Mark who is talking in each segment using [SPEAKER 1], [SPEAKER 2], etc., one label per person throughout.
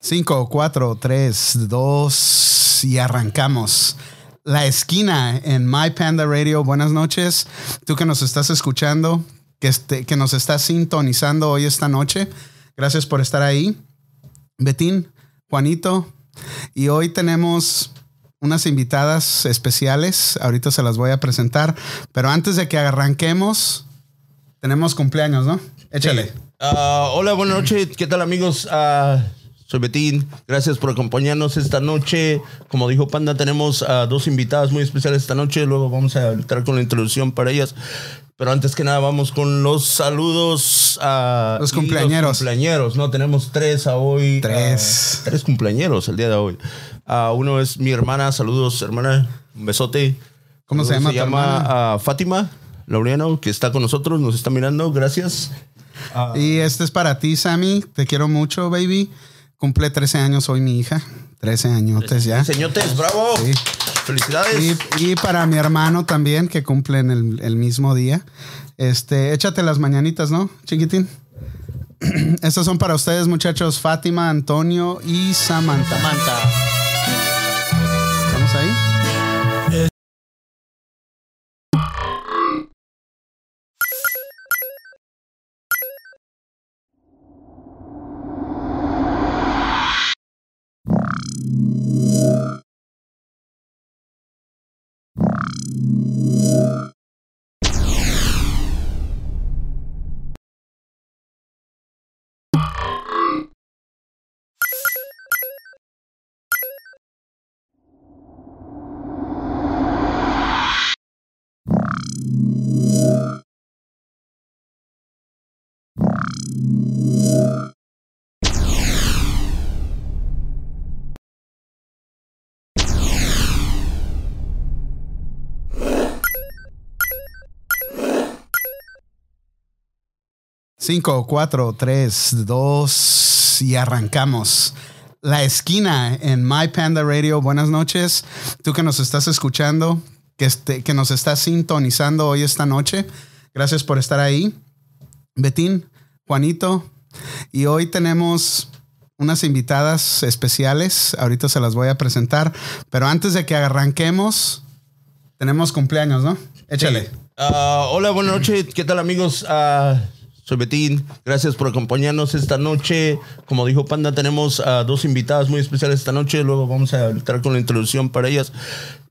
[SPEAKER 1] 5, 4, 3, 2 y arrancamos. La esquina en My Panda Radio. Buenas noches. Tú que nos estás escuchando, que, este- que nos estás sintonizando hoy esta noche. Gracias por estar ahí. Betín, Juanito. Y hoy tenemos unas invitadas especiales. Ahorita se las voy a presentar. Pero antes de que arranquemos, tenemos cumpleaños, ¿no? Échale.
[SPEAKER 2] Ah, hola, buenas noches. ¿Qué tal, amigos? Ah, soy Betín. Gracias por acompañarnos esta noche. Como dijo Panda, tenemos a dos invitadas muy especiales esta noche. Luego vamos a entrar con la introducción para ellas. Pero antes que nada, vamos con los saludos a
[SPEAKER 1] Los
[SPEAKER 2] y
[SPEAKER 1] cumpleañeros.
[SPEAKER 2] cumpleañeros, ¿no? Tenemos tres a hoy.
[SPEAKER 1] Tres.
[SPEAKER 2] Ah, tres cumpleañeros el día de hoy. Ah, uno es mi hermana. Saludos, hermana. Un besote.
[SPEAKER 1] ¿Cómo se llama
[SPEAKER 2] Luego
[SPEAKER 1] tu hermana?
[SPEAKER 2] ah, Fátima Laureano, que está con nosotros, nos está mirando. Gracias.
[SPEAKER 1] Y este es para ti, Sammy. Te quiero mucho, baby. Cumple 13 años hoy mi hija. 13 añotes ya.
[SPEAKER 2] Señores, bravo.
[SPEAKER 1] Sí.
[SPEAKER 2] Felicidades.
[SPEAKER 1] Y, y para mi hermano también, que cumple en el, el mismo día. Este, échate las mañanitas, ¿no, chiquitín? Estas son para ustedes, muchachos. Fátima, Antonio y Samantha.
[SPEAKER 3] Manta.
[SPEAKER 1] ¿Estamos ahí? Cinco, cuatro, tres, dos y arrancamos. La esquina en My Panda Radio. Buenas noches. Tú que nos estás escuchando, que, este- que nos estás sintonizando hoy esta noche. Gracias por estar ahí. Betín, Juanito. Y hoy tenemos unas invitadas especiales. Ahorita se las voy a presentar. Pero antes de que arranquemos, tenemos cumpleaños, ¿no? Échale.
[SPEAKER 2] Ah, hola, buenas noches. ¿Qué tal, amigos? Ah, soy Betín. Gracias por acompañarnos esta noche. Como dijo Panda, tenemos a dos invitadas muy especiales esta noche. Luego vamos a entrar con la introducción para ellas.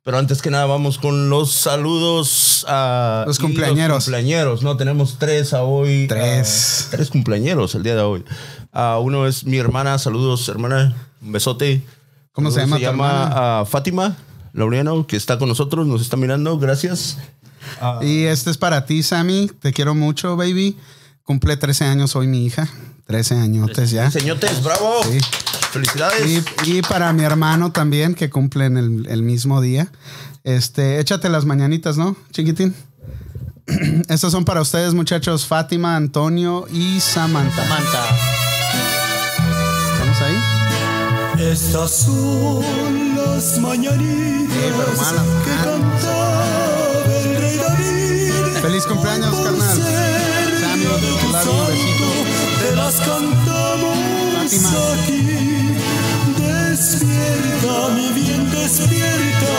[SPEAKER 2] Pero antes que nada, vamos con los saludos a
[SPEAKER 1] Los
[SPEAKER 2] y
[SPEAKER 1] cumpleañeros.
[SPEAKER 2] cumpleañeros, ¿no? Tenemos tres a hoy.
[SPEAKER 1] Tres.
[SPEAKER 2] Ah, tres cumpleañeros el día de hoy. Ah, uno es mi hermana. Saludos, hermana. Un besote.
[SPEAKER 1] ¿Cómo se
[SPEAKER 2] Luego
[SPEAKER 1] llama tu hermana?
[SPEAKER 2] ah, Fátima Laureano, que está con nosotros, nos está mirando. Gracias.
[SPEAKER 1] Y este es para ti, Sammy. Te quiero mucho, baby. Cumple 13 años hoy mi hija. 13 añotes ya.
[SPEAKER 2] Señores, bravo.
[SPEAKER 1] Sí.
[SPEAKER 2] Felicidades.
[SPEAKER 1] Y, y para mi hermano también, que cumple en el, el mismo día. Este, échate las mañanitas, ¿no, chiquitín? Estas son para ustedes, muchachos. Fátima, Antonio y Samantha.
[SPEAKER 3] Manta.
[SPEAKER 1] ¿Estamos ahí?
[SPEAKER 4] Estas son las
[SPEAKER 1] Sí, pero
[SPEAKER 4] mañanitas
[SPEAKER 1] malas,
[SPEAKER 4] que
[SPEAKER 1] malas.
[SPEAKER 4] cantaba el rey David.
[SPEAKER 1] Feliz cumpleaños,
[SPEAKER 4] Por
[SPEAKER 1] carnal.
[SPEAKER 4] ser
[SPEAKER 1] Sammy,
[SPEAKER 4] día de
[SPEAKER 1] te largo
[SPEAKER 4] tu
[SPEAKER 1] un
[SPEAKER 4] santo,
[SPEAKER 1] besito.
[SPEAKER 4] Te las cantamos
[SPEAKER 1] Fátima.
[SPEAKER 4] aquí. Despierta, mi bien, despierta.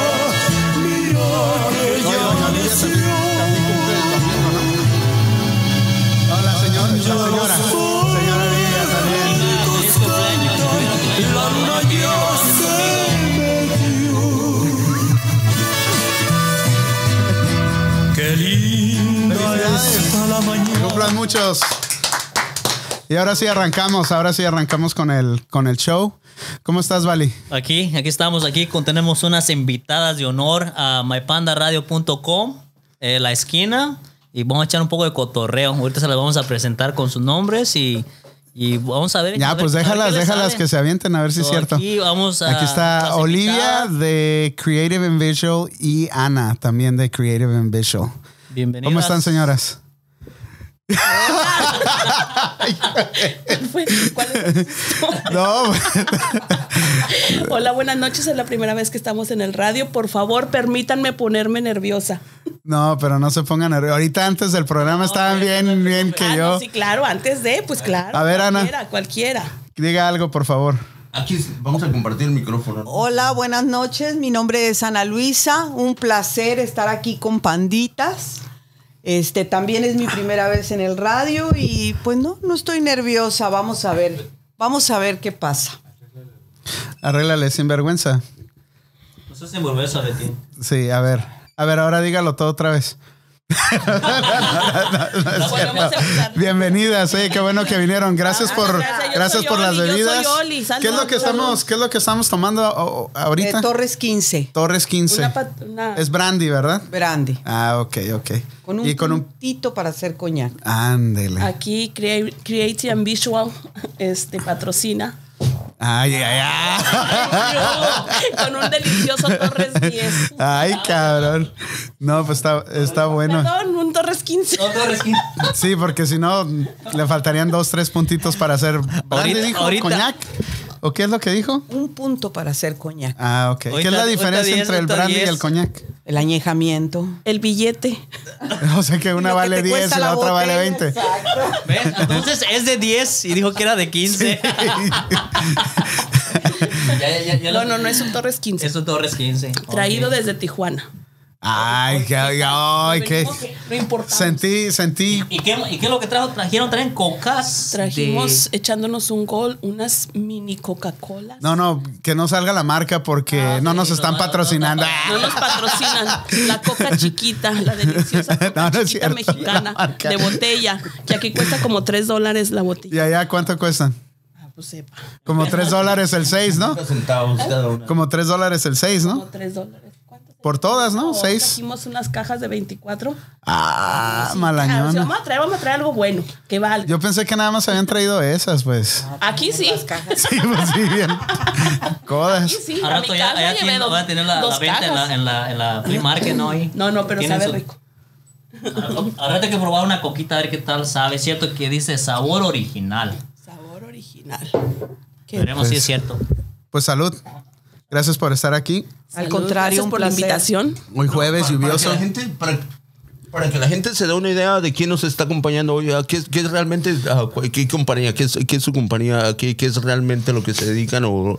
[SPEAKER 4] Mira que
[SPEAKER 1] Oye,
[SPEAKER 4] ya
[SPEAKER 1] doña Olivia también- también cumple el domingo, ¿no? Hola, señor- la señora. Señora Olivia también.
[SPEAKER 3] Feliz cumpleaños.
[SPEAKER 4] la luna ya se metió. Qué linda
[SPEAKER 1] Felicidades.
[SPEAKER 4] está la mañana.
[SPEAKER 1] Cumplan muchos. Y ahora sí arrancamos, ahora sí arrancamos con el, con el show. ¿Cómo estás, Vali?
[SPEAKER 3] Aquí, aquí estamos, aquí con, tenemos unas invitadas de honor a mypandaradio.com, eh, la esquina, y vamos a echar un poco de cotorreo. Ahorita se las vamos a presentar con sus nombres y, y vamos a ver. a
[SPEAKER 1] Ya,
[SPEAKER 3] ver-
[SPEAKER 1] pues
[SPEAKER 3] a ver
[SPEAKER 1] déjalas,
[SPEAKER 3] qué les
[SPEAKER 1] déjalas
[SPEAKER 3] saben.
[SPEAKER 1] que se avienten a ver si es
[SPEAKER 3] So,
[SPEAKER 1] cierto.
[SPEAKER 3] Aquí vamos a.
[SPEAKER 1] Aquí está
[SPEAKER 3] las
[SPEAKER 1] Olivia
[SPEAKER 3] invitadas.
[SPEAKER 1] de Creative and Visual y Ana también de Creative and Visual.
[SPEAKER 3] Bienvenidas.
[SPEAKER 1] ¿Cómo están, señoras?
[SPEAKER 5] Fue- ¿cuál es?
[SPEAKER 1] No,
[SPEAKER 5] Hola, buenas noches. Es la primera vez que estamos en el radio. Por favor, permítanme ponerme nerviosa.
[SPEAKER 1] no, pero no se pongan nerviosos. Ahorita antes del programa estaban bien, bien que
[SPEAKER 5] Ah, no,
[SPEAKER 1] yo.
[SPEAKER 5] sí, claro, antes de, pues claro.
[SPEAKER 1] A ver, Ana.
[SPEAKER 5] Cualquiera, cualquiera.
[SPEAKER 1] Diga algo, por favor.
[SPEAKER 2] Aquí es- vamos a compartir el micrófono.
[SPEAKER 6] Hola, buenas noches. Mi nombre es Ana Luisa. Un placer estar aquí con Panditas. Este también es mi primera vez en el radio y pues no, no estoy nerviosa. Vamos a ver, vamos a ver qué pasa.
[SPEAKER 1] Arréglale sin vergüenza.
[SPEAKER 3] No sé si envolverse de ti.
[SPEAKER 1] Sí, a ver. A ver, ahora dígalo todo otra vez.
[SPEAKER 5] Volvemos a empezar. Ah,
[SPEAKER 1] Bienvenidas, eh, qué bueno que vinieron. Gracias por,
[SPEAKER 5] Gracias, yo
[SPEAKER 1] gracias
[SPEAKER 5] soy
[SPEAKER 1] por las
[SPEAKER 5] Oli, yo soy
[SPEAKER 1] bebidas.
[SPEAKER 5] Oli, salud,
[SPEAKER 1] ¿Qué es lo que
[SPEAKER 5] salud.
[SPEAKER 1] estamos, qué es lo que estamos tomando o- o-
[SPEAKER 6] Eh,
[SPEAKER 1] ahorita?
[SPEAKER 6] Torres 15,
[SPEAKER 1] Torres 15.
[SPEAKER 5] Una pat- una-
[SPEAKER 1] Es brandy, ¿verdad?
[SPEAKER 6] grande.
[SPEAKER 1] Ah, ok, ok.
[SPEAKER 6] Con un
[SPEAKER 1] y con un
[SPEAKER 6] puntito para hacer coñac.
[SPEAKER 1] ándele.
[SPEAKER 5] Aquí Crea- Creative and Visual este, patrocina.
[SPEAKER 1] Ay, ay, ay.
[SPEAKER 5] con un delicioso Torres 10.
[SPEAKER 1] Ay, cabrón. No, pues está, está bueno.
[SPEAKER 5] Perdón, un Torres 15.
[SPEAKER 3] No, Torres, ¿qué?
[SPEAKER 1] Sí, porque si no, le faltarían dos, tres puntitos para hacer. brandy,
[SPEAKER 3] Ahorita-
[SPEAKER 1] dijo?
[SPEAKER 3] ahorita.
[SPEAKER 1] ¿Coñac? ¿O qué es lo que dijo?
[SPEAKER 6] Un punto para hacer coñac.
[SPEAKER 1] Ah, ok. ¿Qué
[SPEAKER 3] Ahorita-
[SPEAKER 1] es la
[SPEAKER 3] ahorita
[SPEAKER 1] diferencia
[SPEAKER 3] diez,
[SPEAKER 1] entre el
[SPEAKER 3] ahorita
[SPEAKER 1] brandy y
[SPEAKER 3] diez.
[SPEAKER 1] el coñac?
[SPEAKER 6] El añejamiento.
[SPEAKER 5] El billete.
[SPEAKER 1] O sea que una
[SPEAKER 6] Lo que
[SPEAKER 1] vale
[SPEAKER 6] te
[SPEAKER 1] 10
[SPEAKER 6] cuesta
[SPEAKER 1] y la, otra vale
[SPEAKER 6] botella,
[SPEAKER 1] 20.
[SPEAKER 6] exacto.
[SPEAKER 3] ¿Ves? Entonces es de 10 y dijo que era de 15.
[SPEAKER 5] No, no, no es un Torres 15.
[SPEAKER 3] Eso Torres 15.
[SPEAKER 5] traído
[SPEAKER 3] Ok.
[SPEAKER 5] desde Tijuana.
[SPEAKER 1] Ay, qué, ay, qué.
[SPEAKER 5] Venimos que No importa.
[SPEAKER 1] Sentí, sentí.
[SPEAKER 3] ¿Y qué, ¿Y qué es lo que trajo? Trajeron traen cocas.
[SPEAKER 5] Trajimos
[SPEAKER 3] de-
[SPEAKER 5] echándonos un gol, unas mini Coca-Cola.
[SPEAKER 1] No, no, que no salga la marca porque
[SPEAKER 3] Ah,
[SPEAKER 1] no
[SPEAKER 3] sí,
[SPEAKER 1] nos
[SPEAKER 3] no,
[SPEAKER 1] están
[SPEAKER 3] no, no,
[SPEAKER 1] patrocinando.
[SPEAKER 5] No nos patrocinan la coca chiquita, la deliciosa coca
[SPEAKER 1] No, no es
[SPEAKER 5] chiquita
[SPEAKER 1] cierto, la
[SPEAKER 5] mexicana
[SPEAKER 1] marca.
[SPEAKER 5] de botella, que aquí cuesta como 3 dólares la
[SPEAKER 1] Ah, ¿Y
[SPEAKER 5] botella.
[SPEAKER 1] allá cuánto cuestan?
[SPEAKER 5] Ah, pues sepa.
[SPEAKER 1] Como 3 dólares el 6, ¿no?
[SPEAKER 2] centavos cada una.
[SPEAKER 1] Como 3 dólares el 6,
[SPEAKER 5] Como
[SPEAKER 1] ¿no?
[SPEAKER 5] 3 dólares. ¿Cuántos?
[SPEAKER 1] Por todas, ¿no?
[SPEAKER 5] No,
[SPEAKER 1] 6.
[SPEAKER 5] Trajimos unas cajas de 24.
[SPEAKER 1] Ah,
[SPEAKER 5] Ah, o sea,
[SPEAKER 1] malañona.
[SPEAKER 5] vamos a traer, vamos a traer algo bueno, que valga.
[SPEAKER 1] Yo pensé que nada más habían traído esas, pues.
[SPEAKER 5] aquí sí.
[SPEAKER 1] Sí, pues sí, bien. Codas.
[SPEAKER 5] Aquí sí.
[SPEAKER 3] Al
[SPEAKER 5] A mi
[SPEAKER 3] rato ya,
[SPEAKER 5] casa
[SPEAKER 3] ya
[SPEAKER 5] llevé
[SPEAKER 3] tiene-
[SPEAKER 5] dos-
[SPEAKER 3] va a tener la, la
[SPEAKER 5] dos
[SPEAKER 3] venta en
[SPEAKER 5] cajas.
[SPEAKER 3] la, en la, en la flea market, ¿no? Ahí.
[SPEAKER 5] No, no, pero
[SPEAKER 3] Tienen
[SPEAKER 5] sabe
[SPEAKER 3] su-
[SPEAKER 5] rico.
[SPEAKER 3] Al- Al rato hay que probar una coquita a ver qué tal sabe. Es cierto que dice sabor original.
[SPEAKER 5] Sabor original. Qué
[SPEAKER 3] Veremos si
[SPEAKER 1] Pues-
[SPEAKER 3] es cierto.
[SPEAKER 1] Pues salud. Gracias por estar aquí.
[SPEAKER 6] Al
[SPEAKER 5] Salud,
[SPEAKER 6] contrario,
[SPEAKER 5] gracias
[SPEAKER 6] un
[SPEAKER 5] por la
[SPEAKER 6] placer.
[SPEAKER 5] invitación.
[SPEAKER 1] Hoy jueves
[SPEAKER 2] Para- para que
[SPEAKER 1] lluvioso.
[SPEAKER 2] la gente- Para, para que la gente se dé una idea de quién nos está acompañando hoy, a qué, es- qué es realmente, a cu- qué compañía, qué es, qué es su compañía, a qué, qué es realmente lo que se dedican o,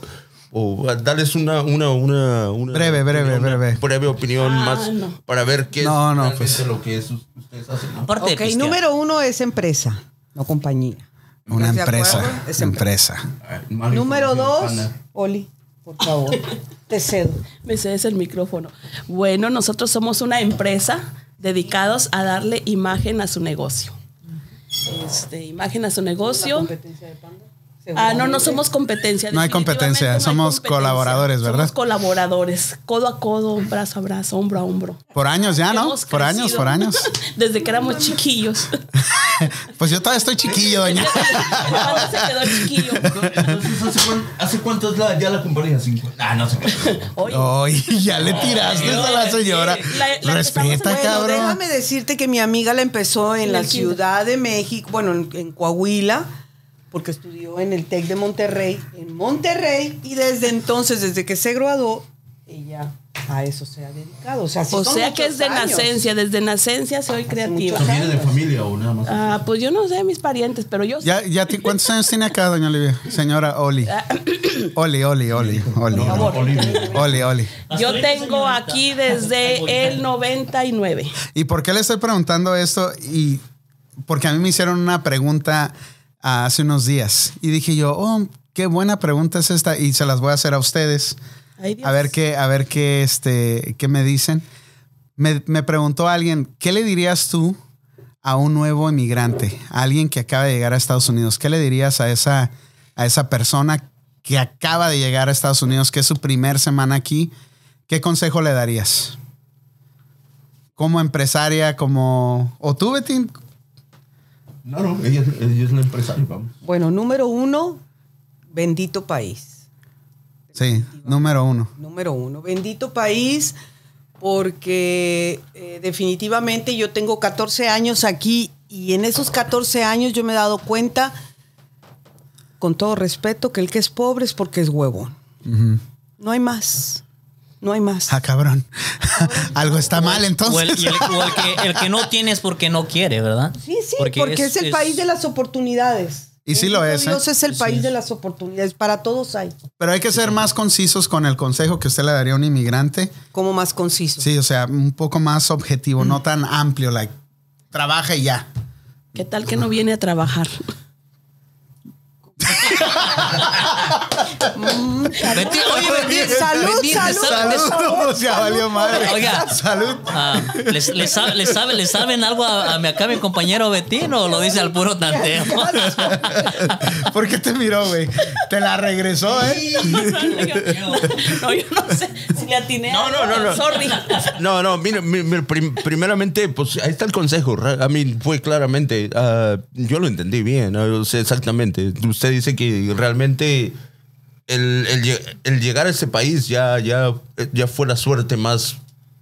[SPEAKER 2] o a darles una, una, una, una-
[SPEAKER 1] Breve, breve,
[SPEAKER 2] una
[SPEAKER 1] breve.
[SPEAKER 2] breve opinión
[SPEAKER 6] Ah,
[SPEAKER 2] más para ver qué
[SPEAKER 1] No,
[SPEAKER 2] es
[SPEAKER 1] no,
[SPEAKER 2] realmente
[SPEAKER 1] pues.
[SPEAKER 2] lo que es ustedes hacen. ¿no?
[SPEAKER 3] Aparte de
[SPEAKER 6] Ok,
[SPEAKER 3] pistear.
[SPEAKER 6] número uno es empresa, no compañía.
[SPEAKER 1] Una
[SPEAKER 6] ¿Estás de
[SPEAKER 1] empresa.
[SPEAKER 6] acuerdo? Es
[SPEAKER 5] em-
[SPEAKER 6] empresa.
[SPEAKER 1] Empresa.
[SPEAKER 2] Ay, mala
[SPEAKER 6] Número
[SPEAKER 2] información,
[SPEAKER 6] dos,
[SPEAKER 2] pana.
[SPEAKER 6] Oli, por favor, te cedo.
[SPEAKER 5] Me cedes el micrófono. Bueno, nosotros somos una empresa dedicados a darle imagen a su negocio. Este, imagen a su negocio. Ah, no, no somos competencia.
[SPEAKER 1] No hay competencia,
[SPEAKER 5] definitivamente no hay
[SPEAKER 1] somos colaboradores, ¿verdad?
[SPEAKER 5] Somos colaboradores, codo a codo, brazo a brazo, hombro a hombro.
[SPEAKER 1] Por años ya, Ah, ¿no?
[SPEAKER 5] Hemos
[SPEAKER 1] Por años,
[SPEAKER 5] crecido
[SPEAKER 1] por años.
[SPEAKER 5] Desde que éramos chiquillos.
[SPEAKER 1] Pues yo todavía estoy chiquillo, doña.
[SPEAKER 5] Cuando se quedó chiquillo.
[SPEAKER 2] Entonces, ¿hace, cuán- hace cuánto es la, ya la compañía? Cinco- Ah, no sé.
[SPEAKER 5] Oye,
[SPEAKER 1] Ay, ya le tiraste a la señora.
[SPEAKER 5] La- la empezamos
[SPEAKER 1] Respeta,
[SPEAKER 5] en-
[SPEAKER 6] Bueno,
[SPEAKER 1] cabrón.
[SPEAKER 6] déjame decirte que mi amiga la empezó en
[SPEAKER 5] En
[SPEAKER 6] la
[SPEAKER 5] el kinder.
[SPEAKER 6] Ciudad de México, bueno, en, en Coahuila, porque estudió en el TEC de Monterrey, en Monterrey, y desde entonces, desde que se graduó, ella a eso se ha dedicado. O sea, sí
[SPEAKER 5] o
[SPEAKER 6] son
[SPEAKER 5] sea que
[SPEAKER 6] muchos
[SPEAKER 5] es de
[SPEAKER 6] años.
[SPEAKER 5] nacencia, desde nacencia soy creativa.
[SPEAKER 6] muchos
[SPEAKER 2] ¿Viene de familia o nada más?
[SPEAKER 5] Ah, pues yo no sé mis parientes, pero yo
[SPEAKER 1] Ya, ya ti- ¿Cuántos años tiene acá, doña Olivia? Señora Oli.
[SPEAKER 5] Ah.
[SPEAKER 1] Oli, Oli, Oli, Oli. Oli, Oli.
[SPEAKER 5] Yo tengo aquí desde el 99.
[SPEAKER 1] ¿Y por qué le estoy preguntando esto? Y porque a mí me hicieron una pregunta ah, hace unos días y dije yo, oh, qué buena pregunta es esta y se las voy a hacer a ustedes.
[SPEAKER 5] Ay, Dios.
[SPEAKER 1] A ver qué, a ver qué, este, qué me dicen. Me, me preguntó alguien, ¿qué le dirías tú a un nuevo emigrante? A alguien que acaba de llegar a Estados Unidos. ¿Qué le dirías a esa, a esa persona que acaba de llegar a Estados Unidos, que es su primer semana aquí? ¿Qué consejo le darías? Como empresaria, como... ¿O tú, Betín?
[SPEAKER 2] No, no, ella, es- ella es la empresaria, vamos.
[SPEAKER 6] Bueno, número uno, bendito país.
[SPEAKER 1] Sí, número uno.
[SPEAKER 6] número uno. Bendito país, porque eh, definitivamente yo tengo 14 años aquí y en esos 14 años yo me he dado cuenta, con todo respeto, que el que es pobre es porque es huevón. No hay más. No hay más.
[SPEAKER 1] Ah, cabrón. Algo está mal entonces.
[SPEAKER 3] O el, y el- o el que, el que no tiene es porque no quiere, ¿verdad?
[SPEAKER 6] Sí, sí, porque, es, el país de las oportunidades.
[SPEAKER 1] Y Y sí lo es. ¿eh?
[SPEAKER 6] Dios es el país de las oportunidades. Para todos hay.
[SPEAKER 1] Pero hay que ser más concisos con el consejo que usted le daría a un inmigrante.
[SPEAKER 6] Como más conciso.
[SPEAKER 1] Sí, o sea, un poco más objetivo, no tan amplio, like, trabaja y ya.
[SPEAKER 5] ¿Qué tal que no viene a trabajar?
[SPEAKER 3] Vete- oye, vete-
[SPEAKER 6] Salud,
[SPEAKER 3] vete-
[SPEAKER 6] salud.
[SPEAKER 3] sal-
[SPEAKER 1] Salud, o sea, valió madre.
[SPEAKER 3] Oiga.
[SPEAKER 1] Salud.
[SPEAKER 3] Ah, ¿les, les, sab- les sabe- les saben algo a, a mi, acá mi compañero Betín o lo dice al puro tanteo?
[SPEAKER 1] ¿Por qué te miró, güey? Te la regresó, ¿eh?
[SPEAKER 5] no, yo no sé si le atiné.
[SPEAKER 2] No, no, no, no.
[SPEAKER 5] Sorry.
[SPEAKER 2] No, no, mira, mi- mi- prim- primeramente, pues ahí está el consejo. ra- A mí fue claramente, ah, yo lo entendí bien, ah, o sea, exactamente. Usted dice que realmente el, el lle- el llegar a este país ya, ya, ya fue la suerte más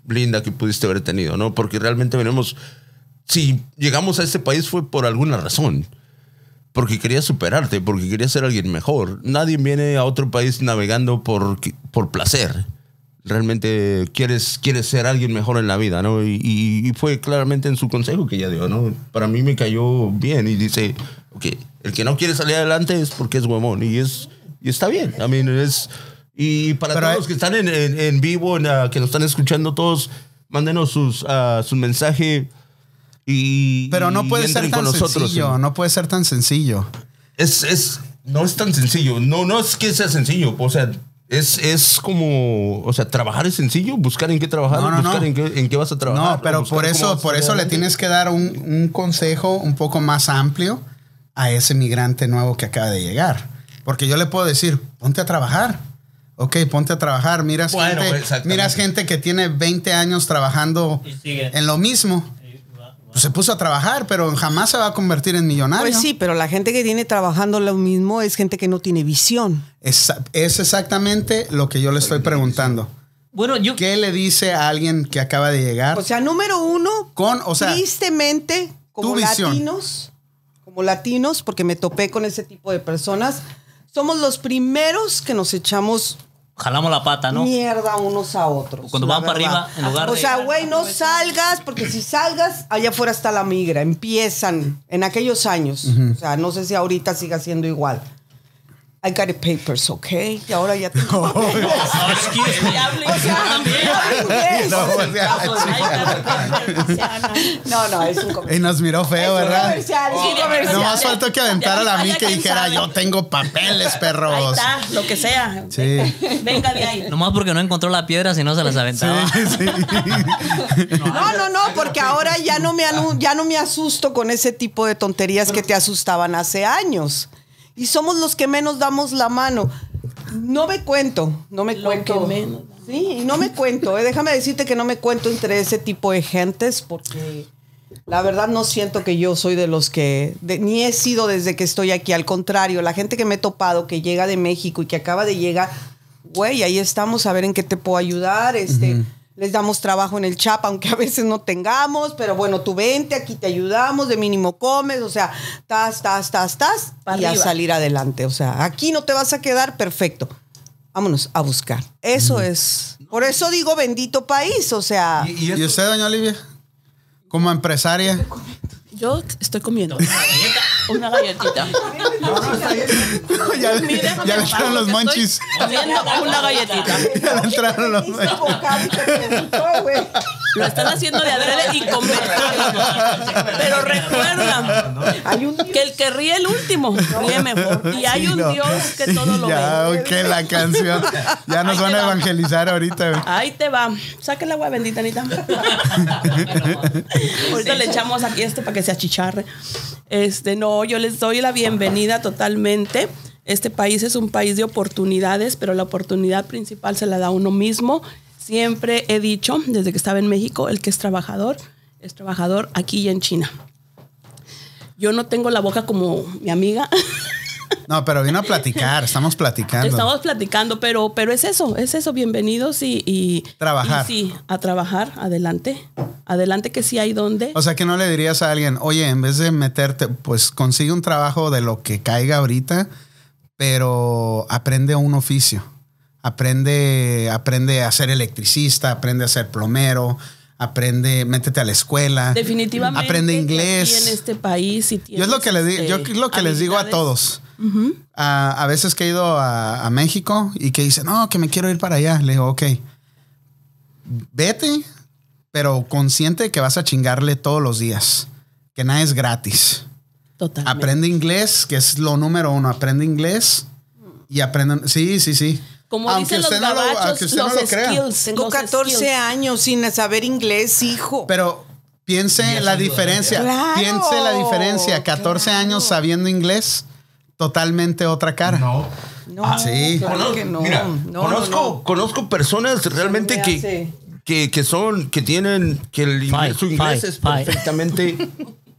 [SPEAKER 2] linda que pudiste haber tenido, ¿no? Porque realmente venimos, si llegamos a este país fue por alguna razón. Porque quería superarte, porque quería ser alguien mejor. Nadie viene a otro país navegando por, por placer. Realmente quieres, quieres ser alguien mejor en la vida, ¿no? Y, y- y fue claramente en su consejo que ella dio, ¿no? Para mí me cayó bien y dice, ok, el que no quiere salir adelante es porque es huevón y, es, y está bien. I mean, es... Y para
[SPEAKER 1] Pero
[SPEAKER 2] todos
[SPEAKER 1] hay-
[SPEAKER 2] los que están en, en- en vivo, en, ah, que nos están escuchando todos, mándenos sus, ah, su mensaje y...
[SPEAKER 1] Pero
[SPEAKER 2] y
[SPEAKER 1] no puede ser
[SPEAKER 2] entren
[SPEAKER 1] tan sencillo, no puede ser tan sencillo.
[SPEAKER 2] es, es, no es tan sencillo. No, no es que sea sencillo. O sea, es, es como, o sea, trabajar es sencillo, buscar en qué trabajar,
[SPEAKER 1] No, no,
[SPEAKER 2] buscar
[SPEAKER 1] no.
[SPEAKER 2] En, qué, en qué vas a trabajar.
[SPEAKER 1] No, pero
[SPEAKER 2] buscar
[SPEAKER 1] por
[SPEAKER 2] cómo vas
[SPEAKER 1] eso,
[SPEAKER 2] a
[SPEAKER 1] por eso le
[SPEAKER 2] adelante.
[SPEAKER 1] tienes que dar un, un consejo un poco más amplio a ese migrante nuevo que acaba de llegar. Porque yo le puedo decir, ponte a trabajar. Ok, ponte a trabajar. Miras,
[SPEAKER 2] Bueno,
[SPEAKER 1] gente,
[SPEAKER 2] exactamente.
[SPEAKER 1] miras gente que tiene 20 años trabajando
[SPEAKER 3] Y sigue.
[SPEAKER 1] en lo mismo. Pues se puso a trabajar, pero jamás se va a convertir en
[SPEAKER 3] Ah,
[SPEAKER 1] millonario.
[SPEAKER 6] Pues sí, pero la gente que tiene trabajando lo mismo es gente que no tiene visión.
[SPEAKER 1] Es, es exactamente lo que yo le estoy preguntando.
[SPEAKER 3] Bueno, yo...
[SPEAKER 1] ¿Qué le dice a alguien que acaba de llegar?
[SPEAKER 6] O sea, número uno,
[SPEAKER 1] Con- o sea,
[SPEAKER 6] tristemente, como
[SPEAKER 1] tu visión.
[SPEAKER 6] latinos, como latinos, porque me topé con ese tipo de personas, somos los primeros que nos echamos
[SPEAKER 3] Jalamos la pata, Ah, ¿no?
[SPEAKER 6] mierda unos a otros.
[SPEAKER 3] Cuando
[SPEAKER 6] la
[SPEAKER 3] van para
[SPEAKER 6] verdad.
[SPEAKER 3] arriba, en lugar
[SPEAKER 6] O
[SPEAKER 3] de-
[SPEAKER 6] sea, güey, no salgas, porque si salgas, allá afuera está la migra. Empiezan en aquellos años. O sea, no sé si ahorita siga siendo igual. I got the papers, ok. Y ahora ya tengo papeles.
[SPEAKER 3] No, excuse me.
[SPEAKER 6] O
[SPEAKER 5] Ah,
[SPEAKER 6] sea,
[SPEAKER 1] No, o
[SPEAKER 5] pues,
[SPEAKER 1] sea,
[SPEAKER 6] no, no, es un comercial.
[SPEAKER 1] y nos miró feo,
[SPEAKER 6] Es un
[SPEAKER 1] ¿verdad?
[SPEAKER 6] comercial, es un comercial.
[SPEAKER 1] No más faltó que aventara a mí
[SPEAKER 5] Ya
[SPEAKER 1] que
[SPEAKER 5] quién
[SPEAKER 1] dijera
[SPEAKER 5] sabe.
[SPEAKER 1] yo tengo papeles,
[SPEAKER 5] Ahí
[SPEAKER 1] perros.
[SPEAKER 5] está, lo que sea.
[SPEAKER 1] Sí.
[SPEAKER 5] Venga de ahí.
[SPEAKER 3] Nomás porque no encontró la piedra, si no se las aventaba.
[SPEAKER 6] No, no, no, porque ahora ya no me anu- ya no me asusto con ese tipo de tonterías que te asustaban hace años. Y somos los que menos damos la mano. No me cuento, no me
[SPEAKER 5] Lo
[SPEAKER 6] cuento.
[SPEAKER 5] que menos.
[SPEAKER 6] Sí, y no me cuento. eh. Déjame decirte que no me cuento entre ese tipo de gentes porque la verdad no siento que yo soy de los que de- ni he sido desde que estoy aquí. Al contrario, la gente que me he topado que llega de México y que acaba de llegar, güey, ahí estamos a ver en qué te puedo ayudar. Este, les damos trabajo en el chapa, aunque a veces no tengamos, pero bueno, tú vente, aquí te ayudamos, de mínimo comes, o sea, tas, tas, tas, tas,
[SPEAKER 5] Pa'
[SPEAKER 6] y a
[SPEAKER 5] arriba.
[SPEAKER 6] salir adelante. O sea, aquí no te vas a quedar, perfecto. Vámonos a buscar. Eso es. Por eso digo bendito país, o sea.
[SPEAKER 1] ¿Y, usted, doña Olivia? Como empresaria.
[SPEAKER 5] Yo estoy comiendo una galletita.
[SPEAKER 1] ya le,
[SPEAKER 5] Mira,
[SPEAKER 1] ya le
[SPEAKER 5] me
[SPEAKER 1] entraron
[SPEAKER 5] pago,
[SPEAKER 1] los
[SPEAKER 5] que
[SPEAKER 1] monchis.
[SPEAKER 5] estoy Comiendo una galletita.
[SPEAKER 1] Ya le entraron los
[SPEAKER 6] Ese
[SPEAKER 1] monchis.
[SPEAKER 6] vocablo que te gustó, güey.
[SPEAKER 5] Lo están haciendo de adrede y con Pero recuerda
[SPEAKER 6] Hay un
[SPEAKER 5] que el que ríe el último ríe mejor. Y hay
[SPEAKER 1] Ah, Sí,
[SPEAKER 5] un
[SPEAKER 1] no.
[SPEAKER 5] Dios que todo lo
[SPEAKER 1] Ya,
[SPEAKER 5] ve.
[SPEAKER 1] ok, la canción. Ya nos
[SPEAKER 5] Ahí
[SPEAKER 1] van
[SPEAKER 5] te
[SPEAKER 1] a
[SPEAKER 5] va.
[SPEAKER 1] evangelizar ahorita. güey.
[SPEAKER 5] Ahí te va. Saca el agua bendita, Anita. Ahorita le echamos aquí este para que se achicharre. Este, no, yo les doy la bienvenida totalmente. Este país es un país de oportunidades, pero la oportunidad principal se la da uno mismo. Siempre he dicho, desde que estaba en México, el que es trabajador, es trabajador aquí y en China. Yo no tengo la boca como mi amiga.
[SPEAKER 1] No, pero vino a platicar. Estamos platicando.
[SPEAKER 5] Estamos platicando, pero, pero es eso, es eso. Bienvenidos y. y-
[SPEAKER 1] Trabajar.
[SPEAKER 5] y sí, a trabajar, adelante. Adelante, que sí hay donde.
[SPEAKER 1] O sea que no le dirías a alguien, oye, en vez de meterte, pues consigue un trabajo de lo que caiga ahorita, pero aprende un oficio. Aprende, aprende a ser electricista, aprende a ser plomero, aprende, métete a la escuela.
[SPEAKER 5] Definitivamente.
[SPEAKER 1] Aprende
[SPEAKER 5] que
[SPEAKER 1] inglés.
[SPEAKER 5] aquí En este país sí
[SPEAKER 1] Yo es lo que les, di-
[SPEAKER 5] tienes,
[SPEAKER 1] yo
[SPEAKER 5] este,
[SPEAKER 1] es lo que les digo a
[SPEAKER 5] habilidades.
[SPEAKER 1] todos. a, a veces que he ido a, a México y que dicen, no, que me quiero ir para allá. Le digo, ok, vete, pero consciente que vas a chingarle todos los días. Que nada es gratis.
[SPEAKER 5] Totalmente.
[SPEAKER 1] Aprende inglés, que es lo número uno. Aprende inglés y aprende... Sí, sí, sí.
[SPEAKER 5] Como dicen los
[SPEAKER 1] no lo-
[SPEAKER 5] gabachos,
[SPEAKER 1] aunque usted no
[SPEAKER 5] los
[SPEAKER 1] lo crea.
[SPEAKER 5] skills.
[SPEAKER 6] Tengo
[SPEAKER 5] los
[SPEAKER 6] 14
[SPEAKER 5] skills.
[SPEAKER 6] años sin saber inglés, hijo.
[SPEAKER 1] Pero
[SPEAKER 3] Y
[SPEAKER 1] piense
[SPEAKER 3] eso
[SPEAKER 1] la
[SPEAKER 3] ayuda,
[SPEAKER 1] diferencia.
[SPEAKER 6] ¿verdad?
[SPEAKER 1] Piense la
[SPEAKER 6] Claro,
[SPEAKER 1] diferencia. 14
[SPEAKER 6] claro.
[SPEAKER 1] años sabiendo inglés, totalmente otra cara.
[SPEAKER 2] No.
[SPEAKER 6] no,
[SPEAKER 1] Ah, sí.
[SPEAKER 6] claro
[SPEAKER 2] Conoz-
[SPEAKER 6] que no.
[SPEAKER 2] mira,
[SPEAKER 6] No,
[SPEAKER 2] conozco,
[SPEAKER 6] no, no.
[SPEAKER 2] conozco personas realmente
[SPEAKER 6] me
[SPEAKER 2] que,
[SPEAKER 6] hace.
[SPEAKER 2] que, que son, que tienen, que el inglés- su inglés
[SPEAKER 3] fight,
[SPEAKER 2] es
[SPEAKER 3] fight.
[SPEAKER 2] perfectamente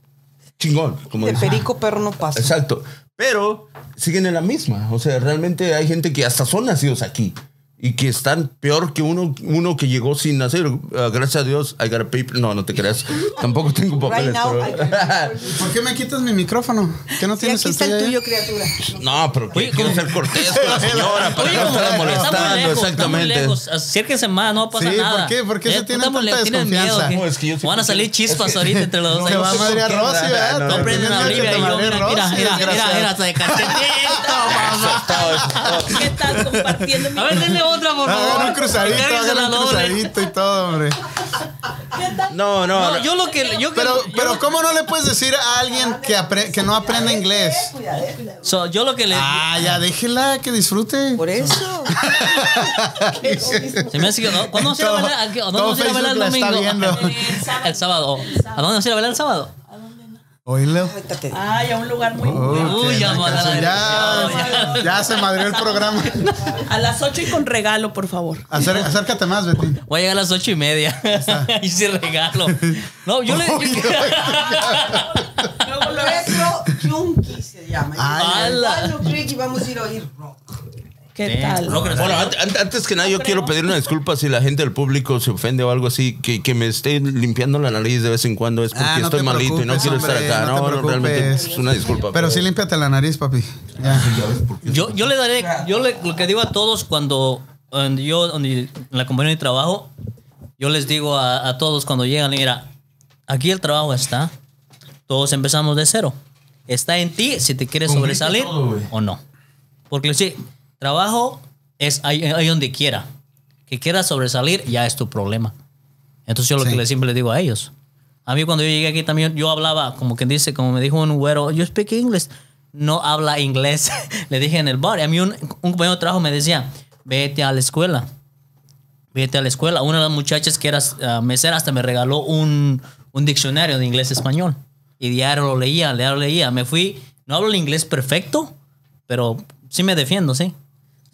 [SPEAKER 2] chingón, como
[SPEAKER 6] De
[SPEAKER 2] dicen.
[SPEAKER 6] perico perro no pasa.
[SPEAKER 2] Exacto. Pero siguen en la misma. O sea, realmente hay gente que hasta son nacidos aquí y que están peor que uno, uno que llegó sin nacer. Ah, gracias a Dios, I got a paper. No, no te creas. Tampoco tengo papeles.
[SPEAKER 6] Right now,
[SPEAKER 2] pero-
[SPEAKER 6] I got a paper.
[SPEAKER 1] ¿Por qué me quitas mi micrófono? ¿Qué no
[SPEAKER 6] Sí,
[SPEAKER 1] tienes
[SPEAKER 6] aquí está el
[SPEAKER 1] tuyo?
[SPEAKER 6] tuyo, criatura.
[SPEAKER 2] no, pero que quiero ser cortés con la señora para
[SPEAKER 3] Oye,
[SPEAKER 2] no
[SPEAKER 3] como
[SPEAKER 2] estarla
[SPEAKER 3] que está
[SPEAKER 2] molestando.
[SPEAKER 3] muy lejos, está muy
[SPEAKER 2] exactamente.
[SPEAKER 3] lejos. Acérquense más, no pasa
[SPEAKER 1] Sí, ¿por
[SPEAKER 3] nada.
[SPEAKER 1] qué? ¿Por qué se
[SPEAKER 3] tú
[SPEAKER 1] tienen
[SPEAKER 3] estamos
[SPEAKER 1] tanta
[SPEAKER 3] le- tienen miedo,
[SPEAKER 1] desconfianza?
[SPEAKER 3] ¿qué?
[SPEAKER 2] No, es que yo sí
[SPEAKER 3] Van a salir
[SPEAKER 2] prefiero-
[SPEAKER 3] chispas
[SPEAKER 2] es que-
[SPEAKER 3] ahorita entre los dos.
[SPEAKER 1] Se
[SPEAKER 3] ahí.
[SPEAKER 1] va a
[SPEAKER 2] sé
[SPEAKER 1] madrear
[SPEAKER 2] por qué,
[SPEAKER 1] Rosy,
[SPEAKER 2] ¿verdad?
[SPEAKER 1] ¿verdad?
[SPEAKER 2] No,
[SPEAKER 3] No
[SPEAKER 1] Te
[SPEAKER 3] aprenden a
[SPEAKER 1] tienes que
[SPEAKER 3] Olivia y yo,
[SPEAKER 1] madrear
[SPEAKER 3] mira, mira,
[SPEAKER 1] Rosy,
[SPEAKER 3] mira, mira,
[SPEAKER 1] desgraciado.
[SPEAKER 3] mira, hasta de calcetita.
[SPEAKER 5] ¿Qué estás compartiendo? mi-
[SPEAKER 3] A ver, denle otra, por favor.
[SPEAKER 1] Hagan un Ah, cruzadito,
[SPEAKER 3] Regálense la
[SPEAKER 1] hagan un
[SPEAKER 3] doble.
[SPEAKER 1] cruzadito y todo, hombre.
[SPEAKER 2] No, no,
[SPEAKER 3] No,
[SPEAKER 2] no.
[SPEAKER 3] yo lo que... Yo que-
[SPEAKER 1] Pero,
[SPEAKER 3] yo-
[SPEAKER 1] pero ¿cómo no le puedes decir a alguien que, apre- que no aprende inglés?
[SPEAKER 3] so, yo lo que le...
[SPEAKER 1] Ah, ya, déjela que disfrute.
[SPEAKER 6] Por eso.
[SPEAKER 3] Se me hace que- ¿Cuándo vamos a ir a
[SPEAKER 1] Todo-
[SPEAKER 3] bailar? ¿A qué- a dónde
[SPEAKER 1] todo
[SPEAKER 3] vamos a ir a bailar el
[SPEAKER 1] Facebook la está
[SPEAKER 3] domingo?
[SPEAKER 1] viendo.
[SPEAKER 3] El sábado. ¿A dónde vamos a ir a bailar el sábado?
[SPEAKER 1] Oílo.
[SPEAKER 6] Suéltate.
[SPEAKER 5] Ay, a un lugar muy bueno.
[SPEAKER 1] Uy,
[SPEAKER 3] Uy,
[SPEAKER 1] qué
[SPEAKER 3] ya,
[SPEAKER 1] nacazo.
[SPEAKER 3] madre.
[SPEAKER 1] ya, ya se madrió el programa.
[SPEAKER 5] A las 8 y con regalo, por favor.
[SPEAKER 1] Acer- acércate más, Betty.
[SPEAKER 3] Voy a llegar a las ocho y media. y si regalo. No, yo le... yo-
[SPEAKER 6] Retro Junkie se llama.
[SPEAKER 1] Ay,
[SPEAKER 3] ¡Hala!
[SPEAKER 6] Pablo Creek y vamos a ir a oír rock.
[SPEAKER 5] ¿Qué tal?
[SPEAKER 3] Lo que-
[SPEAKER 2] Bueno, an- an- antes que nada, yo quiero pedir una disculpa si la gente del público se ofende o algo así, que, que me esté limpiando la nariz de vez en cuando es porque
[SPEAKER 1] Ah, no
[SPEAKER 2] estoy
[SPEAKER 1] te
[SPEAKER 2] malito y no
[SPEAKER 1] preocupes,
[SPEAKER 2] quiero estar
[SPEAKER 1] hombre,
[SPEAKER 2] acá.
[SPEAKER 1] no te
[SPEAKER 2] No, no, realmente
[SPEAKER 1] preocupes.
[SPEAKER 2] es una disculpa.
[SPEAKER 1] Pero sí límpiate la nariz, papi. Ah, Ya.
[SPEAKER 3] Yo, yo le daré, yo le- lo que digo a todos cuando, cuando yo, donde- en la compañía de trabajo, yo les digo a, a todos cuando llegan, mira, aquí el trabajo está, todos empezamos de cero. Está en ti si te quieres
[SPEAKER 2] Cumpliste
[SPEAKER 3] sobresalir
[SPEAKER 2] todo, güey.
[SPEAKER 3] o no. Porque sí, trabajo es ahí, ahí donde quiera. Que quieras sobresalir ya es tu problema. Entonces yo lo
[SPEAKER 1] Sí.
[SPEAKER 3] que le- siempre les digo a ellos. A mí cuando yo llegué aquí también yo hablaba, como quien dice, como me dijo un güero, yo speak English. No habla inglés. le dije en el bar. A mí un, un compañero de trabajo me decía, vete a la escuela. Vete a la escuela. Una de las muchachas que era ah, mesera hasta me regaló un, un diccionario de inglés-español. Y diario lo leía, diario lo leía. Me fui, no hablo el inglés perfecto, pero sí me defiendo, sí.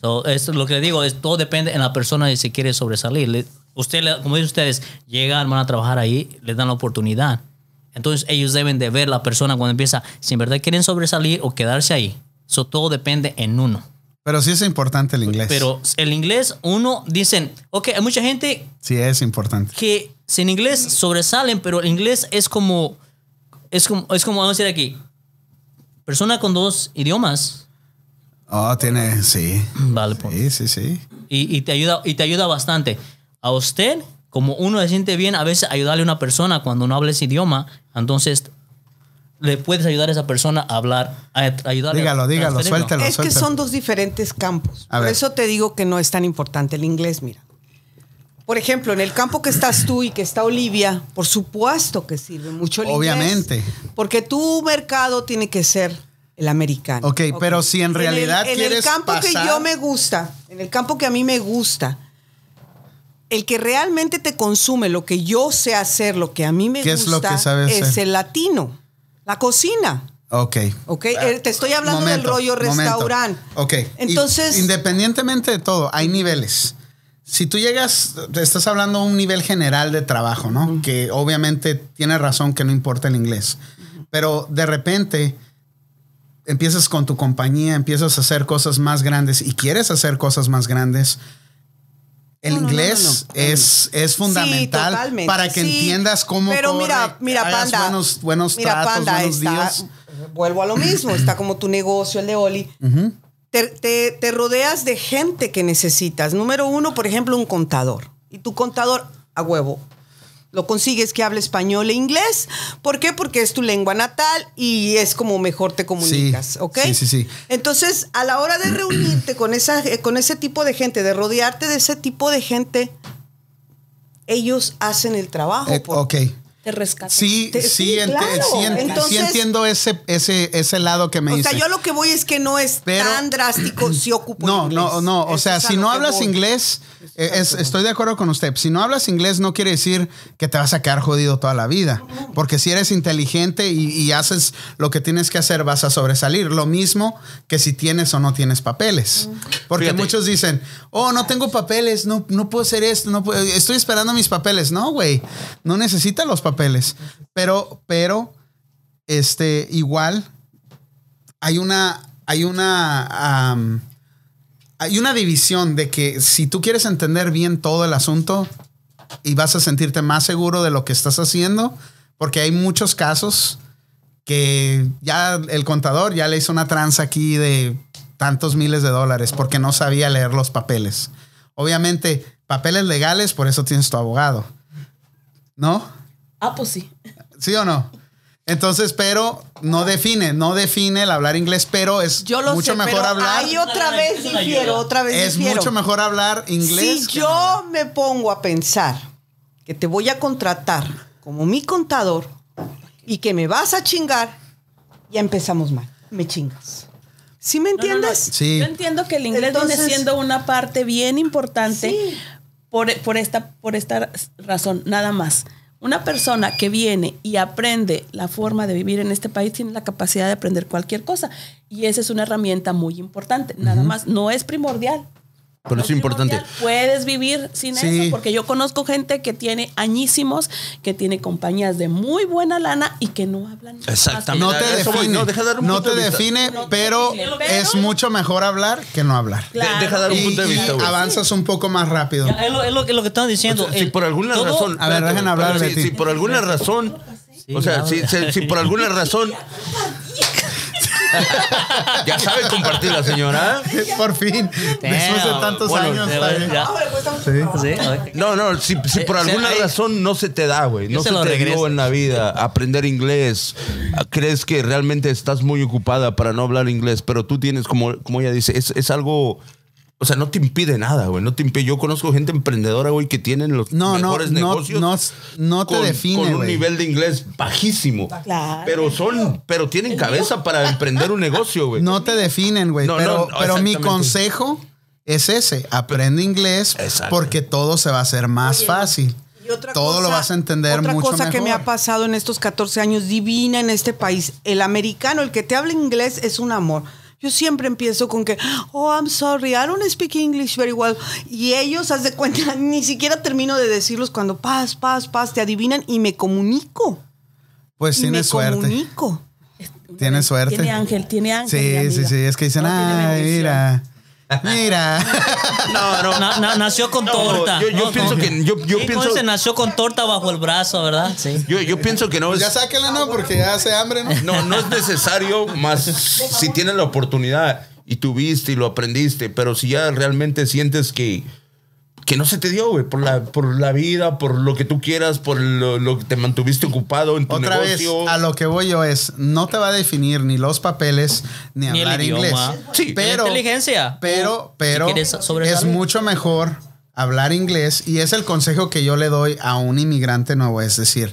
[SPEAKER 3] So, esto es lo que le digo, es, todo depende en la persona y si quiere sobresalir. Le- usted, le- como dicen ustedes, llegan, van a trabajar ahí, les dan la oportunidad. Entonces ellos deben de ver la persona cuando empieza, si en verdad quieren sobresalir o quedarse ahí. Eso todo depende en uno.
[SPEAKER 1] Pero sí es importante el inglés.
[SPEAKER 3] Pero el inglés, uno, dicen, ok, hay mucha gente
[SPEAKER 1] sí es importante.
[SPEAKER 3] que sin inglés sobresalen, pero el inglés es como, es como, es como vamos a decir aquí, persona con dos idiomas,
[SPEAKER 1] Oh, tiene, sí.
[SPEAKER 3] vale, pues,
[SPEAKER 1] Sí, sí, sí.
[SPEAKER 3] y, y te ayuda y te ayuda bastante a usted como uno se siente bien a veces ayudarle a una persona cuando no habla ese idioma entonces le puedes ayudar a esa persona a hablar a a ayudarle
[SPEAKER 1] Dígalo,
[SPEAKER 3] a
[SPEAKER 1] dígalo,
[SPEAKER 3] transferirlo.
[SPEAKER 1] suéltalo,
[SPEAKER 6] Es que
[SPEAKER 1] suéltalo.
[SPEAKER 6] son dos diferentes campos.
[SPEAKER 1] A
[SPEAKER 6] Por
[SPEAKER 1] ver.
[SPEAKER 6] eso te digo que no es tan importante el inglés, mira. Por ejemplo, en el campo que estás tú y que está Olivia, por supuesto que sirve mucho el
[SPEAKER 1] Obviamente.
[SPEAKER 6] inglés. Porque tu mercado tiene que ser el americano.
[SPEAKER 1] Ok, pero si en realidad
[SPEAKER 6] el, En el
[SPEAKER 1] quieres
[SPEAKER 6] campo
[SPEAKER 1] pasar-
[SPEAKER 6] que yo me gusta, en el campo que a mí me gusta, el que realmente te consume lo que yo sé hacer, lo que a mí me
[SPEAKER 1] ¿Qué
[SPEAKER 6] gusta,
[SPEAKER 1] es lo que sabes
[SPEAKER 6] es
[SPEAKER 1] hacer?
[SPEAKER 6] el latino, la cocina.
[SPEAKER 1] Ok.
[SPEAKER 6] ¿Ok? Eh, te estoy hablando del rollo
[SPEAKER 1] momento.
[SPEAKER 6] restaurante.
[SPEAKER 1] Ok.
[SPEAKER 6] Entonces,
[SPEAKER 1] Y- independientemente de todo, hay niveles. Si tú llegas, te estás hablando de un nivel general de trabajo, ¿no? Que obviamente tiene razón que no importa el inglés. Pero de repente empiezas con tu compañía, empiezas a hacer cosas más grandes y quieres hacer cosas más grandes. El
[SPEAKER 6] No, no, no,
[SPEAKER 1] inglés
[SPEAKER 6] no, no.
[SPEAKER 1] Es, es fundamental
[SPEAKER 6] totalmente,
[SPEAKER 1] para que
[SPEAKER 6] sí.
[SPEAKER 1] entiendas cómo
[SPEAKER 6] Pero
[SPEAKER 1] corre,
[SPEAKER 6] mira, mira,
[SPEAKER 1] hagas
[SPEAKER 6] Panda.
[SPEAKER 1] buenos, buenos
[SPEAKER 6] mira,
[SPEAKER 1] tratos,
[SPEAKER 6] Panda,
[SPEAKER 1] buenos
[SPEAKER 6] está-
[SPEAKER 1] días.
[SPEAKER 6] Vuelvo a lo mismo, está como tu negocio, el de Oli. te, te- te rodeas de gente que necesitas. Número uno, por ejemplo, un contador. Y tu contador, a huevo. Lo consigues que hable español e inglés. ¿Por qué? Porque es tu lengua natal y es como mejor te comunicas,
[SPEAKER 1] Sí,
[SPEAKER 6] ¿ok?
[SPEAKER 1] sí, sí, sí.
[SPEAKER 6] Entonces, a la hora de reunirte con, esa, eh, con ese tipo de gente, de rodearte de ese tipo de gente, ellos hacen el trabajo.
[SPEAKER 1] Eh,
[SPEAKER 6] Oh, por-
[SPEAKER 1] ok.
[SPEAKER 5] Te rescatan.
[SPEAKER 1] Sí,
[SPEAKER 6] Te-
[SPEAKER 1] sí,
[SPEAKER 6] sí,
[SPEAKER 1] ent-
[SPEAKER 6] claro.
[SPEAKER 1] sí ent- sí
[SPEAKER 6] Entonces-
[SPEAKER 1] entiendo ese, ese, ese lado que me
[SPEAKER 6] O
[SPEAKER 1] dice.
[SPEAKER 6] sea, yo a lo que voy es que no es
[SPEAKER 1] Pero-
[SPEAKER 6] tan drástico si ocupo
[SPEAKER 1] No,
[SPEAKER 6] inglés.
[SPEAKER 1] no, no. O
[SPEAKER 6] Eso
[SPEAKER 1] sea,
[SPEAKER 6] es a
[SPEAKER 1] si
[SPEAKER 6] lo
[SPEAKER 1] no
[SPEAKER 6] que
[SPEAKER 1] hablas
[SPEAKER 6] voy.
[SPEAKER 1] inglés, eh, es- estoy de acuerdo con usted. Si no hablas inglés, no quiere decir que te vas a quedar jodido toda la vida. Porque si eres inteligente y, y haces lo que tienes que hacer, vas a sobresalir. Lo mismo que si tienes o no tienes papeles. Porque
[SPEAKER 2] Fíjate.
[SPEAKER 1] muchos dicen, oh, no tengo papeles, no, no puedo hacer esto, no puedo- estoy esperando mis papeles. No, güey, no necesitas los papeles. Pero, pero, este, igual hay una, hay una, am, hay una división de que si tú quieres entender bien todo el asunto y vas a sentirte más seguro de lo que estás haciendo, porque hay muchos casos que ya el contador ya le hizo una tranza aquí de tantos miles de dólares porque no sabía leer los papeles. Obviamente, papeles legales, por eso tienes tu abogado. ¿No?
[SPEAKER 5] Ah, pues sí.
[SPEAKER 1] ¿Sí o no? Entonces, pero no define, no define el hablar inglés, pero es
[SPEAKER 6] Yo lo
[SPEAKER 1] mucho
[SPEAKER 6] sé,
[SPEAKER 1] mejor
[SPEAKER 6] pero
[SPEAKER 1] hablar.
[SPEAKER 6] ahí otra
[SPEAKER 3] Ay,
[SPEAKER 6] vez
[SPEAKER 3] eso le ayuda.
[SPEAKER 6] difiero, otra vez
[SPEAKER 1] Es
[SPEAKER 6] difiero.
[SPEAKER 1] mucho mejor hablar inglés.
[SPEAKER 6] Si
[SPEAKER 1] que
[SPEAKER 6] yo
[SPEAKER 1] no hablar.
[SPEAKER 6] me pongo a pensar que te voy a contratar como mi contador y que me vas a chingar, ya empezamos mal. Me chingas. ¿Sí me
[SPEAKER 5] No, no, no.
[SPEAKER 6] entiendes?
[SPEAKER 1] Sí.
[SPEAKER 5] Yo entiendo que el inglés
[SPEAKER 6] Entonces-
[SPEAKER 5] viene siendo una parte bien importante
[SPEAKER 6] Sí.
[SPEAKER 5] por, por esta, por esta razón, nada más. Una persona que viene y aprende la forma de vivir en este país tiene la capacidad de aprender cualquier cosa. Y esa es una herramienta muy importante, nada más. No es primordial.
[SPEAKER 2] Pero
[SPEAKER 5] No
[SPEAKER 2] es importante.
[SPEAKER 5] primordial. Puedes vivir sin
[SPEAKER 1] Sí.
[SPEAKER 5] eso, porque yo conozco gente que tiene añísimos, que tiene compañías de muy buena lana y que no hablan. más que-
[SPEAKER 2] Exactamente.
[SPEAKER 1] No te
[SPEAKER 2] Eso voy,
[SPEAKER 1] define, no,
[SPEAKER 2] no, deja dar un punto
[SPEAKER 1] te
[SPEAKER 2] de vista.
[SPEAKER 1] define,
[SPEAKER 5] No te
[SPEAKER 1] pero
[SPEAKER 5] define, pero-
[SPEAKER 1] es mucho mejor hablar que no hablar.
[SPEAKER 2] De- deja dar un
[SPEAKER 1] Y-
[SPEAKER 2] punto de
[SPEAKER 1] y
[SPEAKER 2] vista, güey.
[SPEAKER 1] avanzas un poco más rápido.
[SPEAKER 3] Ya, Es lo, es lo que- lo que están diciendo.
[SPEAKER 2] O sea, si
[SPEAKER 3] El-
[SPEAKER 2] por alguna
[SPEAKER 3] todo-
[SPEAKER 2] razón.
[SPEAKER 1] A ver,
[SPEAKER 2] espérate,
[SPEAKER 1] dejen hablar,
[SPEAKER 2] pero si,
[SPEAKER 1] Betty.
[SPEAKER 2] si por alguna razón. O sea,
[SPEAKER 3] Sí,
[SPEAKER 2] si,
[SPEAKER 3] ya.
[SPEAKER 2] si- si por alguna razón. ya sabe compartir la señora.
[SPEAKER 1] Por fin, después de
[SPEAKER 3] Damn.
[SPEAKER 1] tantos
[SPEAKER 2] Bueno,
[SPEAKER 1] años.
[SPEAKER 3] ya,
[SPEAKER 1] está bien.
[SPEAKER 3] ya.
[SPEAKER 6] pues
[SPEAKER 3] Sí, a ver.
[SPEAKER 2] No, no, si, si por
[SPEAKER 3] Eh, o sea,
[SPEAKER 2] alguna
[SPEAKER 3] ahí-
[SPEAKER 2] razón no se te da, güey.
[SPEAKER 3] Yo
[SPEAKER 2] No
[SPEAKER 3] se
[SPEAKER 2] se,
[SPEAKER 3] lo
[SPEAKER 2] te
[SPEAKER 3] regreso.
[SPEAKER 2] dio en la vida aprender inglés. ah, Crees que realmente estás muy ocupada para no hablar inglés, pero tú tienes, como, como ella dice, es, es algo. O sea, no te impide nada, güey. No te impide. Yo conozco gente emprendedora, güey, que tienen los
[SPEAKER 1] No, no,
[SPEAKER 2] mejores
[SPEAKER 1] no,
[SPEAKER 2] negocios.
[SPEAKER 1] no, no te
[SPEAKER 2] con,
[SPEAKER 1] define,
[SPEAKER 2] con un
[SPEAKER 1] güey.
[SPEAKER 2] nivel de inglés bajísimo.
[SPEAKER 5] Claro.
[SPEAKER 2] Pero son, pero tienen cabeza para emprender un negocio, güey.
[SPEAKER 1] No te definen, güey.
[SPEAKER 2] No,
[SPEAKER 1] pero
[SPEAKER 2] no,
[SPEAKER 1] pero mi
[SPEAKER 2] exactamente.
[SPEAKER 1] consejo es ese. Aprende inglés
[SPEAKER 2] Exacto.
[SPEAKER 1] porque todo se va a hacer más fácil.
[SPEAKER 6] Y otra
[SPEAKER 1] todo lo
[SPEAKER 6] cosa-
[SPEAKER 1] vas a entender
[SPEAKER 6] otra
[SPEAKER 1] mucho
[SPEAKER 6] cosa que me
[SPEAKER 1] mejor.
[SPEAKER 6] ha pasado en estos 14 años divina en este país, el americano, el que te habla inglés es un amor. Yo siempre empiezo con que, oh, I'm sorry, I don't speak English very well. Y ellos, haz de cuenta, ni siquiera termino de decirlos cuando paz, paz, paz, te adivinan y me comunico.
[SPEAKER 1] Pues
[SPEAKER 6] Y me
[SPEAKER 1] tienes suerte.
[SPEAKER 6] comunico.
[SPEAKER 1] Tienes suerte.
[SPEAKER 5] Tiene ángel, tiene ángel. mi
[SPEAKER 1] Sí,
[SPEAKER 5] amiga.
[SPEAKER 1] sí, sí. Es que dicen,
[SPEAKER 5] No tiene
[SPEAKER 1] ah,
[SPEAKER 5] bendición".
[SPEAKER 1] mira. Mira.
[SPEAKER 2] No, no.
[SPEAKER 3] Na- na- nació con
[SPEAKER 2] No,
[SPEAKER 3] torta.
[SPEAKER 2] yo- yo pienso que- yo- yo
[SPEAKER 3] Sí,
[SPEAKER 2] pienso-
[SPEAKER 3] como dice, nació con torta bajo el brazo, ¿verdad? Sí.
[SPEAKER 2] Yo, yo pienso que Pues no es.
[SPEAKER 1] Pues ya sáquenla, ¿no? Porque ya hace hambre, ¿no?
[SPEAKER 2] No, no es necesario, más si tienes la oportunidad y tuviste y lo aprendiste, pero si ya realmente sientes que, que no se te dio, güey, por la, por la vida, por lo que tú quieras, por lo, lo que te mantuviste ocupado en tu
[SPEAKER 1] Otra
[SPEAKER 2] negocio.
[SPEAKER 1] vez, a lo que voy yo es, no te va a definir ni los papeles, ni,
[SPEAKER 3] Ni el
[SPEAKER 1] hablar inglés.
[SPEAKER 3] idioma.
[SPEAKER 2] Sí.
[SPEAKER 1] pero,
[SPEAKER 3] La inteligencia.
[SPEAKER 1] Pero, pero
[SPEAKER 3] Si quieres sobresalir.
[SPEAKER 1] es mucho mejor hablar inglés y es el consejo que yo le doy a un inmigrante nuevo, es decir,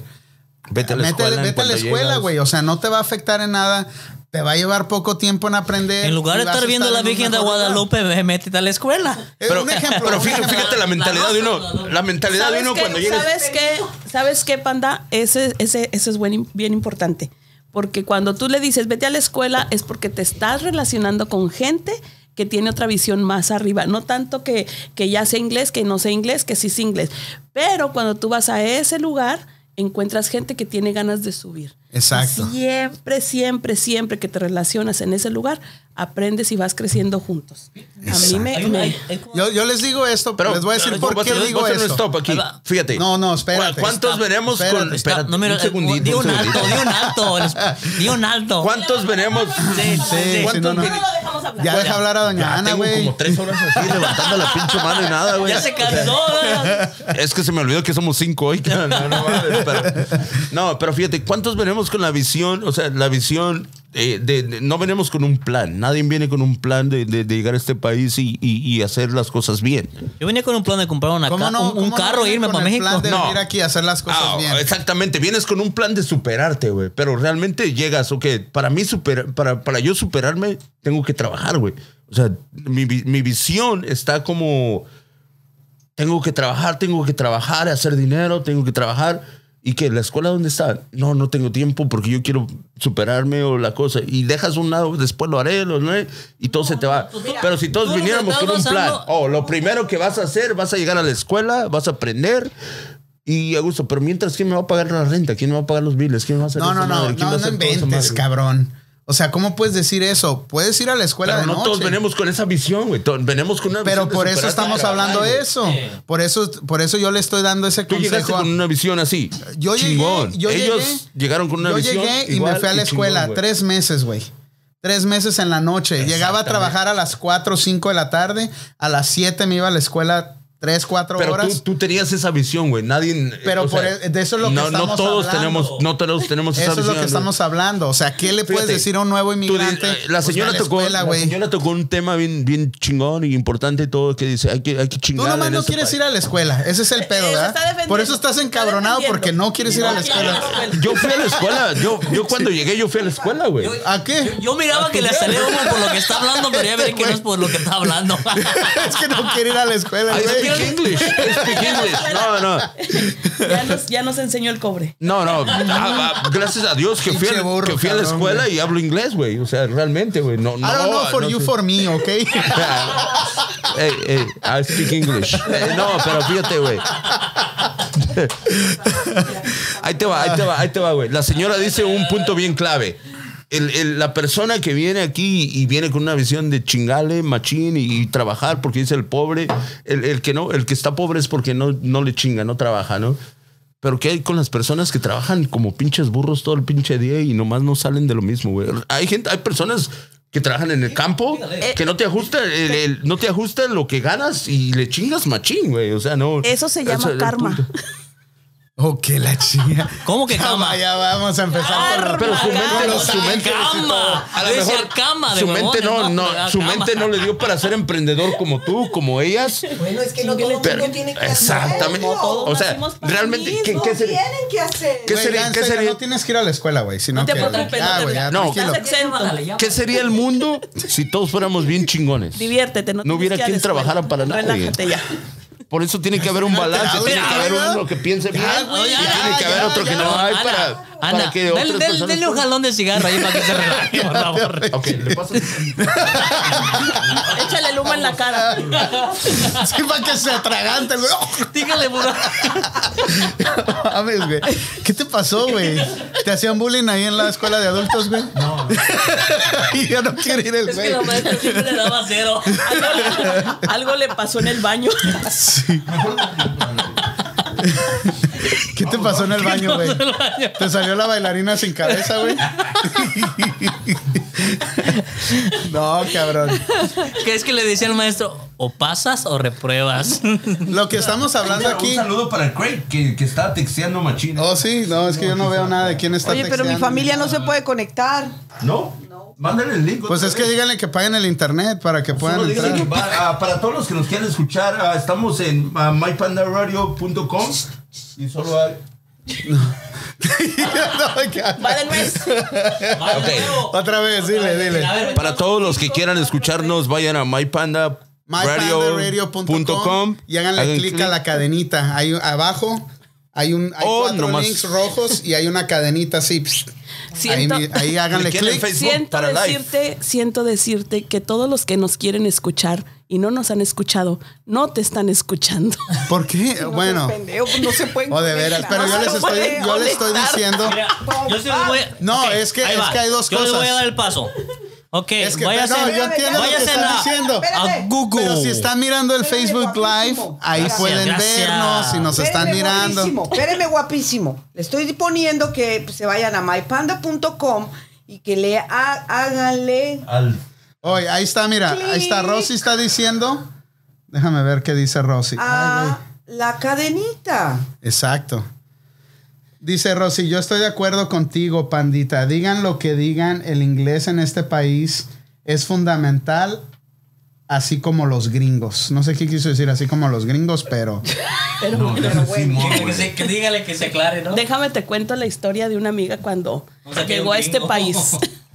[SPEAKER 2] Vete a la
[SPEAKER 1] Mete-
[SPEAKER 2] escuela. en
[SPEAKER 1] vete a la
[SPEAKER 2] cuanto
[SPEAKER 1] escuela,
[SPEAKER 2] llegas.
[SPEAKER 1] güey. O sea, no te va a afectar en nada. Te va a llevar poco tiempo en aprender.
[SPEAKER 3] En lugar
[SPEAKER 1] y
[SPEAKER 3] de
[SPEAKER 1] vas
[SPEAKER 3] estar
[SPEAKER 1] a
[SPEAKER 3] viendo a la
[SPEAKER 1] en un
[SPEAKER 3] Virgen de
[SPEAKER 1] mejor lugar.
[SPEAKER 3] Guadalupe, ve, métete a la escuela.
[SPEAKER 1] Eh,
[SPEAKER 2] Pero,
[SPEAKER 1] un ejemplo,
[SPEAKER 2] pero
[SPEAKER 1] un
[SPEAKER 2] fíjate,
[SPEAKER 1] ejemplo.
[SPEAKER 2] fíjate la mentalidad de uno. La mentalidad de
[SPEAKER 5] ¿Sabes
[SPEAKER 2] uno
[SPEAKER 5] qué?
[SPEAKER 2] cuando llegas.
[SPEAKER 5] ¿Sabes qué? ¿Sabes qué, panda? Ese, ese, ese es buen- bien importante. Porque cuando tú le dices, vete a la escuela, es porque te estás relacionando con gente que tiene otra visión más arriba. No tanto que, que ya sea inglés, que no sea inglés, que sí sea inglés. Pero cuando tú vas a ese lugar, encuentras gente que tiene ganas de subir.
[SPEAKER 1] Exacto.
[SPEAKER 5] Siempre, siempre, siempre que te relacionas en ese lugar, aprendes y vas creciendo juntos. A mí me-
[SPEAKER 3] Hay-
[SPEAKER 5] me,
[SPEAKER 3] hay- hay como-
[SPEAKER 1] Yo, yo les digo esto, pero les voy a decir
[SPEAKER 2] pero,
[SPEAKER 1] por
[SPEAKER 2] vamos a
[SPEAKER 1] qué
[SPEAKER 2] hacer-
[SPEAKER 1] digo
[SPEAKER 2] vamos a hacer un
[SPEAKER 1] esto.
[SPEAKER 2] stop aquí.
[SPEAKER 3] Ahí va.
[SPEAKER 2] Fíjate.
[SPEAKER 1] No, no, espérate.
[SPEAKER 2] ¿Cuántos
[SPEAKER 3] Stop.
[SPEAKER 2] veremos con.
[SPEAKER 1] Espérate,
[SPEAKER 3] Está-
[SPEAKER 2] Espérate,
[SPEAKER 3] no, mira,
[SPEAKER 2] un segundito.
[SPEAKER 3] di un,
[SPEAKER 2] segundito.
[SPEAKER 3] alto, di un alto, les- di un alto.
[SPEAKER 2] ¿Cuántos veremos?
[SPEAKER 3] Sí,
[SPEAKER 1] Sí, sí,
[SPEAKER 2] ¿Cuántos
[SPEAKER 1] no, no.
[SPEAKER 2] vere-
[SPEAKER 1] Ya deja hablar a doña
[SPEAKER 2] Ya
[SPEAKER 1] Ana,
[SPEAKER 2] tengo
[SPEAKER 1] güey.
[SPEAKER 2] como tres horas así levantando la pinche mano y nada, güey.
[SPEAKER 3] Ya se cansó. ¿verdad?
[SPEAKER 2] Es que se me olvidó que somos cinco hoy. No, no, no, mames, pero, no, pero fíjate, ¿cuántos venimos con la visión? O sea, la visión eh, de, de- no venimos con un plan. Nadie viene con un plan de, de- de llegar a este país y, y- y hacer las cosas bien.
[SPEAKER 3] Yo venía con un plan de comprar una ca- un, un
[SPEAKER 1] cómo no
[SPEAKER 3] carro e
[SPEAKER 1] venir
[SPEAKER 3] irme
[SPEAKER 1] con
[SPEAKER 3] para
[SPEAKER 1] el
[SPEAKER 3] México.
[SPEAKER 1] plan de
[SPEAKER 2] No.
[SPEAKER 1] venir aquí a hacer las cosas
[SPEAKER 2] Ah,
[SPEAKER 1] bien.
[SPEAKER 2] Exactamente, vienes con un plan de superarte, güey. Pero realmente llegas, ok, para mí super, para, para yo superarme, tengo que trabajar, güey. O sea, mi, vi- mi visión está como, tengo que trabajar, tengo que trabajar, hacer dinero, tengo que trabajar. Y que la escuela dónde está, no, no tengo tiempo porque yo quiero superarme o la cosa. Y dejas un lado, después lo haré, lo, haré, y todo se te va. Pero si todos
[SPEAKER 3] tú lo que
[SPEAKER 2] viniéramos
[SPEAKER 3] estás
[SPEAKER 2] con un plan,
[SPEAKER 3] basando-
[SPEAKER 2] oh, lo primero que vas a hacer, vas a llegar a la escuela, vas a aprender, y a gusto, pero mientras, ¿quién me va a pagar la renta? ¿Quién me va a pagar los biles? ¿Quién me va a hacer
[SPEAKER 1] No,
[SPEAKER 2] esa
[SPEAKER 1] no, no,
[SPEAKER 2] madre? ¿Quién va a
[SPEAKER 1] no, no
[SPEAKER 2] hacer toda esa
[SPEAKER 1] inventes,
[SPEAKER 2] madre?
[SPEAKER 1] cabrón. O sea, ¿cómo puedes decir eso? Puedes ir a la escuela
[SPEAKER 2] Pero
[SPEAKER 1] de
[SPEAKER 2] no
[SPEAKER 1] noche.
[SPEAKER 2] todos venimos con esa visión, güey. Todos Venimos con una
[SPEAKER 1] pero
[SPEAKER 2] visión de
[SPEAKER 1] por eso
[SPEAKER 2] superarte,
[SPEAKER 1] estamos
[SPEAKER 2] de
[SPEAKER 1] hablando
[SPEAKER 2] trabajar,
[SPEAKER 1] de
[SPEAKER 2] güey.
[SPEAKER 1] eso. Por eso, por eso yo le estoy dando ese
[SPEAKER 2] Tú llegaste
[SPEAKER 1] consejo. a-
[SPEAKER 2] con una visión así.
[SPEAKER 1] Yo llegué,
[SPEAKER 2] chingón.
[SPEAKER 1] yo
[SPEAKER 2] Ellos
[SPEAKER 1] llegué-
[SPEAKER 2] llegaron con una
[SPEAKER 1] yo
[SPEAKER 2] visión.
[SPEAKER 1] llegué y
[SPEAKER 2] igual
[SPEAKER 1] me fui a la
[SPEAKER 2] chingón,
[SPEAKER 1] escuela
[SPEAKER 2] güey.
[SPEAKER 1] tres meses, güey. Tres meses en la noche. Llegaba a
[SPEAKER 2] Exactamente.
[SPEAKER 1] trabajar a las 4 o 5 de la tarde. A las 7 me iba a la escuela 3, 4
[SPEAKER 2] Pero
[SPEAKER 1] horas.
[SPEAKER 2] tú, tú tenías esa visión, güey. Nadie.
[SPEAKER 1] Pero por e- de eso es lo que
[SPEAKER 2] no, no
[SPEAKER 1] estamos
[SPEAKER 2] todos
[SPEAKER 1] hablando.
[SPEAKER 2] tenemos, no todos tenemos esa
[SPEAKER 1] Eso es lo
[SPEAKER 2] visión,
[SPEAKER 1] que
[SPEAKER 2] güey.
[SPEAKER 1] estamos hablando. O sea, ¿qué le puedes
[SPEAKER 2] Fíjate,
[SPEAKER 1] decir a un nuevo
[SPEAKER 2] Tú dices,
[SPEAKER 1] inmigrante?
[SPEAKER 2] eh, la
[SPEAKER 1] Pues, ve a
[SPEAKER 2] señora tocó,
[SPEAKER 1] escuela,
[SPEAKER 2] la
[SPEAKER 1] güey.
[SPEAKER 2] señora tocó un tema bien, bien chingón y importante y todo que dice hay que, hay que
[SPEAKER 1] Tú
[SPEAKER 2] chingar.
[SPEAKER 1] nomás
[SPEAKER 2] en
[SPEAKER 1] no
[SPEAKER 2] este
[SPEAKER 1] quieres
[SPEAKER 2] país.
[SPEAKER 1] ir a la escuela. Ese es el
[SPEAKER 5] Eh,
[SPEAKER 1] pedo,
[SPEAKER 5] se está
[SPEAKER 1] ¿verdad?
[SPEAKER 5] defendiendo.
[SPEAKER 1] Por eso estás
[SPEAKER 5] Se está
[SPEAKER 1] encabronado
[SPEAKER 5] defendiendo.
[SPEAKER 1] porque no quieres ir a la escuela.
[SPEAKER 2] Yo fui a la escuela. Yo, yo cuando llegué, yo fui a la escuela, güey.
[SPEAKER 1] ¿A qué?
[SPEAKER 3] Yo miraba que le salía uno por lo que está hablando, pero ya veré que no es por lo que está hablando.
[SPEAKER 1] es que no quiere ir a la escuela,
[SPEAKER 2] I
[SPEAKER 1] güey.
[SPEAKER 2] Ah, speak English. I speak English. No, no.
[SPEAKER 5] ya, nos, ya nos enseñó el cobre.
[SPEAKER 2] No, no. Ah, ah, gracias a Dios que fui,
[SPEAKER 1] Pinche
[SPEAKER 2] a,
[SPEAKER 1] burro,
[SPEAKER 2] que fui a la
[SPEAKER 1] cabrón,
[SPEAKER 2] escuela y hablo inglés, güey. O sea, realmente, güey. No, no.
[SPEAKER 1] I don't know for
[SPEAKER 2] no
[SPEAKER 1] you,
[SPEAKER 2] sé.
[SPEAKER 1] for me, ¿ok?
[SPEAKER 2] Hey, hey, I speak English. Eh, no, pero fíjate, güey. Ahí te va, ahí te va, ahí te va, güey. La señora dice un punto bien clave. El- el- la persona que viene aquí y viene con una visión de chingale, machín y, y trabajar porque dice el pobre, el, el que no, el que está pobre es porque no, no le chinga, no trabaja, ¿no? Pero ¿qué hay con las personas que trabajan como pinches burros todo el pinche día y nomás no salen de lo mismo, güey? Hay gente, hay personas que trabajan en el campo
[SPEAKER 6] Eh,
[SPEAKER 2] que no te ajusta, el- el- no te ajusta lo que ganas y le chingas machín, güey. O sea, no.
[SPEAKER 6] Eso se llama
[SPEAKER 2] Ese es el
[SPEAKER 6] karma.
[SPEAKER 2] punto.
[SPEAKER 1] Oh, que la chinga.
[SPEAKER 3] ¿Cómo que cama?
[SPEAKER 1] Ya vamos a empezar con
[SPEAKER 2] Pero su mente no,
[SPEAKER 1] los
[SPEAKER 2] su mente.
[SPEAKER 3] Cama.
[SPEAKER 2] A lo
[SPEAKER 3] Yo decía
[SPEAKER 2] mejor
[SPEAKER 3] cama de
[SPEAKER 2] su mente
[SPEAKER 3] huevones,
[SPEAKER 2] no,
[SPEAKER 3] pero era
[SPEAKER 2] no, su
[SPEAKER 3] cama.
[SPEAKER 2] mente no le dio para ser emprendedor como tú, como ellas.
[SPEAKER 6] Bueno, es que no todo el mundo
[SPEAKER 2] Pero-
[SPEAKER 6] tiene que hacer
[SPEAKER 2] exactamente.
[SPEAKER 6] eso.
[SPEAKER 2] O sea,
[SPEAKER 5] nacimos para
[SPEAKER 2] realmente,
[SPEAKER 5] lo
[SPEAKER 2] ¿qué,
[SPEAKER 6] No
[SPEAKER 2] qué sería?
[SPEAKER 6] tienen que hacer.
[SPEAKER 2] ¿Qué
[SPEAKER 1] Güey,
[SPEAKER 2] sería-
[SPEAKER 1] ya, en
[SPEAKER 2] qué
[SPEAKER 1] serio,
[SPEAKER 2] sería-
[SPEAKER 1] No tienes que ir a la escuela, güey. Si no,
[SPEAKER 5] No te
[SPEAKER 1] quieres.
[SPEAKER 5] preocupes,
[SPEAKER 1] Ya,
[SPEAKER 5] no te
[SPEAKER 1] güey, ya,
[SPEAKER 2] preocupes.
[SPEAKER 1] tranquilo.
[SPEAKER 5] Estás exento.
[SPEAKER 2] ¿Qué sería el mundo si todos fuéramos bien chingones?
[SPEAKER 5] Diviértete, no,
[SPEAKER 2] No
[SPEAKER 5] tienes
[SPEAKER 2] hubiera
[SPEAKER 5] que ir a
[SPEAKER 2] quien
[SPEAKER 5] la escuela.
[SPEAKER 2] trabajara para nada.
[SPEAKER 5] Relájate ya.
[SPEAKER 2] Por eso tiene que haber un balance,
[SPEAKER 1] alterado,
[SPEAKER 2] tiene que haber
[SPEAKER 1] ya.
[SPEAKER 2] uno que piense bien,
[SPEAKER 1] Ya,
[SPEAKER 2] y
[SPEAKER 1] güey,
[SPEAKER 3] ya,
[SPEAKER 2] tiene que
[SPEAKER 1] ya,
[SPEAKER 2] haber otro
[SPEAKER 1] ya.
[SPEAKER 2] que no hay para,
[SPEAKER 3] Ana,
[SPEAKER 2] para
[SPEAKER 3] Ana,
[SPEAKER 2] que otras
[SPEAKER 3] dale, dale-
[SPEAKER 2] personas
[SPEAKER 3] dale un
[SPEAKER 2] puedan-
[SPEAKER 3] jalón de cigarro ahí para que se relaje, por favor.
[SPEAKER 2] Ok, le paso.
[SPEAKER 5] Échale el humo en la cara.
[SPEAKER 1] Sí, para que se atragante, güey.
[SPEAKER 3] Dígale, por favor.
[SPEAKER 1] Mames, güey. ¿Qué te pasó, güey? ¿Te hacían bullying ahí en la escuela de adultos, güey? No. y yo no quiero ir,
[SPEAKER 3] Es que
[SPEAKER 1] güey.
[SPEAKER 3] la maestra siempre le daba cero.
[SPEAKER 5] Algo, algo le pasó en el baño.
[SPEAKER 1] ¿Qué te pasó en el baño, güey? Te salió la bailarina sin cabeza, güey. no, cabrón.
[SPEAKER 3] Que es que le decía al maestro, o pasas o repruebas.
[SPEAKER 1] Lo que estamos hablando aquí.
[SPEAKER 2] saludo para Craig que, que está texteando machina.
[SPEAKER 1] Oh, sí, no, es que yo no veo nada de quién está
[SPEAKER 6] Oye, pero mi
[SPEAKER 1] texteando.
[SPEAKER 6] familia no se puede conectar.
[SPEAKER 2] ¿No? Mándale el link.
[SPEAKER 1] Pues es que díganle que paguen el internet para que puedan
[SPEAKER 2] Solo díganle
[SPEAKER 1] entrar.
[SPEAKER 2] que va- ah, para todos los que nos quieran escuchar, ah, estamos en ah, mypandaradio.com y solo hay...
[SPEAKER 1] No, ya.
[SPEAKER 5] Va de nuez.
[SPEAKER 1] Otra vez, dile, dile.
[SPEAKER 2] Para todos los que quieran escucharnos, vayan a mypanda
[SPEAKER 1] mypandaradio.com y háganle clic a la cadenita. Ahí abajo hay un hay
[SPEAKER 2] Oh,
[SPEAKER 1] cuatro
[SPEAKER 2] nomás.
[SPEAKER 1] links rojos y hay una cadenita así. pss. Ahí,
[SPEAKER 5] Siento,
[SPEAKER 1] ahí háganle
[SPEAKER 2] ¿Quieren
[SPEAKER 1] clic.
[SPEAKER 2] Facebook?
[SPEAKER 5] siento
[SPEAKER 2] para live.
[SPEAKER 5] decirte, siento decirte que todos los que nos quieren escuchar y no nos han escuchado, no te están escuchando.
[SPEAKER 1] ¿Por qué? bueno.
[SPEAKER 6] Pendejo, pues no se pueden
[SPEAKER 1] O de veras, pero yo
[SPEAKER 6] conectar.
[SPEAKER 1] les estoy, yo les estoy diciendo.
[SPEAKER 3] Mira, yo sí les voy a-
[SPEAKER 1] No,
[SPEAKER 3] Ok,
[SPEAKER 1] es que-
[SPEAKER 3] ahí
[SPEAKER 1] es
[SPEAKER 3] va.
[SPEAKER 1] que hay dos
[SPEAKER 3] yo les voy a
[SPEAKER 1] cosas.
[SPEAKER 3] dar el paso. Ok,
[SPEAKER 1] Es que
[SPEAKER 3] váyase,
[SPEAKER 1] no, yo entiendo lo que
[SPEAKER 3] váyase
[SPEAKER 1] están
[SPEAKER 3] a-
[SPEAKER 1] diciendo.
[SPEAKER 3] a
[SPEAKER 6] Espérate.
[SPEAKER 3] Google.
[SPEAKER 1] Pero si están mirando el
[SPEAKER 6] Espérenme,
[SPEAKER 1] Facebook Live,
[SPEAKER 6] guapísimo.
[SPEAKER 1] ahí
[SPEAKER 6] Gracias,
[SPEAKER 1] pueden
[SPEAKER 3] gracias.
[SPEAKER 1] vernos si nos están
[SPEAKER 6] Espéreme,
[SPEAKER 1] mirando.
[SPEAKER 6] Guapísimo, espéreme, guapísimo. Le estoy poniendo que pues, se vayan a mypanda.com y que le ha- háganle.
[SPEAKER 2] Al-
[SPEAKER 1] Oye, ahí está, mira, ahí está.
[SPEAKER 6] Clic.
[SPEAKER 1] Rosy está diciendo. Déjame ver qué dice Rosy. Ay,
[SPEAKER 6] a
[SPEAKER 1] güey.
[SPEAKER 6] la cadenita.
[SPEAKER 1] Exacto. Dice Rosy, yo estoy de acuerdo contigo, pandita. Digan lo que digan, el inglés en este país es fundamental, así como los gringos. No sé qué quiso decir, así como los gringos, pero...
[SPEAKER 6] Pero bueno.
[SPEAKER 3] Que se- que dígale que se aclare, ¿no?
[SPEAKER 5] Déjame te cuento la historia de una amiga cuando
[SPEAKER 3] O sea, que
[SPEAKER 5] llegó a
[SPEAKER 3] un
[SPEAKER 5] este
[SPEAKER 3] gringo.
[SPEAKER 5] país.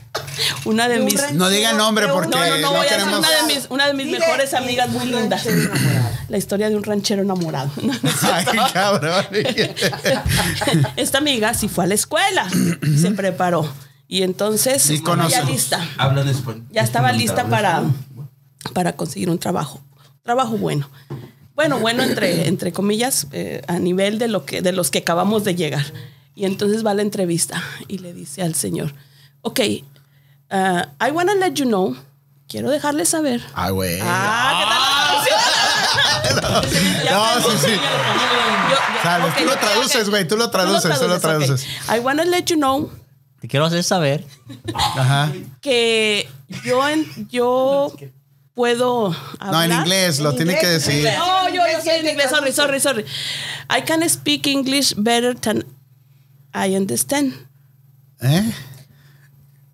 [SPEAKER 5] una de
[SPEAKER 6] Un
[SPEAKER 5] mis
[SPEAKER 6] ranchero
[SPEAKER 1] No digan nombre
[SPEAKER 6] de un-
[SPEAKER 1] porque
[SPEAKER 5] No, no, no, voy a hacer
[SPEAKER 1] queremos-
[SPEAKER 5] una de mis, una de mis
[SPEAKER 6] Dile,
[SPEAKER 5] mejores
[SPEAKER 6] dile,
[SPEAKER 5] amigas muy
[SPEAKER 6] un
[SPEAKER 5] lindas.
[SPEAKER 6] ranchero enamorado.
[SPEAKER 5] La historia de un ranchero enamorado. No, no es
[SPEAKER 1] Ay,
[SPEAKER 5] cierto.
[SPEAKER 1] cabrón.
[SPEAKER 5] Esta amiga sí fue a la escuela, se preparó. Y entonces
[SPEAKER 1] Sí,
[SPEAKER 5] estaba ya
[SPEAKER 1] conoce.
[SPEAKER 5] lista,
[SPEAKER 2] Hablan español.
[SPEAKER 5] ya estaba lista
[SPEAKER 2] Hablan
[SPEAKER 5] para,
[SPEAKER 2] español.
[SPEAKER 5] para conseguir un trabajo. Trabajo bueno. Bueno, bueno, entre, entre comillas, eh, a nivel de, lo que, de los que acabamos de llegar. Y entonces va a la entrevista y le dice al señor, ok, ah, I want to let you know, quiero dejarle saber.
[SPEAKER 1] Ay, güey.
[SPEAKER 5] Ah, ¿qué tal la traducción?
[SPEAKER 1] No, ah, sí, sí.
[SPEAKER 5] Yo- yo-
[SPEAKER 1] Sales,
[SPEAKER 5] ok,
[SPEAKER 1] tú lo
[SPEAKER 5] ok,
[SPEAKER 1] traduces,
[SPEAKER 5] ok.
[SPEAKER 1] güey, tú lo traduces, tú lo traduces.
[SPEAKER 5] ok. I wanna let you know
[SPEAKER 3] Te quiero hacer saber.
[SPEAKER 1] Ajá.
[SPEAKER 5] que yo, en- yo puedo
[SPEAKER 1] No,
[SPEAKER 5] hablar.
[SPEAKER 1] en inglés, lo
[SPEAKER 6] En
[SPEAKER 1] tiene que
[SPEAKER 6] inglés, en
[SPEAKER 1] decir.
[SPEAKER 6] inglés.
[SPEAKER 5] Oh, yo, yo sé en
[SPEAKER 6] Sí,
[SPEAKER 5] inglés, sorry, sorry, sorry. I can speak English better than I understand.
[SPEAKER 1] ¿Eh?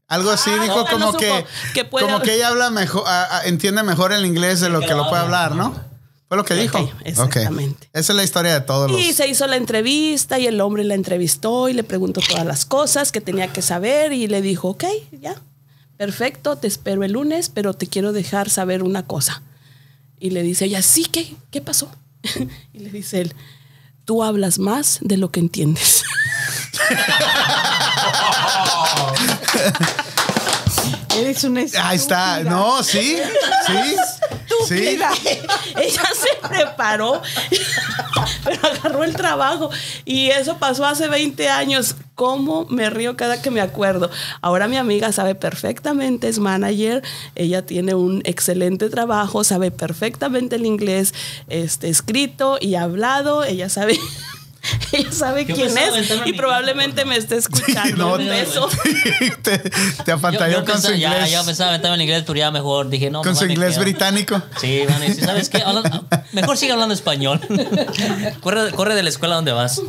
[SPEAKER 1] Algo así
[SPEAKER 5] Ah,
[SPEAKER 1] dijo
[SPEAKER 5] no,
[SPEAKER 1] como
[SPEAKER 5] no
[SPEAKER 1] que,
[SPEAKER 5] supo que puede-
[SPEAKER 1] como que ella habla mejor, a- a- entiende mejor el inglés de lo que lo puede hablar, ¿no? Fue lo que dijo.
[SPEAKER 5] Ok, exactamente.
[SPEAKER 1] Ok. Esa es la historia de todos los.
[SPEAKER 5] Y se hizo la entrevista y el hombre la entrevistó y le preguntó todas las cosas que tenía que saber y le dijo, ok, ya, perfecto, te espero el lunes, pero te quiero dejar saber una cosa. Y le dice ella, sí, ¿qué? ¿Qué pasó? y le dice él, tú hablas más de lo que entiendes.
[SPEAKER 6] Eres un
[SPEAKER 1] Ahí está. No, sí, sí, sí.
[SPEAKER 6] estúpida.
[SPEAKER 5] Ella se preparó, pero agarró el trabajo. Y eso pasó hace 20 años. ¿Cómo me río cada que me acuerdo? Ahora mi amiga sabe perfectamente, es manager, ella tiene un excelente trabajo, sabe perfectamente el inglés este, escrito y hablado, ella sabe... Ella sabe
[SPEAKER 3] Yo
[SPEAKER 5] quién
[SPEAKER 3] pensaba
[SPEAKER 5] es
[SPEAKER 3] aventarme a
[SPEAKER 5] y
[SPEAKER 3] mi
[SPEAKER 5] probablemente
[SPEAKER 3] casa,
[SPEAKER 5] me esté escuchando.
[SPEAKER 1] no,
[SPEAKER 5] Un
[SPEAKER 1] te-
[SPEAKER 5] beso.
[SPEAKER 1] te, te apantalló
[SPEAKER 3] Yo, yo
[SPEAKER 1] con su
[SPEAKER 3] pensaba, ya,
[SPEAKER 1] inglés.
[SPEAKER 3] yo pensaba meterme en inglés, pero ya mejor dije, no.
[SPEAKER 1] con
[SPEAKER 3] mejor
[SPEAKER 1] su
[SPEAKER 3] me
[SPEAKER 1] inglés
[SPEAKER 3] quedo.
[SPEAKER 1] británico.
[SPEAKER 3] Sí, van a decir, ¿sabes qué? Habla- mejor sigue hablando español. corre, corre de la escuela donde vas.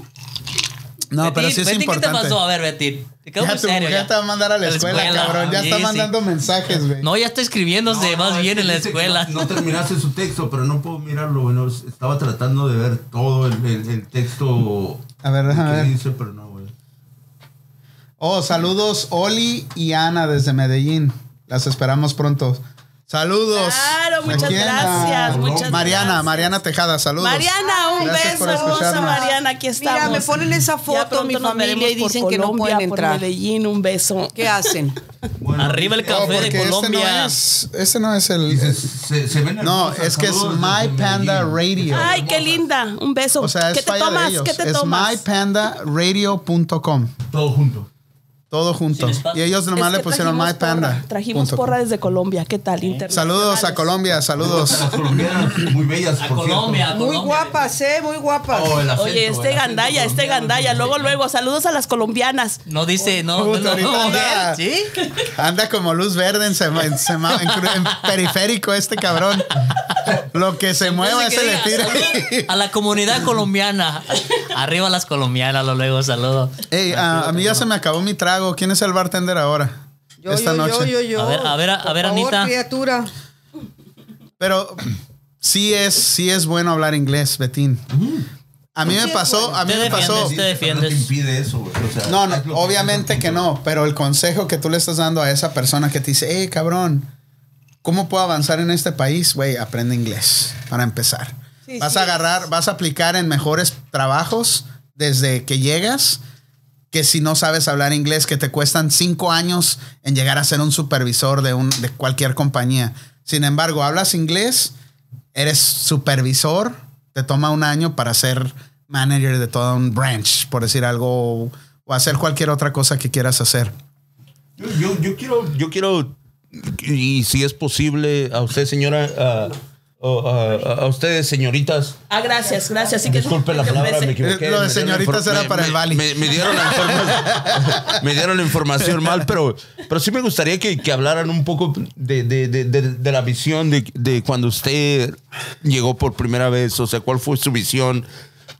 [SPEAKER 1] No,
[SPEAKER 3] Betty,
[SPEAKER 1] pero sí es
[SPEAKER 3] Betty,
[SPEAKER 1] importante.
[SPEAKER 3] ¿Qué te pasó? A ver, Betty. Te quedo
[SPEAKER 1] Ya
[SPEAKER 3] muy
[SPEAKER 1] tu
[SPEAKER 3] serio.
[SPEAKER 1] mujer
[SPEAKER 3] ya.
[SPEAKER 1] te va a mandar a la
[SPEAKER 3] A la
[SPEAKER 1] escuela,
[SPEAKER 3] escuela.
[SPEAKER 1] cabrón. Ya
[SPEAKER 3] Sí,
[SPEAKER 1] está
[SPEAKER 3] sí.
[SPEAKER 1] mandando mensajes, güey.
[SPEAKER 3] No, ya está escribiéndose
[SPEAKER 2] No,
[SPEAKER 3] más
[SPEAKER 2] no, es
[SPEAKER 3] bien
[SPEAKER 2] que
[SPEAKER 3] en la
[SPEAKER 2] dice que
[SPEAKER 3] escuela.
[SPEAKER 2] No, no terminaste su texto, pero no puedo mirarlo. Bueno, es- estaba tratando de ver todo el, el- el texto
[SPEAKER 1] A ver, déjame
[SPEAKER 2] que
[SPEAKER 1] ver.
[SPEAKER 2] dice, pero no, güey.
[SPEAKER 1] Oh, saludos Oli y Ana desde Medellín. Las esperamos pronto. Saludos.
[SPEAKER 5] Claro, muchas
[SPEAKER 1] Aquí en la-
[SPEAKER 5] gracias, muchas
[SPEAKER 1] Mariana,
[SPEAKER 5] gracias.
[SPEAKER 1] Mariana Tejada, saludos.
[SPEAKER 5] Mariana, un
[SPEAKER 1] Gracias
[SPEAKER 5] beso,
[SPEAKER 1] por
[SPEAKER 5] hermosa
[SPEAKER 1] escucharnos.
[SPEAKER 5] Mariana, aquí estamos.
[SPEAKER 6] Mira, me ponen esa
[SPEAKER 5] Ya
[SPEAKER 6] foto
[SPEAKER 5] pronto
[SPEAKER 6] mi
[SPEAKER 5] nos
[SPEAKER 6] familia
[SPEAKER 5] veremos
[SPEAKER 6] y
[SPEAKER 5] por
[SPEAKER 6] dicen que no
[SPEAKER 5] Colombia,
[SPEAKER 6] pueden
[SPEAKER 5] por
[SPEAKER 6] entrar.
[SPEAKER 5] Medellín, un beso.
[SPEAKER 6] ¿Qué hacen?
[SPEAKER 2] Bueno,
[SPEAKER 3] Arriba el
[SPEAKER 2] dice- ah,
[SPEAKER 1] Oh,
[SPEAKER 3] café de
[SPEAKER 1] porque este no
[SPEAKER 3] Colombia.
[SPEAKER 1] es- Este no es,
[SPEAKER 2] dice,
[SPEAKER 1] el.
[SPEAKER 2] se- se ven
[SPEAKER 1] No,
[SPEAKER 2] hermosas,
[SPEAKER 1] es que es
[SPEAKER 2] saludos
[SPEAKER 1] My
[SPEAKER 2] desde
[SPEAKER 1] Panda
[SPEAKER 2] Medellín.
[SPEAKER 1] Radio.
[SPEAKER 5] Ay, qué linda, un beso.
[SPEAKER 1] O sea, es
[SPEAKER 5] ¿Qué te
[SPEAKER 1] falla de
[SPEAKER 5] tomas?
[SPEAKER 1] ellos.
[SPEAKER 5] ¿Qué te
[SPEAKER 1] es
[SPEAKER 5] tomas?
[SPEAKER 1] mypandaradio.com.
[SPEAKER 2] Todo junto.
[SPEAKER 1] Todo junto.
[SPEAKER 3] Sin espacio.
[SPEAKER 1] Y ellos
[SPEAKER 5] Es
[SPEAKER 1] nomás
[SPEAKER 5] que
[SPEAKER 1] le pusieron
[SPEAKER 5] trajimos porra,
[SPEAKER 1] mypanda.
[SPEAKER 5] Trajimos porra desde Colombia, ¿qué tal? Internet.
[SPEAKER 1] ¿Eh? Saludos a Colombia, saludos.
[SPEAKER 2] Las colombianas, muy bellas.
[SPEAKER 3] A
[SPEAKER 2] por cierto.
[SPEAKER 3] Colombia. a
[SPEAKER 6] Muy
[SPEAKER 3] Colombia.
[SPEAKER 6] guapas, ¿eh? Muy guapas.
[SPEAKER 2] Oh, el acento,
[SPEAKER 5] Oye, este
[SPEAKER 2] el acento
[SPEAKER 5] gandaya, este
[SPEAKER 2] colombiano.
[SPEAKER 5] gandaya. Luego, luego, saludos a las colombianas.
[SPEAKER 3] No dice, no.
[SPEAKER 1] Puta,
[SPEAKER 3] no,
[SPEAKER 1] ahorita
[SPEAKER 3] no,
[SPEAKER 1] anda.
[SPEAKER 3] ¿Sí?
[SPEAKER 1] Anda como luz verde en, sema- en sema- en cru- en periférico este cabrón. Lo que se mueva
[SPEAKER 3] Entonces,
[SPEAKER 1] se le
[SPEAKER 3] que
[SPEAKER 1] tira.
[SPEAKER 3] diga, "Saludos A la comunidad colombiana. Arriba las colombianas, lo luego saludo.
[SPEAKER 1] Ey, a, a mí ya se me acabó mi trago. ¿Quién es el bartender ahora?
[SPEAKER 6] Yo,
[SPEAKER 1] Esta
[SPEAKER 6] yo,
[SPEAKER 1] noche.
[SPEAKER 6] yo, yo, yo.
[SPEAKER 3] A ver, a ver, a
[SPEAKER 6] Por
[SPEAKER 3] ver,
[SPEAKER 6] favor,
[SPEAKER 3] Anita.
[SPEAKER 6] criatura.
[SPEAKER 1] Pero sí es, sí es bueno hablar inglés, Betín. A mí me pasó, a mí
[SPEAKER 3] Te
[SPEAKER 1] me pasó.
[SPEAKER 3] defiendes,
[SPEAKER 2] No
[SPEAKER 3] te
[SPEAKER 2] te
[SPEAKER 3] defiendes.
[SPEAKER 2] impide eso, güey. O sea,
[SPEAKER 1] No, no,
[SPEAKER 2] es lo que-
[SPEAKER 1] obviamente que no, pero el consejo que tú le estás dando a esa persona que te dice, hey, cabrón, ¿cómo puedo avanzar en este país? Güey, aprende inglés para empezar.
[SPEAKER 6] Sí,
[SPEAKER 1] vas
[SPEAKER 6] sí.
[SPEAKER 1] a agarrar, vas a aplicar en mejores trabajos desde que llegas, que si no sabes hablar inglés, que te cuestan cinco años en llegar a ser un supervisor de, un, de cualquier compañía. Sin embargo, hablas inglés, eres supervisor, te toma un año para ser manager de todo un branch, por decir algo, o hacer cualquier otra cosa que quieras hacer.
[SPEAKER 2] Yo, yo- yo quiero, yo quiero, y si es posible, a usted, señora, a, o a- a ustedes, señoritas.
[SPEAKER 5] Ah, gracias, gracias. Así que
[SPEAKER 2] Disculpe la palabra, me equivoqué.
[SPEAKER 1] Lo de
[SPEAKER 2] me dieron la
[SPEAKER 1] señoritas
[SPEAKER 2] infor-
[SPEAKER 1] era
[SPEAKER 2] me-
[SPEAKER 1] para el
[SPEAKER 2] me-
[SPEAKER 1] Bali.
[SPEAKER 2] Me, me dieron la información, me dieron la información mal, pero, pero sí me gustaría que, que hablaran un poco de, de- de- de- de la visión de, de cuando usted llegó por primera vez. O sea, ¿cuál fue su visión?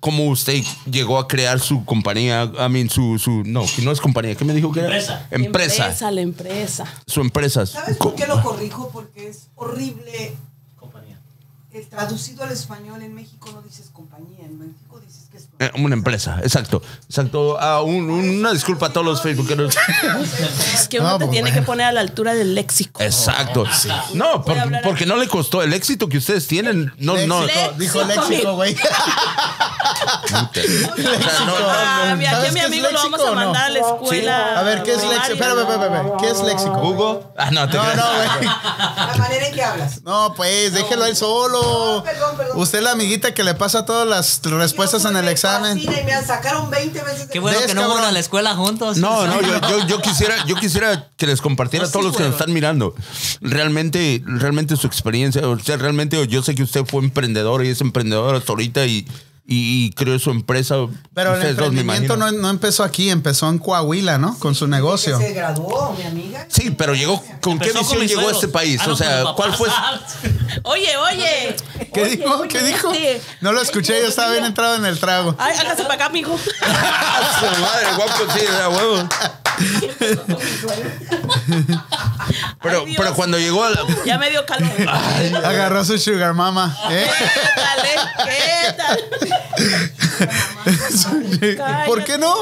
[SPEAKER 2] ¿Cómo usted llegó a crear su compañía? I mean, su, su... No, que no es compañía. ¿Qué me dijo que era?
[SPEAKER 3] Empresa.
[SPEAKER 2] Empresa.
[SPEAKER 5] empresa, la empresa.
[SPEAKER 2] Su empresa.
[SPEAKER 7] ¿Sabes por qué lo corrijo? Porque es horrible. El traducido al español en México no dices compañía, en México dices que es
[SPEAKER 2] Eh, Una empresa, exacto. Exacto. Ah, un- un- una disculpa a todos los facebookeros.
[SPEAKER 5] Es que uno
[SPEAKER 1] Ah,
[SPEAKER 5] te
[SPEAKER 1] pues,
[SPEAKER 5] tiene
[SPEAKER 1] bueno.
[SPEAKER 5] que poner a la altura del léxico.
[SPEAKER 2] Exacto. No, por- porque no le costó el éxito que ustedes tienen. No, no.
[SPEAKER 1] Léxico, Dijo
[SPEAKER 5] Léxico.
[SPEAKER 1] léxico, güey.
[SPEAKER 2] O sea, no,
[SPEAKER 5] Ah, mi- aquí
[SPEAKER 1] ¿Sabes
[SPEAKER 5] a mi
[SPEAKER 1] qué es
[SPEAKER 5] amigo lo vamos
[SPEAKER 1] léxico
[SPEAKER 5] a
[SPEAKER 1] o no?
[SPEAKER 5] mandar a la escuela.
[SPEAKER 1] A ver, ¿qué es léxico?
[SPEAKER 5] primaria.
[SPEAKER 1] Espérame, espérame, espérame. ¿Qué es léxico?
[SPEAKER 2] Hugo. Ah, no, te
[SPEAKER 1] No,
[SPEAKER 2] creas.
[SPEAKER 1] no, güey.
[SPEAKER 7] la manera en que hablas.
[SPEAKER 1] No, pues, déjelo él solo.
[SPEAKER 7] No, perdón, perdón.
[SPEAKER 1] Usted es la amiguita que le pasa todas las respuestas en el
[SPEAKER 7] Me
[SPEAKER 1] examen.
[SPEAKER 7] fascina Y me sacaron 20 veces. de-
[SPEAKER 3] Qué bueno
[SPEAKER 1] Ves,
[SPEAKER 3] que no fueron
[SPEAKER 1] cabrón.
[SPEAKER 3] a la escuela juntos.
[SPEAKER 2] No, no, yo, yo- yo quisiera, yo quisiera que les compartiera a
[SPEAKER 3] No,
[SPEAKER 2] todos
[SPEAKER 3] sí,
[SPEAKER 2] los que nos
[SPEAKER 3] güey.
[SPEAKER 2] están mirando. Realmente, realmente su experiencia. O sea, realmente yo sé que usted fue emprendedor y es emprendedor hasta ahorita y, y, y creó su empresa.
[SPEAKER 1] Pero el
[SPEAKER 2] Ustedes dos, me
[SPEAKER 1] emprendimiento
[SPEAKER 2] imagino.
[SPEAKER 1] no, no empezó aquí, empezó en Coahuila, ¿no? Con su negocio.
[SPEAKER 7] Que se graduó, mi amiga.
[SPEAKER 2] Sí, pero llegó. ¿Con qué
[SPEAKER 3] Empezó
[SPEAKER 2] visión
[SPEAKER 3] mis
[SPEAKER 2] llegó a
[SPEAKER 3] suegros.
[SPEAKER 2] este país?
[SPEAKER 3] Ah, no,
[SPEAKER 2] o sea,
[SPEAKER 3] con mis
[SPEAKER 2] ¿cuál fue?
[SPEAKER 3] papás.
[SPEAKER 5] Oye, oye.
[SPEAKER 1] ¿Qué
[SPEAKER 5] Oye,
[SPEAKER 1] dijo?
[SPEAKER 5] oye,
[SPEAKER 1] ¿Qué dijo?
[SPEAKER 5] este.
[SPEAKER 1] No lo escuché, yo estaba bien entrado en el trago.
[SPEAKER 5] Ay, hágase para acá, mijo.
[SPEAKER 2] ¡Ah, su madre, guapo, sí, era huevo. Pero,
[SPEAKER 5] Ay, Dios.
[SPEAKER 2] pero cuando llegó a la-
[SPEAKER 5] Ya me dio calor.
[SPEAKER 1] Agarró su sugar mama. ¿eh?
[SPEAKER 5] Dale, ¿qué tal?
[SPEAKER 1] ¿Por qué no?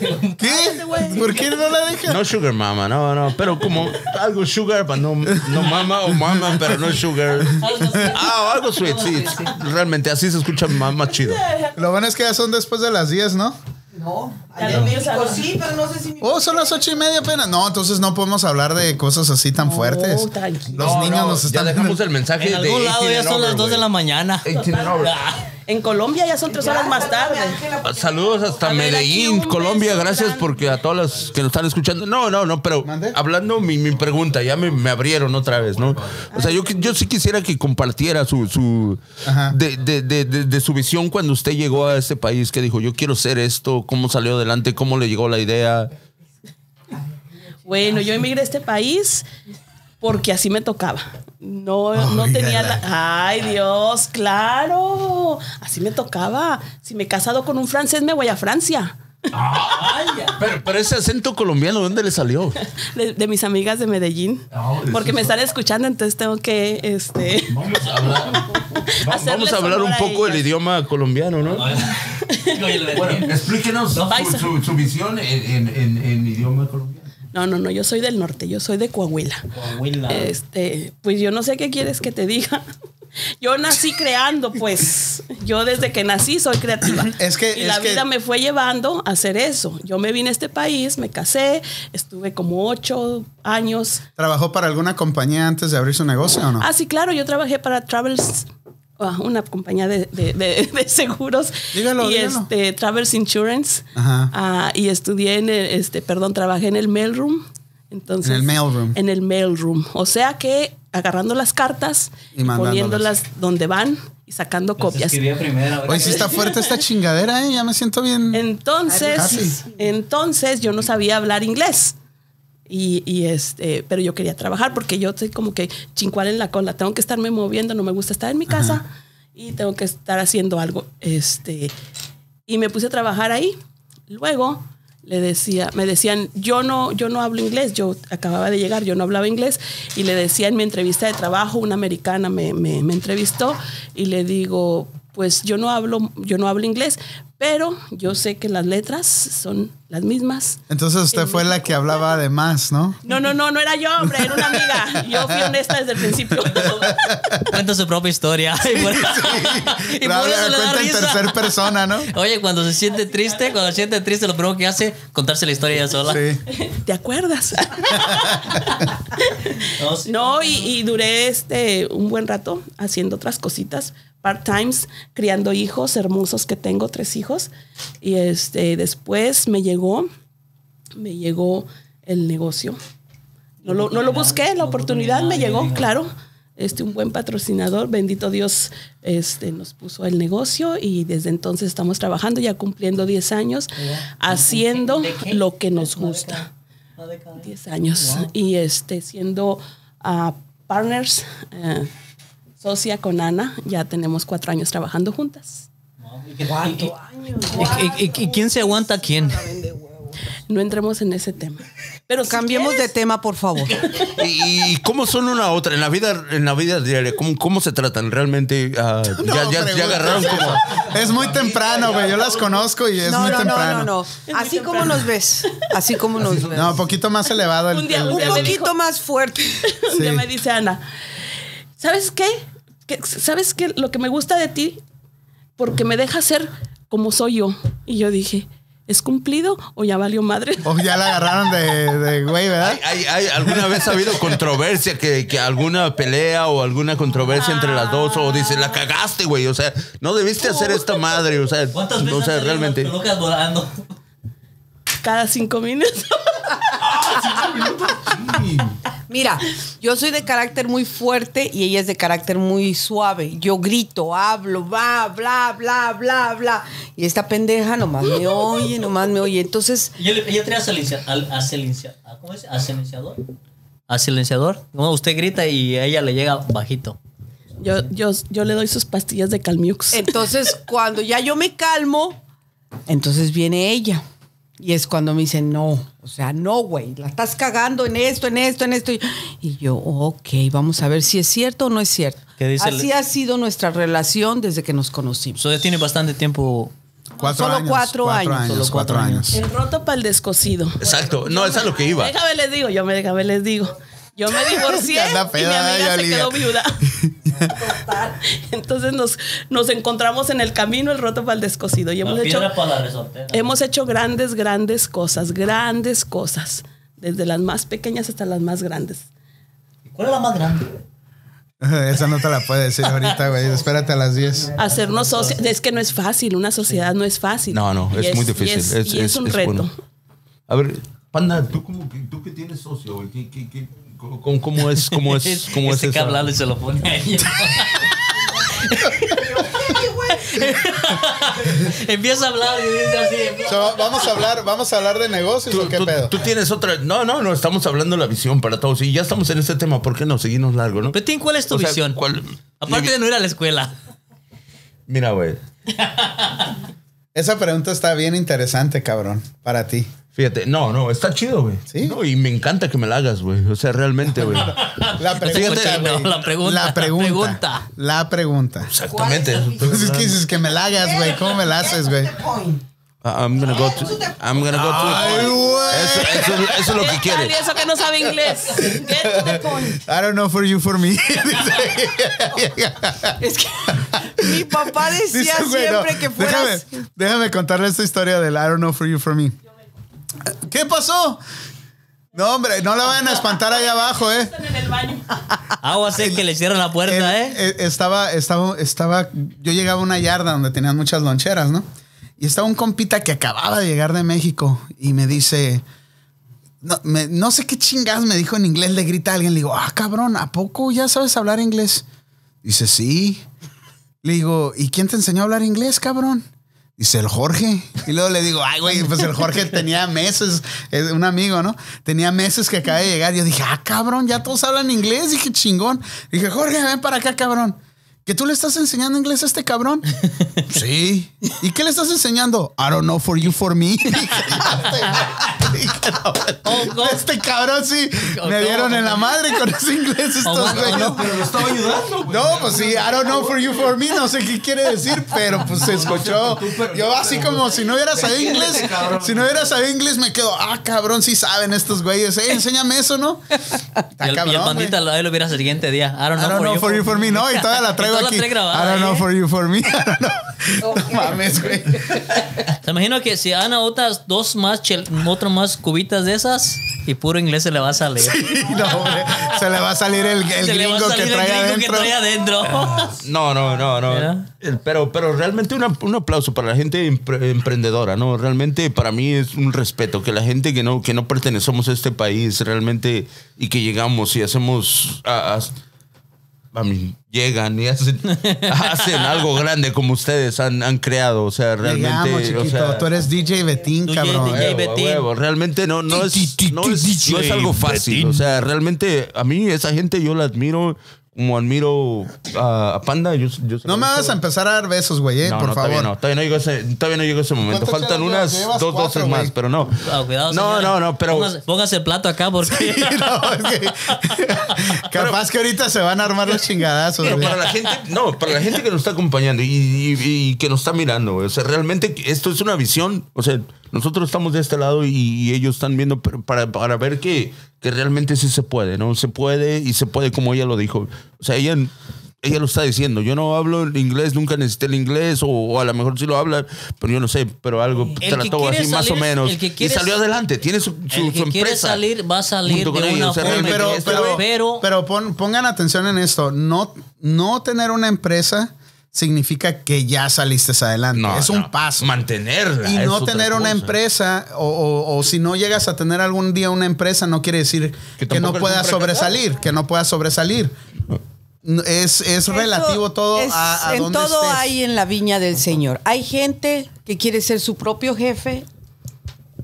[SPEAKER 1] ¿Qué?
[SPEAKER 5] Cállate, güey.
[SPEAKER 1] ¿Por qué no la deja?
[SPEAKER 2] No sugar mama, no, no, pero como algo sugar, pero no, no mama o mama, pero no sugar. Ah, o algo sweet, sí. Realmente así se escucha más, más chido.
[SPEAKER 1] Lo bueno es que ya son después de las 10, ¿no?
[SPEAKER 7] No,
[SPEAKER 5] Ya
[SPEAKER 7] allá
[SPEAKER 5] lo
[SPEAKER 7] en México
[SPEAKER 5] piensaron.
[SPEAKER 7] sí, pero no sé si. mi-
[SPEAKER 1] Oh, son las ocho y media apenas. No, entonces no podemos hablar de cosas así tan fuertes.
[SPEAKER 5] tranquilo.
[SPEAKER 1] Los
[SPEAKER 2] No,
[SPEAKER 1] niños
[SPEAKER 2] no,
[SPEAKER 1] nos
[SPEAKER 2] ya
[SPEAKER 1] están.
[SPEAKER 2] dejamos el mensaje
[SPEAKER 3] En
[SPEAKER 2] de
[SPEAKER 3] algún lado
[SPEAKER 2] 18
[SPEAKER 3] ya
[SPEAKER 2] and
[SPEAKER 3] son las
[SPEAKER 2] over,
[SPEAKER 3] 2 de
[SPEAKER 2] güey.
[SPEAKER 3] la mañana.
[SPEAKER 2] 18 and over.
[SPEAKER 3] Ah,
[SPEAKER 5] En Colombia ya son tres horas
[SPEAKER 7] Ya,
[SPEAKER 5] más
[SPEAKER 7] saluda a mi
[SPEAKER 5] tarde.
[SPEAKER 7] Ángela, porque-
[SPEAKER 2] Saludos hasta
[SPEAKER 5] A ver, aquí un
[SPEAKER 2] Medellín,
[SPEAKER 5] beso
[SPEAKER 2] Colombia. Gracias
[SPEAKER 5] grande.
[SPEAKER 2] porque a todas las que nos están escuchando. No, no, no, pero
[SPEAKER 1] ¿Mande?
[SPEAKER 2] hablando mi, mi pregunta, ya me, me abrieron otra vez, ¿no? O sea, yo, qui- yo sí quisiera que compartiera su, su
[SPEAKER 1] Ajá.
[SPEAKER 2] de, de- de- de- de su visión cuando usted llegó a este país, que dijo, yo quiero ser esto, cómo salió adelante, cómo le llegó la idea.
[SPEAKER 5] Bueno, yo emigré a este país porque así me tocaba. No, no
[SPEAKER 1] Ay,
[SPEAKER 5] tenía
[SPEAKER 1] ya
[SPEAKER 5] la- Ay, Dios, claro. Así me tocaba. Si me he casado con un francés, me voy a Francia.
[SPEAKER 2] Pero, pero ese acento colombiano, ¿dónde le salió?
[SPEAKER 5] De, de mis amigas de Medellín. Porque me están escuchando, entonces tengo que este,
[SPEAKER 2] Vamos a hablar, va-
[SPEAKER 5] Hacerle
[SPEAKER 2] vamos a hablar
[SPEAKER 5] honor
[SPEAKER 2] un
[SPEAKER 5] a
[SPEAKER 2] poco el
[SPEAKER 5] ellas.
[SPEAKER 2] idioma colombiano, ¿no? Bueno, explíquenos su,
[SPEAKER 5] Paisa.
[SPEAKER 2] su- su visión en- en- en- en idioma colombiano.
[SPEAKER 5] No, no, no, yo soy del norte, yo soy de Coahuila. Este, pues yo no sé qué quieres que te diga. Yo nací creando, pues. Yo desde que nací soy creativa.
[SPEAKER 1] Es que-
[SPEAKER 5] y
[SPEAKER 1] es
[SPEAKER 5] la
[SPEAKER 1] que-
[SPEAKER 5] vida me fue llevando a hacer eso. Yo me vine a este país, me casé, estuve como ocho años.
[SPEAKER 1] ¿Trabajó para alguna compañía antes de abrir su negocio o no?
[SPEAKER 5] Ah, sí, claro, yo trabajé para Travels, ah, una compañía de, de- de- de seguros.
[SPEAKER 1] Dígalo,
[SPEAKER 5] y
[SPEAKER 1] dígalo.
[SPEAKER 5] este Travels Insurance.
[SPEAKER 1] Ajá.
[SPEAKER 5] Ah, y estudié en el, este, perdón, trabajé en el mailroom. Entonces,
[SPEAKER 1] En el mailroom.
[SPEAKER 5] En el mailroom. O sea que agarrando las cartas
[SPEAKER 1] Y
[SPEAKER 5] y
[SPEAKER 1] mandándolas.
[SPEAKER 5] poniéndolas donde van y sacando copias.
[SPEAKER 1] Hoy sí está fuerte esta chingadera, ¿eh? Ya me siento bien.
[SPEAKER 5] Entonces,
[SPEAKER 1] pues Casi.
[SPEAKER 5] entonces yo no sabía hablar inglés. Y, y, este, pero yo quería trabajar porque yo soy como que chincual en la cola. Tengo que estarme moviendo, no me gusta estar en mi casa y tengo que estar haciendo algo. Este, y me puse a trabajar ahí. Luego le decía, me decían, yo no, yo no hablo inglés, yo acababa de llegar, yo no hablaba inglés, y le decía en mi entrevista de trabajo, una americana me, me- me entrevistó y le digo, pues yo no hablo, yo no hablo inglés, Pero yo sé que las letras son las mismas.
[SPEAKER 1] Entonces usted
[SPEAKER 5] En
[SPEAKER 1] fue la
[SPEAKER 5] México,
[SPEAKER 1] que hablaba de más, ¿no?
[SPEAKER 5] No, no, no, no era yo, hombre, era una amiga. Yo fui honesta desde el principio.
[SPEAKER 3] Cuenta su propia historia. y por, y por
[SPEAKER 1] Ahora
[SPEAKER 3] eso le da
[SPEAKER 1] cuenta en
[SPEAKER 3] risa.
[SPEAKER 1] tercer persona, ¿no?
[SPEAKER 3] Oye, cuando se siente triste, cuando se siente triste, lo primero que hace contarse la historia ella sola.
[SPEAKER 1] Sí.
[SPEAKER 5] ¿Te acuerdas?
[SPEAKER 3] No, sí.
[SPEAKER 5] No, y, y duré este un buen rato haciendo otras cositas, part-times, criando hijos hermosos que tengo, tres hijos. Y este después me llegó, me llegó el negocio. No lo, no lo busqué, la oportunidad me llegó, claro. Este, un buen patrocinador, bendito Dios, este, nos puso el negocio y desde entonces estamos trabajando, ya cumpliendo 10 años, haciendo lo que nos gusta. 10 años y este siendo ah, partners eh, socia con Ana ya tenemos cuatro años trabajando juntas
[SPEAKER 3] ¿Y- y- y- y quién se aguanta a quién?
[SPEAKER 5] no entremos en ese tema pero si
[SPEAKER 6] Cambiemos de
[SPEAKER 5] quieres-
[SPEAKER 6] tema, por favor.
[SPEAKER 2] ¿Y, y cómo son una a otra? En la vida, en la vida diaria, ¿cómo, cómo se tratan realmente? Ah,
[SPEAKER 1] No,
[SPEAKER 2] ya, ya- ya
[SPEAKER 1] pregunta.
[SPEAKER 2] agarraron como.
[SPEAKER 1] Es muy temprano, güey. Yo las conozco y es
[SPEAKER 6] no,
[SPEAKER 1] muy
[SPEAKER 6] no, no,
[SPEAKER 1] temprano.
[SPEAKER 6] no, no. Así como nos ves. Así como nos ves.
[SPEAKER 1] No, poquito más elevado. el-
[SPEAKER 5] Un día-
[SPEAKER 1] el-
[SPEAKER 5] un día
[SPEAKER 1] el-
[SPEAKER 6] un
[SPEAKER 5] me dijo-
[SPEAKER 6] poquito más fuerte.
[SPEAKER 5] Un día
[SPEAKER 1] Sí.
[SPEAKER 5] me dice Ana sabes qué ¿Qué- sabes qué lo que me gusta de ti porque me deja ser como soy yo y yo dije es cumplido o ya valió madre
[SPEAKER 1] Oh, ya la agarraron de, de güey, ¿verdad?
[SPEAKER 2] ¿Hay, hay- hay- alguna vez ha habido controversia, que, que alguna pelea o alguna controversia entre las dos? O dice, la cagaste, güey. O sea, no debiste hacer esta madre. O sea,
[SPEAKER 3] ¿Cuántas veces
[SPEAKER 2] o sea
[SPEAKER 3] han salido
[SPEAKER 2] realmente.
[SPEAKER 3] las pelucas volando?
[SPEAKER 5] cada cinco minutos
[SPEAKER 6] Mira, yo soy de carácter muy fuerte y ella es de carácter muy suave. Yo grito, hablo, va, bla, bla, bla, bla. Y esta pendeja nomás me oye, nomás me oye. Entonces,
[SPEAKER 3] Yo, le- yo traía silencia- al- a silencia- a- ¿cómo es? A silenciador. A silenciador. No, usted grita y a ella le llega bajito.
[SPEAKER 5] yo, yo, yo le doy sus pastillas de Calmiux
[SPEAKER 6] entonces cuando ya yo me calmo, entonces viene ella. Y es cuando me dicen, no, o sea, no, güey, la estás cagando en esto, en esto, en esto. Y yo, ok, vamos a ver si es cierto o no es cierto.
[SPEAKER 3] ¿Qué dice el-
[SPEAKER 6] Así ha siso nuestra relación desde que nos conocimos.
[SPEAKER 3] Usted tiene bastante tiempo.
[SPEAKER 1] Cuatro
[SPEAKER 6] solo
[SPEAKER 1] años.
[SPEAKER 6] cuatro años.
[SPEAKER 3] Solo
[SPEAKER 1] cuatro
[SPEAKER 3] cuatro
[SPEAKER 1] años.
[SPEAKER 5] el roto para el descosido
[SPEAKER 2] Exacto. No, es a lo que iba.
[SPEAKER 5] Déjame les digo, yo me déjame les digo. Yo me divorcié
[SPEAKER 1] Ya anda
[SPEAKER 5] y mi
[SPEAKER 1] peda,
[SPEAKER 5] amiga
[SPEAKER 1] ya,
[SPEAKER 5] se
[SPEAKER 1] Olivia.
[SPEAKER 5] quedó viuda. Entonces nos, nos encontramos en el camino el roto para el descosido. Y hemos
[SPEAKER 3] La
[SPEAKER 5] hecho,
[SPEAKER 3] piedra para la resortera.
[SPEAKER 5] hemos hecho grandes, grandes cosas, grandes cosas. Desde las más pequeñas hasta las más grandes.
[SPEAKER 3] ¿Cuál es la más grande?
[SPEAKER 1] Esa no te la puede decir ahorita, güey. Espérate a las 10.
[SPEAKER 5] Hacernos socios. Es que no es fácil, una sociedad no es fácil.
[SPEAKER 2] No, no,
[SPEAKER 5] Y
[SPEAKER 2] es, muy
[SPEAKER 5] y
[SPEAKER 2] difícil.
[SPEAKER 5] es- y es un reto.
[SPEAKER 2] bueno. A ver, Panda, ¿tú, cómo, que- tú que tienes socio, güey? ¿Qué, qué, qué- cómo, cómo es, cómo es, cómo es
[SPEAKER 3] este que
[SPEAKER 2] esa-
[SPEAKER 3] hablarle se lo pone a ella. Empieza a hablar y dice así.
[SPEAKER 1] So, vamos a hablar, vamos a hablar de negocios
[SPEAKER 2] Tú,
[SPEAKER 1] o qué
[SPEAKER 2] tú-
[SPEAKER 1] pedo.
[SPEAKER 2] tú tienes otra. No, no, no, estamos hablando de la visión para todos. Y ya estamos en este tema, ¿por qué no? Seguimos largo, ¿no?
[SPEAKER 3] Petín, ¿cuál es tu
[SPEAKER 2] O sea,
[SPEAKER 3] visión?
[SPEAKER 2] ¿cuál-
[SPEAKER 3] Aparte de no ir a la escuela.
[SPEAKER 2] Mira, güey.
[SPEAKER 1] Esa pregunta está bien interesante, cabrón, para ti.
[SPEAKER 2] Fíjate, no, no, está chido, güey.
[SPEAKER 1] Sí.
[SPEAKER 2] No, y me encanta que me la hagas, güey. O sea, realmente, güey.
[SPEAKER 1] La pregunta,
[SPEAKER 3] Fíjate,
[SPEAKER 1] güey.
[SPEAKER 3] no, la pregunta,
[SPEAKER 1] La pregunta.
[SPEAKER 3] pregunta.
[SPEAKER 1] La pregunta.
[SPEAKER 2] Exactamente.
[SPEAKER 1] Entonces es que dices que me la hagas, güey. ¿Cómo me la haces, güey?
[SPEAKER 2] Ah, I'm gonna go to. I'm gonna go to.
[SPEAKER 1] Ay, güey.
[SPEAKER 2] Eso, eso, eso es lo que
[SPEAKER 5] Tal
[SPEAKER 2] quiere.
[SPEAKER 5] y eso que no sabe inglés. Get the point.
[SPEAKER 1] I don't know for you, for me.
[SPEAKER 6] Es que mi papá decía
[SPEAKER 1] Dice, güey, no,
[SPEAKER 6] siempre que fueras.
[SPEAKER 1] Déjame, déjame contarle esta historia del I don't know for you, for me. ¿Qué pasó? No, hombre, no la vayan a espantar allá abajo, ¿eh?
[SPEAKER 5] En el baño.
[SPEAKER 3] Agua sé que le cierran la puerta,
[SPEAKER 1] Eh,
[SPEAKER 3] ¿eh?
[SPEAKER 1] eh, Estaba, estaba, estaba, yo llegaba a una yarda donde tenían muchas loncheras, ¿no? Y estaba un compita que acababa de llegar de México y me dice, no, me- no sé qué chingas me dijo en inglés, le grita a alguien, le digo, ah, cabrón, ¿a poco ya sabes hablar inglés? Dice, sí. Le digo, ¿y quién te enseñó a hablar inglés, cabrón? Dice el Jorge. Y luego le digo, ay, güey, pues el Jorge tenía meses, es un amigo, ¿no? Tenía meses que acaba de llegar. Yo dije, ah, cabrón, ya todos hablan inglés. Dije, chingón. Dije, Jorge, ven para acá, cabrón. ¿Que tú le estás enseñando inglés a este cabrón? sí. ¿Y qué le estás enseñando? I don't know, for you, for me.
[SPEAKER 3] Oh, go.
[SPEAKER 1] Este cabrón sí
[SPEAKER 3] Oh,
[SPEAKER 1] me
[SPEAKER 3] no.
[SPEAKER 1] dieron en la madre con los ingleses estos
[SPEAKER 3] bueno,
[SPEAKER 1] güeyes.
[SPEAKER 3] no,
[SPEAKER 2] Pero lo estaba ayudando, güey.
[SPEAKER 1] No, pues sí, I don't know for you, for me, no sé qué quiere decir, pero pues se escuchó. Yo así como si no hubiera sabido inglés, si no hubiera sabido inglés me quedo, ah, cabrón, sí saben estos güeyes, eh, enséñame eso, ¿no?
[SPEAKER 3] Y
[SPEAKER 1] Está
[SPEAKER 3] el, y el
[SPEAKER 1] cabrón, güey.
[SPEAKER 3] pandita lo, ahí lo vieras el siguiente día. I don't
[SPEAKER 1] I
[SPEAKER 3] know,
[SPEAKER 1] don't know for you, for me, no, y todavía la traigo
[SPEAKER 3] Y todavía la
[SPEAKER 1] aquí.
[SPEAKER 3] trae grabada,
[SPEAKER 1] I don't know
[SPEAKER 3] ¿eh?
[SPEAKER 1] for you, for me, I don't know. No mames, güey.
[SPEAKER 3] Se imagino que si Ana otras dos más, chel- otro más cubitas de esas y puro inglés se le va a salir.
[SPEAKER 1] No, güey. Se le va a salir el, el
[SPEAKER 3] se le va a
[SPEAKER 1] gringo que
[SPEAKER 3] salir el
[SPEAKER 1] trae
[SPEAKER 3] gringo
[SPEAKER 1] adentro. Ah,
[SPEAKER 3] que trae adentro.
[SPEAKER 2] No, no, no, no.
[SPEAKER 3] Mira.
[SPEAKER 2] Eh, Pero, pero realmente una- un aplauso para la gente empre- emprendedora, ¿no? Realmente para mí es un respeto que la gente que no, que no pertenecemos a este país realmente y que llegamos y hacemos... a- a- a mí, llegan y hacen, hacen algo grande como ustedes han, han creado. O sea, realmente...
[SPEAKER 1] Llegamos, chiquito.
[SPEAKER 2] o sea,
[SPEAKER 1] Tú eres DJ Betín,
[SPEAKER 3] DJ,
[SPEAKER 1] cabrón.
[SPEAKER 3] DJ.
[SPEAKER 2] a huevo, a huevo. Realmente no, no, es, no, es, no es algo fácil. O sea, realmente a mí esa gente yo la admiro como admiro a, a Panda. Yo, yo se
[SPEAKER 1] No
[SPEAKER 2] la
[SPEAKER 1] me
[SPEAKER 2] admiro.
[SPEAKER 1] vas a empezar a dar besos, güey, eh,
[SPEAKER 2] No,
[SPEAKER 1] por
[SPEAKER 2] no,
[SPEAKER 1] favor.
[SPEAKER 2] Todavía no, todavía no llegó ese, todavía no llegó ese momento.
[SPEAKER 1] ¿Cuántas
[SPEAKER 2] Faltan
[SPEAKER 1] chelas
[SPEAKER 2] unas
[SPEAKER 1] llevas? Llevas
[SPEAKER 2] dos
[SPEAKER 1] cuatro,
[SPEAKER 2] doces
[SPEAKER 1] güey.
[SPEAKER 2] más, pero no.
[SPEAKER 3] Ah, cuidado,
[SPEAKER 2] no,
[SPEAKER 3] señora.
[SPEAKER 2] no, no, pero...
[SPEAKER 3] Póngase, póngase el plato acá porque.
[SPEAKER 1] No, es que- capaz que ahorita se van a armar los chingadazos.
[SPEAKER 2] Pero
[SPEAKER 1] güey.
[SPEAKER 2] para la gente, no, para la gente que nos está acompañando y, y- y que nos está mirando, güey. o sea, realmente esto es una visión, o sea, nosotros estamos de este lado y, y ellos están viendo pero para, para ver que, que realmente sí se puede, ¿no? Se puede y se puede como ella lo dijo. O sea, ella, ella lo está diciendo, yo no hablo el inglés, nunca necesité el inglés, o, o a lo mejor sí lo habla, pero yo no sé, pero algo
[SPEAKER 3] que
[SPEAKER 2] trató
[SPEAKER 3] quiere
[SPEAKER 2] así más o
[SPEAKER 3] salir-
[SPEAKER 2] menos.
[SPEAKER 3] el que quiere-
[SPEAKER 2] y salió adelante, tiene su, su,
[SPEAKER 3] El que
[SPEAKER 2] su empresa.
[SPEAKER 3] quiere salir va a salir
[SPEAKER 2] junto
[SPEAKER 3] de
[SPEAKER 2] con
[SPEAKER 3] una
[SPEAKER 2] ellos. O sea,
[SPEAKER 3] forma,
[SPEAKER 1] Ey,
[SPEAKER 2] realmente
[SPEAKER 1] pero,
[SPEAKER 2] este
[SPEAKER 1] pero,
[SPEAKER 2] güey-
[SPEAKER 3] pero-
[SPEAKER 1] pero pon- pongan atención en esto. No, no tener una empresa significa que ya saliste adelante.
[SPEAKER 2] No,
[SPEAKER 1] es un
[SPEAKER 2] no.
[SPEAKER 1] paso.
[SPEAKER 2] Mantenerla.
[SPEAKER 1] Y
[SPEAKER 2] es
[SPEAKER 1] no
[SPEAKER 2] otra
[SPEAKER 1] tener una
[SPEAKER 2] cosa.
[SPEAKER 1] empresa, o, o- o si no llegas a tener algún día una empresa, no quiere decir que,
[SPEAKER 2] Que
[SPEAKER 1] no
[SPEAKER 2] tampoco eres
[SPEAKER 1] puedas
[SPEAKER 2] un fracasado.
[SPEAKER 1] sobresalir, que no puedas sobresalir. No, Es, es relativo
[SPEAKER 6] Eso
[SPEAKER 1] todo
[SPEAKER 6] es-
[SPEAKER 1] a, a
[SPEAKER 6] en
[SPEAKER 1] dónde
[SPEAKER 6] todo
[SPEAKER 1] estés.
[SPEAKER 6] hay en la viña del Señor. Hay gente que quiere ser su propio jefe.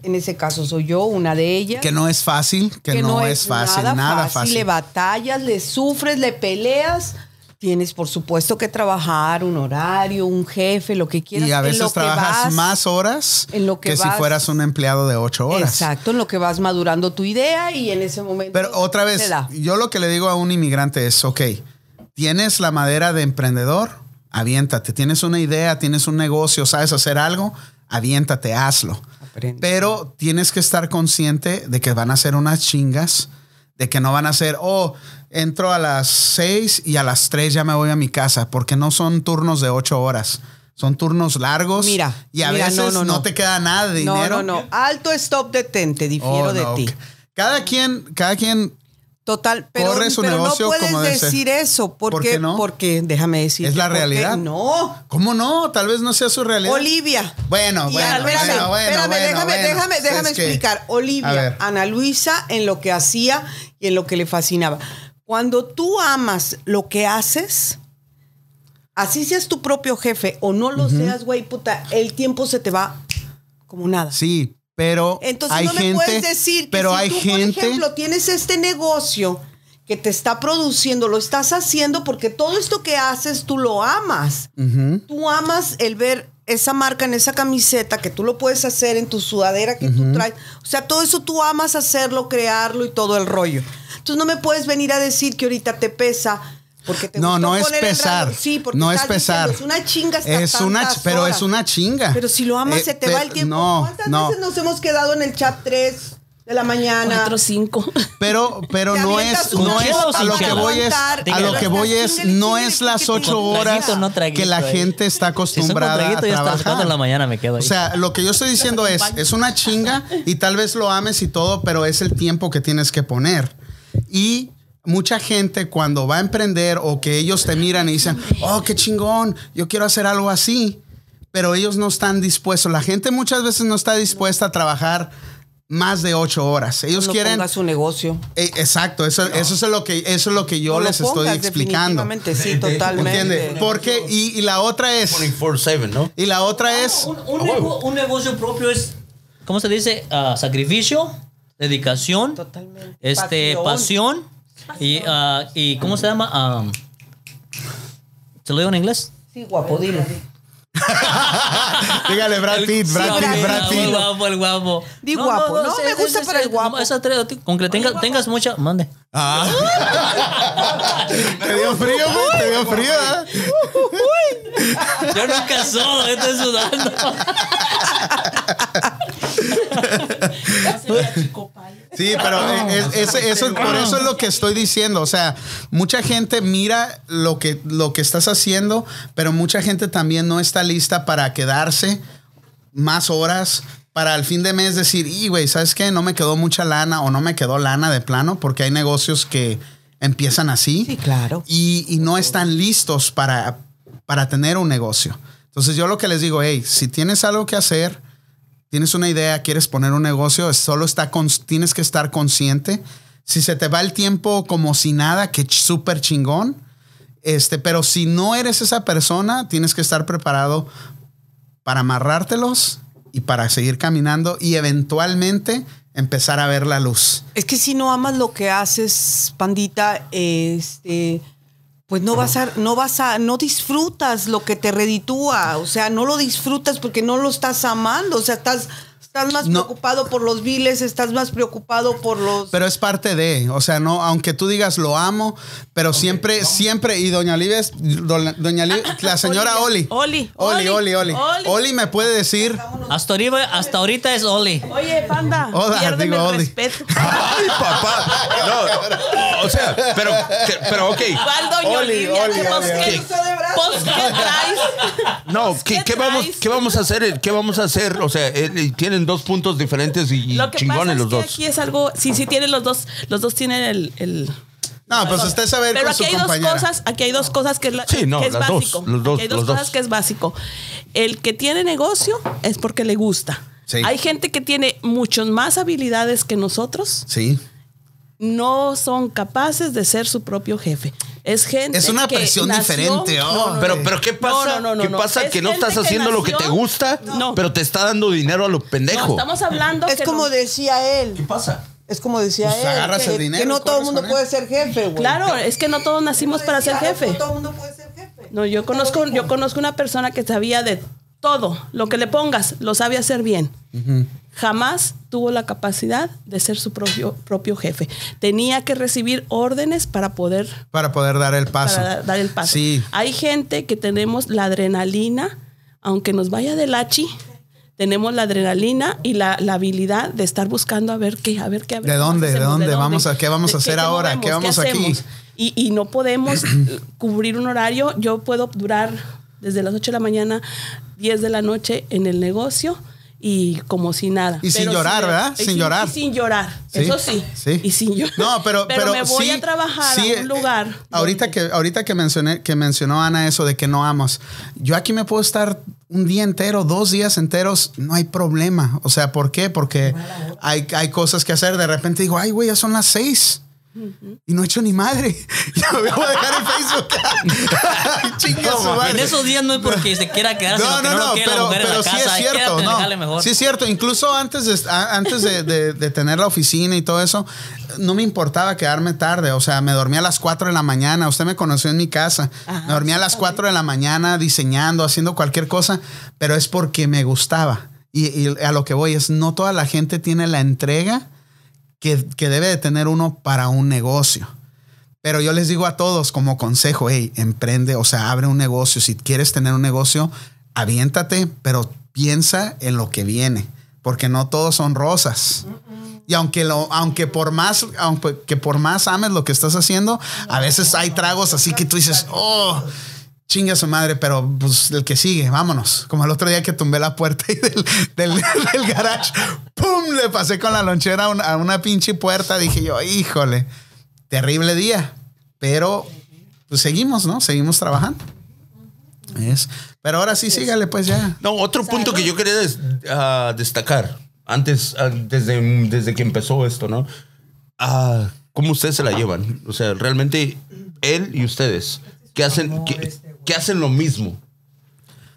[SPEAKER 6] En ese caso soy yo, una de ellas.
[SPEAKER 1] Que no es fácil, que, no, es, fácil, nada, fácil.
[SPEAKER 6] Le batallas, le sufres, le peleas. Tienes, por supuesto, que trabajar un horario, un jefe, lo que quieras.
[SPEAKER 1] Y a
[SPEAKER 6] en lo
[SPEAKER 1] veces
[SPEAKER 6] que
[SPEAKER 1] trabajas
[SPEAKER 6] vas-
[SPEAKER 1] más horas
[SPEAKER 6] en lo que
[SPEAKER 1] si
[SPEAKER 6] vas-
[SPEAKER 1] fueras un empleado de ocho horas.
[SPEAKER 6] Exacto, en lo que vas madurando tu idea y en ese momento.
[SPEAKER 1] Pero otra
[SPEAKER 6] se
[SPEAKER 1] vez,
[SPEAKER 6] da.
[SPEAKER 1] yo lo que le digo a un inmigrante es, ok, tienes la madera de emprendedor, aviéntate, tienes una idea, tienes un negocio, sabes hacer algo, aviéntate, hazlo.
[SPEAKER 6] Aprende.
[SPEAKER 1] Pero tienes que estar consciente de que van a ser unas chingas, de que no van a ser, oh, entro a las 6 y a las 3 ya me voy a mi casa, porque no son turnos de 8 horas. Son turnos largos
[SPEAKER 6] Mira,
[SPEAKER 1] y a
[SPEAKER 6] mira,
[SPEAKER 1] veces
[SPEAKER 6] no,
[SPEAKER 1] no,
[SPEAKER 6] no, no.
[SPEAKER 1] te queda nada de dinero.
[SPEAKER 6] No, no, no. Alto, stop, detente. Difiero
[SPEAKER 1] Oh,
[SPEAKER 6] de
[SPEAKER 1] no.
[SPEAKER 6] ti.
[SPEAKER 1] Cada quien, cada quien
[SPEAKER 6] Total, pero,
[SPEAKER 1] Corre su
[SPEAKER 6] pero
[SPEAKER 1] negocio
[SPEAKER 6] no puedes
[SPEAKER 1] como debe ser.
[SPEAKER 6] decir eso. ¿Por,
[SPEAKER 1] ¿Por
[SPEAKER 6] qué?
[SPEAKER 1] qué no?
[SPEAKER 6] Porque, déjame decir.
[SPEAKER 1] Es la realidad.
[SPEAKER 6] No.
[SPEAKER 1] ¿Cómo no? Tal vez no sea su realidad.
[SPEAKER 6] Olivia.
[SPEAKER 1] Bueno,
[SPEAKER 6] Y
[SPEAKER 1] bueno,
[SPEAKER 6] Ana- espérame,
[SPEAKER 1] bueno, bueno,
[SPEAKER 6] espérame,
[SPEAKER 1] bueno,
[SPEAKER 6] déjame,
[SPEAKER 1] bueno.
[SPEAKER 6] déjame,
[SPEAKER 1] Es
[SPEAKER 6] déjame
[SPEAKER 1] que-
[SPEAKER 6] explicar.
[SPEAKER 1] A
[SPEAKER 6] Olivia,
[SPEAKER 1] ver.
[SPEAKER 6] Ana Luisa, en lo que hacía y en lo que le fascinaba. Cuando tú amas lo que haces, así seas tu propio jefe o no lo seas, güey, puta, el tiempo se te va como nada.
[SPEAKER 1] Sí, pero
[SPEAKER 6] Entonces
[SPEAKER 1] hay
[SPEAKER 6] no me
[SPEAKER 1] gente,
[SPEAKER 6] puedes decir que
[SPEAKER 1] pero
[SPEAKER 6] si
[SPEAKER 1] hay
[SPEAKER 6] tú,
[SPEAKER 1] gente,
[SPEAKER 6] por ejemplo, tienes este negocio que te está produciendo, lo estás haciendo porque todo esto que haces tú lo amas.
[SPEAKER 1] Ujú.
[SPEAKER 6] Tú amas el ver esa marca en esa camiseta que tú lo puedes hacer en tu sudadera que tú traes. O sea, todo eso tú amas hacerlo, crearlo y todo el rollo. Entonces no me puedes venir a decir que ahorita te pesa porque te
[SPEAKER 1] no,
[SPEAKER 6] gustó
[SPEAKER 1] no es
[SPEAKER 6] poner el
[SPEAKER 1] pesar,
[SPEAKER 6] radio. Sí, porque
[SPEAKER 1] no es
[SPEAKER 6] estás
[SPEAKER 1] pesar,
[SPEAKER 6] diciendo, es una chinga hasta
[SPEAKER 1] es una,
[SPEAKER 6] tantas
[SPEAKER 1] ch- pero
[SPEAKER 6] horas".
[SPEAKER 1] es una chinga.
[SPEAKER 6] Pero si lo amas,
[SPEAKER 1] Eh,
[SPEAKER 6] se te
[SPEAKER 1] pe-
[SPEAKER 6] va el tiempo.
[SPEAKER 1] No,
[SPEAKER 6] ¿Cuántas
[SPEAKER 1] no,
[SPEAKER 6] veces nos hemos quedado en el chat 3 de la mañana?
[SPEAKER 5] Cuatro, cinco.
[SPEAKER 1] pero, pero
[SPEAKER 6] Te
[SPEAKER 1] no es,
[SPEAKER 6] avientas una
[SPEAKER 1] no es
[SPEAKER 3] chela o
[SPEAKER 1] a
[SPEAKER 3] sin
[SPEAKER 1] lo que
[SPEAKER 3] chela?
[SPEAKER 1] voy es,
[SPEAKER 6] Aguantar,
[SPEAKER 1] a lo que voy es,
[SPEAKER 6] chingue,
[SPEAKER 1] no
[SPEAKER 6] chingue,
[SPEAKER 1] es
[SPEAKER 6] chingue,
[SPEAKER 1] las
[SPEAKER 6] chingue,
[SPEAKER 1] ocho
[SPEAKER 6] chingue.
[SPEAKER 1] horas
[SPEAKER 3] Traguito, no
[SPEAKER 1] que la
[SPEAKER 3] traguito, eh.
[SPEAKER 1] gente está
[SPEAKER 3] Si son con
[SPEAKER 1] acostumbrada a
[SPEAKER 3] traguito, ya hasta las cuatro
[SPEAKER 1] trabajar.
[SPEAKER 3] de la mañana me quedo ahí.
[SPEAKER 1] O sea, lo que yo estoy diciendo es, es una chinga y tal vez lo ames y todo, pero es el tiempo que tienes que poner. Y mucha gente cuando va a emprender o que ellos te miran y dicen, oh, qué chingón, yo quiero hacer algo así, pero ellos no están dispuestos. La gente muchas veces no está dispuesta a trabajar más de ocho horas. Ellos
[SPEAKER 6] No
[SPEAKER 1] quieren...
[SPEAKER 6] pongas su negocio.
[SPEAKER 1] Eh, exacto, eso, eso, es lo que, eso es lo que yo
[SPEAKER 6] No lo
[SPEAKER 1] les estoy
[SPEAKER 6] pongas,
[SPEAKER 1] explicando.
[SPEAKER 6] definitivamente, sí, totalmente.
[SPEAKER 1] ¿Entiendes? Porque, y, y la otra es...
[SPEAKER 2] 24/7, ¿no?
[SPEAKER 1] Y la otra es...
[SPEAKER 3] un, un nego- un negocio propio es, ¿cómo se dice? Ah, sacrificio, dedicación,
[SPEAKER 6] Totalmente.
[SPEAKER 3] este, pasión, y, ah, y ¿cómo Ah, se llama? Am, ¿Se lo digo en inglés?
[SPEAKER 6] Sí, guapo, dilo.
[SPEAKER 1] Dígale, Brad Pitt, Brad Pitt, Brad
[SPEAKER 3] El
[SPEAKER 1] Pitt.
[SPEAKER 3] guapo, el guapo.
[SPEAKER 6] Di guapo, ¿no? Me gusta para el guapo.
[SPEAKER 3] Esa tres, con que tenga- tengas mucha. Mande.
[SPEAKER 1] Ah. Te dio frío, güey, te dio frío. ¿eh?
[SPEAKER 3] Yo nunca solo, yo estoy sudando.
[SPEAKER 1] Sí, pero e-, es- es- eso, por eso es lo que estoy diciendo. O sea, mucha gente mira lo que, lo que estás haciendo, pero mucha gente también no está lista para quedarse más horas. Para al fin de mes decir, y güey, ¿sabes qué? No me quedó mucha lana o no me quedó lana de plano, porque hay negocios que empiezan así.
[SPEAKER 6] Sí, claro.
[SPEAKER 1] y, y no están listos para, para tener un negocio. Entonces yo lo que les digo, hey, si tienes algo que hacer, tienes una idea, quieres poner un negocio, es solo está con- tienes que estar consciente. Si se te va el tiempo como si nada, que ch- súper chingón. Este, pero si no eres esa persona, tienes que estar preparado para amarrártelos y para seguir caminando y eventualmente empezar a ver la luz.
[SPEAKER 6] Es que si no amas lo que haces, pandita, este, pues no vas a, no vas a, no disfrutas lo que te reditúa. O sea, no lo disfrutas porque no lo estás amando. O sea, estás, estás más
[SPEAKER 1] No.
[SPEAKER 6] preocupado por los viles, estás más preocupado por los.
[SPEAKER 1] Pero es parte de, o sea, no, aunque tú digas lo amo, pero siempre, siempre, y doña Lives, doña Li- la señora Oli.
[SPEAKER 5] Oli,
[SPEAKER 1] Oli, Oli, Oli.
[SPEAKER 5] Oli.
[SPEAKER 1] Oli me puede decir,
[SPEAKER 3] Hasta ahorita, hasta ahorita es Oli.
[SPEAKER 5] Oye, panda,
[SPEAKER 1] Hola,
[SPEAKER 5] piérdeme
[SPEAKER 1] digo,
[SPEAKER 5] el
[SPEAKER 1] Oli. Ah.
[SPEAKER 5] respeto.
[SPEAKER 2] ¡Ay, papá! No, o sea, pero, pero ok.
[SPEAKER 5] ¿Cuál doña
[SPEAKER 1] Oli,
[SPEAKER 5] Olivia?
[SPEAKER 1] Oli,
[SPEAKER 5] ¿Qué-
[SPEAKER 1] Oli,
[SPEAKER 5] pues,
[SPEAKER 1] Oli.
[SPEAKER 5] qué- pues, ¿qué traes?
[SPEAKER 2] No, ¿qué,
[SPEAKER 5] ¿Qué
[SPEAKER 2] qué vamos,
[SPEAKER 5] traes?
[SPEAKER 2] ¿qué vamos a hacer? ¿Qué vamos a hacer? O sea, eh, eh, tienen dos puntos diferentes y, y
[SPEAKER 5] Lo que pasa
[SPEAKER 2] chingones
[SPEAKER 5] es
[SPEAKER 2] los
[SPEAKER 5] que
[SPEAKER 2] dos.
[SPEAKER 5] aquí es algo, sí, sí tienen los dos, los dos tienen el, el-
[SPEAKER 1] no, pues usted sabe
[SPEAKER 5] Pero
[SPEAKER 1] con su
[SPEAKER 5] aquí hay
[SPEAKER 1] compañera.
[SPEAKER 5] dos cosas, aquí hay dos cosas que es, la-
[SPEAKER 2] Sí, no,
[SPEAKER 5] que es
[SPEAKER 2] las dos,
[SPEAKER 5] básico.
[SPEAKER 2] los dos,
[SPEAKER 5] Aquí hay dos
[SPEAKER 2] los
[SPEAKER 5] cosas
[SPEAKER 2] dos.
[SPEAKER 5] que es básico. El que tiene negocio es porque le gusta.
[SPEAKER 1] Sí.
[SPEAKER 5] Hay gente que tiene muchas más habilidades que nosotros,
[SPEAKER 1] Sí.
[SPEAKER 5] no son capaces de ser su propio jefe. Es gente
[SPEAKER 1] Es una
[SPEAKER 5] que
[SPEAKER 1] presión
[SPEAKER 5] nació-
[SPEAKER 1] diferente, oh.
[SPEAKER 5] No, no, no.
[SPEAKER 2] Pero, pero ¿qué pasa?
[SPEAKER 5] No, no, no,
[SPEAKER 2] ¿Qué
[SPEAKER 5] no.
[SPEAKER 2] pasa
[SPEAKER 5] Es
[SPEAKER 2] que no
[SPEAKER 5] gente
[SPEAKER 2] estás haciendo lo que te
[SPEAKER 5] nació-
[SPEAKER 2] gusta,
[SPEAKER 5] No.
[SPEAKER 2] pero te está dando dinero a los pendejos?
[SPEAKER 5] No, estamos hablando
[SPEAKER 6] Es
[SPEAKER 5] que
[SPEAKER 6] como
[SPEAKER 5] no-
[SPEAKER 6] decía él.
[SPEAKER 2] pasa?
[SPEAKER 6] Es como decía
[SPEAKER 1] Pues
[SPEAKER 6] él.
[SPEAKER 1] agarras
[SPEAKER 6] que,
[SPEAKER 1] el dinero
[SPEAKER 6] que
[SPEAKER 1] y
[SPEAKER 6] no todo
[SPEAKER 1] corres
[SPEAKER 6] el mundo
[SPEAKER 1] con él.
[SPEAKER 6] puede ser jefe, güey.
[SPEAKER 5] Claro, es que no todos nacimos para ser
[SPEAKER 6] Decía,
[SPEAKER 5] jefe.
[SPEAKER 6] No todo el mundo puede ser jefe.
[SPEAKER 5] No, yo conozco, yo conozco una persona que sabía de todo, lo que le pongas, lo sabe hacer bien. Jamás tuvo la capacidad de ser su propio, propio jefe. Tenía que recibir órdenes para poder
[SPEAKER 1] Para poder dar el paso.
[SPEAKER 5] para da- dar el paso.
[SPEAKER 1] Sí.
[SPEAKER 5] Hay gente que tenemos la adrenalina, aunque nos vaya del hachi, tenemos la adrenalina y la, la habilidad de estar buscando a ver qué, a ver qué. a ver
[SPEAKER 1] ¿De
[SPEAKER 5] qué más
[SPEAKER 1] dónde? ¿De
[SPEAKER 5] hacemos,
[SPEAKER 1] dónde? Vamos a- ¿qué vamos a
[SPEAKER 5] ¿De
[SPEAKER 1] hacer ahora?
[SPEAKER 5] movemos?
[SPEAKER 1] ¿Qué vamos aquí?
[SPEAKER 5] hacemos? Y, y no podemos eh, cubrir un horario. Yo puedo durar desde las 8 de la mañana, 10 de la noche en el negocio. Y como si nada.
[SPEAKER 1] Y sin llorar,
[SPEAKER 5] me-
[SPEAKER 1] ¿verdad?
[SPEAKER 5] y
[SPEAKER 1] Sin llorar.
[SPEAKER 5] y sin llorar. Eso sí. Y sin llorar.
[SPEAKER 1] No, pero, pero,
[SPEAKER 5] me voy
[SPEAKER 1] sí,
[SPEAKER 5] a trabajar
[SPEAKER 1] sí,
[SPEAKER 5] a
[SPEAKER 1] eh,
[SPEAKER 5] un lugar.
[SPEAKER 1] Ahorita
[SPEAKER 5] donde-
[SPEAKER 1] que, ahorita que mencioné, que mencionó Ana eso de que no amas. Yo aquí me puedo estar un día entero, dos días enteros, no hay problema. O sea, ¿por qué? Porque hay, hay cosas que hacer. De repente digo, ay, güey, ya son las seis. Y no he hecho ni madre. Ya me voy a dejar en Facebook. Chinga su madre.
[SPEAKER 3] En esos días no es porque se quiera quedar,
[SPEAKER 1] No,
[SPEAKER 3] sino que
[SPEAKER 1] no,
[SPEAKER 3] lo
[SPEAKER 1] no,
[SPEAKER 3] quiere la
[SPEAKER 1] pero,
[SPEAKER 3] mujer en
[SPEAKER 1] pero
[SPEAKER 3] la
[SPEAKER 1] sí es
[SPEAKER 3] casa.
[SPEAKER 1] cierto,
[SPEAKER 3] Quédate, déjale
[SPEAKER 1] ¿no?
[SPEAKER 3] mejor.
[SPEAKER 1] Sí es cierto, incluso antes de, a- antes de, de- de tener la oficina y todo eso, no me importaba quedarme tarde, o sea, me dormía a las 4 de la mañana, usted me conoció en mi casa, me dormía a las 4 de la mañana diseñando, haciendo cualquier cosa, pero es porque me gustaba. Y, y a lo que voy es, no toda la gente tiene la entrega que, que debe de tener uno para un negocio. Pero yo les digo a todos como consejo, hey, emprende, o sea, abre un negocio. Si quieres tener un negocio, aviéntate, pero piensa en lo que viene, porque no todos son rosas. Y aunque lo, aunque por más, aunque que por más ames lo que estás haciendo, a veces hay tragos así que tú dices, oh, chinga su madre, pero pues el que sigue, vámonos. Como el otro día que tumbé la puerta y del, del, del garage, ¡pum! Le pasé con la lonchera a una, a una pinche puerta. Dije yo, híjole, terrible día. Pero pues seguimos, ¿no? Seguimos trabajando. Es. Pero ahora sí, sígale, pues ya.
[SPEAKER 2] No, otro punto que yo quería des- ah, destacar antes, ah, desde, desde que empezó esto, ¿no? Ah, ¿Cómo ustedes se la llevan? O sea, realmente él y ustedes, que hacen, que, que hacen lo mismo.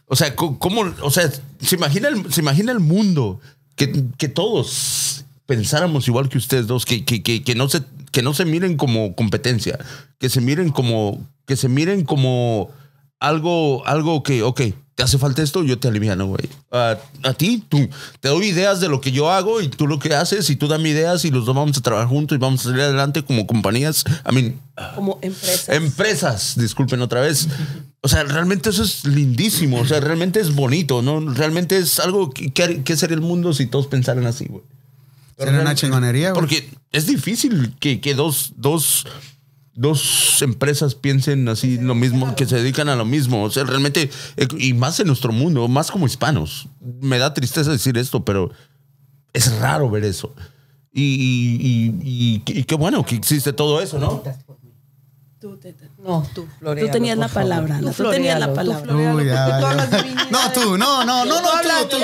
[SPEAKER 2] O sea, co- ¿cómo? O sea, ¿se imagina el, se imagina el mundo que, que todos pensáramos igual que ustedes dos, que, que, que, que no se, que no se miren como competencia, que se miren como, que se miren como algo, algo que, ok, ¿Te hace falta esto? Yo te aliviano, güey. A, a ti, tú. Te doy ideas de lo que yo hago y tú lo que haces y tú dame ideas y los dos vamos a trabajar juntos y vamos a salir adelante como compañías. I mean,
[SPEAKER 5] Como empresa.
[SPEAKER 1] Em-
[SPEAKER 2] Empresas, disculpen otra vez. O sea, realmente eso es lindísimo. O sea, realmente es bonito, ¿no? Realmente es algo que, que, que sería el mundo si todos pensaran así, güey.
[SPEAKER 1] Sería una chingonería, güey.
[SPEAKER 2] Porque es difícil que, que dos, dos, dos empresas piensen así lo mismo, que se dedican a lo mismo. O sea, realmente, eh, y más en nuestro mundo, más como hispanos. Me da tristeza decir esto, pero es raro ver eso. Y, y- y- y- y qué bueno que existe todo eso, ¿no?
[SPEAKER 5] Tú, teta.
[SPEAKER 6] No, tú, Florea.
[SPEAKER 5] Tú tenías la palabra, Ana, tú tenías la palabra.
[SPEAKER 1] Uy, ya,
[SPEAKER 6] porque tú
[SPEAKER 1] ya.
[SPEAKER 6] hablas bien.
[SPEAKER 1] No, tú, no, no, no, no, tú, tú.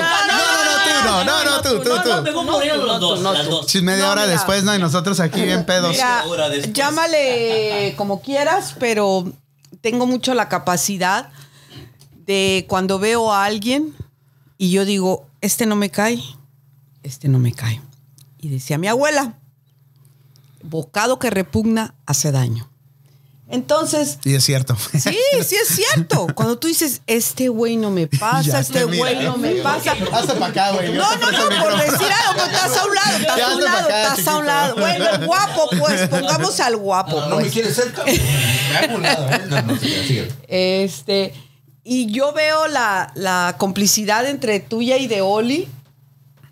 [SPEAKER 1] No, no, no, tú, no, no, no, tú, tú,
[SPEAKER 3] No,
[SPEAKER 1] tú.
[SPEAKER 3] vengo por ellos los dos,
[SPEAKER 5] no,
[SPEAKER 3] las dos.
[SPEAKER 1] Sí, media
[SPEAKER 6] No,
[SPEAKER 1] hora
[SPEAKER 6] mira.
[SPEAKER 1] después, ¿no? Y nosotros aquí bien pedos.
[SPEAKER 6] Mira,
[SPEAKER 3] Hora después.
[SPEAKER 6] llámale como quieras, pero tengo mucho la capacidad de cuando veo a alguien y yo digo, este no me cae, este no me cae. Y decía mi abuela, bocado que repugna hace daño. Entonces,
[SPEAKER 1] Y es cierto.
[SPEAKER 6] Sí, sí es cierto. Cuando tú dices, este güey no me
[SPEAKER 1] Ya
[SPEAKER 6] pasa,
[SPEAKER 1] te
[SPEAKER 6] este güey
[SPEAKER 1] mira.
[SPEAKER 6] no me pasa.
[SPEAKER 1] Hazte para acá, güey. Yo
[SPEAKER 6] No,
[SPEAKER 1] te
[SPEAKER 6] no,
[SPEAKER 1] presto el
[SPEAKER 6] no, por
[SPEAKER 1] micrófono.
[SPEAKER 6] decir algo, pero estás a un lado, estás
[SPEAKER 1] Ya
[SPEAKER 6] a un
[SPEAKER 1] hazte pa'
[SPEAKER 6] lado,
[SPEAKER 1] acá,
[SPEAKER 6] estás a
[SPEAKER 1] chiquito.
[SPEAKER 6] un lado. Bueno, el guapo, pues, pongamos al guapo.
[SPEAKER 2] No me
[SPEAKER 6] pues.
[SPEAKER 2] quieres cerca. Me hago un lado, ¿eh? No, no, sigue, sigue.
[SPEAKER 6] Este, y yo veo la, la complicidad entre tuya y de Oli.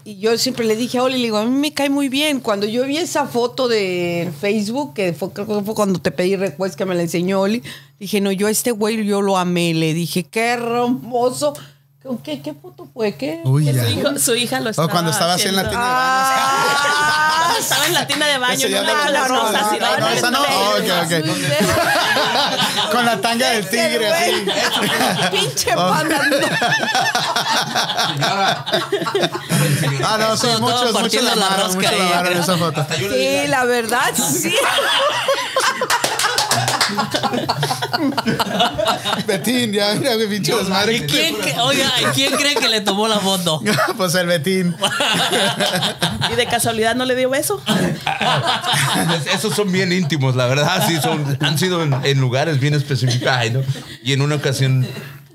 [SPEAKER 6] Y yo siempre le dije a Oli, le digo, a mí me cae muy bien. Cuando yo vi esa foto de Facebook, que fue, creo que fue cuando te pedí request que me la enseñó Oli, dije, no, yo a este güey yo lo amé. Le dije, qué hermoso. ¿Qué, qué foto fue? ¿Qué?
[SPEAKER 1] Uy,
[SPEAKER 5] Su,
[SPEAKER 1] ya.
[SPEAKER 5] hijo- su hija lo
[SPEAKER 1] O
[SPEAKER 5] estaba
[SPEAKER 1] Oh, cuando estaba así en la tienda.
[SPEAKER 6] Ah,
[SPEAKER 5] Estaba en la tienda de baño.
[SPEAKER 1] Ese ya
[SPEAKER 5] no,
[SPEAKER 1] no-
[SPEAKER 5] no, no,
[SPEAKER 1] no,
[SPEAKER 5] no,
[SPEAKER 1] no,
[SPEAKER 5] así,
[SPEAKER 1] no, no, esa no. Oh, ok, ok. Con la tanga del
[SPEAKER 6] Este
[SPEAKER 1] tigre, así.
[SPEAKER 6] güey, Pinche panda.
[SPEAKER 1] Ah, no, sí, muchos,
[SPEAKER 3] Cuando estaban
[SPEAKER 1] muchos
[SPEAKER 3] partiendo la
[SPEAKER 1] lavaron,
[SPEAKER 3] rosca
[SPEAKER 1] muchos
[SPEAKER 3] ahí,
[SPEAKER 1] lavaron
[SPEAKER 3] acá.
[SPEAKER 1] esa foto.
[SPEAKER 6] no. Sí, la verdad, sí.
[SPEAKER 1] Betín, ya, mira, qué pinche desmadre. que
[SPEAKER 3] ¿Quién cre- oiga, ¿quién cree que le tomó la foto?
[SPEAKER 1] tiene. Pues el Betín.
[SPEAKER 5] ¿Y de casualidad no le dio beso?
[SPEAKER 2] Es- Esos son bien íntimos, la verdad. Sí, son, han sido en, en lugares bien específicos. Ay, ¿no? Y en una ocasión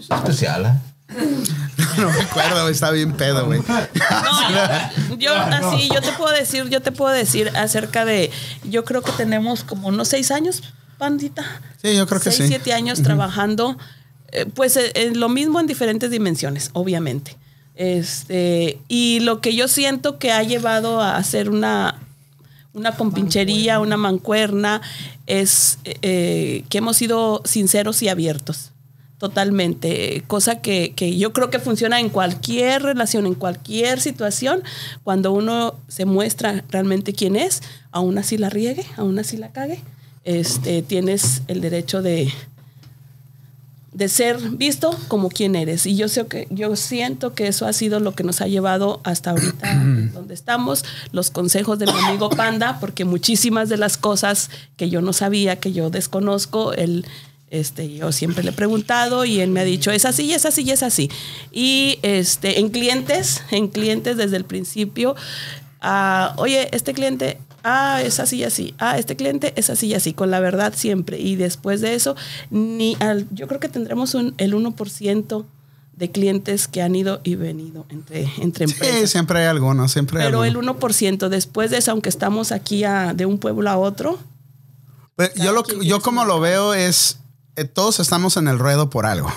[SPEAKER 2] pues, especial. ¿ah?
[SPEAKER 1] No me acuerdo, güey, está bien pedo, güey.
[SPEAKER 5] No, yo así, yo te puedo decir, yo te puedo decir acerca de, yo creo que tenemos como unos seis años, pandita.
[SPEAKER 1] Sí, yo creo que
[SPEAKER 5] Seis,
[SPEAKER 1] sí.
[SPEAKER 5] siete años trabajando, eh, pues eh, eh, lo mismo en diferentes dimensiones, obviamente. Este, y lo que yo siento que ha llevado a hacer una, una compinchería, una mancuerna, es eh, eh, que hemos sido sinceros y abiertos. Totalmente, eh, cosa que, que yo creo que funciona en cualquier relación, en cualquier situación, cuando uno se muestra realmente quién es, aún así la riegue, aún así la cague, este, tienes el derecho de, de ser visto como quien eres. Y yo, sé que, yo siento que eso ha sido lo que nos ha llevado hasta ahorita donde estamos, los consejos de mi amigo Panda, porque muchísimas de las cosas que yo no sabía, que yo desconozco, él, este, yo siempre le he preguntado y él me ha dicho, es así, y es así, y es así. Y este, en clientes, en clientes desde el principio, ah, oye, este cliente ah, es así y así, ah, este cliente es así y así, con la verdad siempre. Y después de eso, ni al, yo creo que tendremos un, el 1% de clientes que han ido y venido entre, entre
[SPEAKER 1] Sí,
[SPEAKER 5] empresas.
[SPEAKER 1] siempre hay algunos, siempre hay
[SPEAKER 5] Pero el
[SPEAKER 1] alguno.
[SPEAKER 5] 1% después de eso, aunque estamos aquí a- de un pueblo a otro,
[SPEAKER 1] Pues, yo, lo,
[SPEAKER 5] quien
[SPEAKER 1] yo
[SPEAKER 5] tiene
[SPEAKER 1] como
[SPEAKER 5] su
[SPEAKER 1] lo veo es, eh, todos estamos en el ruedo por algo.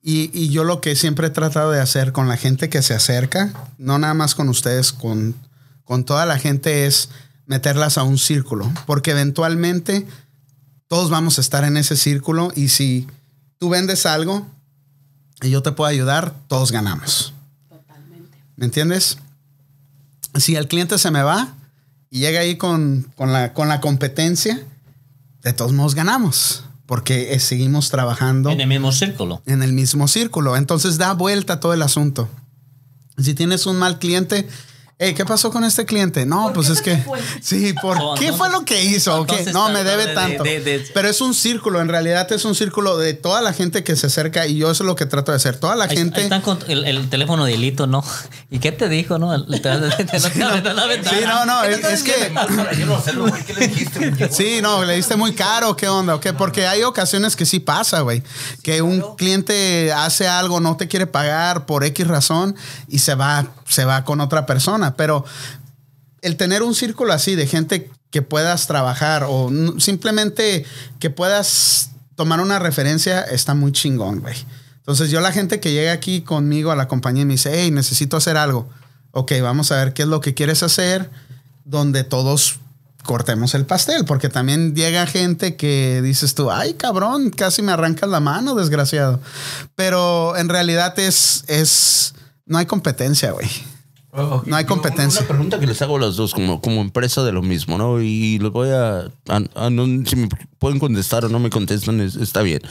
[SPEAKER 1] Y, y yo lo que siempre he tratado de hacer con la gente que se acerca, no nada más con ustedes, con, con toda la gente es meterlas a un círculo, porque eventualmente todos vamos a estar en ese círculo y si tú vendes algo y yo te puedo ayudar, todos ganamos. ¿Me entiendes? Si el cliente se me va y llega ahí con, con la, con la competencia, de todos modos ganamos, porque eh, seguimos trabajando
[SPEAKER 3] En el mismo círculo.
[SPEAKER 1] en el mismo círculo. Entonces da vuelta todo el asunto. Si tienes un mal cliente, Hey, ¿qué pasó con este cliente? No, pues es que. Sí, ¿por
[SPEAKER 3] Oh,
[SPEAKER 1] qué
[SPEAKER 3] entonces-
[SPEAKER 1] fue lo que hizo? ¿O qué?
[SPEAKER 3] entonces
[SPEAKER 1] No, me
[SPEAKER 3] trató
[SPEAKER 1] debe
[SPEAKER 3] de-
[SPEAKER 1] tanto.
[SPEAKER 3] de- de-
[SPEAKER 1] Pero es un círculo, en realidad es un círculo de toda la gente que se acerca y yo eso es lo que trato de hacer. Toda la
[SPEAKER 3] Ahí-
[SPEAKER 1] gente.
[SPEAKER 3] ahí están con el, el teléfono de Hilito, ¿no? ¿Y qué te dijo, no? El- te- te- te- te- te- te- te- la ventana.
[SPEAKER 1] Sí, no, no, es, es que.
[SPEAKER 2] Yo Ah, no sé, lo güey, ¿qué le dijiste? güey?
[SPEAKER 1] Sí, no, le diste muy caro, ¿qué onda? ¿O qué? Porque hay ocasiones que sí pasa, güey. Que un cliente hace algo, no te quiere pagar por X razón y se va, se va con otra persona. Pero el tener un círculo así de gente que puedas trabajar o n- simplemente que puedas tomar una referencia está muy chingón, güey. Entonces yo la gente que llega aquí conmigo a la compañía y me dice, hey, necesito hacer algo. Ok, vamos a ver qué es lo que quieres hacer, donde todos cortemos el pastel, porque también llega gente que dices tú, ay cabrón, casi me arrancas la mano, desgraciado. Pero en realidad es, es, no hay competencia, güey.
[SPEAKER 2] Ok,
[SPEAKER 1] No hay
[SPEAKER 2] Oh, yo
[SPEAKER 1] competencia.
[SPEAKER 2] Una pregunta que les hago a las dos como, como empresa de lo mismo, ¿no? Y les voy a, a- a- no- si me pueden contestar o no me contestan, es- está bien.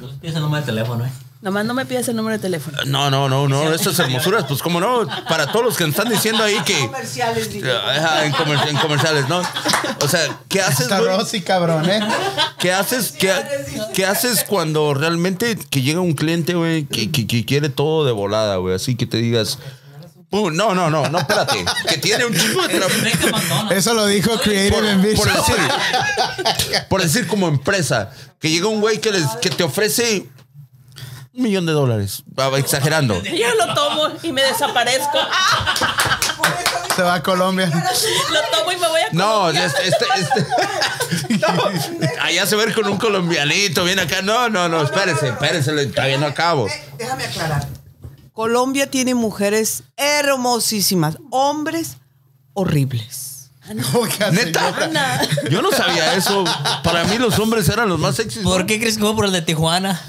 [SPEAKER 3] No piensa el número de teléfono, ¿eh?
[SPEAKER 5] Nomás no me pidas el número de teléfono.
[SPEAKER 2] No, no, no, no, estas hermosuras, pues como no, para todos los que están diciendo ahí que...
[SPEAKER 7] Comerciales, dije.
[SPEAKER 2] Ajá, en, comer- en comerciales, ¿no? O sea, ¿qué haces,
[SPEAKER 1] Está
[SPEAKER 2] güey?
[SPEAKER 1] Rosy, cabrón, ¿eh?
[SPEAKER 2] ¿Qué haces, qué, qué haces cuando realmente que llega un cliente, güey, que, que- que quiere todo de volada, güey? Así que te digas... "Uh, No, no, no, no, espérate. Que tiene un chico de trabajo.
[SPEAKER 3] Vete, McDonald's.
[SPEAKER 1] Eso lo dijo
[SPEAKER 2] por,
[SPEAKER 1] Creative Ambition.
[SPEAKER 2] por decir, por decir como empresa, que llega un güey que, les, que te ofrece un millón de dólares, Ah, exagerando.
[SPEAKER 5] Yo lo tomo y me desaparezco.
[SPEAKER 7] Por eso dije,
[SPEAKER 1] Se va a Colombia.
[SPEAKER 5] Lo tomo y me voy a...
[SPEAKER 2] No, este, este, este- No, allá se ver con un colombianito, viene acá. No, no, no, espérese, espérese, le- todavía no acabo.
[SPEAKER 7] eh, déjame aclarar.
[SPEAKER 6] Colombia tiene mujeres hermosísimas, hombres horribles.
[SPEAKER 2] Neta,
[SPEAKER 5] Ana.
[SPEAKER 2] yo no sabía eso. Para mí los hombres eran los más sexys. ¿no?
[SPEAKER 3] ¿Por qué crees que fue por el de Tijuana?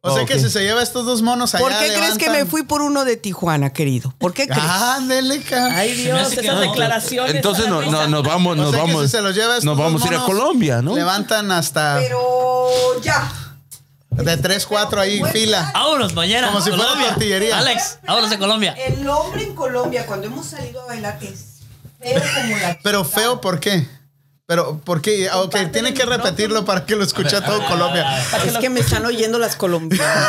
[SPEAKER 1] O sea
[SPEAKER 2] Ok.
[SPEAKER 1] que si se lleva estos dos monos allá.
[SPEAKER 6] ¿Por qué crees que me fui por uno de Tijuana, querido? ¿Por qué crees?
[SPEAKER 1] Ah. Ándele, cabrón.
[SPEAKER 5] Ay,
[SPEAKER 3] Se me
[SPEAKER 5] Dios,
[SPEAKER 3] hace que
[SPEAKER 5] esas
[SPEAKER 3] no.
[SPEAKER 5] declaraciones.
[SPEAKER 2] Entonces
[SPEAKER 5] a la
[SPEAKER 2] no,
[SPEAKER 5] risa.
[SPEAKER 2] no, nos vamos,
[SPEAKER 1] O
[SPEAKER 2] nos
[SPEAKER 1] sea que
[SPEAKER 2] vamos.
[SPEAKER 1] si se los lleva estos
[SPEAKER 2] nos
[SPEAKER 1] dos
[SPEAKER 2] vamos a ir a
[SPEAKER 1] monos,
[SPEAKER 2] Colombia, ¿no?
[SPEAKER 1] Levantan hasta
[SPEAKER 7] Pero ya.
[SPEAKER 1] de 3, 4 ahí en fila.
[SPEAKER 3] Vámonos mañana.
[SPEAKER 1] Como
[SPEAKER 3] a
[SPEAKER 1] si fuera
[SPEAKER 3] Colombia.
[SPEAKER 1] tortillería.
[SPEAKER 3] Alex, vámonos a Colombia.
[SPEAKER 7] El hombre en Colombia, cuando hemos salido a bailar, es feo como la
[SPEAKER 1] Pero feo, ¿por qué? Pero, ¿por qué? Ah, Ok, tienen que repetirlo para que lo escuche todo Colombia.
[SPEAKER 6] Es que me están oyendo las colombianas.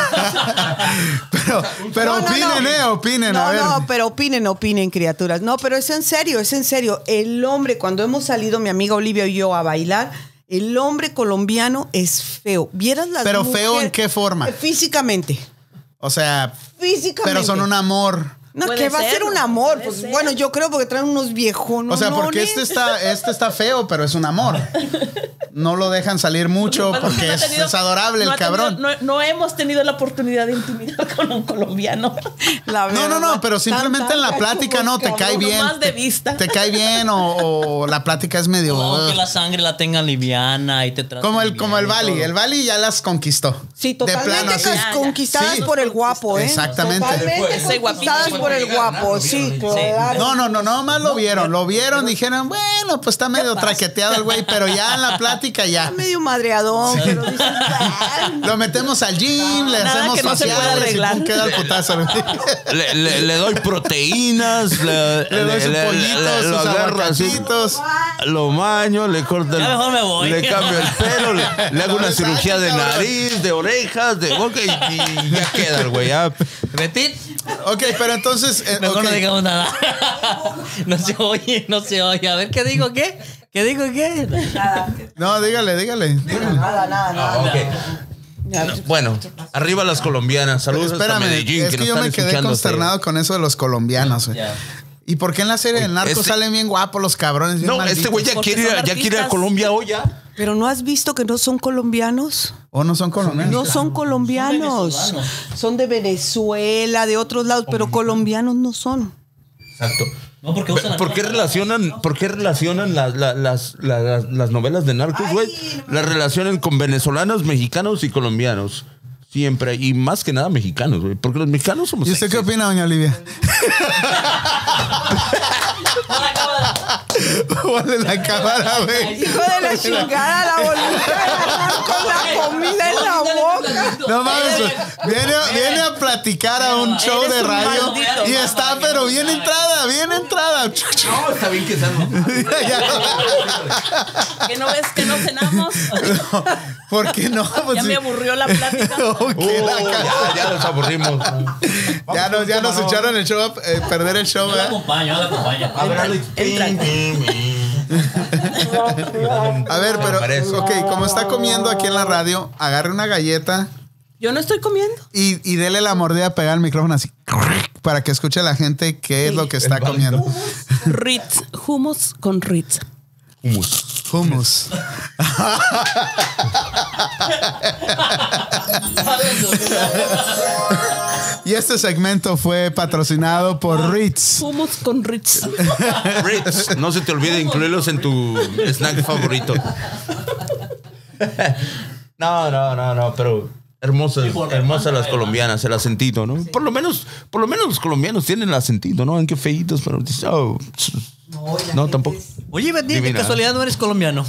[SPEAKER 1] Pero, pero
[SPEAKER 6] No, no,
[SPEAKER 1] opinen,
[SPEAKER 6] no.
[SPEAKER 1] ¿eh? Opinen,
[SPEAKER 6] No,
[SPEAKER 1] a ver.
[SPEAKER 6] no, pero opinen, opinen, criaturas. No, pero es en serio, es en serio. El hombre, cuando hemos salido mi amiga Olivia y yo a bailar, el hombre colombiano es feo. ¿Vieras las
[SPEAKER 1] Pero feo
[SPEAKER 6] mujeres-
[SPEAKER 1] en qué forma?
[SPEAKER 6] Eh, Físicamente.
[SPEAKER 1] O sea,
[SPEAKER 6] Físicamente.
[SPEAKER 1] pero son un amor.
[SPEAKER 6] No,
[SPEAKER 5] Puede
[SPEAKER 6] que va a
[SPEAKER 5] ser,
[SPEAKER 6] ser un
[SPEAKER 5] ¿no?
[SPEAKER 6] amor.
[SPEAKER 5] Puede
[SPEAKER 6] Pues
[SPEAKER 5] ser.
[SPEAKER 6] bueno, yo creo porque traen unos viejones.
[SPEAKER 1] O sea, porque este está, este está feo, pero es un amor. No lo dejan salir mucho
[SPEAKER 5] Lo que pasa
[SPEAKER 1] porque es,
[SPEAKER 5] es que no ha tenido-
[SPEAKER 1] es adorable
[SPEAKER 5] no
[SPEAKER 1] el
[SPEAKER 5] ha tenido-
[SPEAKER 1] cabrón.
[SPEAKER 5] no, no hemos tenido la oportunidad de intimidar con un colombiano.
[SPEAKER 6] La
[SPEAKER 1] No, no, no,
[SPEAKER 6] verdad,
[SPEAKER 1] pero simplemente
[SPEAKER 6] tan
[SPEAKER 1] en la
[SPEAKER 6] gacho
[SPEAKER 1] plática
[SPEAKER 6] como
[SPEAKER 1] no, te
[SPEAKER 6] cabrón.
[SPEAKER 1] cae bien.
[SPEAKER 5] Nomás de
[SPEAKER 1] te-
[SPEAKER 5] vista.
[SPEAKER 1] Te, cae bien o, o la plática es medio... eh,
[SPEAKER 3] Oh, que la sangre la tenga liviana y te trate
[SPEAKER 1] como el,
[SPEAKER 3] bien
[SPEAKER 1] como el
[SPEAKER 3] y
[SPEAKER 1] Bali,
[SPEAKER 3] todo.
[SPEAKER 1] el Bali ya las conquistó.
[SPEAKER 6] Sí,
[SPEAKER 1] De
[SPEAKER 6] totalmente
[SPEAKER 1] plano, así.
[SPEAKER 6] cas- conquistadas
[SPEAKER 1] Sí.
[SPEAKER 6] por el guapo, ¿eh?
[SPEAKER 1] Exactamente.
[SPEAKER 6] Totalmente
[SPEAKER 5] Ese guapito
[SPEAKER 6] conquistadas
[SPEAKER 5] fue
[SPEAKER 6] por el
[SPEAKER 2] porque ganaron,
[SPEAKER 6] guapo,
[SPEAKER 2] lo
[SPEAKER 6] sí,
[SPEAKER 2] vieron, sí.
[SPEAKER 6] claro.
[SPEAKER 1] No, no, no, no más lo vieron, lo vieron, dijeron, bueno, pues está medio traqueteado el güey, pero ya en la plática ya.
[SPEAKER 6] Está medio madreadón, pero dices, "Ay,
[SPEAKER 1] Lo metemos al gym, le
[SPEAKER 5] Nada
[SPEAKER 1] hacemos
[SPEAKER 5] que no se pueda
[SPEAKER 1] faciales y
[SPEAKER 5] arreglar.
[SPEAKER 1] pum, queda el putazo.
[SPEAKER 2] Le, le- le doy proteínas, le,
[SPEAKER 1] Le doy sus pollitos,
[SPEAKER 2] lo
[SPEAKER 1] sus
[SPEAKER 2] agarro así,
[SPEAKER 1] aguacatitos.
[SPEAKER 2] lo baño, le corto el,
[SPEAKER 3] Ya mejor me voy.
[SPEAKER 2] le cambio el pelo, le, le hago
[SPEAKER 1] No
[SPEAKER 2] una
[SPEAKER 1] me
[SPEAKER 2] cirugía
[SPEAKER 1] saques,
[SPEAKER 2] de
[SPEAKER 1] cabrón.
[SPEAKER 2] nariz, de orejas, de boca y, y ya queda el güey. ya.
[SPEAKER 3] Betín,
[SPEAKER 1] Ok, pero entonces... eh,
[SPEAKER 3] mejor
[SPEAKER 1] ok.
[SPEAKER 3] no digamos nada. no se oye, no se oye. A ver, ¿qué digo? ¿Qué? ¿Qué digo? ¿Qué?
[SPEAKER 1] No, dígale, dígale. dígale.
[SPEAKER 7] Nada, nada, nada.
[SPEAKER 2] Ah, ok. No, bueno, arriba las colombianas. Saludos hasta
[SPEAKER 1] Espérame,
[SPEAKER 2] Medellín.
[SPEAKER 1] es que,
[SPEAKER 2] nos
[SPEAKER 1] yo
[SPEAKER 2] están
[SPEAKER 1] me quedé
[SPEAKER 2] escuchando hasta allá.
[SPEAKER 1] consternado con eso de los colombianos, güey.
[SPEAKER 3] Ya.
[SPEAKER 1] ¿Y por qué en la serie del narco
[SPEAKER 2] este-
[SPEAKER 1] salen bien guapos los cabrones? bien
[SPEAKER 2] No,
[SPEAKER 1] malditos?
[SPEAKER 2] este güey ya
[SPEAKER 5] Porque
[SPEAKER 2] quiere, ir a-
[SPEAKER 5] son
[SPEAKER 2] ya quiere ir a
[SPEAKER 5] artistas.
[SPEAKER 2] Colombia hoy ya.
[SPEAKER 6] Pero no has visto que no son colombianos.
[SPEAKER 1] ¿O no son colombianos?
[SPEAKER 6] No son colombianos.
[SPEAKER 3] Son venezolanos.
[SPEAKER 6] Son de Venezuela, de otros lados, pero colombianos no son.
[SPEAKER 2] Exacto.
[SPEAKER 3] No, porque usan la
[SPEAKER 2] ¿Por qué
[SPEAKER 3] misma-
[SPEAKER 2] relacionan, por qué relacionan la- la- las, la- las, las novelas de narcos, güey? Las relacionan con venezolanos, mexicanos y colombianos. Siempre. Y más que nada mexicanos, güey. Porque los mexicanos somos.
[SPEAKER 1] ¿Y usted qué
[SPEAKER 2] sexys.
[SPEAKER 1] opina, doña Olivia? Ponle la cámara, güey.
[SPEAKER 6] Hijo de la chingada, la voluntad de agarrar con la comida en la boca.
[SPEAKER 1] No mames, güey. viene, viene a platicar a un show de
[SPEAKER 6] un
[SPEAKER 1] radio
[SPEAKER 6] maldito,
[SPEAKER 1] y está, pero bien entrada, bien entrada.
[SPEAKER 2] No, está bien que sean.
[SPEAKER 1] Ya, ya.
[SPEAKER 5] Que no ves que no cenamos.
[SPEAKER 1] ¿Por qué no? Pues
[SPEAKER 5] ya
[SPEAKER 1] sí.
[SPEAKER 5] me aburrió la plática.
[SPEAKER 1] Ok,
[SPEAKER 2] Oh,
[SPEAKER 1] la ca-
[SPEAKER 2] ya, ya nos aburrimos.
[SPEAKER 1] ya nos, ya nos echaron el show, a- eh, perder el show,
[SPEAKER 3] Yo la
[SPEAKER 1] ¿verdad?
[SPEAKER 3] acompaño, yo la acompaño.
[SPEAKER 5] Entra.
[SPEAKER 1] A ver,
[SPEAKER 2] Parece.
[SPEAKER 1] pero, ok, como está comiendo aquí en la radio, agarre una galleta
[SPEAKER 5] Yo no estoy comiendo.
[SPEAKER 1] y, y dele la mordida a pegar el micrófono así, para que escuche la gente qué es lo que está comiendo.
[SPEAKER 5] Ritz. Hummus con Ritz.
[SPEAKER 2] Humus.
[SPEAKER 1] Hummus. Y este segmento fue patrocinado por Ritz.
[SPEAKER 5] Hummus con Ritz.
[SPEAKER 2] Ritz, no se te olvide incluirlos en tu snack favorito. No, no, no, no, pero hermosas, hermosas las colombianas, el acentito, ¿no? Por lo menos, por lo menos los colombianos tienen el acentito, ¿no? En qué feitos, pero dices, oh,
[SPEAKER 7] No, y la
[SPEAKER 2] No,
[SPEAKER 7] gente
[SPEAKER 2] tampoco.
[SPEAKER 7] es-
[SPEAKER 3] Oye, Betín, de
[SPEAKER 2] Divina.
[SPEAKER 3] casualidad no eres colombiano.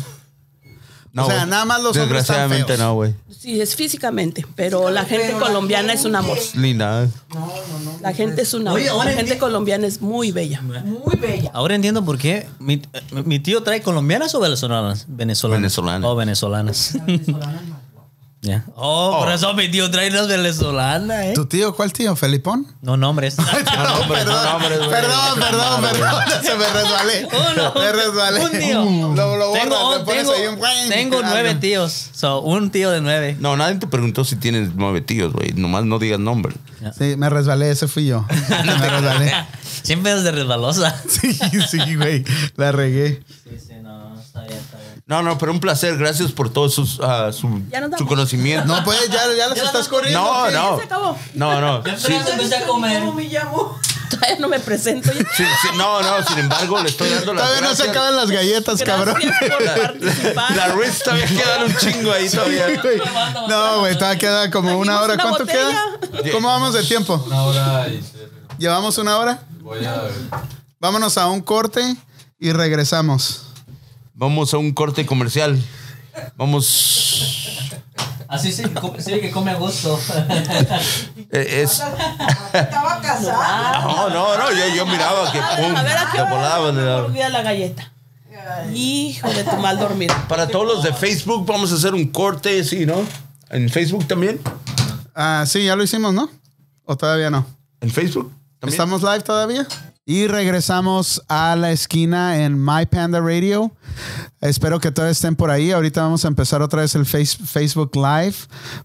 [SPEAKER 2] no,
[SPEAKER 1] O sea,
[SPEAKER 2] güey.
[SPEAKER 1] nada más los hombres están
[SPEAKER 2] Desgraciadamente
[SPEAKER 1] feos.
[SPEAKER 2] no, güey.
[SPEAKER 5] Sí, es físicamente, pero la gente
[SPEAKER 7] Pero la
[SPEAKER 5] colombiana es un amor.
[SPEAKER 2] Linda. ¿eh?
[SPEAKER 7] No, no, no.
[SPEAKER 5] La gente es un amor.
[SPEAKER 3] Oye, ahora
[SPEAKER 5] La gente
[SPEAKER 3] enti-
[SPEAKER 5] colombiana es muy bella.
[SPEAKER 7] Muy bella.
[SPEAKER 3] Ahora entiendo por qué. ¿Mi, eh, mi tío trae colombianas o venezolanas? Venezolanas.
[SPEAKER 2] Venezolanas.
[SPEAKER 3] Oh, venezolanas. Ya. Oh, por eso mi tío trae unas venezolanas, ¿eh?
[SPEAKER 1] ¿Tu tío? ¿Cuál tío? ¿Felipón?
[SPEAKER 3] No nombres.
[SPEAKER 2] No, hombre, no,
[SPEAKER 1] Perdón,
[SPEAKER 2] hombre, güey.
[SPEAKER 1] perdón, perdón, perdón, se me resbalé.
[SPEAKER 3] Uno.
[SPEAKER 1] Me resbalé.
[SPEAKER 3] Oh, Un tío.
[SPEAKER 1] Uh, Lo, lo
[SPEAKER 3] tengo
[SPEAKER 1] borras,
[SPEAKER 3] oh,
[SPEAKER 1] le pones
[SPEAKER 3] tengo-
[SPEAKER 1] ahí un buen-
[SPEAKER 3] tengo nueve
[SPEAKER 1] algo.
[SPEAKER 3] tíos. So, un tío de nueve.
[SPEAKER 2] No, nadie te preguntó si tienes nueve tíos, güey. Nomás no digas nombre.
[SPEAKER 1] Sí, me resbalé, ese fui yo. Me resbalé.
[SPEAKER 3] Siempre es de resbalosa.
[SPEAKER 1] Sí, sí, güey. La regué.
[SPEAKER 3] Sí, sí, no, está bien, está bien.
[SPEAKER 2] No, no, pero un placer. Gracias por todo sus, ah, su,
[SPEAKER 5] Ya nos vamos.
[SPEAKER 2] su conocimiento.
[SPEAKER 1] No, pues ya, ya las estás corriendo.
[SPEAKER 2] No,
[SPEAKER 1] ¿qué?
[SPEAKER 2] no.
[SPEAKER 5] se acabó.
[SPEAKER 2] No, no. Sí,
[SPEAKER 3] empecé a comer.
[SPEAKER 7] ¿Cómo me llamo?
[SPEAKER 5] Todavía no me presento. ya.
[SPEAKER 2] sí, sí, no, no. Sin embargo, le estoy dando la.
[SPEAKER 1] Todavía no se acaban las galletas, cabrón.
[SPEAKER 5] Gracias por participar.
[SPEAKER 2] La Ruiz todavía quedan un chingo ahí todavía.
[SPEAKER 1] Sí, güey. No, güey, todavía queda como una
[SPEAKER 5] Trajimos
[SPEAKER 1] hora.
[SPEAKER 5] una
[SPEAKER 1] ¿Cuánto
[SPEAKER 5] botella.
[SPEAKER 1] queda? ¿Cómo vamos de tiempo? Una hora y ¿Llevamos una hora? Vámonos a un corte y regresamos.
[SPEAKER 2] Vamos a un corte comercial. Vamos.
[SPEAKER 3] Así sí, co- sí que come a gusto.
[SPEAKER 2] eh, es.
[SPEAKER 7] Estaba casada.
[SPEAKER 2] No, no, no. Yo, yo miraba que
[SPEAKER 5] Ah, A
[SPEAKER 2] pum.
[SPEAKER 5] ver, a ver, ¿a qué
[SPEAKER 2] de volada,
[SPEAKER 5] hora
[SPEAKER 2] de
[SPEAKER 5] me
[SPEAKER 2] volada.
[SPEAKER 5] volví a la galleta? Hijo de tu mal dormida.
[SPEAKER 2] Para todos los de Facebook, vamos a hacer un corte, sí, ¿no? En Facebook también.
[SPEAKER 1] Ah, sí, ya lo hicimos, ¿no? ¿O todavía no?
[SPEAKER 2] En Facebook. ¿También?
[SPEAKER 1] ¿Estamos live todavía? Y regresamos a la esquina en My Panda Radio. Espero que todos estén por ahí. Ahorita vamos a empezar otra vez el face- Facebook Live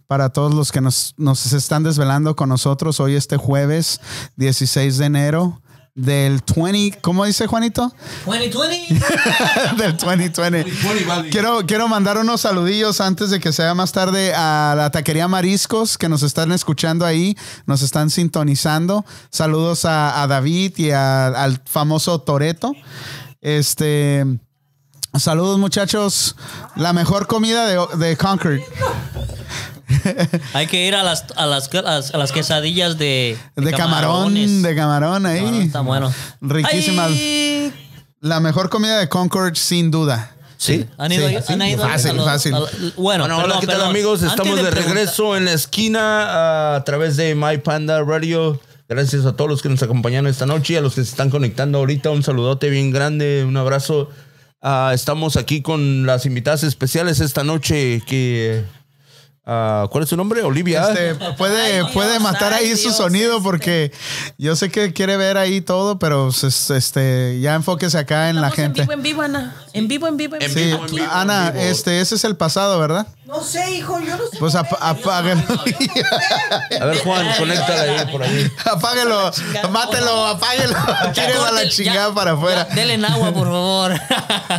[SPEAKER 1] para todos los que nos, nos están desvelando con nosotros hoy este jueves 16 de enero del 20, ¿cómo dice Juanito?
[SPEAKER 3] 2020.
[SPEAKER 1] del 2020. Quiero, quiero mandar unos saludillos antes de que sea más tarde a la taquería Mariscos que nos están escuchando ahí, nos están sintonizando. Saludos a, a David y a- al famoso Toreto. Este. Saludos muchachos, la mejor comida de, de Concord,
[SPEAKER 3] Hay que ir a las, a las, a las, a las quesadillas de,
[SPEAKER 1] de camarón,
[SPEAKER 3] camarones.
[SPEAKER 1] de camarón
[SPEAKER 3] Camarón
[SPEAKER 1] ahí,
[SPEAKER 3] está bueno.
[SPEAKER 1] riquísima.
[SPEAKER 5] Ay,
[SPEAKER 1] La mejor comida de Concord sin duda.
[SPEAKER 2] Sí.
[SPEAKER 3] ¿Han ido,
[SPEAKER 1] Sí,
[SPEAKER 3] han
[SPEAKER 1] sí,
[SPEAKER 3] ido
[SPEAKER 1] fácil,
[SPEAKER 3] a los-
[SPEAKER 1] fácil.
[SPEAKER 3] a los- bueno,
[SPEAKER 2] Bueno,
[SPEAKER 3] perdón,
[SPEAKER 2] hola, ¿qué tal
[SPEAKER 3] perdón.
[SPEAKER 2] amigos?
[SPEAKER 3] Antes
[SPEAKER 2] Estamos de,
[SPEAKER 3] preguntar-
[SPEAKER 2] regreso en la esquina a, través de My Panda Radio. Gracias a todos los que nos acompañaron esta noche y a los que se están conectando ahorita. Un saludote bien grande, un abrazo. Ah, estamos aquí con las invitadas especiales esta noche que... ah, ¿Cuál es su nombre? Olivia.
[SPEAKER 1] Este, puede,
[SPEAKER 5] Ay, Dios,
[SPEAKER 1] puede matar
[SPEAKER 5] ay,
[SPEAKER 1] ahí su
[SPEAKER 5] Dios,
[SPEAKER 1] sonido
[SPEAKER 5] este.
[SPEAKER 1] porque yo sé que quiere ver ahí todo, pero se- este, ya enfóquese acá en la
[SPEAKER 5] estamos En
[SPEAKER 1] gente.
[SPEAKER 5] vivo, en vivo, Ana. En vivo, en vivo, en
[SPEAKER 2] En
[SPEAKER 5] vivo.
[SPEAKER 1] Sí,
[SPEAKER 2] vivo, en vivo, en
[SPEAKER 1] Ana,
[SPEAKER 2] vivo.
[SPEAKER 1] este, ese es el pasado, ¿verdad?
[SPEAKER 7] No sé, hijo, yo no sé.
[SPEAKER 1] Pues
[SPEAKER 7] comer,
[SPEAKER 1] ap-
[SPEAKER 7] yo
[SPEAKER 1] apáguelo.
[SPEAKER 7] no sé comer.
[SPEAKER 2] A ver, Juan, conéctala ahí por ahí.
[SPEAKER 1] apáguelo, mátelo, apáguelo. Tírelo a la
[SPEAKER 3] Córtele,
[SPEAKER 1] chingada
[SPEAKER 3] ya,
[SPEAKER 1] para afuera.
[SPEAKER 3] ya, Denle en agua, por favor.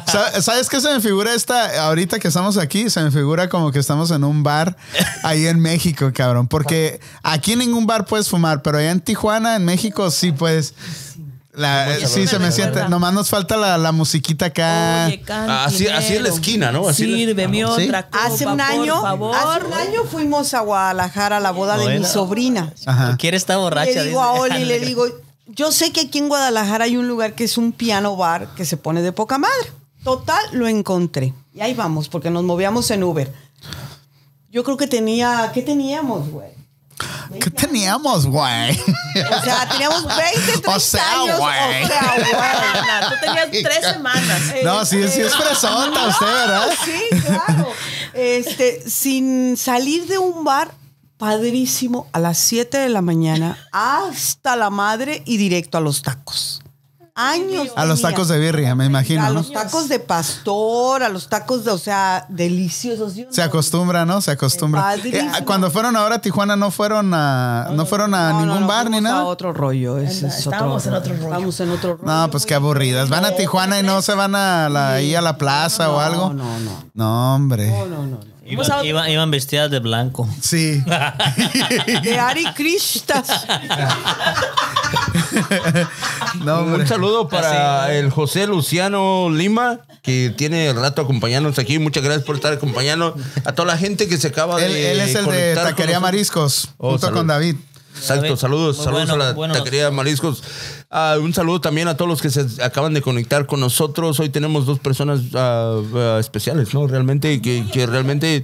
[SPEAKER 1] Sa- ¿Sabes qué se me figura esta? Ahorita que estamos aquí, se me figura como que estamos en un bar ahí en México, cabrón. Porque aquí en ningún bar puedes fumar, pero allá en Tijuana, en México, sí puedes. La-
[SPEAKER 2] Muy
[SPEAKER 1] eh, sí,
[SPEAKER 2] sabroso.
[SPEAKER 1] se me
[SPEAKER 5] Me
[SPEAKER 1] siente.
[SPEAKER 5] recuerda.
[SPEAKER 1] Nomás nos falta la, la musiquita acá.
[SPEAKER 5] Oye, cantinero,
[SPEAKER 2] así- así es la esquina, ¿no? Así es la esquina.
[SPEAKER 5] sírveme
[SPEAKER 1] ¿Sí?
[SPEAKER 5] otra copa,
[SPEAKER 6] Hace un año,
[SPEAKER 5] por favor.
[SPEAKER 6] hace un año fuimos a Guadalajara a la boda de mi
[SPEAKER 3] Bueno.
[SPEAKER 6] sobrina.
[SPEAKER 1] Ajá.
[SPEAKER 3] Quiere estar borracha.
[SPEAKER 6] Le digo
[SPEAKER 3] dice.
[SPEAKER 6] a Oli, le digo, yo sé que aquí en Guadalajara hay un lugar que es un piano bar que se pone de poca madre. Total, lo encontré. Y ahí vamos, porque nos movíamos en Uber. Yo creo que tenía, ¿qué teníamos, güey?
[SPEAKER 1] ¿Qué teníamos, güey?
[SPEAKER 6] O sea, teníamos 20, 30
[SPEAKER 1] O sea,
[SPEAKER 6] años.
[SPEAKER 1] güey.
[SPEAKER 6] O sea, güey.
[SPEAKER 5] Ana, tú tenías tres semanas. Eh,
[SPEAKER 1] No, sí, sí es fresota usted, ¿verdad?
[SPEAKER 6] Eh, Ah, Sí, claro. Este, sin salir de un bar padrísimo a las 7 de la mañana hasta la madre y directo a los tacos. Años.
[SPEAKER 1] A los
[SPEAKER 6] tenía.
[SPEAKER 1] tacos de birria, me imagino,
[SPEAKER 6] A
[SPEAKER 1] ¿no?
[SPEAKER 6] los tacos de pastor, a los tacos de, o sea, deliciosos. Yo
[SPEAKER 1] Se
[SPEAKER 6] no-
[SPEAKER 1] acostumbra, ¿no? Se acostumbra.
[SPEAKER 6] Padrísimo.
[SPEAKER 1] Eh, cuando fueron ahora a Tijuana no fueron a no fueron a
[SPEAKER 6] No, no,
[SPEAKER 1] ningún
[SPEAKER 6] no,
[SPEAKER 1] bar ni
[SPEAKER 6] fuimos
[SPEAKER 1] nada.
[SPEAKER 6] A otro rollo. ese es
[SPEAKER 5] Estábamos en otro rollo.
[SPEAKER 6] Estábamos en otro rollo.
[SPEAKER 1] No, pues qué aburridas. Van a Tijuana y no se van a la, ahí a la plaza o algo.
[SPEAKER 6] No, no, no.
[SPEAKER 1] No, hombre.
[SPEAKER 6] No, no, no.
[SPEAKER 3] Iban, iban- iban vestidas de blanco.
[SPEAKER 1] Sí.
[SPEAKER 6] De Ari Krishtas.
[SPEAKER 1] No, hombre. Ah,
[SPEAKER 2] Un saludo para el José Luciano Lima, que tiene rato acompañándonos aquí. Muchas gracias por estar acompañándonos. A toda la gente que se acaba
[SPEAKER 1] Él,
[SPEAKER 2] de.
[SPEAKER 1] él es el de
[SPEAKER 2] conectar con
[SPEAKER 1] Taquería
[SPEAKER 2] nosotros.
[SPEAKER 1] Mariscos,
[SPEAKER 2] Oh,
[SPEAKER 1] junto
[SPEAKER 2] salud.
[SPEAKER 1] con David.
[SPEAKER 2] Exacto,
[SPEAKER 3] David,
[SPEAKER 2] saludos,
[SPEAKER 3] muy
[SPEAKER 2] saludos
[SPEAKER 3] bueno,
[SPEAKER 2] a la
[SPEAKER 3] bueno.
[SPEAKER 2] taquería Mariscos. Ah, un saludo también a todos los que se acaban de conectar con nosotros. Hoy tenemos dos personas ah, ah, especiales, ¿no? Realmente, que, que realmente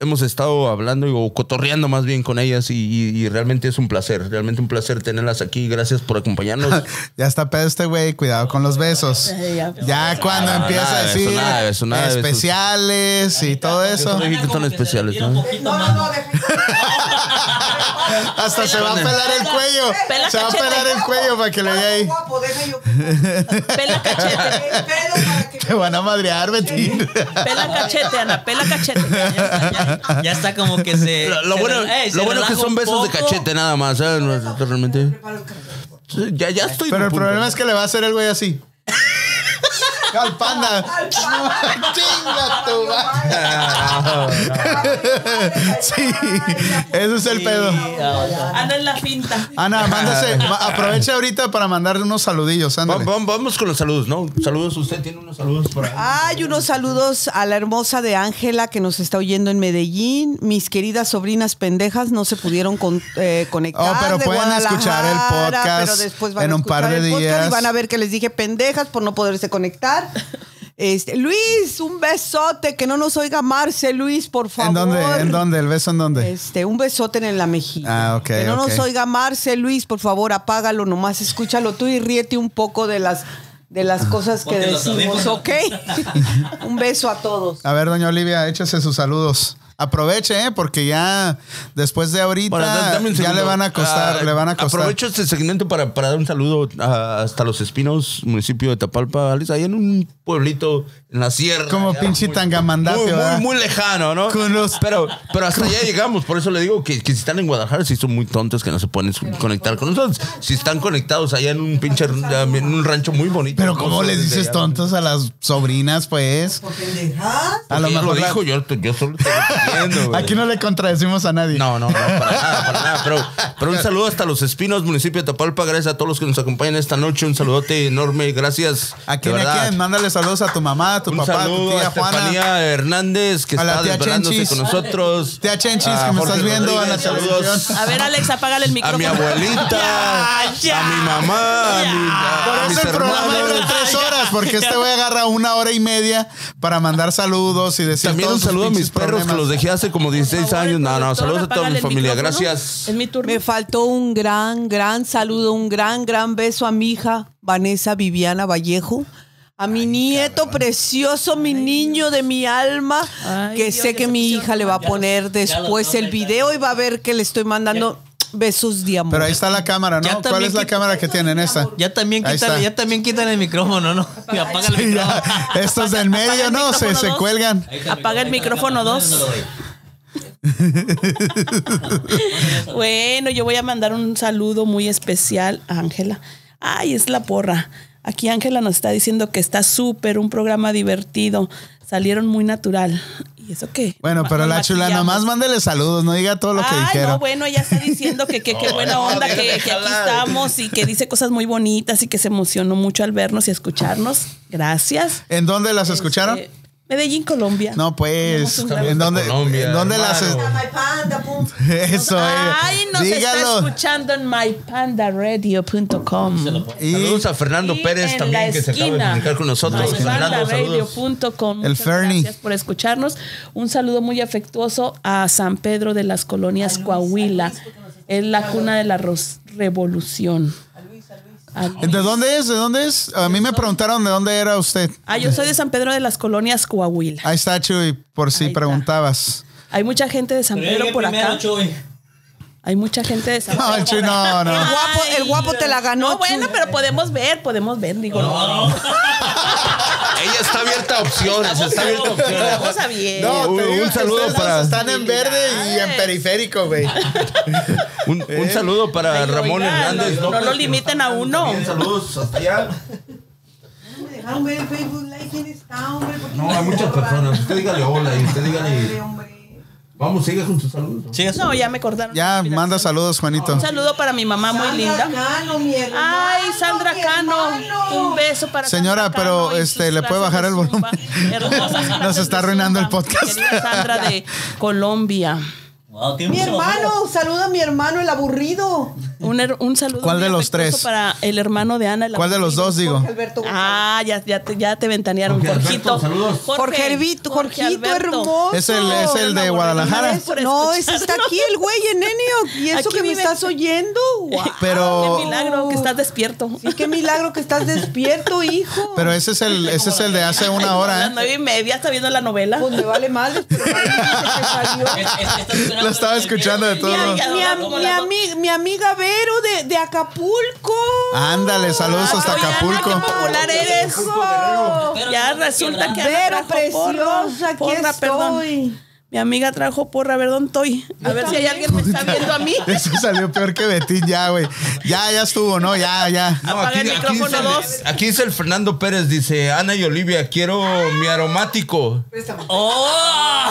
[SPEAKER 2] hemos estado hablando o cotorreando más bien con ellas y, y- y realmente es un placer, realmente un placer tenerlas aquí. Gracias por acompañarnos.
[SPEAKER 1] Ya está pedo este güey, cuidado con los besos.
[SPEAKER 5] Eh, ya.
[SPEAKER 1] Ya cuando
[SPEAKER 2] Ah,
[SPEAKER 1] empieza a
[SPEAKER 2] nada de eso,
[SPEAKER 1] decir
[SPEAKER 2] nada de eso, nada de eso.
[SPEAKER 1] especiales y todo
[SPEAKER 2] Yo
[SPEAKER 1] eso,
[SPEAKER 2] te dije que son especiales, ¿no?
[SPEAKER 7] No, no, no, deja.
[SPEAKER 1] hasta se va a pelar el cuello.
[SPEAKER 5] Pela
[SPEAKER 1] Se va a
[SPEAKER 5] cachete.
[SPEAKER 1] pelar el cuello para que le dé ahí.
[SPEAKER 7] Guapo, deja yo. El
[SPEAKER 5] Pela cachete.
[SPEAKER 7] pelo para que.
[SPEAKER 1] Te van a madrear, Betty.
[SPEAKER 5] Pela cachete, Ana. Pela cachete.
[SPEAKER 3] Ya está como que se.
[SPEAKER 2] Lo, lo
[SPEAKER 3] Eh, se
[SPEAKER 2] bueno,
[SPEAKER 3] rela- ey, se
[SPEAKER 2] lo bueno es que
[SPEAKER 3] relaja
[SPEAKER 2] son
[SPEAKER 3] un
[SPEAKER 2] besos de
[SPEAKER 3] poco.
[SPEAKER 2] cachete nada más, ¿sabes? No, esto realmente.
[SPEAKER 7] Preparo el café.
[SPEAKER 2] Ya, ya estoy.
[SPEAKER 1] Pero el
[SPEAKER 2] punto.
[SPEAKER 1] problema es que le va a hacer el güey así. Al panda. Chinga tu madre. Sí, ese es el pedo.
[SPEAKER 5] Ana en la finta.
[SPEAKER 1] Ana, mándase. ma- Aprovecha ahorita para mandarle unos saludillos.
[SPEAKER 2] Va-
[SPEAKER 1] ándale.
[SPEAKER 2] va- vamos con los saludos, ¿no? Saludos, usted tiene unos saludos por ahí.
[SPEAKER 6] Hay unos saludos a la hermosa de Ángela que nos está oyendo en Medellín. Mis queridas sobrinas pendejas no se pudieron con- eh, conectar.
[SPEAKER 1] Oh, pero
[SPEAKER 6] de
[SPEAKER 1] pueden
[SPEAKER 6] Guadalajara,
[SPEAKER 1] escuchar el podcast
[SPEAKER 6] pero después van
[SPEAKER 1] en
[SPEAKER 6] a
[SPEAKER 1] un par
[SPEAKER 6] escuchar
[SPEAKER 1] de
[SPEAKER 6] el podcast
[SPEAKER 1] días.
[SPEAKER 6] Y van a ver que les dije pendejas por no poderse conectar. Este, Luis, un besote, que no nos oiga Marce, Luis, por favor.
[SPEAKER 1] ¿En dónde? ¿En dónde? ¿El beso en dónde?
[SPEAKER 6] Este, un besote en la mejilla.
[SPEAKER 1] Ah, ok,
[SPEAKER 6] Que no
[SPEAKER 1] ok.
[SPEAKER 6] nos oiga Marce, Luis, por favor, apágalo nomás, escúchalo tú y ríete un poco de las de las cosas que
[SPEAKER 3] Ponte los
[SPEAKER 6] decimos,
[SPEAKER 3] audífonos.
[SPEAKER 6] ¿ok? un beso a todos.
[SPEAKER 1] A ver, doña Olivia, échese sus saludos. Aproveche, ¿eh? porque ya después de ahorita
[SPEAKER 2] Bueno, da- dame un
[SPEAKER 1] ya
[SPEAKER 2] segundo.
[SPEAKER 1] le van a costar,
[SPEAKER 2] Ah,
[SPEAKER 1] le van a costar.
[SPEAKER 2] Aprovecho este segmento para, para dar un saludo a- hasta Los Espinos, municipio de Tapalpa, Alice, ahí en un pueblito en la sierra.
[SPEAKER 1] Como
[SPEAKER 2] allá,
[SPEAKER 1] pinche
[SPEAKER 2] muy-
[SPEAKER 1] tangamandapio,
[SPEAKER 2] Muy, muy,
[SPEAKER 1] ¿verdad?
[SPEAKER 2] muy lejano, ¿no?
[SPEAKER 1] Con los-
[SPEAKER 2] Pero, pero hasta allá llegamos, por eso le digo que, que si están en Guadalajara, si son muy tontos que no se pueden su- conectar con nosotros. Si están conectados allá en un pinche en un rancho muy bonito.
[SPEAKER 1] Pero ¿cómo
[SPEAKER 2] hermoso,
[SPEAKER 1] les
[SPEAKER 2] desde
[SPEAKER 1] dices
[SPEAKER 2] allá.
[SPEAKER 1] tontos a las sobrinas, pues?
[SPEAKER 7] Por pendejadas.
[SPEAKER 1] A
[SPEAKER 2] Porque
[SPEAKER 1] lo
[SPEAKER 2] ella
[SPEAKER 1] mejor la-
[SPEAKER 2] Pues dijo, yo, yo solo estoy repitiendo, güey.
[SPEAKER 1] Aquí no le contradecimos a nadie.
[SPEAKER 2] No, no, no, para nada, para nada. Pero, pero un saludo hasta los Espinos, municipio de Tapalpa. Gracias a todos los que nos acompañan esta noche. Un saludote enorme. Gracias.
[SPEAKER 1] ¿A
[SPEAKER 2] de
[SPEAKER 1] quién, a
[SPEAKER 2] verdad.
[SPEAKER 1] quién? Mándale saludos a tu mamá, a tu
[SPEAKER 2] Un
[SPEAKER 1] papá, a tu
[SPEAKER 2] saludo a,
[SPEAKER 1] tía Juana.
[SPEAKER 2] Estefanía Hernández, que
[SPEAKER 1] A la
[SPEAKER 2] está
[SPEAKER 1] tía
[SPEAKER 2] desvelándose
[SPEAKER 1] Chenchis.
[SPEAKER 2] con nosotros.
[SPEAKER 1] Tía Chenchis,
[SPEAKER 2] A
[SPEAKER 1] que me
[SPEAKER 2] Jorge
[SPEAKER 1] estás viendo a la
[SPEAKER 2] Rodríguez,
[SPEAKER 1] televisión.
[SPEAKER 2] saludos.
[SPEAKER 5] A ver, Alex, apágale el
[SPEAKER 2] A
[SPEAKER 5] micrófono.
[SPEAKER 2] mi abuelita,
[SPEAKER 5] Ya, ya.
[SPEAKER 2] a mi mamá, a, mi, a
[SPEAKER 1] Por
[SPEAKER 2] mis
[SPEAKER 1] eso el programa
[SPEAKER 2] hermanos.
[SPEAKER 1] dura tres horas, porque este güey agarra una hora y media para mandar saludos y decir
[SPEAKER 2] También un
[SPEAKER 1] todos sus
[SPEAKER 2] saludo a mis
[SPEAKER 1] pinches
[SPEAKER 2] perros que
[SPEAKER 1] problemas.
[SPEAKER 2] los dejé hace como 16 años. No, no,
[SPEAKER 5] Productor,
[SPEAKER 2] saludos a toda
[SPEAKER 5] apágale
[SPEAKER 2] mi
[SPEAKER 5] el
[SPEAKER 2] familia.
[SPEAKER 5] micrófono.
[SPEAKER 2] Gracias.
[SPEAKER 5] Es mi turno.
[SPEAKER 6] Me faltó un gran, gran saludo, un gran, gran beso a mi hija Vanessa Viviana Vallejo. A mi nieto precioso, mi niño de mi alma,
[SPEAKER 5] Ay,
[SPEAKER 6] que
[SPEAKER 5] Dios,
[SPEAKER 6] sé
[SPEAKER 5] ya
[SPEAKER 6] que
[SPEAKER 5] se
[SPEAKER 6] mi
[SPEAKER 5] pusieron
[SPEAKER 6] hija le va a
[SPEAKER 3] mal. Ya
[SPEAKER 6] poner
[SPEAKER 3] los- ya los
[SPEAKER 6] después
[SPEAKER 3] dos ahí
[SPEAKER 6] el
[SPEAKER 3] están.
[SPEAKER 6] video y va a ver que le estoy mandando besos de amor.
[SPEAKER 1] Pero ahí está la cámara,
[SPEAKER 3] Ya
[SPEAKER 1] ¿no? ¿Cuál
[SPEAKER 3] también
[SPEAKER 1] es la
[SPEAKER 3] quit-
[SPEAKER 1] cámara que tienen esta?
[SPEAKER 3] Ya también,
[SPEAKER 1] Ahí
[SPEAKER 3] quitan,
[SPEAKER 1] está.
[SPEAKER 3] ya también quitan el micrófono, ¿no? Y apaga el
[SPEAKER 1] Sí,
[SPEAKER 3] micrófono.
[SPEAKER 1] ya. Estos Pues del medio,
[SPEAKER 5] el
[SPEAKER 1] ¿no? Se,
[SPEAKER 5] micrófono
[SPEAKER 1] se
[SPEAKER 5] dos.
[SPEAKER 1] cuelgan.
[SPEAKER 5] Apaga el micrófono dos. Bueno, yo voy a mandar un saludo muy especial a Ángela. Ay, es la porra. Aquí Ángela nos está diciendo que está súper, un programa divertido. Salieron muy natural. Y ¿Y eso qué?
[SPEAKER 1] Bueno, pero la chula, nomás mándele saludos, no diga todo lo que
[SPEAKER 5] ah,
[SPEAKER 1] dijeron.
[SPEAKER 5] no, bueno, ella está diciendo que, que, que buena onda, que, que aquí estamos y que dice cosas muy bonitas y que se emocionó mucho al vernos y escucharnos. Gracias.
[SPEAKER 1] ¿En dónde las escucharon?
[SPEAKER 5] Este, Medellín, Colombia.
[SPEAKER 1] No, pues,
[SPEAKER 5] Tenemos un gran-
[SPEAKER 1] ¿en dónde,
[SPEAKER 2] Colombia,
[SPEAKER 1] ¿en dónde las
[SPEAKER 2] hermano.
[SPEAKER 1] es-
[SPEAKER 7] My panda, pum.
[SPEAKER 1] Eso, eh.
[SPEAKER 5] Ay, nos
[SPEAKER 1] Dígalo.
[SPEAKER 5] está escuchando en mypandaradio.com.
[SPEAKER 1] Y
[SPEAKER 2] Saludos a Fernando
[SPEAKER 5] Y
[SPEAKER 2] Pérez
[SPEAKER 5] en
[SPEAKER 2] también,
[SPEAKER 5] la
[SPEAKER 2] que se acaba de
[SPEAKER 5] esquina.
[SPEAKER 2] comunicar con nosotros. Fernando, saludos.
[SPEAKER 5] Bandaradio.com.
[SPEAKER 1] El
[SPEAKER 5] Muchas
[SPEAKER 1] Fernie.
[SPEAKER 5] Gracias por escucharnos. Un saludo muy afectuoso a San Pedro de las Colonias Coahuila. es la cuna de la ros- revolución. A Luis.
[SPEAKER 1] ¿De dónde es? ¿De dónde es? A mí me preguntaron de dónde era usted.
[SPEAKER 5] Ah, yo soy de San Pedro de las Colonias Coahuila.
[SPEAKER 1] Ahí está, Chuy, por si
[SPEAKER 5] Ahí está.
[SPEAKER 1] preguntabas.
[SPEAKER 5] Hay mucha gente de San Pedro por acá. Hay mucha gente de San
[SPEAKER 1] No, el
[SPEAKER 5] Pedro.
[SPEAKER 1] Chuy, no,
[SPEAKER 6] El
[SPEAKER 1] no.
[SPEAKER 6] guapo, el guapo te la ganó.
[SPEAKER 5] No, bueno,
[SPEAKER 6] Chuy.
[SPEAKER 5] pero podemos ver, podemos ver, digo. No, no,
[SPEAKER 2] Ella está abierta a opciones, está abierta a opciones.
[SPEAKER 5] Vamos a
[SPEAKER 6] Eh,
[SPEAKER 5] bien.
[SPEAKER 1] No, te
[SPEAKER 2] Un-
[SPEAKER 1] digo
[SPEAKER 2] un
[SPEAKER 1] que
[SPEAKER 2] saludo
[SPEAKER 1] ustedes
[SPEAKER 2] para-
[SPEAKER 1] Están en verde y en periférico, güey.
[SPEAKER 2] Un, un
[SPEAKER 1] Eh.
[SPEAKER 2] saludo para
[SPEAKER 5] Digo,
[SPEAKER 2] Ramón
[SPEAKER 5] oiga,
[SPEAKER 2] Hernández.
[SPEAKER 5] no- no
[SPEAKER 2] López,
[SPEAKER 5] lo
[SPEAKER 2] que
[SPEAKER 5] limiten
[SPEAKER 2] nos
[SPEAKER 5] a
[SPEAKER 2] está
[SPEAKER 5] uno.
[SPEAKER 2] también. Saludos hasta allá.
[SPEAKER 7] Me dejaron ver el Facebook Live. ¿Quién está, hombre? ¿Por qué
[SPEAKER 2] No, hay
[SPEAKER 7] me
[SPEAKER 2] muchas
[SPEAKER 7] borran?
[SPEAKER 2] personas. Usted dígale hola y usted
[SPEAKER 7] Dale,
[SPEAKER 2] dígale.
[SPEAKER 7] hombre.
[SPEAKER 2] Vamos, sigue con sus saludos.
[SPEAKER 3] Sí,
[SPEAKER 5] No, ya me acordaron.
[SPEAKER 1] Ya, manda saludos, Juanito.
[SPEAKER 5] Un saludo para mi mamá muy
[SPEAKER 7] Sandra
[SPEAKER 5] linda.
[SPEAKER 7] Cano, mi hermano,
[SPEAKER 5] Ay, Sandra
[SPEAKER 7] mi
[SPEAKER 5] Cano,
[SPEAKER 7] hermano.
[SPEAKER 5] un beso para
[SPEAKER 1] Señora,
[SPEAKER 5] Sandra
[SPEAKER 1] pero,
[SPEAKER 5] Cano y
[SPEAKER 1] este,
[SPEAKER 5] sus
[SPEAKER 1] ¿le puede
[SPEAKER 5] clases
[SPEAKER 1] bajar
[SPEAKER 5] de
[SPEAKER 1] el volumen?
[SPEAKER 5] zumba. Hermosas
[SPEAKER 1] Nos
[SPEAKER 5] clases
[SPEAKER 1] está
[SPEAKER 5] de
[SPEAKER 1] arruinando el
[SPEAKER 5] zumba.
[SPEAKER 1] podcast.
[SPEAKER 5] Querida Sandra de Colombia.
[SPEAKER 3] Wow, tiene
[SPEAKER 7] Mi
[SPEAKER 3] mucho
[SPEAKER 7] hermano, saluda a mi hermano, el aburrido.
[SPEAKER 5] Un, her- un saludo.
[SPEAKER 1] ¿Cuál
[SPEAKER 5] muy
[SPEAKER 1] de los
[SPEAKER 5] afectuoso
[SPEAKER 1] tres?
[SPEAKER 5] Para el hermano de Ana. el
[SPEAKER 1] ¿Cuál de los
[SPEAKER 5] apellido.
[SPEAKER 1] dos, digo?
[SPEAKER 7] Jorge Alberto González.
[SPEAKER 5] Ah, ya, ya, te, ya te ventanearon,
[SPEAKER 2] Jorge
[SPEAKER 5] Jorgito.
[SPEAKER 2] Alberto, saludos.
[SPEAKER 5] Jorge,
[SPEAKER 6] Jorge, Alberto,
[SPEAKER 5] Jorge
[SPEAKER 6] Jorgito
[SPEAKER 5] Alberto.
[SPEAKER 6] hermoso.
[SPEAKER 1] Es el- es el de Guadalajara.
[SPEAKER 5] Gracias por
[SPEAKER 6] No, ese
[SPEAKER 5] escucharnos.
[SPEAKER 6] está aquí el güey, Enenio. Y eso
[SPEAKER 5] Aquí
[SPEAKER 6] que me
[SPEAKER 5] vive.
[SPEAKER 6] estás oyendo. Guau.
[SPEAKER 5] Qué
[SPEAKER 1] Pero,
[SPEAKER 5] milagro que estás despierto.
[SPEAKER 6] Sí, qué milagro que estás despierto, hijo.
[SPEAKER 1] pero ese es el, ese es el de hace una
[SPEAKER 5] A
[SPEAKER 1] hora,
[SPEAKER 5] las
[SPEAKER 1] ¿eh?
[SPEAKER 5] nueve y media está viendo la novela.
[SPEAKER 6] Pues me vale mal. pero ahí dice que salió.
[SPEAKER 1] Lo estaba escuchando de
[SPEAKER 6] Mi,
[SPEAKER 1] todo.
[SPEAKER 6] am- mi am- mi ami- mi amiga Vero de, de Acapulco.
[SPEAKER 1] Ándale, saludos hasta
[SPEAKER 5] Ay, Ana,
[SPEAKER 1] Acapulco.
[SPEAKER 5] qué popular eres.
[SPEAKER 6] Eso.
[SPEAKER 5] Ya resulta que
[SPEAKER 6] Vero,
[SPEAKER 5] Ana trajo porra.
[SPEAKER 6] preciosa, aquí
[SPEAKER 5] Porra,
[SPEAKER 6] estoy.
[SPEAKER 5] Mi amiga trajo porra, a ver dónde estoy. A ver si hay alguien me está viendo a mí.
[SPEAKER 1] Eso salió peor que Betín, ya, güey. Ya, ya estuvo, ¿no? Ya, ya.
[SPEAKER 2] No,
[SPEAKER 5] Apaga el micrófono
[SPEAKER 2] dice,
[SPEAKER 5] dos.
[SPEAKER 2] aquí dice el Fernando Pérez, dice Ana y Olivia, quiero mi aromático.
[SPEAKER 7] Préstame.
[SPEAKER 3] ¡Oh!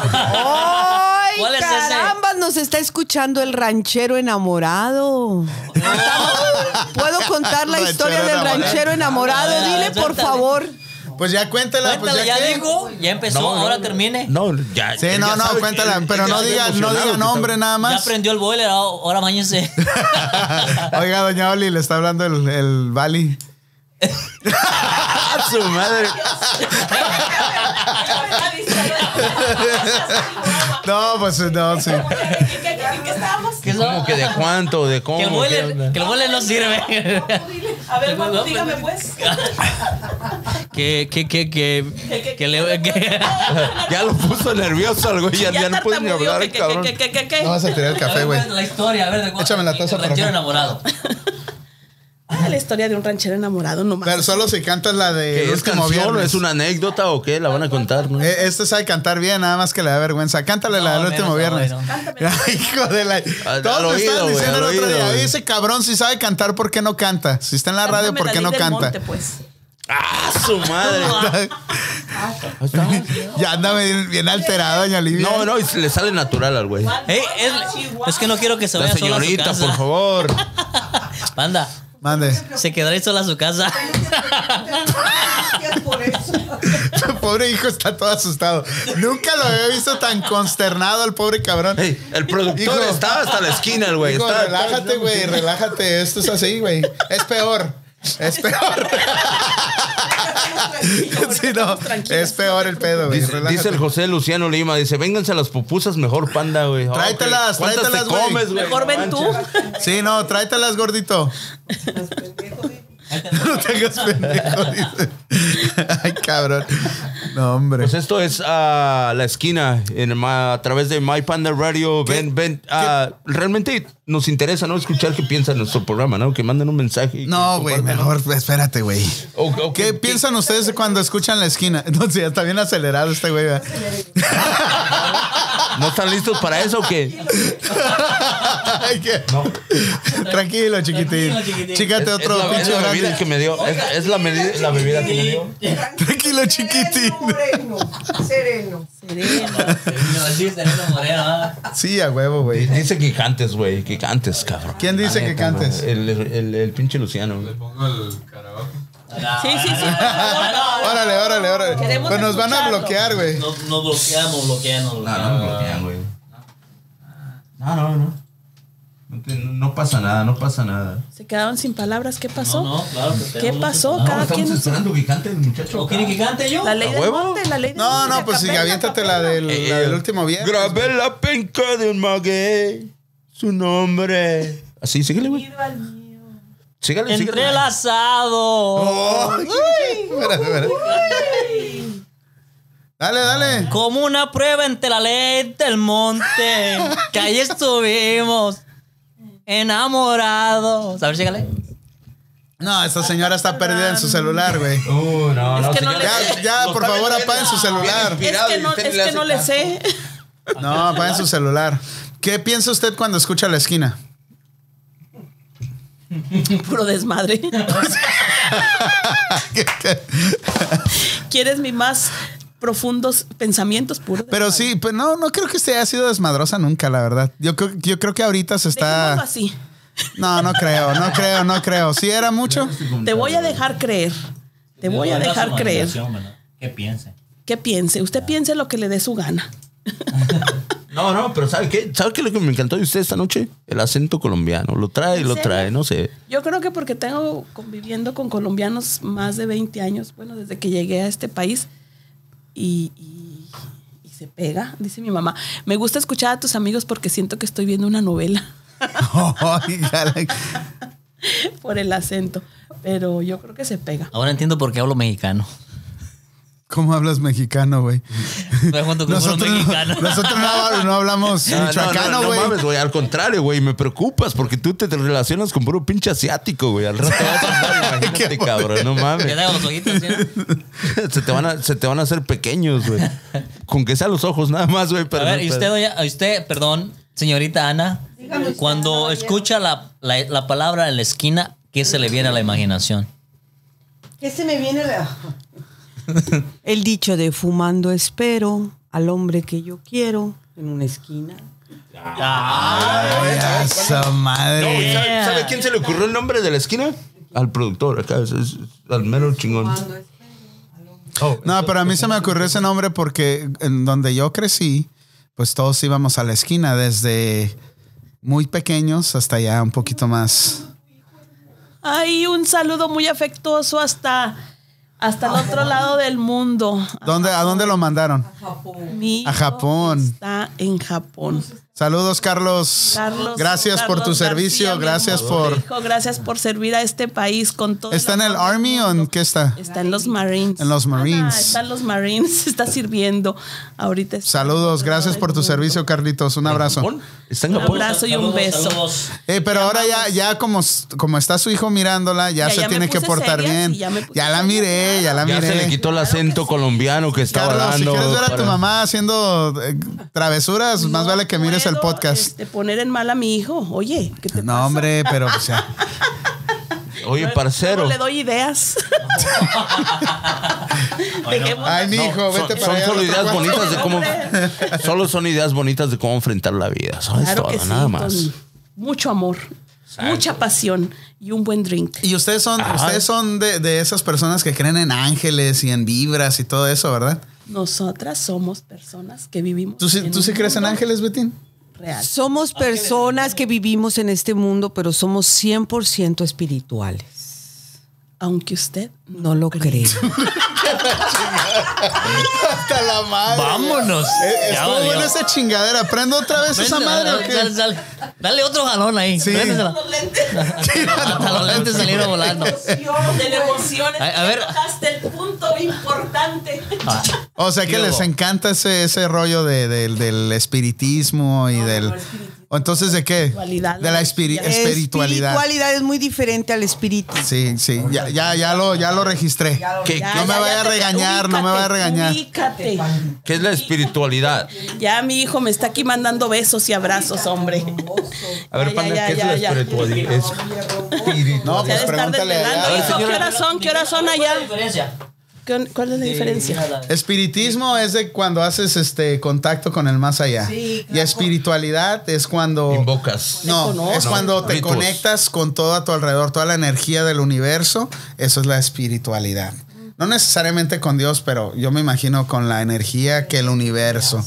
[SPEAKER 6] ¡Ay,
[SPEAKER 3] ¿Cuál es ese?
[SPEAKER 6] caramba! Nos está escuchando el ranchero enamorado. ¿Puedo contar la
[SPEAKER 1] Ranchero
[SPEAKER 6] historia del
[SPEAKER 1] enamorado.
[SPEAKER 6] ranchero enamorado?
[SPEAKER 3] A ver, a ver,
[SPEAKER 6] Dile, por
[SPEAKER 3] suéltale.
[SPEAKER 6] favor.
[SPEAKER 1] Pues ya cuéntela, pues
[SPEAKER 3] Cuéntale,
[SPEAKER 1] ya,
[SPEAKER 3] ya
[SPEAKER 1] qué.
[SPEAKER 3] dijo, ya empezó,
[SPEAKER 2] No, no,
[SPEAKER 3] ahora
[SPEAKER 2] no.
[SPEAKER 3] termine.
[SPEAKER 2] No, ya.
[SPEAKER 1] Sí,
[SPEAKER 2] él
[SPEAKER 1] no,
[SPEAKER 2] ya
[SPEAKER 1] no,
[SPEAKER 2] sabe que-
[SPEAKER 1] cuéntala,
[SPEAKER 2] él-
[SPEAKER 1] pero
[SPEAKER 2] él ya
[SPEAKER 1] no
[SPEAKER 2] está
[SPEAKER 1] diga, no
[SPEAKER 2] emocionado,
[SPEAKER 1] diga
[SPEAKER 2] que
[SPEAKER 1] nombre
[SPEAKER 2] está-
[SPEAKER 1] nada
[SPEAKER 3] Ya
[SPEAKER 1] más.
[SPEAKER 3] prendió el boiler, ahora ahora bañense.
[SPEAKER 1] Oiga, doña Oli, le está hablando el, el Bali.
[SPEAKER 2] ¡Ah, su madre!
[SPEAKER 1] No, pues no, sí.
[SPEAKER 2] ¿Qué ¿Cómo que de cuánto? ¿De cómo?
[SPEAKER 3] Que el
[SPEAKER 2] Oh, ¿Qué onda?
[SPEAKER 3] boiler, que el boiler no sirve.
[SPEAKER 5] A ver, Juan, dígame pues.
[SPEAKER 3] Que, que, que, que, que le, que,
[SPEAKER 2] Ya lo puso nervioso al güey, ya, ya no puede ni
[SPEAKER 5] tartamudeó,
[SPEAKER 2] hablar,
[SPEAKER 5] que, que,
[SPEAKER 2] cabrón.
[SPEAKER 5] que, que, que, que.
[SPEAKER 1] No vas a tirar el
[SPEAKER 3] A
[SPEAKER 1] café,
[SPEAKER 3] ver,
[SPEAKER 1] güey.
[SPEAKER 3] pues, La historia, a ver, de cuál-
[SPEAKER 1] Échame la taza
[SPEAKER 3] El
[SPEAKER 1] para
[SPEAKER 3] ranchero
[SPEAKER 1] acá.
[SPEAKER 3] enamorado.
[SPEAKER 5] Ah, la historia de un ranchero enamorado nomás.
[SPEAKER 1] Pero solo si cantas la de
[SPEAKER 2] ¿Qué
[SPEAKER 1] el
[SPEAKER 2] ¿Es
[SPEAKER 1] último
[SPEAKER 2] canción o
[SPEAKER 1] viernes.
[SPEAKER 2] es una anécdota o qué? La van a contar, ¿no?
[SPEAKER 1] Eh, Este sabe cantar bien, nada más que le da vergüenza. Cántale la del
[SPEAKER 3] No,
[SPEAKER 1] último
[SPEAKER 3] menos,
[SPEAKER 1] viernes.
[SPEAKER 3] no,
[SPEAKER 1] Hijo de la.
[SPEAKER 2] Al- al
[SPEAKER 1] Todos me
[SPEAKER 2] oído,
[SPEAKER 1] estaban
[SPEAKER 2] güey,
[SPEAKER 1] diciendo el otro
[SPEAKER 2] al oído,
[SPEAKER 1] día.
[SPEAKER 2] güey.
[SPEAKER 1] "Oye, Ese cabrón, si sabe cantar, ¿por qué no canta? Si está en la radio, ¿por qué no canta?
[SPEAKER 5] pues.
[SPEAKER 2] ¡Ah, su madre! Ahí está.
[SPEAKER 3] pues.
[SPEAKER 1] Ya anda bien, bien alterado, doña Olivia.
[SPEAKER 2] No, no, y le sale natural al güey.
[SPEAKER 3] Ey, es, es que no quiero que se
[SPEAKER 2] La
[SPEAKER 3] vaya sola a su
[SPEAKER 2] señorita,
[SPEAKER 3] casa.
[SPEAKER 2] por favor.
[SPEAKER 3] Banda,
[SPEAKER 1] Mande.
[SPEAKER 3] se quedará ahí sola a su casa.
[SPEAKER 7] Gracias por eso.
[SPEAKER 1] pobre hijo está todo asustado. Nunca lo había visto tan consternado al pobre cabrón.
[SPEAKER 2] Ey, el productor
[SPEAKER 1] Hijo.
[SPEAKER 2] estaba hasta la esquina, el güey.
[SPEAKER 1] Hijo,
[SPEAKER 2] Estaba-
[SPEAKER 1] relájate, güey, relájate. Esto es así, güey. Es peor. Es peor. Sí, no, es peor el pedo, güey.
[SPEAKER 2] Dice,
[SPEAKER 1] relájate.
[SPEAKER 2] dice el José Luciano Lima, dice, vénganse las pupusas mejor, panda, güey. Ah, ok.
[SPEAKER 1] Tráetelas,
[SPEAKER 2] ¿Cuántas
[SPEAKER 1] tráetelas,
[SPEAKER 2] te
[SPEAKER 1] güey.
[SPEAKER 2] comes, güey?
[SPEAKER 5] Mejor
[SPEAKER 2] No
[SPEAKER 5] ven tú.
[SPEAKER 2] manches.
[SPEAKER 1] Sí, no, tráetelas, gordito. No tengas pendejo, dice. Ay, cabrón. No, hombre.
[SPEAKER 2] Pues esto es ah, la esquina en ma- a través de My Panda Radio. Ven, ven. ah, realmente nos interesa no escuchar qué piensan nuestro programa, ¿no? Que manden un mensaje.
[SPEAKER 1] No, güey, mejor espérate, güey.
[SPEAKER 2] O- o
[SPEAKER 1] ¿Qué
[SPEAKER 2] que-
[SPEAKER 1] piensan ustedes cuando escuchan la esquina? No, sí, está bien acelerado este güey. ¿verdad?
[SPEAKER 2] ¿No están listos para eso o qué?
[SPEAKER 1] Ay, qué- Tranquilo, chiquitín.
[SPEAKER 3] Tranquilo, chiquitín.
[SPEAKER 1] Chícate
[SPEAKER 2] Es- es
[SPEAKER 1] otro
[SPEAKER 2] la- es
[SPEAKER 1] pinche
[SPEAKER 2] la
[SPEAKER 1] grande.
[SPEAKER 2] bebida que me dio. Es, es la, medida- la bebida que me dio.
[SPEAKER 1] Tranquilo, chiquitín.
[SPEAKER 7] Sereno, sereno.
[SPEAKER 3] ah,
[SPEAKER 1] Sí, a huevo,
[SPEAKER 2] D-
[SPEAKER 1] güey.
[SPEAKER 2] Dice que cantes, güey. Que cantes, cabrón.
[SPEAKER 1] ¿Quién dice
[SPEAKER 2] La
[SPEAKER 1] que
[SPEAKER 2] neta,
[SPEAKER 1] cantes?
[SPEAKER 2] güey. El, el- el pinche Luciano. güey.
[SPEAKER 8] Pongo el karaoke.
[SPEAKER 5] Sí, sí, sí.
[SPEAKER 1] Órale, órale, órale.
[SPEAKER 5] Queremos
[SPEAKER 1] Pues nos van a
[SPEAKER 5] escucharlo.
[SPEAKER 1] bloquear, güey.
[SPEAKER 3] Nos, nos bloqueamos, bloqueamos,
[SPEAKER 2] No,
[SPEAKER 1] Ah,
[SPEAKER 3] bloqueamos.
[SPEAKER 2] no me bloquean, güey. No, no, no. No, te- no- no pasa nada, no pasa nada.
[SPEAKER 5] Se quedaron sin palabras. ¿Qué pasó?
[SPEAKER 3] No, no, claro que te
[SPEAKER 5] ¿Qué
[SPEAKER 3] vamos a-
[SPEAKER 5] pasó?
[SPEAKER 3] No,
[SPEAKER 5] Cada
[SPEAKER 2] estamos
[SPEAKER 5] quien.
[SPEAKER 2] esperando que cante el muchacho.
[SPEAKER 3] ¿O quieren que cante yo?
[SPEAKER 5] La ley del
[SPEAKER 2] huevo?
[SPEAKER 5] monte, la ley del
[SPEAKER 1] No,
[SPEAKER 5] monte,
[SPEAKER 1] no, pues sí,
[SPEAKER 5] capela,
[SPEAKER 1] aviéntate
[SPEAKER 5] capela.
[SPEAKER 1] la del, la del
[SPEAKER 2] Eh,
[SPEAKER 1] último viernes.
[SPEAKER 2] Grabé la penca de un maguey. Su nombre. Así, síguele, güey. Síguele, síguele.
[SPEAKER 3] Entrelazado.
[SPEAKER 1] Oh, espera, espera. Dale, dale.
[SPEAKER 3] Como una prueba entre la ley del monte. Que ahí estuvimos. Enamorados. A ver, sígale.
[SPEAKER 1] No, esta señora está perdida en su celular, güey.
[SPEAKER 2] Uh, no, no,
[SPEAKER 5] que no
[SPEAKER 2] señora.
[SPEAKER 1] Ya, ya, por favor, apaguen su celular.
[SPEAKER 5] Es que no, es que no le sé.
[SPEAKER 1] No, apaguen su celular. ¿Qué piensa usted cuando escucha la esquina?
[SPEAKER 5] Puro desmadre. ¿Quieres mis más profundos pensamientos? Puro
[SPEAKER 1] Pero sí, pero no, no creo que usted haya sido desmadrosa nunca, la verdad. Yo creo, yo creo que ahorita se
[SPEAKER 5] Dejémoslo
[SPEAKER 1] está.
[SPEAKER 5] así.
[SPEAKER 1] No, no creo, no creo, no creo. ¿Sí era mucho?
[SPEAKER 5] Te voy a dejar creer. Te voy a
[SPEAKER 3] Era su
[SPEAKER 5] dejar creer.
[SPEAKER 3] imaginación, ¿verdad? Que piense.
[SPEAKER 5] Que piense. Usted piense lo que le dé su gana.
[SPEAKER 2] No, no, pero ¿sabe qué? ¿Sabe qué es lo que me encantó de usted esta noche? El acento colombiano. Lo trae,
[SPEAKER 5] ¿En
[SPEAKER 2] lo
[SPEAKER 5] serio?
[SPEAKER 2] trae, no sé.
[SPEAKER 5] Yo creo que porque tengo conviviendo con colombianos más de 20 años, bueno, desde que llegué a este país, y, y- y se pega, dice mi mamá. Me gusta escuchar a tus amigos porque siento que estoy viendo una novela
[SPEAKER 1] Oígale.
[SPEAKER 5] por el acento, pero yo creo que se pega.
[SPEAKER 3] Ahora entiendo por qué hablo mexicano.
[SPEAKER 1] ¿Cómo hablas mexicano, güey?
[SPEAKER 3] Estoy junto
[SPEAKER 5] pues,
[SPEAKER 3] con un
[SPEAKER 1] Nosotros,
[SPEAKER 3] mexicano.
[SPEAKER 1] nosotros no, no hablamos
[SPEAKER 2] No, no,
[SPEAKER 1] michoacano,
[SPEAKER 2] no,
[SPEAKER 1] güey.
[SPEAKER 2] No, mames, güey. Al contrario, güey. Me preocupas porque tú te, te relacionas con puro pinche asiático, güey. Al rato vas a hablar, imagínate, cabrón. No
[SPEAKER 3] Que
[SPEAKER 2] mames.
[SPEAKER 3] hago los ojitos, ¿sí?
[SPEAKER 2] se, te van a, se te van a hacer pequeños, güey. Con que sean los ojos nada más, güey.
[SPEAKER 3] A
[SPEAKER 2] pero-
[SPEAKER 3] ver, y usted, doña- a usted, perdón, señorita Ana,
[SPEAKER 7] Dígame usted,
[SPEAKER 3] cuando
[SPEAKER 7] caballero.
[SPEAKER 3] escucha la, la- la palabra en la esquina, ¿qué se le viene a la imaginación?
[SPEAKER 7] ¿Qué se me viene la.?
[SPEAKER 6] El dicho de fumando espero al hombre que yo quiero en una esquina.
[SPEAKER 1] Ay, a su
[SPEAKER 2] No,
[SPEAKER 1] madre.
[SPEAKER 2] güey, ¿sabe, sabe quién se le ocurrió el nombre de la esquina? Al productor, acá, es, es- al mero chingón. Oh,
[SPEAKER 1] No, pero a mí se me ocurrió ese nombre porque en donde yo crecí, pues todos íbamos a la esquina desde muy pequeños hasta ya un poquito más.
[SPEAKER 5] Ay, un saludo muy afectuoso hasta, hasta el otro lado del mundo.
[SPEAKER 1] ¿Dónde, ¿A dónde lo mandaron?
[SPEAKER 5] Mi
[SPEAKER 1] A
[SPEAKER 5] hijo
[SPEAKER 1] Japón.
[SPEAKER 5] Está en Japón.
[SPEAKER 1] Saludos, Carlos.
[SPEAKER 5] Carlos,
[SPEAKER 1] gracias por tu
[SPEAKER 5] Carlos
[SPEAKER 1] servicio.
[SPEAKER 5] García, mi
[SPEAKER 1] gracias
[SPEAKER 5] hermoso
[SPEAKER 1] por.
[SPEAKER 5] hijo, gracias por servir a este país con todo.
[SPEAKER 1] ¿Está en el
[SPEAKER 5] amor del
[SPEAKER 1] Army o en
[SPEAKER 5] mundo.
[SPEAKER 1] qué está?
[SPEAKER 5] Está en los Marines.
[SPEAKER 1] En los Marines.
[SPEAKER 5] Ah, está en los Marines, está sirviendo ahorita. está
[SPEAKER 1] Saludos,
[SPEAKER 5] del
[SPEAKER 1] gracias por tu
[SPEAKER 5] mundo.
[SPEAKER 1] servicio, Carlitos. Un abrazo.
[SPEAKER 2] ¿Japón? Está en
[SPEAKER 5] Un
[SPEAKER 2] Japón.
[SPEAKER 5] abrazo y un
[SPEAKER 3] Saludos,
[SPEAKER 5] beso.
[SPEAKER 3] saludos.
[SPEAKER 1] Eh, pero ahora ya, ya como, como está su hijo mirándola, ya,
[SPEAKER 5] Ya,
[SPEAKER 1] se
[SPEAKER 5] ya me
[SPEAKER 1] tiene que
[SPEAKER 5] puse
[SPEAKER 1] portar
[SPEAKER 5] seria,
[SPEAKER 1] bien.
[SPEAKER 5] sí, ya me puse
[SPEAKER 1] Ya la
[SPEAKER 5] seria,
[SPEAKER 1] miré, ya la
[SPEAKER 2] Ya
[SPEAKER 1] miré.
[SPEAKER 2] se le quitó el acento colombiano que estaba
[SPEAKER 1] Carlos, si
[SPEAKER 2] dando.
[SPEAKER 1] quieres ver a tu
[SPEAKER 2] para-
[SPEAKER 1] mamá haciendo eh, travesuras, más
[SPEAKER 5] No
[SPEAKER 1] vale que mires el
[SPEAKER 5] puedo,
[SPEAKER 1] podcast.
[SPEAKER 5] este, poner en mal a mi hijo. Oye, ¿qué te
[SPEAKER 1] No,
[SPEAKER 5] pasa?
[SPEAKER 1] hombre, pero o sea,
[SPEAKER 2] Oye,
[SPEAKER 5] Luego
[SPEAKER 2] parcero.
[SPEAKER 5] le doy ideas. Dejemos-
[SPEAKER 1] Ay, mi hijo,
[SPEAKER 2] No, son-
[SPEAKER 1] vete para
[SPEAKER 2] son
[SPEAKER 1] allá.
[SPEAKER 2] solo
[SPEAKER 1] otro
[SPEAKER 2] ideas
[SPEAKER 1] cuarto.
[SPEAKER 2] bonitas de cómo solo son ideas bonitas de cómo enfrentar la vida Eso es
[SPEAKER 5] Claro
[SPEAKER 2] todo,
[SPEAKER 5] que sí,
[SPEAKER 2] nada más
[SPEAKER 5] Tony. Mucho amor, mucha pasión y un buen drink.
[SPEAKER 1] Y ustedes son,
[SPEAKER 2] Ajá.
[SPEAKER 1] ustedes son de, de esas personas que creen en ángeles y en vibras y todo eso, ¿verdad?
[SPEAKER 5] Nosotras somos personas que vivimos.
[SPEAKER 1] ¿Tú sí,
[SPEAKER 5] en
[SPEAKER 1] tú
[SPEAKER 5] un
[SPEAKER 1] sí crees en
[SPEAKER 5] mundo
[SPEAKER 1] ángeles, Betín?
[SPEAKER 5] Real.
[SPEAKER 6] Somos personas que vivimos en este mundo, pero somos 100% espirituales.
[SPEAKER 5] Aunque usted
[SPEAKER 6] No lo creo.
[SPEAKER 1] Hasta la madre.
[SPEAKER 3] Vámonos.
[SPEAKER 1] Eh,
[SPEAKER 3] Ya
[SPEAKER 1] Estuvo
[SPEAKER 3] valió.
[SPEAKER 1] buena esa chingadera. ¿Prendo otra vez esa
[SPEAKER 3] Prende-
[SPEAKER 1] madre o
[SPEAKER 3] dale,
[SPEAKER 1] qué?
[SPEAKER 3] dale, dale otro jalón ahí.
[SPEAKER 1] Sí.
[SPEAKER 3] Préndesela. Hasta los lentes salieron volando.
[SPEAKER 5] de la emoción.
[SPEAKER 3] A- a ver.
[SPEAKER 5] Tocaste el punto importante.
[SPEAKER 3] Ah,
[SPEAKER 1] O sea que
[SPEAKER 3] Y luego.
[SPEAKER 1] les encanta ese, ese rollo de- del- del espiritismo y del... ¿O entonces de qué?
[SPEAKER 5] Espiritualidad.
[SPEAKER 1] De la espiri- espiritualidad.
[SPEAKER 6] Espiritualidad es muy diferente al espíritu.
[SPEAKER 1] Sí, sí, ya, ya, ya, lo, ya lo registré.
[SPEAKER 2] ¿Qué,
[SPEAKER 5] Ya,
[SPEAKER 1] No me
[SPEAKER 5] ya,
[SPEAKER 1] vaya
[SPEAKER 5] ya
[SPEAKER 1] a
[SPEAKER 5] te-
[SPEAKER 1] regañar, no me vaya a regañar.
[SPEAKER 5] ubícate, ubícate.
[SPEAKER 2] qué es la espiritualidad?
[SPEAKER 5] Ya mi hijo me está aquí mandando besos y abrazos, hombre.
[SPEAKER 2] A ver,
[SPEAKER 5] Ya,
[SPEAKER 2] Panda,
[SPEAKER 5] ya,
[SPEAKER 2] ¿qué
[SPEAKER 5] ya,
[SPEAKER 2] es
[SPEAKER 5] ya.
[SPEAKER 2] la espiritualidad? Es
[SPEAKER 1] No,
[SPEAKER 2] espiritualidad.
[SPEAKER 5] Se ha
[SPEAKER 1] pues
[SPEAKER 5] de estar
[SPEAKER 1] pregúntale
[SPEAKER 5] desvelando,
[SPEAKER 1] allá.
[SPEAKER 5] hijo. ¿Qué
[SPEAKER 2] señora.
[SPEAKER 5] horas son? ¿Qué horas son allá?
[SPEAKER 3] ¿Cuál es la diferencia?
[SPEAKER 5] ¿Qué- ¿Cuál es la diferencia?
[SPEAKER 1] Espiritismo es de cuando haces este contacto con el más allá.
[SPEAKER 7] Sí,
[SPEAKER 1] Y
[SPEAKER 7] claro.
[SPEAKER 1] espiritualidad es cuando
[SPEAKER 2] Invocas.
[SPEAKER 1] No,
[SPEAKER 5] conozco.
[SPEAKER 1] es cuando te
[SPEAKER 2] Ritos.
[SPEAKER 1] conectas con todo a tu alrededor, toda la energía del universo. Eso es la espiritualidad. No necesariamente con Dios, pero yo me imagino con la energía que el universo.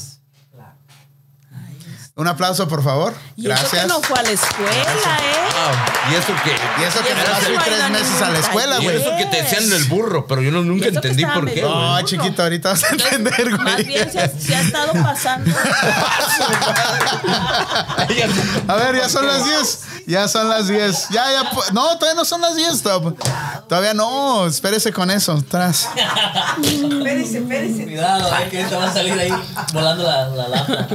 [SPEAKER 1] Un aplauso, por favor.
[SPEAKER 5] Y eso que
[SPEAKER 1] Gracias.
[SPEAKER 5] no fue a la escuela, ¿eh?
[SPEAKER 2] Ah, ¿Y eso qué?
[SPEAKER 1] Y eso que
[SPEAKER 5] Y eso
[SPEAKER 1] no
[SPEAKER 5] que
[SPEAKER 1] fui
[SPEAKER 5] no
[SPEAKER 1] tres
[SPEAKER 5] iban a
[SPEAKER 1] meses a la
[SPEAKER 5] ningún
[SPEAKER 1] escuela,
[SPEAKER 2] Y
[SPEAKER 5] taller.
[SPEAKER 1] güey.
[SPEAKER 2] eso que te decían el burro, pero yo no- nunca
[SPEAKER 5] Y eso que
[SPEAKER 2] entendí
[SPEAKER 5] estaba
[SPEAKER 2] por qué.
[SPEAKER 5] medio-
[SPEAKER 2] güey.
[SPEAKER 1] No,
[SPEAKER 5] Uno.
[SPEAKER 1] chiquito, ahorita vas a entender,
[SPEAKER 5] Más
[SPEAKER 1] güey.
[SPEAKER 5] bien se, se ha estado pasando.
[SPEAKER 1] A ver, ya son las 10. Ya son las 10. Ya, ya. pu- No, todavía no son las 10. Tob. Todavía no. Espérese con eso. Tras.
[SPEAKER 7] Espérese, espérese.
[SPEAKER 3] Cuidado, eh, que te va a salir ahí volando la, la lata.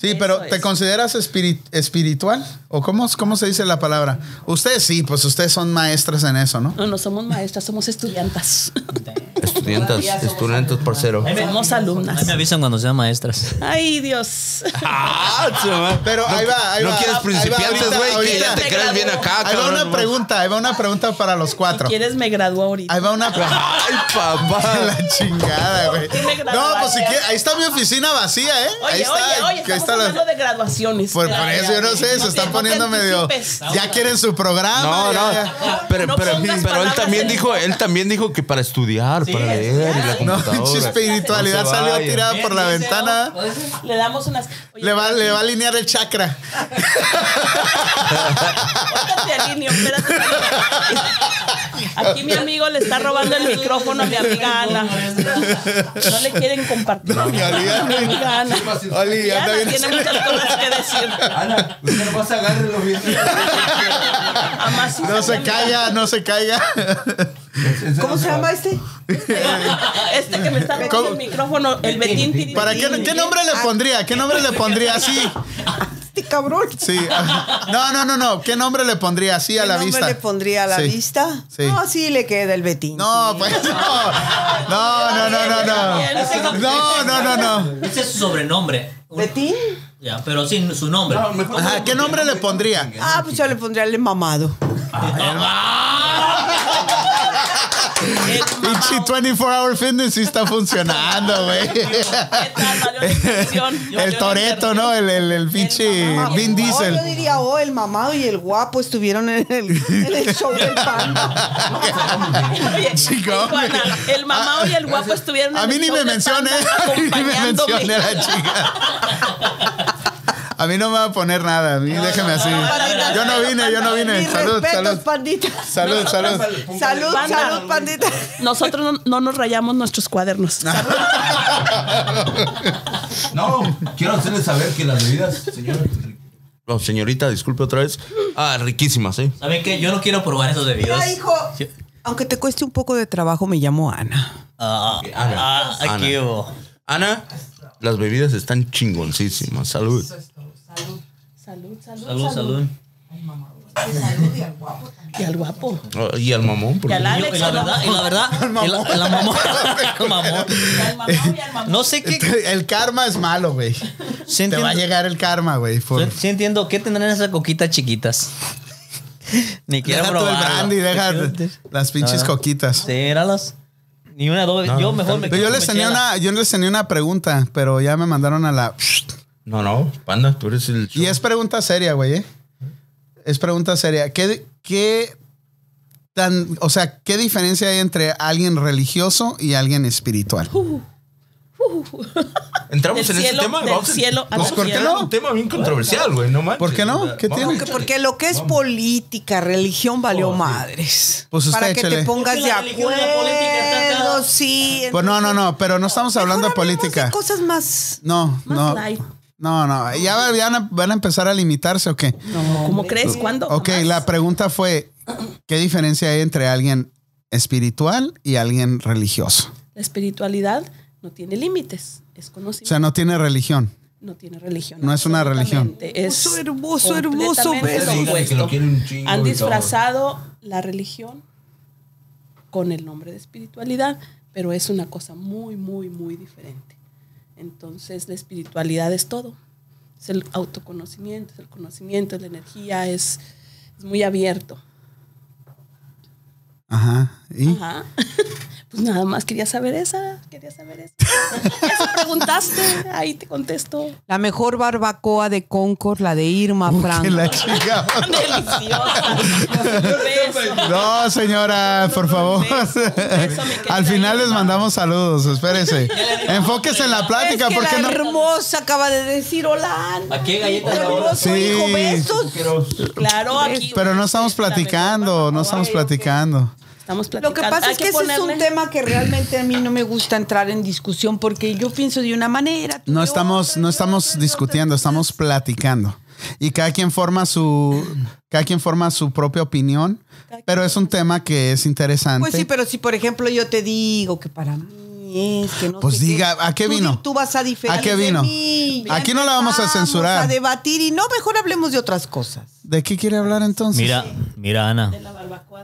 [SPEAKER 1] Sí, pero
[SPEAKER 5] Eso
[SPEAKER 1] ¿te
[SPEAKER 5] es.
[SPEAKER 1] consideras espiri- espiritual? ¿O cómo, es- cómo se dice la palabra? Ustedes sí, pues ustedes son maestras en eso, ¿no?
[SPEAKER 5] No, no somos maestras, somos estudiantas.
[SPEAKER 2] Estudiantes, estudiantes, parcero.
[SPEAKER 5] Somos
[SPEAKER 3] Ahí
[SPEAKER 5] alumnas.
[SPEAKER 3] me avisan cuando sean maestras.
[SPEAKER 5] Ay, Dios.
[SPEAKER 2] Ah, se va.
[SPEAKER 1] Pero ahí va, ahí
[SPEAKER 2] no
[SPEAKER 1] va.
[SPEAKER 2] quieres
[SPEAKER 1] Ahí va ahorita,
[SPEAKER 2] principiantes, güey, que
[SPEAKER 1] ahorita.
[SPEAKER 2] ya te crees bien acá,
[SPEAKER 1] Ahí va
[SPEAKER 2] cabrón.
[SPEAKER 1] una pregunta, ahí va una pregunta para los cuatro.
[SPEAKER 5] ¿Quieres me graduó ahorita?
[SPEAKER 1] Ahí va una pregunta.
[SPEAKER 2] Ay, papá.
[SPEAKER 1] La chingada, güey.
[SPEAKER 5] Tiene que
[SPEAKER 1] No,
[SPEAKER 5] grabar
[SPEAKER 1] pues si
[SPEAKER 5] ya.
[SPEAKER 1] quieres, ahí está mi oficina vacía, ¿eh? ahí
[SPEAKER 5] Oye,
[SPEAKER 1] está,
[SPEAKER 5] oye, oye,
[SPEAKER 1] que ahí
[SPEAKER 5] estamos
[SPEAKER 1] está la- Pues,
[SPEAKER 5] hablando de graduaciones.
[SPEAKER 1] Por, por
[SPEAKER 5] Ya,
[SPEAKER 1] eso yo
[SPEAKER 5] ya,
[SPEAKER 1] no
[SPEAKER 5] ya.
[SPEAKER 1] sé, se
[SPEAKER 5] te-
[SPEAKER 1] están
[SPEAKER 5] te
[SPEAKER 1] poniendo medio.
[SPEAKER 5] anticipes.
[SPEAKER 1] Ya quieren su programa.
[SPEAKER 2] No,
[SPEAKER 1] ya,
[SPEAKER 2] no.
[SPEAKER 1] ya.
[SPEAKER 2] Pero,
[SPEAKER 5] No
[SPEAKER 2] pero,
[SPEAKER 5] pongas
[SPEAKER 2] pero él
[SPEAKER 5] palabras
[SPEAKER 2] también
[SPEAKER 5] en-
[SPEAKER 2] dijo, él también dijo que para estudiar, para leer y la
[SPEAKER 1] No,
[SPEAKER 2] computadora.
[SPEAKER 1] pinche espiritualidad
[SPEAKER 2] No se
[SPEAKER 1] salió
[SPEAKER 2] vayan.
[SPEAKER 1] tirada por la ventana.
[SPEAKER 5] Le damos unas. Oye,
[SPEAKER 1] Le va, le va a alinear el chakra.
[SPEAKER 5] Espérate, Alinio, espérate. Aquí mi amigo le está robando el micrófono a mi amiga Ana. No le quieren compartir.
[SPEAKER 1] No, mi amiga.
[SPEAKER 5] Mi amiga Ana.
[SPEAKER 1] Oli,
[SPEAKER 5] Y
[SPEAKER 1] anda
[SPEAKER 5] Ana
[SPEAKER 1] bien
[SPEAKER 5] tiene muchas cosas que decir.
[SPEAKER 2] Ana, usted vas a agárrelo bien.
[SPEAKER 5] Además, sí
[SPEAKER 1] No se
[SPEAKER 5] amiga.
[SPEAKER 1] caiga, no se caiga.
[SPEAKER 7] ¿Cómo se llama este?
[SPEAKER 5] Este que me está robando
[SPEAKER 1] ¿Cómo?
[SPEAKER 5] el micrófono, el Betín. Tiri,
[SPEAKER 1] ¿Para qué,
[SPEAKER 5] Tiri.
[SPEAKER 1] qué nombre
[SPEAKER 5] Ah.
[SPEAKER 1] le pondría? ¿Qué nombre le pondría así?
[SPEAKER 7] Este cabrón.
[SPEAKER 1] Sí. No, no, no, no. ¿Qué nombre le pondría así a
[SPEAKER 7] ¿Qué
[SPEAKER 1] la
[SPEAKER 7] nombre
[SPEAKER 1] vista?
[SPEAKER 7] le pondría a la
[SPEAKER 1] Sí.
[SPEAKER 7] vista?
[SPEAKER 1] Sí.
[SPEAKER 7] No, sí le queda el Betín.
[SPEAKER 1] No, pues no. No, no, no, no, no. No, no, no, no.
[SPEAKER 3] Ese es su sobrenombre. Un-
[SPEAKER 7] ¿Betín?
[SPEAKER 3] Ya, pero sin su nombre.
[SPEAKER 1] Ah, Ajá, ¿Qué nombre le pondría?
[SPEAKER 7] Ah, pues yo le pondría el mamado.
[SPEAKER 3] Ah,
[SPEAKER 5] Eh,
[SPEAKER 1] Pinche 24 Hour Fitness sí está funcionando, güey.
[SPEAKER 5] ¿Qué tal? Valió la inversión. Valió
[SPEAKER 1] El
[SPEAKER 5] la
[SPEAKER 1] Toreto,
[SPEAKER 5] inversión.
[SPEAKER 1] ¿no? El, el, el pinche
[SPEAKER 7] Ah,
[SPEAKER 1] Eh, Vin
[SPEAKER 7] pues, oh,
[SPEAKER 1] Diesel.
[SPEAKER 7] yo diría, oh, el mamado y el guapo estuvieron en el, en el show del panda.
[SPEAKER 5] Oye,
[SPEAKER 1] Chico,
[SPEAKER 5] dijo Ana, el mamá y el guapo estuvieron en
[SPEAKER 1] Ah, A mí
[SPEAKER 5] el
[SPEAKER 1] ni
[SPEAKER 5] show
[SPEAKER 1] me
[SPEAKER 5] de
[SPEAKER 1] mencione,
[SPEAKER 5] Panda
[SPEAKER 1] a mí ni me
[SPEAKER 5] acompañándome.
[SPEAKER 1] mencione la chica. A mí no me va a poner nada, a mí déjeme así.
[SPEAKER 5] no,
[SPEAKER 1] Yo no
[SPEAKER 5] no,
[SPEAKER 1] vine, yo no vine.
[SPEAKER 7] Mis
[SPEAKER 1] Salud,
[SPEAKER 7] respetos,
[SPEAKER 1] salud.
[SPEAKER 7] pandita.
[SPEAKER 1] Salud, salud.
[SPEAKER 7] Salud,
[SPEAKER 5] Panda.
[SPEAKER 7] salud, pandita.
[SPEAKER 5] Nosotros no, no nos rayamos nuestros cuadernos.
[SPEAKER 2] No, quiero hacerles saber que las bebidas, señora. No, señorita, disculpe otra vez. Ah, riquísimas, ¿eh?
[SPEAKER 3] ¿Saben qué? Yo no quiero probar esos bebidos.
[SPEAKER 7] Mira, hijo. Aunque te cueste un poco de trabajo, me llamo Ana.
[SPEAKER 3] Ah,
[SPEAKER 2] Ana.
[SPEAKER 3] ah, aquí
[SPEAKER 2] Ana.
[SPEAKER 3] hubo.
[SPEAKER 2] Ana, las bebidas están chingoncísimas. Salud.
[SPEAKER 5] Salud, salud.
[SPEAKER 3] Salud, salud.
[SPEAKER 5] Y al guapo.
[SPEAKER 2] Ah, Y al mamón,
[SPEAKER 5] Y
[SPEAKER 2] porque
[SPEAKER 5] al
[SPEAKER 3] Y
[SPEAKER 5] Alex.
[SPEAKER 3] la
[SPEAKER 5] al
[SPEAKER 3] verdad, y la verdad, y la- la mamón. Mamón.
[SPEAKER 5] mamá y al mamá.
[SPEAKER 3] No sé qué.
[SPEAKER 1] El karma es malo, güey.
[SPEAKER 3] Sí
[SPEAKER 1] Te va a
[SPEAKER 3] entiendo-
[SPEAKER 1] llegar el karma, güey. por-
[SPEAKER 3] sí- sí entiendo qué tendrán esas coquitas chiquitas. Ni quiero
[SPEAKER 1] Deja todo el
[SPEAKER 3] probarlo.
[SPEAKER 1] brandy, deja las pinches
[SPEAKER 3] Ah.
[SPEAKER 1] coquitas.
[SPEAKER 3] Sí, míralas. Ni una doble. yo mejor me
[SPEAKER 1] Pero yo
[SPEAKER 3] quedo
[SPEAKER 1] les
[SPEAKER 3] con
[SPEAKER 1] tenía
[SPEAKER 3] chela.
[SPEAKER 1] una, yo les tenía una pregunta, pero ya me mandaron a la.
[SPEAKER 2] No, no, panda, tú eres el.
[SPEAKER 1] Y es pregunta seria, güey. ¿eh? Es pregunta seria. ¿Qué, qué tan, o sea, qué diferencia hay entre alguien religioso y alguien espiritual?
[SPEAKER 2] Entramos
[SPEAKER 5] Del
[SPEAKER 2] en ese
[SPEAKER 5] cielo-
[SPEAKER 2] tema.
[SPEAKER 5] del
[SPEAKER 2] vamos a-
[SPEAKER 5] cielo a
[SPEAKER 2] vamos
[SPEAKER 5] la
[SPEAKER 2] a entrar
[SPEAKER 5] tierra.
[SPEAKER 2] en un tema bien controversial, güey, no manches.
[SPEAKER 1] ¿Por qué no? ¿Qué
[SPEAKER 2] Vamos.
[SPEAKER 1] tiene?
[SPEAKER 7] Porque, porque lo que es política, religión, valió madres.
[SPEAKER 1] Pues usted
[SPEAKER 7] Para que
[SPEAKER 1] échele.
[SPEAKER 7] te pongas
[SPEAKER 3] Porque
[SPEAKER 7] de
[SPEAKER 3] la religión y la política están
[SPEAKER 7] acuerdo,
[SPEAKER 3] cada-
[SPEAKER 7] sí.
[SPEAKER 1] Pues no, no, no, pero no estamos hablando de
[SPEAKER 7] Mejor hablemos
[SPEAKER 1] política.
[SPEAKER 7] de cosas más.
[SPEAKER 1] No,
[SPEAKER 5] Más
[SPEAKER 1] no.
[SPEAKER 5] light.
[SPEAKER 1] No, no. ¿Ya va- ya van a, van a empezar a limitarse o qué?
[SPEAKER 5] ¿Cómo crees? ¿Cuándo?
[SPEAKER 1] Ok,
[SPEAKER 5] Jamás.
[SPEAKER 1] la pregunta fue: ¿qué diferencia hay entre alguien espiritual y alguien religioso?
[SPEAKER 5] La espiritualidad no tiene límites. Es
[SPEAKER 1] O sea,
[SPEAKER 5] conocimiento.
[SPEAKER 1] no tiene religión.
[SPEAKER 5] No tiene religión.
[SPEAKER 1] No es una religión.
[SPEAKER 5] absolutamente. Es
[SPEAKER 6] Hermoso, hermoso, hermoso,
[SPEAKER 5] completamente
[SPEAKER 6] pero-
[SPEAKER 5] lo
[SPEAKER 2] Sí, que lo
[SPEAKER 5] opuesto.
[SPEAKER 2] quieren un chingo
[SPEAKER 5] Han
[SPEAKER 2] y todo.
[SPEAKER 5] disfrazado la religión con el nombre de espiritualidad, pero es una cosa muy, muy, muy diferente. Entonces, la espiritualidad es todo. Es el autoconocimiento, es el conocimiento, es la energía, es, es muy abierto.
[SPEAKER 1] Ajá. ¿Y?
[SPEAKER 5] Ajá. Pues nada más quería saber esa, quería saber esa. Eso preguntaste, ahí te contesto.
[SPEAKER 6] La mejor barbacoa de Concord, la de Irma
[SPEAKER 1] Uh,
[SPEAKER 6] Franco.
[SPEAKER 1] que la chingada.
[SPEAKER 5] Deliciosa. Un beso.
[SPEAKER 1] No, señora, por favor. Al final les mandamos saludos, espérese. Enfóquese en la
[SPEAKER 6] Es
[SPEAKER 1] plática,
[SPEAKER 6] que
[SPEAKER 1] ¿por qué
[SPEAKER 6] la
[SPEAKER 1] no?
[SPEAKER 6] hermosa acaba de decir hola. Ana.
[SPEAKER 3] Aquí hay galletas de oro.
[SPEAKER 6] Hermoso
[SPEAKER 1] Sí.
[SPEAKER 6] hijo, besos.
[SPEAKER 2] Quiero-
[SPEAKER 5] Claro, aquí.
[SPEAKER 1] Pero no estamos platicando, no estamos platicando.
[SPEAKER 5] Estamos
[SPEAKER 6] Lo que
[SPEAKER 5] platicando.
[SPEAKER 6] pasa
[SPEAKER 5] Hay
[SPEAKER 6] es que ese es
[SPEAKER 5] ponerle-
[SPEAKER 6] un tema que realmente a mí no me gusta entrar en discusión porque yo pienso de una manera. tú
[SPEAKER 1] No
[SPEAKER 6] de
[SPEAKER 1] estamos,
[SPEAKER 6] otra,
[SPEAKER 1] no
[SPEAKER 6] yo
[SPEAKER 1] estamos
[SPEAKER 6] otra, yo
[SPEAKER 1] discutiendo,
[SPEAKER 6] otra.
[SPEAKER 1] estamos platicando. Y cada quien forma su, cada quien forma su propia opinión, pero es un tema que es interesante.
[SPEAKER 6] Pues sí, pero si por ejemplo yo te digo que para mí es que no
[SPEAKER 1] Pues
[SPEAKER 6] sé
[SPEAKER 1] diga, ¿a qué
[SPEAKER 6] tú di-
[SPEAKER 1] vino?
[SPEAKER 6] Tú vas a diferir
[SPEAKER 1] ¿A qué
[SPEAKER 6] de
[SPEAKER 1] vino?
[SPEAKER 6] mí.
[SPEAKER 1] Aquí no la vamos a censurar.
[SPEAKER 6] A debatir y no, mejor hablemos de otras cosas.
[SPEAKER 1] ¿De qué quiere hablar entonces?
[SPEAKER 3] Mira, mira, Ana.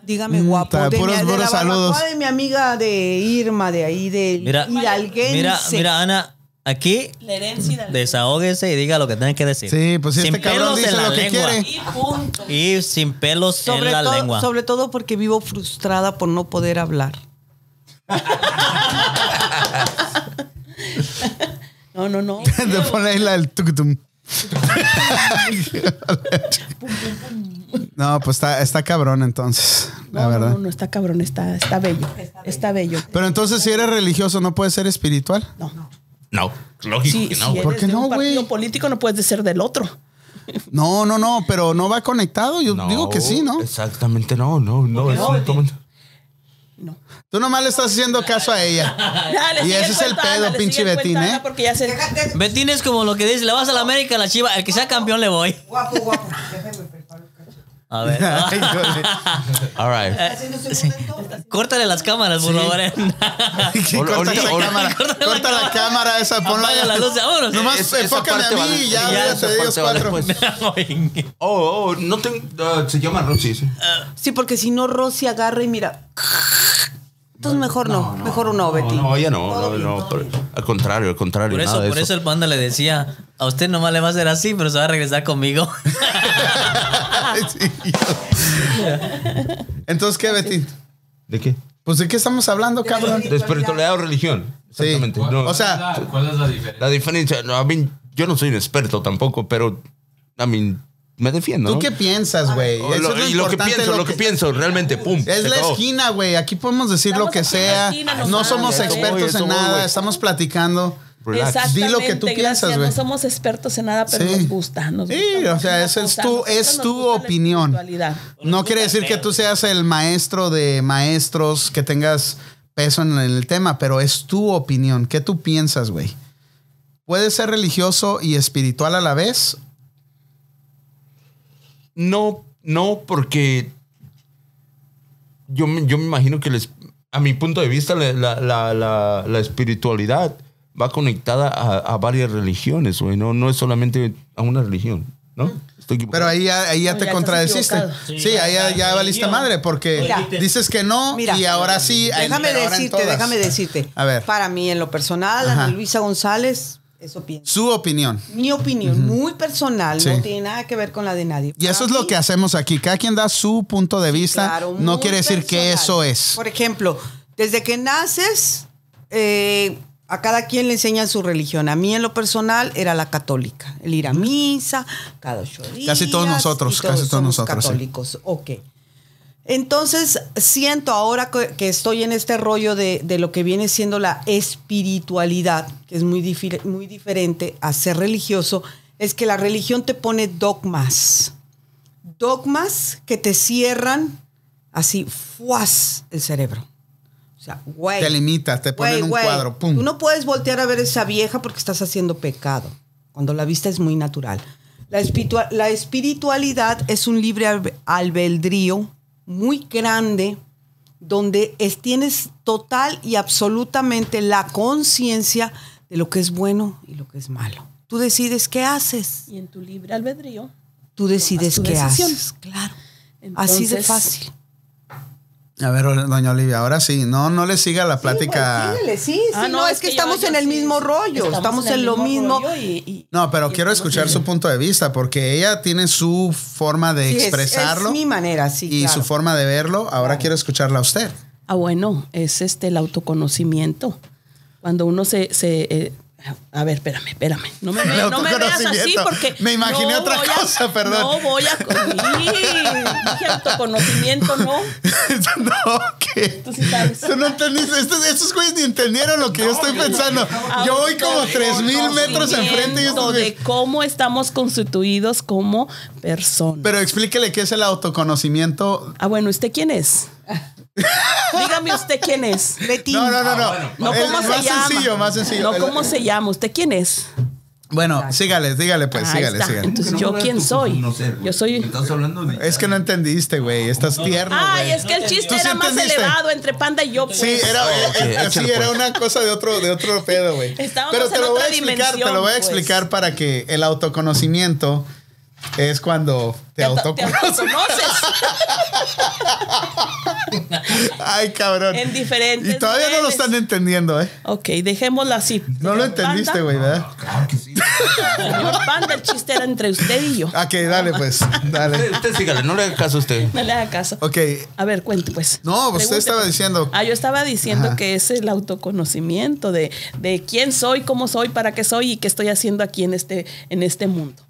[SPEAKER 6] Dígame
[SPEAKER 1] Mm,
[SPEAKER 6] guapo,
[SPEAKER 1] ta-
[SPEAKER 6] de,
[SPEAKER 1] puros,
[SPEAKER 6] mi, de la
[SPEAKER 1] puros saludos.
[SPEAKER 6] barbacoa de mi amiga de Irma de ahí de
[SPEAKER 3] Mira,
[SPEAKER 6] Hidalguense.
[SPEAKER 3] mira, mira, Ana. Aquí
[SPEAKER 5] La herencia de
[SPEAKER 3] desahóguese y diga lo que tenga que decir.
[SPEAKER 1] Sí, pues si este cabrón
[SPEAKER 3] pelos en
[SPEAKER 1] dice
[SPEAKER 3] la
[SPEAKER 1] lo que
[SPEAKER 3] lengua.
[SPEAKER 1] quiere.
[SPEAKER 5] Y punto.
[SPEAKER 3] Y sin pelos
[SPEAKER 6] sobre
[SPEAKER 3] en la
[SPEAKER 6] todo,
[SPEAKER 3] lengua.
[SPEAKER 6] sobre todo porque vivo frustrada por no poder hablar.
[SPEAKER 5] No, no, no.
[SPEAKER 1] De poner la el tucutum. No, pues está, está cabrón entonces, la
[SPEAKER 5] No,
[SPEAKER 1] verdad.
[SPEAKER 5] no, no, está cabrón, está, está bello. Está bello.
[SPEAKER 1] Pero entonces si eres religioso no puedes ser espiritual.
[SPEAKER 5] No.
[SPEAKER 2] No, lógico
[SPEAKER 5] Sí,
[SPEAKER 2] que
[SPEAKER 5] si
[SPEAKER 2] no.
[SPEAKER 1] ¿Por
[SPEAKER 5] eres
[SPEAKER 1] qué
[SPEAKER 5] de
[SPEAKER 1] no,
[SPEAKER 5] un partido
[SPEAKER 1] güey?
[SPEAKER 5] político no puedes ser del otro.
[SPEAKER 1] No, no, no, pero no va conectado. Yo
[SPEAKER 2] No,
[SPEAKER 1] digo que sí, ¿no?
[SPEAKER 2] Exactamente, no, no, no. es un comentario.
[SPEAKER 5] No.
[SPEAKER 1] Tú nomás le estás haciendo caso a ella.
[SPEAKER 5] Dale,
[SPEAKER 1] Y
[SPEAKER 5] sigue
[SPEAKER 1] ese es el
[SPEAKER 5] cuento,
[SPEAKER 1] pedo,
[SPEAKER 5] ándale,
[SPEAKER 1] pinche
[SPEAKER 5] sigue el
[SPEAKER 1] Betín,
[SPEAKER 5] cuento,
[SPEAKER 1] ¿eh?
[SPEAKER 5] Ana, Porque ya se...
[SPEAKER 7] Déjate,
[SPEAKER 3] Betín es como lo que dice, le vas a la América, a la Chiva, el que sea campeón le voy.
[SPEAKER 7] guapo, guapo. Déjame preparar el cachete.
[SPEAKER 3] A ver.
[SPEAKER 1] Ay, güey.
[SPEAKER 2] All right.
[SPEAKER 7] Haciendo segundo entonces.
[SPEAKER 3] Córtale las cámaras, por favor.
[SPEAKER 1] Sí,
[SPEAKER 2] Ol-
[SPEAKER 1] corta
[SPEAKER 2] ol-
[SPEAKER 1] esa
[SPEAKER 2] ol-
[SPEAKER 1] cámara.
[SPEAKER 3] corta la
[SPEAKER 1] Corta la cámara esa, ponla.
[SPEAKER 3] Apaga las luces, vámonos.
[SPEAKER 1] Nomás
[SPEAKER 2] Es- esa
[SPEAKER 1] enfócame a
[SPEAKER 2] parte
[SPEAKER 1] mí
[SPEAKER 2] vale.
[SPEAKER 1] y ya,
[SPEAKER 2] Ya,
[SPEAKER 1] olvídate
[SPEAKER 2] esa
[SPEAKER 1] de ellos
[SPEAKER 2] parte vale,
[SPEAKER 1] cuatro.
[SPEAKER 2] pues. Oh, oh, no tengo. ah, se llama Rosy, sí.
[SPEAKER 6] Sí, porque si no Rosy agarra y mira. Entonces mejor no, mejor no, Betty.
[SPEAKER 2] No, ya no, no, no, por- al contrario, al contrario.
[SPEAKER 3] Por eso,
[SPEAKER 2] nada de
[SPEAKER 3] por eso el panda le decía, a usted nomás le va a hacer así, pero se va a regresar conmigo.
[SPEAKER 1] Sí. Entonces, ¿qué, Betty?
[SPEAKER 2] ¿De qué?
[SPEAKER 1] Pues de qué estamos hablando, cabrón.
[SPEAKER 2] De espiritualidad o religión.
[SPEAKER 1] Sí.
[SPEAKER 2] Exactamente. no.
[SPEAKER 1] O sea,
[SPEAKER 8] ¿Cuál es la diferencia?
[SPEAKER 2] La diferencia, no, I mean, yo no soy un experto tampoco, pero I mean, me defiendo.
[SPEAKER 1] ¿tú
[SPEAKER 2] ¿no?
[SPEAKER 1] qué piensas, güey?
[SPEAKER 2] O
[SPEAKER 1] Eso
[SPEAKER 2] lo-
[SPEAKER 1] es lo
[SPEAKER 2] y lo que
[SPEAKER 1] importante,
[SPEAKER 2] pienso,
[SPEAKER 1] lo
[SPEAKER 2] lo que
[SPEAKER 1] que-
[SPEAKER 2] pienso, realmente, pum.
[SPEAKER 1] Es
[SPEAKER 2] se
[SPEAKER 1] la
[SPEAKER 2] acabó.
[SPEAKER 1] esquina, güey. Aquí podemos decir
[SPEAKER 5] Estamos
[SPEAKER 1] lo que
[SPEAKER 5] aquí en la
[SPEAKER 1] sea.
[SPEAKER 5] esquina nomás.
[SPEAKER 1] no somos
[SPEAKER 2] Eso voy,
[SPEAKER 1] expertos
[SPEAKER 2] eso
[SPEAKER 1] en
[SPEAKER 2] voy,
[SPEAKER 1] nada.
[SPEAKER 2] güey.
[SPEAKER 1] Estamos platicando.
[SPEAKER 2] Relax.
[SPEAKER 5] Exactamente,
[SPEAKER 1] Di lo que tú
[SPEAKER 5] gracias,
[SPEAKER 1] piensas, güey.
[SPEAKER 5] No somos expertos en nada, pero
[SPEAKER 1] Sí.
[SPEAKER 5] nos gusta. Nos
[SPEAKER 1] Sí,
[SPEAKER 5] gusta
[SPEAKER 1] o
[SPEAKER 5] mucho
[SPEAKER 1] sea,
[SPEAKER 5] una
[SPEAKER 1] esa es
[SPEAKER 5] cosa,
[SPEAKER 1] tu-
[SPEAKER 5] a nosotros
[SPEAKER 1] es
[SPEAKER 5] nos
[SPEAKER 1] tu
[SPEAKER 5] gusta la
[SPEAKER 1] opinión.
[SPEAKER 5] espiritualidad.
[SPEAKER 1] No quiere decir que tú seas el maestro de maestros, que tengas peso en el tema, pero es tu opinión. ¿Qué tú piensas, güey? ¿Puedes ser religioso y espiritual a la vez?
[SPEAKER 2] No, no, porque yo, me- yo me imagino que les, a mi punto de vista la, la- la- la- la espiritualidad va conectada a, a varias religiones, güey. No, no es solamente a una religión, ¿no? Estoy equivocado.
[SPEAKER 1] Pero ahí ya, ahí ya
[SPEAKER 5] No,
[SPEAKER 1] te
[SPEAKER 5] ya estás
[SPEAKER 1] contradeciste.
[SPEAKER 5] equivocado.
[SPEAKER 1] Sí,
[SPEAKER 3] Sí, ya
[SPEAKER 1] ahí ya,
[SPEAKER 3] está,
[SPEAKER 1] ya
[SPEAKER 3] religión.
[SPEAKER 1] valiste madre porque
[SPEAKER 6] Mira.
[SPEAKER 1] dices que no
[SPEAKER 6] Mira.
[SPEAKER 1] y ahora sí. ahí-
[SPEAKER 6] Déjame
[SPEAKER 1] pero ahora en
[SPEAKER 6] decirte,
[SPEAKER 1] todas.
[SPEAKER 6] déjame decirte.
[SPEAKER 1] A ver.
[SPEAKER 6] Para mí, en lo personal,
[SPEAKER 1] Ajá.
[SPEAKER 6] Ana Luisa González, eso pienso.
[SPEAKER 1] Su opinión.
[SPEAKER 6] Mi opinión, muy personal,
[SPEAKER 1] Sí.
[SPEAKER 6] no tiene nada que ver con la de nadie.
[SPEAKER 1] Y eso
[SPEAKER 6] Para
[SPEAKER 1] es lo
[SPEAKER 6] mí,
[SPEAKER 1] que hacemos aquí. Cada quien da su punto de vista.
[SPEAKER 6] claro,
[SPEAKER 1] no
[SPEAKER 6] muy
[SPEAKER 1] quiere decir que
[SPEAKER 6] personal.
[SPEAKER 1] eso es.
[SPEAKER 6] Por ejemplo, desde que naces, eh, a cada quien le enseñan su religión. A mí, en lo personal, era la católica. El ir a misa, cada ocho días.
[SPEAKER 1] Mm. Casi todos nosotros,
[SPEAKER 6] y
[SPEAKER 1] casi todos
[SPEAKER 6] somos
[SPEAKER 1] nosotros, sí.
[SPEAKER 6] Católicos, ok. Entonces, siento ahora que que estoy en este rollo de, de lo que viene siendo la espiritualidad, que es muy, difi- muy diferente a ser religioso, es que la religión te pone dogmas. Dogmas que te cierran así, fuas, el cerebro. O sea, güey.
[SPEAKER 1] Te limita, te ponen
[SPEAKER 6] Güey,
[SPEAKER 1] un
[SPEAKER 6] güey,
[SPEAKER 1] cuadro. Pum.
[SPEAKER 6] Tú no puedes voltear a ver esa vieja porque estás haciendo pecado, cuando la vista es muy natural. La, espiritua- la espiritualidad es un libre albe- albedrío muy grande donde es- tienes total y absolutamente la conciencia de lo que es bueno y lo que es malo. Tú Tú decides qué haces.
[SPEAKER 5] Y en tu libre albedrío.
[SPEAKER 6] Tú decides
[SPEAKER 5] tu
[SPEAKER 6] qué
[SPEAKER 5] decisión.
[SPEAKER 6] haces. Claro. Así de
[SPEAKER 5] Entonces,
[SPEAKER 6] fácil.
[SPEAKER 1] A ver, doña Olivia, ahora sí, no, no le siga la plática.
[SPEAKER 6] Sí, sí,
[SPEAKER 5] Ah,
[SPEAKER 6] no, es que,
[SPEAKER 5] yo-
[SPEAKER 6] estamos
[SPEAKER 5] yo
[SPEAKER 6] en el
[SPEAKER 5] sí,
[SPEAKER 6] mismo
[SPEAKER 5] sí,
[SPEAKER 6] rollo, estamos, en,
[SPEAKER 5] el
[SPEAKER 6] lo mismo.
[SPEAKER 5] rollo y- y-
[SPEAKER 1] No, pero
[SPEAKER 5] y
[SPEAKER 1] quiero
[SPEAKER 5] estamos
[SPEAKER 1] escuchar
[SPEAKER 5] en-
[SPEAKER 1] su punto de vista porque ella tiene su forma de
[SPEAKER 6] Sí, es-
[SPEAKER 1] expresarlo
[SPEAKER 6] Es, mi manera, sí.
[SPEAKER 1] y
[SPEAKER 6] claro.
[SPEAKER 1] su forma de verlo. Ahora quiero escucharla a usted.
[SPEAKER 5] Ah, bueno, es este el autoconocimiento. Cuando uno se... se, eh, a ver, espérame, espérame. No me,
[SPEAKER 1] El
[SPEAKER 5] no me veas así
[SPEAKER 1] autoconocimiento.
[SPEAKER 5] porque...
[SPEAKER 1] Me imaginé
[SPEAKER 5] no
[SPEAKER 1] otra
[SPEAKER 5] voy a-
[SPEAKER 1] cosa, perdón.
[SPEAKER 5] No voy a... Sí, dije autoconocimiento, no.
[SPEAKER 1] no, ¿qué?
[SPEAKER 5] Tú sí sabes.
[SPEAKER 1] Tú no entendiste. Estos, estos güeyes ni entendieron lo que yo estoy pensando. Yo voy como 3000 metros enfrente y estos güeyes-
[SPEAKER 5] Autoconocimiento De cómo estamos constituidos como personas.
[SPEAKER 1] Pero explíquele qué es el autoconocimiento.
[SPEAKER 5] ah, bueno, ¿usted quién es? Dígame usted quién es.
[SPEAKER 6] Betín.
[SPEAKER 1] No, no, no, no.
[SPEAKER 5] No,
[SPEAKER 1] El-
[SPEAKER 5] ¿cómo se
[SPEAKER 1] más
[SPEAKER 5] llama?
[SPEAKER 1] sencillo, más sencillo.
[SPEAKER 5] No,
[SPEAKER 1] El-
[SPEAKER 5] ¿cómo se llama? ¿Usted quién es?
[SPEAKER 1] Bueno, sígale, sígale pues,
[SPEAKER 5] Ahí
[SPEAKER 1] sígale,
[SPEAKER 5] está.
[SPEAKER 1] sígale.
[SPEAKER 5] Entonces,
[SPEAKER 2] No
[SPEAKER 5] ¿yo
[SPEAKER 2] me
[SPEAKER 5] quién
[SPEAKER 2] vas a
[SPEAKER 5] soy?
[SPEAKER 2] conocer, güey.
[SPEAKER 5] Yo soy-
[SPEAKER 2] Estás hablando de.
[SPEAKER 1] Es que no entendiste, güey. Estás tierno.
[SPEAKER 5] Ay,
[SPEAKER 1] güey.
[SPEAKER 5] es que el chiste
[SPEAKER 1] ¿Tú sí
[SPEAKER 5] era más
[SPEAKER 1] entendiste?
[SPEAKER 5] elevado entre Panda y yo. Pues.
[SPEAKER 1] Sí, era, eh,
[SPEAKER 2] ok,
[SPEAKER 1] eh, sí,
[SPEAKER 2] échale,
[SPEAKER 1] era
[SPEAKER 2] pues.
[SPEAKER 1] una cosa de otro, de otro pedo, güey.
[SPEAKER 5] Estábamos
[SPEAKER 1] Pero te
[SPEAKER 5] en
[SPEAKER 1] lo voy
[SPEAKER 5] otra
[SPEAKER 1] a explicar, te
[SPEAKER 5] dimensión,
[SPEAKER 1] lo voy a
[SPEAKER 5] pues.
[SPEAKER 1] explicar para que el autoconocimiento es cuando te,
[SPEAKER 5] Te auto- te
[SPEAKER 1] autoconoces.
[SPEAKER 5] autoconoces
[SPEAKER 1] Ay, cabrón.
[SPEAKER 5] en diferentes.
[SPEAKER 1] Y todavía no lo
[SPEAKER 5] niveles.
[SPEAKER 1] están entendiendo, ¿eh?
[SPEAKER 5] Ok, dejémoslo así.
[SPEAKER 1] No lo
[SPEAKER 5] Señor
[SPEAKER 1] entendiste,
[SPEAKER 5] Panda,
[SPEAKER 1] güey, ¿verdad?
[SPEAKER 2] Claro que sí.
[SPEAKER 5] Señor Panda, el chiste era entre usted y yo.
[SPEAKER 1] Ok, dale, pues. Dale.
[SPEAKER 2] Usted, usted sígale, no le haga caso a usted.
[SPEAKER 5] No le haga caso.
[SPEAKER 1] Ok.
[SPEAKER 5] A ver, cuente pues.
[SPEAKER 1] No, usted
[SPEAKER 5] Pregunte,
[SPEAKER 1] estaba
[SPEAKER 5] pues.
[SPEAKER 1] diciendo.
[SPEAKER 5] Ah, yo estaba diciendo
[SPEAKER 1] Ajá.
[SPEAKER 5] que es el autoconocimiento de, de quién soy, cómo soy, para qué soy y qué estoy haciendo aquí en este, en este mundo.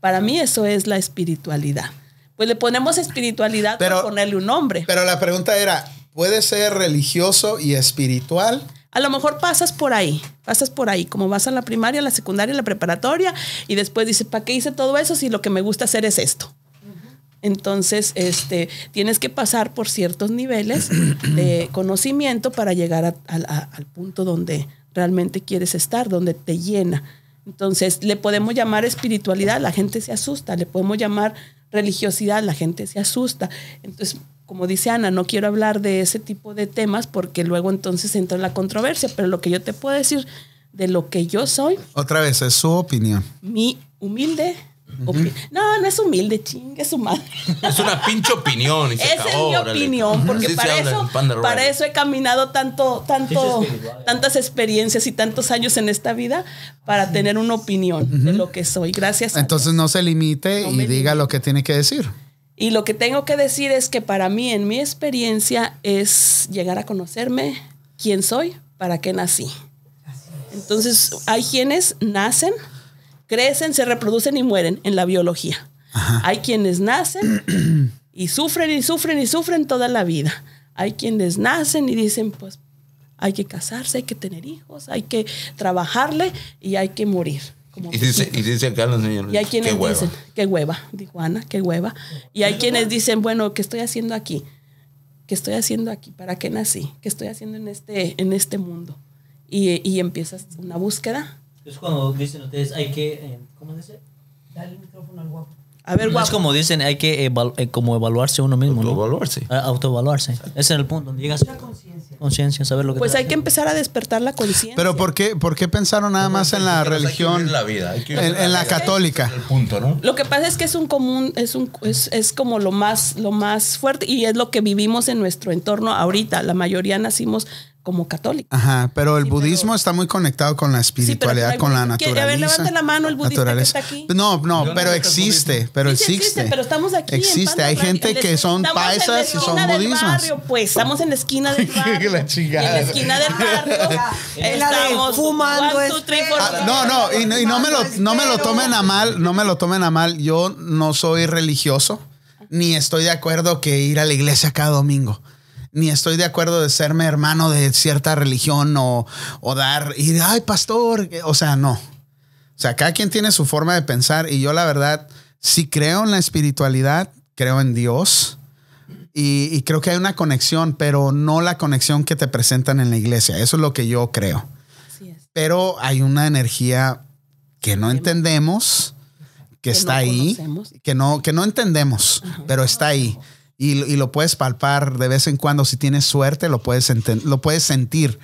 [SPEAKER 5] Para mí eso es la espiritualidad. Pues le ponemos espiritualidad
[SPEAKER 1] Pero-
[SPEAKER 5] por ponerle un nombre.
[SPEAKER 1] Pero la pregunta era: ¿puede ser religioso y espiritual?
[SPEAKER 5] a lo mejor pasas por ahí, pasas por ahí, como vas a la primaria, la secundaria, la preparatoria y después dices, ¿para qué hice todo eso si lo que me gusta hacer es esto? Entonces, este, tienes que pasar por ciertos niveles de conocimiento para llegar a- al- a- al punto donde realmente quieres estar, donde te llena. Entonces, le podemos llamar espiritualidad, la gente se asusta, le podemos llamar religiosidad, la gente se asusta. Entonces, como dice Ana, no quiero hablar de ese tipo de temas porque luego entonces entra en la controversia, pero lo que yo te puedo decir de lo que yo soy,
[SPEAKER 1] Otra vez, es su opinión.
[SPEAKER 5] mi humilde... opi- No, no es humilde, chingue su madre.
[SPEAKER 2] Es una pinche opinión. y se
[SPEAKER 5] Esa es
[SPEAKER 2] acabó,
[SPEAKER 5] mi
[SPEAKER 2] órale.
[SPEAKER 5] opinión, porque
[SPEAKER 2] Así se
[SPEAKER 5] para,
[SPEAKER 2] habla
[SPEAKER 5] eso,
[SPEAKER 2] en Panda Radio.
[SPEAKER 5] para eso he caminado tanto, tanto, tantas experiencias y tantos años en esta vida para tener una opinión de lo que soy. Gracias. a
[SPEAKER 1] Entonces
[SPEAKER 5] Dios.
[SPEAKER 1] no se limite
[SPEAKER 5] No
[SPEAKER 1] y
[SPEAKER 5] me
[SPEAKER 1] diga lo que tiene que decir.
[SPEAKER 5] Y lo que tengo que decir es que para mí, en mi experiencia, es llegar a conocerme quién soy, para qué nací. Entonces, hay quienes nacen, crecen, se reproducen y mueren en la biología. Hay quienes nacen y sufren y sufren y sufren toda la vida. Hay quienes nacen y dicen, pues hay que casarse, hay que tener hijos, hay que trabajarle y hay que morir. como
[SPEAKER 2] Y dice, y dice acá la señora.
[SPEAKER 5] y hay
[SPEAKER 2] qué
[SPEAKER 5] quienes
[SPEAKER 2] hueva.
[SPEAKER 5] dicen, qué hueva, dijo Ana, qué hueva. Y hay quienes dicen, bueno, ¿qué estoy haciendo aquí? ¿Qué estoy haciendo aquí? ¿Para qué nací? ¿Qué estoy haciendo en este, en este mundo? Y, y empiezas una búsqueda.
[SPEAKER 3] Es cuando dicen ustedes, hay que. eh, ¿Cómo se dice?
[SPEAKER 5] A ver,
[SPEAKER 3] No es
[SPEAKER 5] guapo.
[SPEAKER 3] como dicen, hay que eval- eh, como evaluarse uno mismo, ¿no?
[SPEAKER 2] Autoevaluarse.
[SPEAKER 3] Ah, Autoevaluarse. Ese es el punto donde llegas. Conciencia, saber lo que
[SPEAKER 5] Pues
[SPEAKER 3] te-
[SPEAKER 5] hay que empezar a despertar la conciencia.
[SPEAKER 1] Pero ¿por qué, por qué pensaron nada más en la
[SPEAKER 2] Pero hay que
[SPEAKER 1] religión,
[SPEAKER 2] vivir la vida, hay que
[SPEAKER 1] en,
[SPEAKER 2] vivir
[SPEAKER 1] en la
[SPEAKER 2] vida.
[SPEAKER 1] católica?
[SPEAKER 2] Ese es El punto, ¿no?
[SPEAKER 5] Lo que pasa es que es un común, es un es, es como lo más, lo más fuerte y es lo que vivimos en nuestro entorno ahorita. La mayoría nacimos como católicos.
[SPEAKER 1] Ajá, pero el budismo está muy conectado con la espiritualidad,
[SPEAKER 5] hay
[SPEAKER 1] con la
[SPEAKER 5] budistas que-
[SPEAKER 1] naturaleza.
[SPEAKER 5] a ver, levante la mano el budista que está aquí.
[SPEAKER 1] No, no,
[SPEAKER 2] Yo no
[SPEAKER 1] pero
[SPEAKER 2] sé qué es
[SPEAKER 1] existe,
[SPEAKER 2] budismo.
[SPEAKER 1] pero
[SPEAKER 5] Sí, sí
[SPEAKER 1] existe.
[SPEAKER 5] pero estamos aquí. en
[SPEAKER 1] Existe,
[SPEAKER 5] Panda
[SPEAKER 1] hay
[SPEAKER 5] Radio.
[SPEAKER 1] gente
[SPEAKER 5] En la
[SPEAKER 1] que
[SPEAKER 5] esquina-
[SPEAKER 1] son
[SPEAKER 5] estamos en la
[SPEAKER 1] paisas y son
[SPEAKER 5] esquina del
[SPEAKER 1] budismos.
[SPEAKER 5] barrio, pues estamos en la esquina del barrio.
[SPEAKER 1] la chingada.
[SPEAKER 5] Y en la esquina del barrio. eh,
[SPEAKER 6] En la de
[SPEAKER 5] estamos
[SPEAKER 6] fumando
[SPEAKER 5] one, two, three, four,
[SPEAKER 1] Ah,
[SPEAKER 5] five.
[SPEAKER 1] no, no, y, no- y no, me lo, no me lo tomen a mal, no me lo tomen a mal. Yo no soy religioso, ni estoy de acuerdo que ir a la iglesia cada domingo. Ni estoy de acuerdo de serme hermano de cierta religión o, o dar, y de, ay, pastor, o sea, no. O sea, cada quien tiene su forma de pensar y yo la verdad, sí creo en la espiritualidad, creo en Dios y, y creo que hay una conexión, pero no la conexión que te presentan en la iglesia. Eso es lo que yo creo
[SPEAKER 5] Así es.
[SPEAKER 1] pero hay una energía que no entendemos, que,
[SPEAKER 5] Que
[SPEAKER 1] está
[SPEAKER 5] no
[SPEAKER 1] ahí,
[SPEAKER 5] conocemos.
[SPEAKER 1] que no, que no entendemos, pero está ahí. Y, lo- y lo puedes palpar de vez en cuando, si tienes suerte, lo puedes, enten- lo puedes sentir.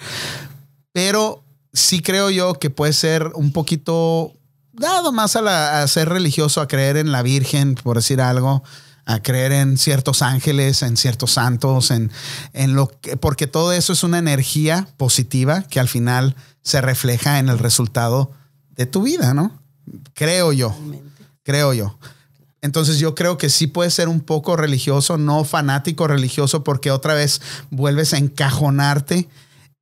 [SPEAKER 1] Pero sí creo yo que puede ser un poquito dado más a, la- a ser religioso, a creer en la Virgen, por decir algo, a creer en ciertos ángeles, en ciertos santos, en, en lo que, porque todo eso es una energía positiva que al final se refleja en el resultado de tu vida, ¿no? Creo yo, creo yo. Entonces yo creo que sí puedes ser un poco religioso, no fanático religioso, porque otra vez vuelves a encajonarte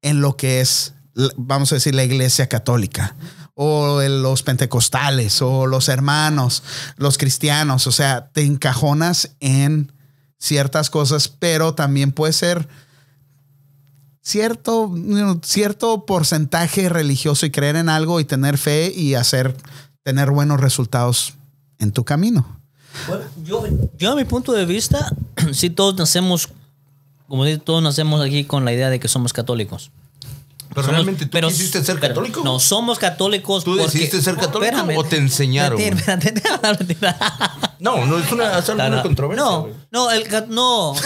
[SPEAKER 1] en lo que es, l- vamos a decir, la iglesia católica o el- los pentecostales o los hermanos, los cristianos, o sea, te encajonas en ciertas cosas, pero también puede ser cierto, you know, cierto porcentaje religioso y creer en algo y tener fe y hacer, tener buenos resultados en tu camino.
[SPEAKER 3] Bueno, yo, yo a mi punto de vista, sí todos nacemos, como dice, todos nacemos aquí con la idea de que somos católicos.
[SPEAKER 2] Pero
[SPEAKER 3] Somos-
[SPEAKER 2] realmente tú
[SPEAKER 3] pero-
[SPEAKER 2] quisiste ser
[SPEAKER 3] pero
[SPEAKER 2] católico.
[SPEAKER 3] No, somos católicos
[SPEAKER 2] ¿Tú
[SPEAKER 3] porque-
[SPEAKER 2] decidiste ser católico
[SPEAKER 3] Espérame.
[SPEAKER 2] o te enseñaron?
[SPEAKER 3] Mentira, espérate, déjame hablar, mentira.
[SPEAKER 2] No, no es una, es alguna
[SPEAKER 3] No, no,
[SPEAKER 2] controversia.
[SPEAKER 3] No,
[SPEAKER 2] güey.
[SPEAKER 3] no, el cat- no.
[SPEAKER 2] O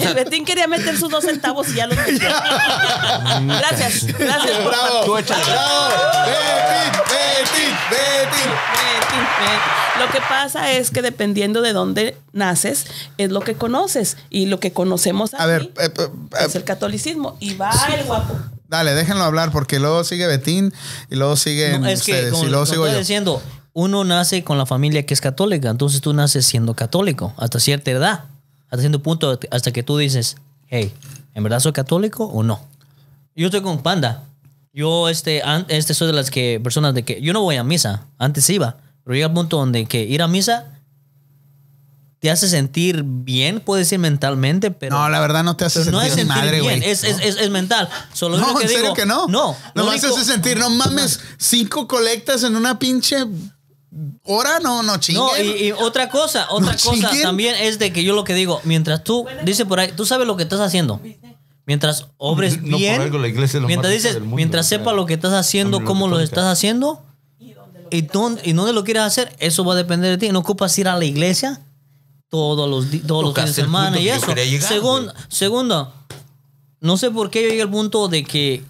[SPEAKER 2] sea,
[SPEAKER 5] el Betín quería meter sus dos centavos y ya los metió. gracias, gracias. por-
[SPEAKER 2] tú échale.
[SPEAKER 5] Betín, Betín. Lo que pasa es que dependiendo de dónde naces, es lo que conoces. Y lo que conocemos aquí
[SPEAKER 1] A ver, eh, eh, eh,
[SPEAKER 5] es el catolicismo. Y va el guapo.
[SPEAKER 1] dale, déjenlo hablar porque luego sigue Betín y luego siguen
[SPEAKER 3] No, es que,
[SPEAKER 1] ustedes
[SPEAKER 3] como,
[SPEAKER 1] y luego
[SPEAKER 3] como
[SPEAKER 1] sigo
[SPEAKER 3] estaba
[SPEAKER 1] yo.
[SPEAKER 3] diciendo, uno nace con la familia que es católica, entonces tú naces siendo católico hasta cierta edad, hasta cierto punto, hasta que tú dices, hey, ¿en verdad soy católico o no? Yo estoy con Panda. Yo este, an- este soy de las que personas de que yo no voy a misa, antes iba, pero llega el punto donde que ir a misa te hace sentir bien, puede ser mentalmente, pero
[SPEAKER 1] no, la verdad no te hace
[SPEAKER 3] pero no
[SPEAKER 1] sentir
[SPEAKER 3] es
[SPEAKER 1] ni
[SPEAKER 3] sentir
[SPEAKER 1] madre,
[SPEAKER 3] bien,
[SPEAKER 1] güey.
[SPEAKER 3] es, es, es- es mental. Solo
[SPEAKER 1] No,
[SPEAKER 3] que
[SPEAKER 1] en serio
[SPEAKER 3] digo,
[SPEAKER 1] que no.
[SPEAKER 3] No, lo
[SPEAKER 1] Nomás
[SPEAKER 3] único-
[SPEAKER 1] hace sentir, no mames, cinco colectas en una pinche hora, no, no chinguen.
[SPEAKER 3] No, y, y otra cosa,
[SPEAKER 1] No
[SPEAKER 3] otra cosa
[SPEAKER 1] chinguen.
[SPEAKER 3] también es de que yo lo que digo, mientras tú, dice por ahí, tú sabes lo que estás haciendo. Mientras obres
[SPEAKER 2] No por
[SPEAKER 3] bien,
[SPEAKER 2] algo la iglesia es lo más
[SPEAKER 3] mientras
[SPEAKER 2] rica
[SPEAKER 3] dices,
[SPEAKER 2] del mundo,
[SPEAKER 3] mientras
[SPEAKER 2] o sea,
[SPEAKER 3] sepa lo que estás haciendo,
[SPEAKER 2] hombre,
[SPEAKER 3] cómo
[SPEAKER 2] lo
[SPEAKER 3] lo
[SPEAKER 2] que
[SPEAKER 3] estás haciendo y dónde, y dónde lo quieres hacer, eso va a depender de ti. No ocupas ir a la iglesia todos los, di- todos los
[SPEAKER 2] Tocaste
[SPEAKER 3] fines de
[SPEAKER 2] el punto
[SPEAKER 3] semana y
[SPEAKER 2] que yo
[SPEAKER 3] eso.
[SPEAKER 2] quería llegar,
[SPEAKER 3] Segun-
[SPEAKER 2] güey.
[SPEAKER 3] segundo, no sé por qué yo llegué al punto de que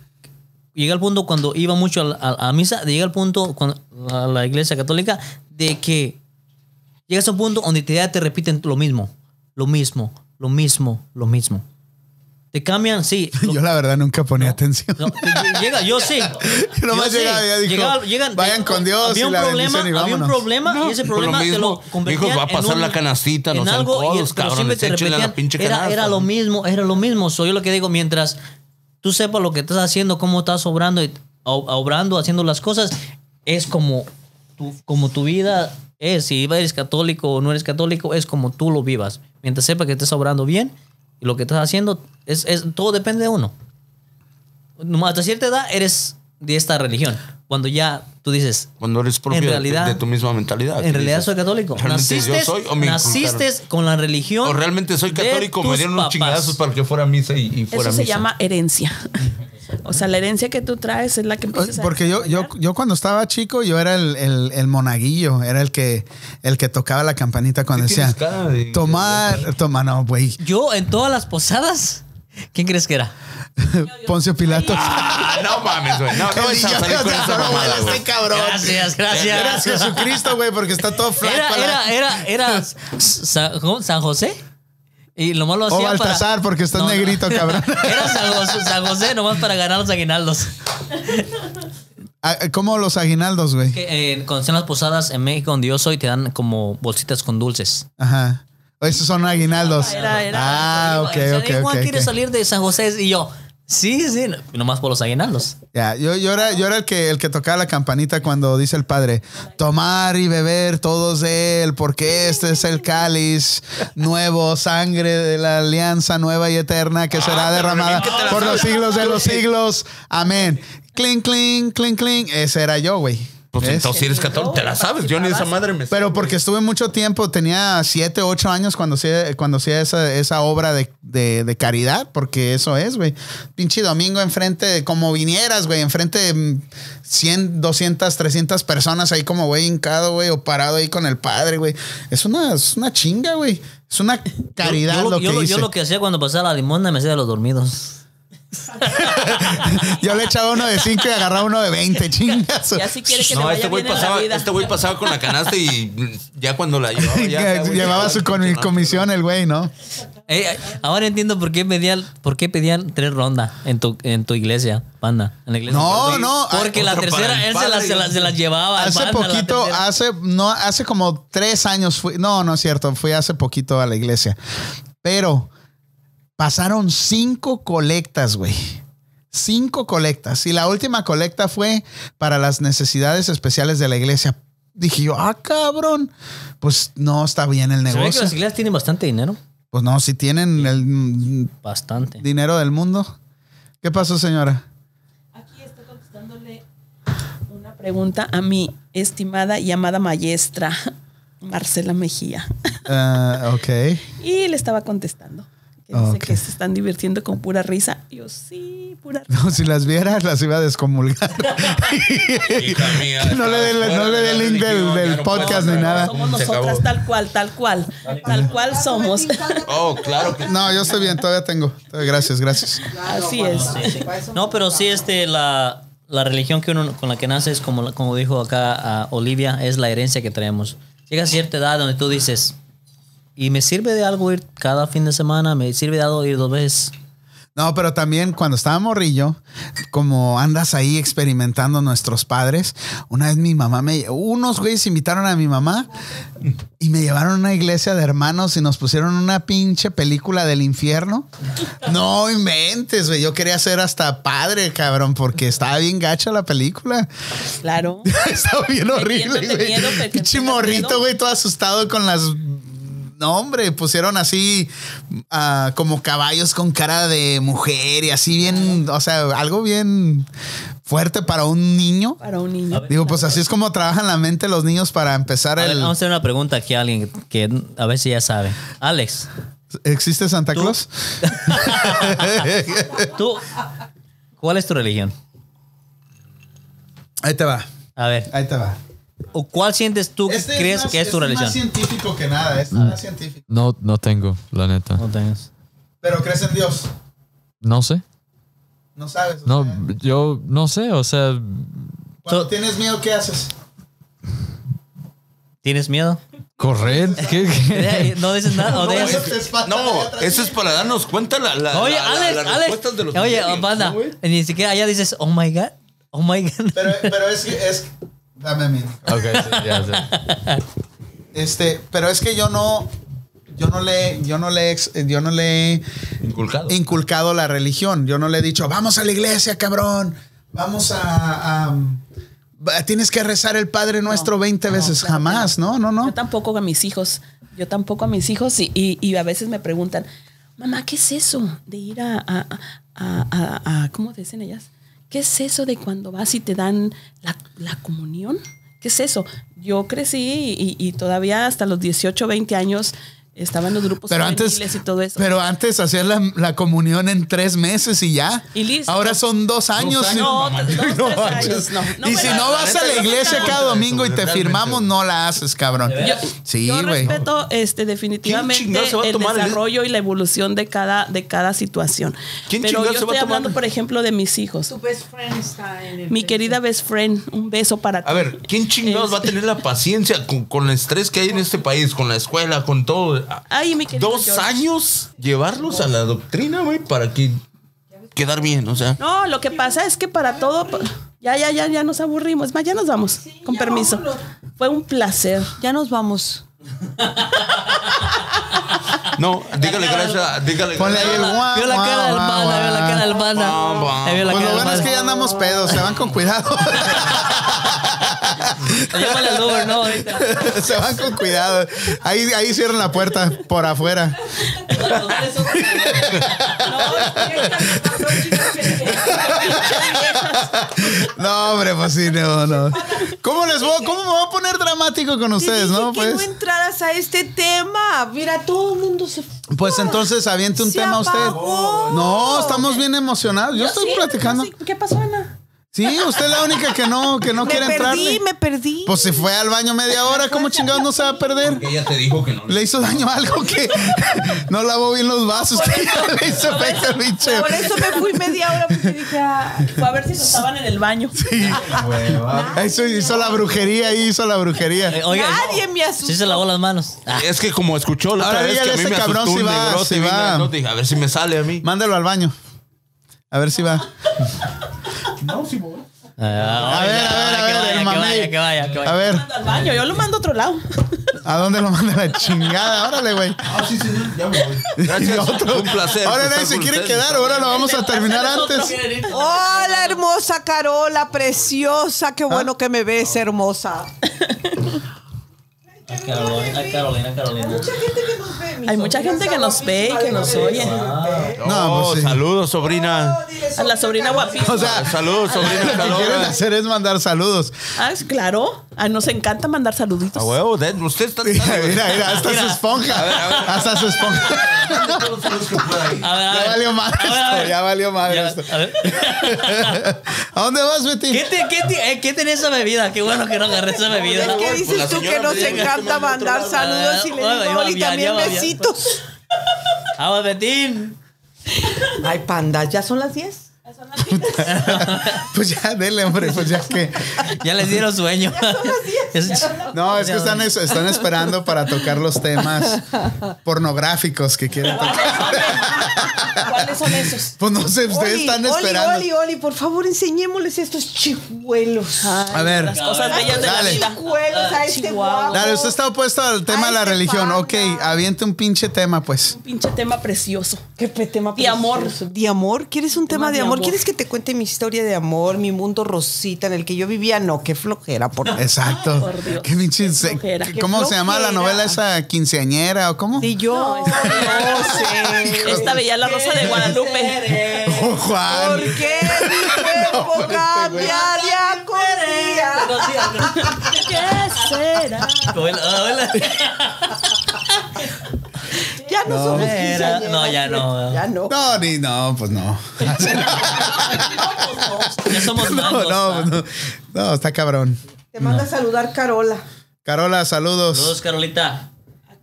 [SPEAKER 3] llegué al punto cuando iba mucho a, la- a- a misa, llegué al punto cuando- a la iglesia católica de que llegas a un punto donde te, ya te repiten lo mismo, lo mismo, lo mismo, lo mismo. Te cambian, sí. lo-
[SPEAKER 1] Yo la verdad nunca ponía atención.
[SPEAKER 3] no, te- llega, yo sí.
[SPEAKER 1] Yo nomás llegaba y ya dijo, "Vayan con Dios
[SPEAKER 3] Había
[SPEAKER 1] y
[SPEAKER 3] un
[SPEAKER 1] la
[SPEAKER 3] problema,
[SPEAKER 1] bendición y
[SPEAKER 3] había un
[SPEAKER 1] vámonos".
[SPEAKER 3] problema y ese
[SPEAKER 2] por lo
[SPEAKER 3] problema te lo
[SPEAKER 2] mismo,
[SPEAKER 3] convertían
[SPEAKER 2] dijo, "Va a pasar
[SPEAKER 3] en un-
[SPEAKER 2] la canastita, no
[SPEAKER 3] en
[SPEAKER 2] sean
[SPEAKER 3] algo", y-
[SPEAKER 2] codos,
[SPEAKER 3] pero siempre
[SPEAKER 2] cabrones,
[SPEAKER 3] te
[SPEAKER 2] échenle a la
[SPEAKER 3] repetían,
[SPEAKER 2] pinche
[SPEAKER 3] era,
[SPEAKER 2] canasta,
[SPEAKER 3] era
[SPEAKER 2] ¿no?
[SPEAKER 3] lo mismo, era lo mismo. Soy yo lo que digo, mientras tú sepas lo que estás haciendo, cómo estás obrando, y, o- obrando haciendo las cosas, es como tu, como tu vida es. Si eres católico o no eres católico, es como tú lo vivas. Mientras sepas que estás obrando bien y lo que estás haciendo, es, es, todo depende de uno. Nomás Hasta cierta edad eres de esta religión. Cuando ya tú dices,
[SPEAKER 2] Cuando eres propio de-
[SPEAKER 3] realidad-
[SPEAKER 2] de, tu misma mentalidad.
[SPEAKER 3] en realidad
[SPEAKER 2] Ah, Dices,
[SPEAKER 3] soy católico.
[SPEAKER 2] ¿realmente yo
[SPEAKER 3] Naciste,
[SPEAKER 2] soy o me
[SPEAKER 3] naciste
[SPEAKER 2] inculcaron?
[SPEAKER 3] con la religión.
[SPEAKER 2] O realmente soy
[SPEAKER 3] de
[SPEAKER 2] católico, me
[SPEAKER 3] tus
[SPEAKER 2] dieron
[SPEAKER 3] papás.
[SPEAKER 2] unos chingazos para que fuera a misa y, y
[SPEAKER 5] Eso
[SPEAKER 2] fuera a
[SPEAKER 5] se
[SPEAKER 2] misa.
[SPEAKER 5] llama herencia. O sea, la herencia que tú traes es la que empiezas a
[SPEAKER 1] Porque yo, yo, yo cuando estaba chico, yo era el, el- el monaguillo, era el que, el que tocaba la campanita cuando
[SPEAKER 2] Sí tienes
[SPEAKER 1] decía,
[SPEAKER 2] cara de-
[SPEAKER 1] tomar, toma, no, güey,
[SPEAKER 3] Yo en todas las posadas, ¿quién crees que era?
[SPEAKER 1] Poncio Pilato.
[SPEAKER 2] Ah, no mames, güey. No, no
[SPEAKER 1] El
[SPEAKER 2] vas a
[SPEAKER 1] niño
[SPEAKER 2] salir
[SPEAKER 1] Dios,
[SPEAKER 2] con esa
[SPEAKER 1] no,
[SPEAKER 2] mamada,
[SPEAKER 1] huele
[SPEAKER 2] güey.
[SPEAKER 1] este cabrón.
[SPEAKER 3] Gracias, gracias.
[SPEAKER 1] Era Jesucristo, güey, porque está todo flaco.
[SPEAKER 3] Era,
[SPEAKER 1] la-
[SPEAKER 3] era, era, era San, ¿cómo? ¿San José. Y lo malo hacía
[SPEAKER 1] O
[SPEAKER 3] para-
[SPEAKER 1] Baltasar, porque estás
[SPEAKER 3] No, no.
[SPEAKER 1] negrito, cabrón.
[SPEAKER 3] Era San José, San José, nomás para ganar los aguinaldos.
[SPEAKER 1] Ah, ¿Cómo los aguinaldos, güey?
[SPEAKER 3] Que, eh, cuando son las posadas en México donde yo soy, te dan como bolsitas con dulces.
[SPEAKER 1] Ajá. Esos son aguinaldos.
[SPEAKER 5] Era- era-
[SPEAKER 1] ah,
[SPEAKER 3] Digo,
[SPEAKER 1] ok,
[SPEAKER 3] o sea,
[SPEAKER 1] ok,
[SPEAKER 3] digo,
[SPEAKER 1] ok,
[SPEAKER 3] Juan quiere
[SPEAKER 1] ok.
[SPEAKER 3] salir de San José y yo, sí, sí, nomás por los aguinaldos.
[SPEAKER 1] Ya, yo, yo era, yo era el, que, el que tocaba la campanita cuando dice el padre, tomar y beber todos de él, porque este es el cáliz nuevo, sangre de la alianza nueva y eterna que será
[SPEAKER 2] Ah,
[SPEAKER 1] derramada por los siglos de los siglos. Amén. Cling, cling, cling, cling. Ese era yo, güey.
[SPEAKER 2] Pues
[SPEAKER 1] ¿Ves?
[SPEAKER 2] entonces si eres católico, te la sabes. Yo ni esa madre me
[SPEAKER 1] Pero porque estuve mucho tiempo, tenía siete, ocho años cuando hacía, cuando hacía esa, esa obra de, de- de caridad, porque eso es, güey. Pinche domingo enfrente, de- como vinieras, güey, enfrente de mm, 100, 200, 300 personas ahí como, güey, hincado, güey, o parado ahí con el padre, güey. Es una, es una chinga, güey. Es una caridad
[SPEAKER 3] yo, yo
[SPEAKER 1] lo que
[SPEAKER 3] yo
[SPEAKER 1] hice.
[SPEAKER 3] yo lo que hacía cuando pasaba la limosna me hacía de los dormidos.
[SPEAKER 1] Yo le echaba uno de 5 y agarraba uno de 20, chingas.
[SPEAKER 5] Y así quiere que le
[SPEAKER 2] No,
[SPEAKER 5] vaya
[SPEAKER 2] este güey
[SPEAKER 5] bien en la
[SPEAKER 2] pasaba,
[SPEAKER 5] vida.
[SPEAKER 2] este güey pasaba con la canasta y ya cuando la llevaba ya, ya, güey,
[SPEAKER 1] Llevaba su con-
[SPEAKER 2] ya,
[SPEAKER 1] comisión el güey, ¿no?
[SPEAKER 3] Ey, ey, Eh, ahora entiendo por qué pedían, por qué pedían tres rondas en tu, en tu iglesia, panda. En la iglesia.
[SPEAKER 1] No,
[SPEAKER 3] Porque-
[SPEAKER 1] no,
[SPEAKER 3] Porque la
[SPEAKER 2] otra para
[SPEAKER 3] tercera
[SPEAKER 2] el
[SPEAKER 3] él se la,
[SPEAKER 2] padre.
[SPEAKER 3] se la- se la llevaba. el
[SPEAKER 1] Hace
[SPEAKER 3] panda, la
[SPEAKER 1] poquito,
[SPEAKER 3] tercera.
[SPEAKER 1] hace, no, hace como tres años fui. No, no es cierto, fui hace poquito a la iglesia. Pero pasaron cinco colectas, güey. Cinco colectas. Y la última colecta fue para las necesidades especiales de la iglesia. Dije yo, ah, cabrón. Pues no está bien el
[SPEAKER 3] Se ve que
[SPEAKER 1] negocio.
[SPEAKER 3] las iglesias tienen bastante dinero.
[SPEAKER 1] Pues no, si tienen el mm,
[SPEAKER 3] Bastante.
[SPEAKER 1] dinero del mundo. ¿Qué pasó, señora?
[SPEAKER 5] Aquí estoy contestándole una pregunta a mi estimada y amada maestra Marcela Mejía.
[SPEAKER 1] Ah, ok.
[SPEAKER 5] Y le estaba contestando. Que dice
[SPEAKER 1] Ok.
[SPEAKER 5] que se están divirtiendo con pura risa. Y Yo, sí, pura risa.
[SPEAKER 1] No, si las vieras, las iba a descomulgar.
[SPEAKER 2] Hija mía,
[SPEAKER 1] no le dé
[SPEAKER 2] fuera
[SPEAKER 1] no le
[SPEAKER 2] de
[SPEAKER 1] dé
[SPEAKER 2] la
[SPEAKER 1] link del,
[SPEAKER 2] religión,
[SPEAKER 1] del
[SPEAKER 2] ya no puedo
[SPEAKER 1] podcast ni
[SPEAKER 2] hablar.
[SPEAKER 1] nada.
[SPEAKER 5] Somos
[SPEAKER 2] Se acabó.
[SPEAKER 5] nosotras tal cual, tal cual. Tal cual somos.
[SPEAKER 2] Oh, claro que
[SPEAKER 1] No, yo estoy bien, todavía tengo. Todavía- Gracias, gracias.
[SPEAKER 5] Así es.
[SPEAKER 3] No, pero sí, este, la, la religión que uno, con la que nace es como, la- como dijo acá ah, Olivia, es la herencia que traemos. Llega a cierta edad donde tú dices, ¿y me sirve de algo ir cada fin de semana? ¿Me sirve de algo ir dos veces?
[SPEAKER 1] No, pero también cuando estaba morrillo, como andas ahí experimentando nuestros padres, una vez mi mamá me. Unos güeyes invitaron a mi mamá y me llevaron a una iglesia de hermanos y nos pusieron una pinche película del infierno. No inventes, güey. Yo quería ser hasta padre, cabrón, porque estaba bien gacha la película.
[SPEAKER 5] Claro.
[SPEAKER 1] Estaba bien horrible,
[SPEAKER 5] Metiéndote
[SPEAKER 1] güey.
[SPEAKER 5] miedo, pe-
[SPEAKER 1] Pinche
[SPEAKER 5] metiéndote
[SPEAKER 1] morrito,
[SPEAKER 5] miedo.
[SPEAKER 1] güey, todo asustado con las. No, hombre, pusieron así ah, como caballos con cara de mujer y así bien, o sea, algo bien fuerte para un niño.
[SPEAKER 5] Para un niño.
[SPEAKER 1] Digo, pues así es como trabajan la mente los niños para empezar
[SPEAKER 3] A ver,
[SPEAKER 1] el...
[SPEAKER 3] vamos a hacer una pregunta aquí a alguien que a ver si ya sabe. Alex,
[SPEAKER 1] ¿Existe Santa
[SPEAKER 3] Tú-
[SPEAKER 1] Claus?
[SPEAKER 3] tú, ¿cuál es tu religión?
[SPEAKER 1] Ahí te va,
[SPEAKER 3] A ver,
[SPEAKER 1] ahí te va.
[SPEAKER 3] ¿o ¿cuál sientes tú que
[SPEAKER 1] Este
[SPEAKER 3] crees
[SPEAKER 1] más-
[SPEAKER 3] que es tu
[SPEAKER 1] este más
[SPEAKER 3] religión?
[SPEAKER 1] científico que nada, este es más científico.
[SPEAKER 8] No, no tengo, la neta.
[SPEAKER 3] No tengas.
[SPEAKER 1] Pero crees en Dios,
[SPEAKER 8] No sé.
[SPEAKER 1] no sabes. o
[SPEAKER 8] No,
[SPEAKER 1] sea,
[SPEAKER 8] yo no sé, o sea,
[SPEAKER 1] cuando
[SPEAKER 3] So-
[SPEAKER 1] tienes miedo, ¿qué haces?
[SPEAKER 3] ¿Tienes miedo?
[SPEAKER 8] correr. ¿Qué, qué?
[SPEAKER 3] ¿No dices nada? ¿O
[SPEAKER 1] No,
[SPEAKER 3] dejas-
[SPEAKER 1] eso te espanta,
[SPEAKER 2] No,
[SPEAKER 1] atrás
[SPEAKER 2] eso es para darnos cuenta la, la,
[SPEAKER 3] Oye,
[SPEAKER 2] la- la-
[SPEAKER 3] Alex,
[SPEAKER 2] las respuestas
[SPEAKER 3] Alex.
[SPEAKER 2] de los
[SPEAKER 3] Oye,
[SPEAKER 2] millennials,
[SPEAKER 3] banda,
[SPEAKER 2] ¿no, güey?
[SPEAKER 3] ni siquiera allá dices, oh my god, oh my god.
[SPEAKER 1] Pero, eh, pero es que es. Dame mi.
[SPEAKER 8] Ok, sí, ya sé.
[SPEAKER 1] Este, pero es que yo no. Yo no le, yo no le, ex- yo no le he
[SPEAKER 2] Inculcado.
[SPEAKER 1] inculcado la religión. Yo no le he dicho, vamos a la iglesia, cabrón. Vamos a. a- va- tienes que rezar el Padre Nuestro 20 veces.
[SPEAKER 5] claro que
[SPEAKER 1] Jamás, no, no, no.
[SPEAKER 5] Yo tampoco a mis hijos. Yo tampoco a mis hijos. Y, y- y a veces me preguntan, mamá, ¿qué es eso de ir a, a, a- a- a- ¿cómo dicen ellas? ¿Qué es eso de cuando vas y te dan la, la comunión? ¿Qué es eso? Yo crecí y, y todavía hasta los 18, 20 años estaba en los grupos
[SPEAKER 1] Pero antes,
[SPEAKER 5] juveniles y todo eso.
[SPEAKER 1] pero antes hacías la, la comunión en tres meses y ya.
[SPEAKER 5] Y listo.
[SPEAKER 1] Ahora son dos años.
[SPEAKER 5] no, dos, tres
[SPEAKER 1] No
[SPEAKER 5] años,
[SPEAKER 1] manches.
[SPEAKER 5] no. No,
[SPEAKER 1] y
[SPEAKER 5] pero
[SPEAKER 1] si no
[SPEAKER 5] la
[SPEAKER 1] vas a la
[SPEAKER 5] neta,
[SPEAKER 1] iglesia
[SPEAKER 5] yo-
[SPEAKER 1] cada domingo y te
[SPEAKER 2] Realmente.
[SPEAKER 1] firmamos, no la haces, cabrón.
[SPEAKER 5] Yo,
[SPEAKER 1] Sí,
[SPEAKER 5] yo
[SPEAKER 1] güey.
[SPEAKER 5] respeto este, definitivamente
[SPEAKER 2] ¿Quién chingado se va a
[SPEAKER 5] el
[SPEAKER 2] tomar el-
[SPEAKER 5] desarrollo y la evolución de cada, de cada situación.
[SPEAKER 2] ¿Quién
[SPEAKER 5] Pero yo
[SPEAKER 2] chingado se va a
[SPEAKER 5] estoy
[SPEAKER 2] tomar?
[SPEAKER 5] hablando, por ejemplo, de mis hijos.
[SPEAKER 7] Tu best friend está en el.
[SPEAKER 5] Mi querida best friend, un beso para ti.
[SPEAKER 2] A ver, ¿quién chingados va a tener la paciencia con, con el estrés que hay en este país, con la escuela, con todo? Ah,
[SPEAKER 5] Ay, mi querido
[SPEAKER 2] Dos
[SPEAKER 5] George.
[SPEAKER 2] años llevarlos a la doctrina, güey, para que quedar bien, o sea.
[SPEAKER 5] No, lo que pasa es que para todo. Ya, ya, ya, ya nos aburrimos. Ma, ya nos vamos. con permiso. Fue un placer.
[SPEAKER 6] Ya nos vamos.
[SPEAKER 2] No, dígale gracias, dígale
[SPEAKER 1] Ponle ahí el
[SPEAKER 2] gracias.
[SPEAKER 1] guau,
[SPEAKER 3] Vio la
[SPEAKER 1] guau,
[SPEAKER 3] cara del
[SPEAKER 1] guau,
[SPEAKER 3] panda, vio la
[SPEAKER 1] guau.
[SPEAKER 3] cara del
[SPEAKER 2] Guau,
[SPEAKER 3] panda.
[SPEAKER 2] guau.
[SPEAKER 3] Ahí vio la
[SPEAKER 1] Pues
[SPEAKER 3] cara
[SPEAKER 1] lo
[SPEAKER 3] del
[SPEAKER 1] bueno es que ya
[SPEAKER 3] panda.
[SPEAKER 1] andamos pedos, se van con cuidado.
[SPEAKER 3] Llámale al Uber, ¿no? Ahorita.
[SPEAKER 1] se van con cuidado. Ahí, ahí cierran la puerta por afuera. No, hombre, pues sí, no, no. ¿Cómo les voy, cómo me voy a poner dramático con
[SPEAKER 6] Te
[SPEAKER 1] ustedes,
[SPEAKER 6] dije
[SPEAKER 1] no?
[SPEAKER 6] que no
[SPEAKER 1] Pues,
[SPEAKER 6] entraras a este tema. Mira, todo el mundo se.
[SPEAKER 1] pues entonces aviente un
[SPEAKER 6] Se
[SPEAKER 1] tema a usted.
[SPEAKER 6] apagó.
[SPEAKER 1] No, estamos bien emocionados. Yo estoy
[SPEAKER 5] Sí,
[SPEAKER 1] platicando.
[SPEAKER 5] sí. ¿Qué pasó, Ana?
[SPEAKER 1] Sí, usted es la única que no, que no
[SPEAKER 6] me
[SPEAKER 1] quiere
[SPEAKER 6] perdí,
[SPEAKER 1] entrar.
[SPEAKER 6] me perdí.
[SPEAKER 1] Pues se fue al baño media hora, ¿cómo chingados no se va a perder?
[SPEAKER 2] Ella te dijo que no.
[SPEAKER 1] Le hizo daño algo que no lavó bien los vasos. le hizo efecto al bicho.
[SPEAKER 6] Por eso me fui media hora porque dije, ah,
[SPEAKER 5] Fue a ver si se estaban en el baño.
[SPEAKER 1] Ah, Eso hizo la brujería, hizo la brujería.
[SPEAKER 3] Eh, oiga,
[SPEAKER 6] nadie me asustó.
[SPEAKER 3] sí se lavó las manos. Ah,
[SPEAKER 2] Es que como escuchó la
[SPEAKER 1] Ahora
[SPEAKER 2] otra vez que
[SPEAKER 1] dígale
[SPEAKER 2] a
[SPEAKER 1] a
[SPEAKER 2] mí
[SPEAKER 1] ese
[SPEAKER 2] me
[SPEAKER 1] cabrón
[SPEAKER 2] asustó un
[SPEAKER 1] si va,
[SPEAKER 2] negrote
[SPEAKER 1] si
[SPEAKER 2] y vino
[SPEAKER 1] va.
[SPEAKER 2] el otro, dije, a ver si me sale a mí.
[SPEAKER 1] Mándalo al baño. A ver si va.
[SPEAKER 3] ah,
[SPEAKER 1] A
[SPEAKER 3] oiga,
[SPEAKER 1] ver, a ver,
[SPEAKER 3] ahora
[SPEAKER 1] a
[SPEAKER 3] que
[SPEAKER 1] ver,
[SPEAKER 3] vaya,
[SPEAKER 1] el
[SPEAKER 3] que
[SPEAKER 1] mamey.
[SPEAKER 3] vaya, que vaya, que vaya.
[SPEAKER 1] A ver,
[SPEAKER 5] Al baño, yo lo mando a otro lado.
[SPEAKER 1] ¿a dónde lo manda la chingada? Órale, güey.
[SPEAKER 2] Ah, sí, sí, sí, ya me voy.
[SPEAKER 1] Y
[SPEAKER 2] Gracias,
[SPEAKER 1] otro.
[SPEAKER 2] un
[SPEAKER 3] Ah,
[SPEAKER 2] placer.
[SPEAKER 1] Ahora
[SPEAKER 2] estar
[SPEAKER 1] nadie se
[SPEAKER 2] con
[SPEAKER 1] quiere
[SPEAKER 2] ustedes.
[SPEAKER 1] quedar, ahora lo vamos a terminar antes.
[SPEAKER 6] Hola, hermosa Carola, preciosa.
[SPEAKER 1] ¿Ah?
[SPEAKER 6] Qué bueno que me ves, hermosa.
[SPEAKER 3] Ay, Carolina, ay, Carolina, Carolina.
[SPEAKER 6] gente que nos ve.
[SPEAKER 5] Hay mucha gente que nos ve y que nos oye.
[SPEAKER 1] No,
[SPEAKER 2] Oh,
[SPEAKER 1] pues sí.
[SPEAKER 2] Saludos,
[SPEAKER 6] Ah.
[SPEAKER 2] sobrina.
[SPEAKER 5] A la sobrina guapísima.
[SPEAKER 1] O sea,
[SPEAKER 2] Saludos, sobrina
[SPEAKER 1] lo que quieren
[SPEAKER 2] Carola.
[SPEAKER 1] hacer es mandar saludos.
[SPEAKER 5] Ah, claro. Ah, nos encanta mandar saluditos.
[SPEAKER 1] Ah,
[SPEAKER 2] A huevo, Oh, Dad, usted está.
[SPEAKER 1] Mira, mira, mira, hasta su esponja. Hasta su esponja.
[SPEAKER 3] A ver, a
[SPEAKER 1] Ya
[SPEAKER 3] ver.
[SPEAKER 1] valió madre
[SPEAKER 3] A ver, a ver.
[SPEAKER 1] esto, ya valió madre
[SPEAKER 3] Ya,
[SPEAKER 1] esto.
[SPEAKER 3] a ver.
[SPEAKER 1] ¿A dónde vas, Betty?
[SPEAKER 3] ¿Qué, te, qué, te- eh, ¿Qué tenía esa bebida? Qué bueno que no agarré esa bebida.
[SPEAKER 6] ¿Qué dices
[SPEAKER 2] la
[SPEAKER 6] tú
[SPEAKER 2] señora
[SPEAKER 6] que nos
[SPEAKER 2] me dijo,
[SPEAKER 6] encanta mandar saludos y le
[SPEAKER 3] Bueno,
[SPEAKER 6] digo,
[SPEAKER 3] iba a
[SPEAKER 6] y
[SPEAKER 3] aviar,
[SPEAKER 6] también
[SPEAKER 3] iba a aviar.
[SPEAKER 6] besitos?
[SPEAKER 3] Vamos, Betín.
[SPEAKER 6] Ay, panda, ¿ya son las 10?
[SPEAKER 1] Pues ya, dele, hombre, pues ya que.
[SPEAKER 3] Ya les dieron sueño. Es-
[SPEAKER 1] No, es que están, es- están esperando para tocar los temas pornográficos que quieren tocar.
[SPEAKER 5] ¿Cuáles son esos?
[SPEAKER 1] Pues no sé, ustedes están
[SPEAKER 6] Oli,
[SPEAKER 1] esperando.
[SPEAKER 6] Oli, Oli, por favor, enseñémosles estos chihuelos.
[SPEAKER 1] A ver,
[SPEAKER 5] Las cosas bellas de la
[SPEAKER 1] Dale.
[SPEAKER 5] vida.
[SPEAKER 6] Chihuelos a este
[SPEAKER 5] Chihuahua.
[SPEAKER 6] guapo.
[SPEAKER 1] dale, usted está opuesto al tema de la
[SPEAKER 6] Ay, este
[SPEAKER 1] religión.
[SPEAKER 6] Stefana.
[SPEAKER 1] Ok, aviente un pinche tema, pues.
[SPEAKER 5] Pinche tema precioso.
[SPEAKER 6] Qué pe- tema
[SPEAKER 5] De amor.
[SPEAKER 6] precioso. De amor. ¿Quieres un tema de amor? ¿Quieres que te cuente mi historia de amor, mi mundo rosita en el que yo vivía? No, qué flojera, por
[SPEAKER 1] Exacto.
[SPEAKER 5] por Dios,
[SPEAKER 1] Qué pinche.
[SPEAKER 5] qué
[SPEAKER 1] se-
[SPEAKER 5] flojera.
[SPEAKER 1] ¿Cómo
[SPEAKER 6] Qué
[SPEAKER 1] se llama la
[SPEAKER 6] flojera.
[SPEAKER 1] novela esa quinceañera o cómo?
[SPEAKER 6] Y yo no, sé.
[SPEAKER 5] Esta bella la rosa de Guadalupe.
[SPEAKER 1] Oh, Juan.
[SPEAKER 6] ¿Por qué mi cuerpo cambia de acordía?
[SPEAKER 5] ¿Qué será?
[SPEAKER 3] Hola, hola.
[SPEAKER 6] Ya no, somos
[SPEAKER 3] Era- no, ya no.
[SPEAKER 6] Ya no.
[SPEAKER 1] No, ni no, pues no.
[SPEAKER 3] Ya somos
[SPEAKER 1] No,
[SPEAKER 3] mangos.
[SPEAKER 1] no, pues no, no, está cabrón.
[SPEAKER 6] Te manda a saludar Carola.
[SPEAKER 1] Carola, saludos.
[SPEAKER 3] Saludos, Carolita.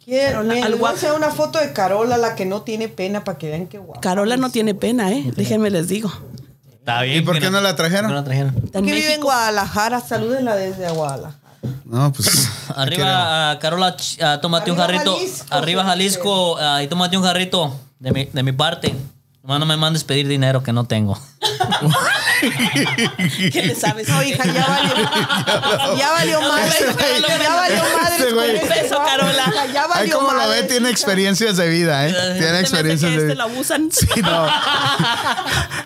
[SPEAKER 6] Quiero,
[SPEAKER 5] Al
[SPEAKER 6] al
[SPEAKER 5] guapo.
[SPEAKER 6] una foto de Carola, la que no tiene pena, para que vean qué guapa.
[SPEAKER 5] Carola no tiene pena, ¿eh? Déjenme les digo.
[SPEAKER 3] Está bien.
[SPEAKER 1] ¿Y por qué no la trajeron?
[SPEAKER 3] No la trajeron.
[SPEAKER 5] Está en
[SPEAKER 6] Que vive en
[SPEAKER 5] México.
[SPEAKER 6] Guadalajara, salúdenla desde Guadalajara.
[SPEAKER 1] No, pues.
[SPEAKER 3] Arriba, ah, Carola, ch- ah, tómate un
[SPEAKER 6] Arriba,
[SPEAKER 3] jarrito.
[SPEAKER 6] Jalisco,
[SPEAKER 3] Arriba,
[SPEAKER 6] sí,
[SPEAKER 3] Jalisco, ah, y tómate un jarrito de mi, de mi parte. Nomás no me mandes pedir dinero que no tengo.
[SPEAKER 5] ¿Qué le sabes?
[SPEAKER 6] No, hija, ya valió. ya valió madre.
[SPEAKER 1] Ese güey.
[SPEAKER 6] Ya valió madre.
[SPEAKER 1] Ese güey.
[SPEAKER 6] con este
[SPEAKER 5] Beso,
[SPEAKER 6] guapo,
[SPEAKER 5] Carola.
[SPEAKER 6] hija, Ya
[SPEAKER 1] Ay,
[SPEAKER 6] valió
[SPEAKER 1] como lo ve,
[SPEAKER 6] madre.
[SPEAKER 1] tiene experiencias de vida, ¿eh? Tiene
[SPEAKER 5] Se me hace
[SPEAKER 1] experiencias
[SPEAKER 5] que
[SPEAKER 1] de
[SPEAKER 5] este lo
[SPEAKER 1] vida.
[SPEAKER 5] abusan.
[SPEAKER 1] Sí, no.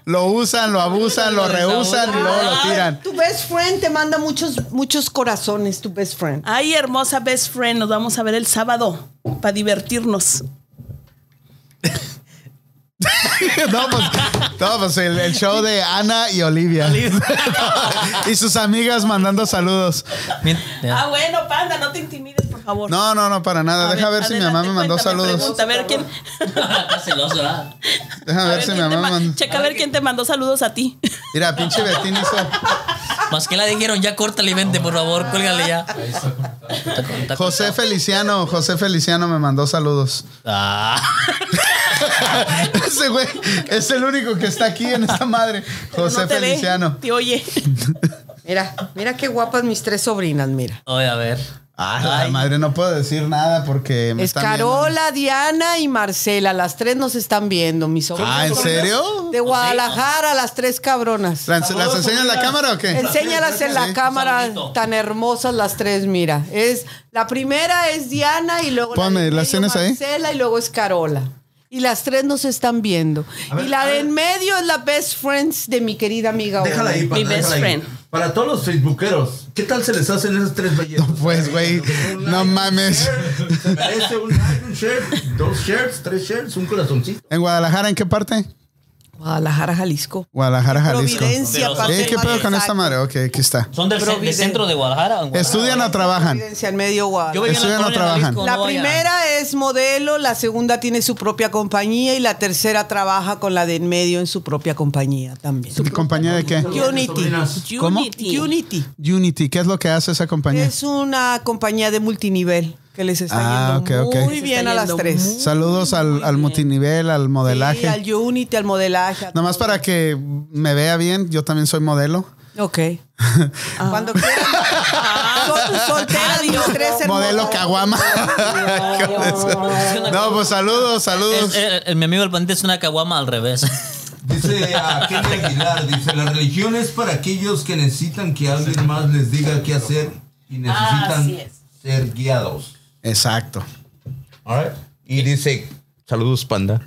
[SPEAKER 1] Lo usan, lo abusan, lo
[SPEAKER 3] Lo
[SPEAKER 1] rehusan y luego lo
[SPEAKER 3] desahogan.
[SPEAKER 1] tiran.
[SPEAKER 6] Tu best friend te manda muchos, muchos corazones, tu best friend.
[SPEAKER 5] Ay, hermosa best friend, nos vamos a ver el sábado para divertirnos.
[SPEAKER 1] No, pues, no, pues el, el show de Ana y Olivia. y sus amigas mandando saludos.
[SPEAKER 3] Mien-
[SPEAKER 5] Ah, bueno, panda, no te intimides, por favor.
[SPEAKER 1] No, no, no, para nada.
[SPEAKER 5] A
[SPEAKER 1] Deja ver,
[SPEAKER 5] ver,
[SPEAKER 1] si mi mamá me
[SPEAKER 5] adelante,
[SPEAKER 1] mandó
[SPEAKER 5] cuéntame,
[SPEAKER 1] saludos.
[SPEAKER 5] pregunta, a ver quién.
[SPEAKER 3] Está celoso, ¿verdad?
[SPEAKER 1] Deja ver, si mi
[SPEAKER 5] quién
[SPEAKER 1] mamá
[SPEAKER 5] te
[SPEAKER 1] me
[SPEAKER 5] ma-
[SPEAKER 1] mandó.
[SPEAKER 5] Checa a ver quién te mandó saludos a ti.
[SPEAKER 1] Mira, pinche Betín hizo.
[SPEAKER 3] Más que la dijeron, ya córtale y vente, por favor, cuélgale ya. Está con- está con-
[SPEAKER 1] José Feliciano, José Feliciano me mandó saludos.
[SPEAKER 3] Ah.
[SPEAKER 1] Ese güey es el único que está aquí en esta madre. José
[SPEAKER 5] No te ve,
[SPEAKER 1] Feliciano.
[SPEAKER 5] Te oye.
[SPEAKER 6] Mira, mira qué guapas mis tres sobrinas, mira.
[SPEAKER 3] Oye, a ver.
[SPEAKER 1] Ah, la madre, no puedo decir nada porque me
[SPEAKER 6] Es
[SPEAKER 1] están
[SPEAKER 6] Carola, Diana y Marcela. Las tres nos están viendo, mis
[SPEAKER 1] viendo. Ah,
[SPEAKER 6] sobrinas.
[SPEAKER 1] ¿en serio?
[SPEAKER 6] De Guadalajara, las tres cabronas.
[SPEAKER 1] ¿Las, las enseña en la cámara o qué?
[SPEAKER 6] Enséñalas en la
[SPEAKER 1] Sí.
[SPEAKER 6] cámara,
[SPEAKER 3] Saludito.
[SPEAKER 6] tan hermosas las tres, mira. Es, la primera es Diana y luego
[SPEAKER 1] Ponme,
[SPEAKER 6] la del
[SPEAKER 1] ¿las
[SPEAKER 6] medio
[SPEAKER 1] tienes ahí?
[SPEAKER 6] Marcela y luego es Carola. Y las tres nos están viendo. y la del medio es la best friends de mi querida amiga.
[SPEAKER 2] Déjala
[SPEAKER 6] Olga.
[SPEAKER 2] ahí,
[SPEAKER 5] Mi
[SPEAKER 2] para,
[SPEAKER 5] best
[SPEAKER 2] déjala ahí.
[SPEAKER 5] friend.
[SPEAKER 2] Para todos los facebookeros, ¿qué tal se les hacen esas tres bellezas?
[SPEAKER 1] Pues, güey, no mames.
[SPEAKER 2] Se merece un like, un share, dos shares, tres shares, un corazoncito.
[SPEAKER 1] ¿En Guadalajara en qué parte?
[SPEAKER 6] Guadalajara, Jalisco.
[SPEAKER 1] Guadalajara, Jalisco.
[SPEAKER 6] Providencia,
[SPEAKER 3] Donde los-
[SPEAKER 6] papel
[SPEAKER 1] Eh, ¿Qué
[SPEAKER 6] más
[SPEAKER 1] pedo con esta
[SPEAKER 6] exacto.
[SPEAKER 1] madre? Ok, aquí está.
[SPEAKER 3] ¿Son de, del
[SPEAKER 6] Providencia.
[SPEAKER 3] centro de Guadalajara? en Guadalajara?
[SPEAKER 1] ¿Estudian o trabajan?
[SPEAKER 6] Providencia, al medio Guadalajara.
[SPEAKER 3] Yo vivía en la
[SPEAKER 1] Estudian o
[SPEAKER 3] colonia
[SPEAKER 1] trabajan.
[SPEAKER 3] Jalisco,
[SPEAKER 6] La
[SPEAKER 3] no vayan.
[SPEAKER 6] primera es modelo, la segunda tiene su propia compañía y la tercera trabaja con la de en medio en su propia compañía también.
[SPEAKER 1] ¿Compañía de qué?
[SPEAKER 6] Unity.
[SPEAKER 1] ¿Cómo?
[SPEAKER 5] Unity.
[SPEAKER 6] Unity.
[SPEAKER 1] Unity. ¿Qué es lo que hace esa compañía?
[SPEAKER 6] Es una compañía de multinivel que les está
[SPEAKER 1] Ah,
[SPEAKER 6] yendo
[SPEAKER 1] ok, ok.
[SPEAKER 6] muy bien
[SPEAKER 5] Está
[SPEAKER 6] a las
[SPEAKER 5] yendo
[SPEAKER 6] tres.
[SPEAKER 5] muy
[SPEAKER 1] Saludos al, al multinivel, al modelaje.
[SPEAKER 6] Sí, al Unity, al modelaje. a
[SPEAKER 1] Nomás
[SPEAKER 6] todo.
[SPEAKER 1] para que me vea bien, yo también soy modelo.
[SPEAKER 6] Ok. Ah. Cuando quieran.
[SPEAKER 5] Ah.
[SPEAKER 6] Sol- soltera, digo, tres hermosas.
[SPEAKER 1] Modelo Caguama.
[SPEAKER 3] Es una-
[SPEAKER 1] No, pues saludos,
[SPEAKER 3] es-
[SPEAKER 1] saludos.
[SPEAKER 3] el- el- Eh, mi amigo el pandita es una caguama al revés.
[SPEAKER 2] Dice a Kenny Aguilar, dice, la religión es para aquellos que necesitan que alguien más les diga qué hacer y necesitan ser guiados.
[SPEAKER 1] Exacto.
[SPEAKER 2] Alright. Y dice, saludos panda.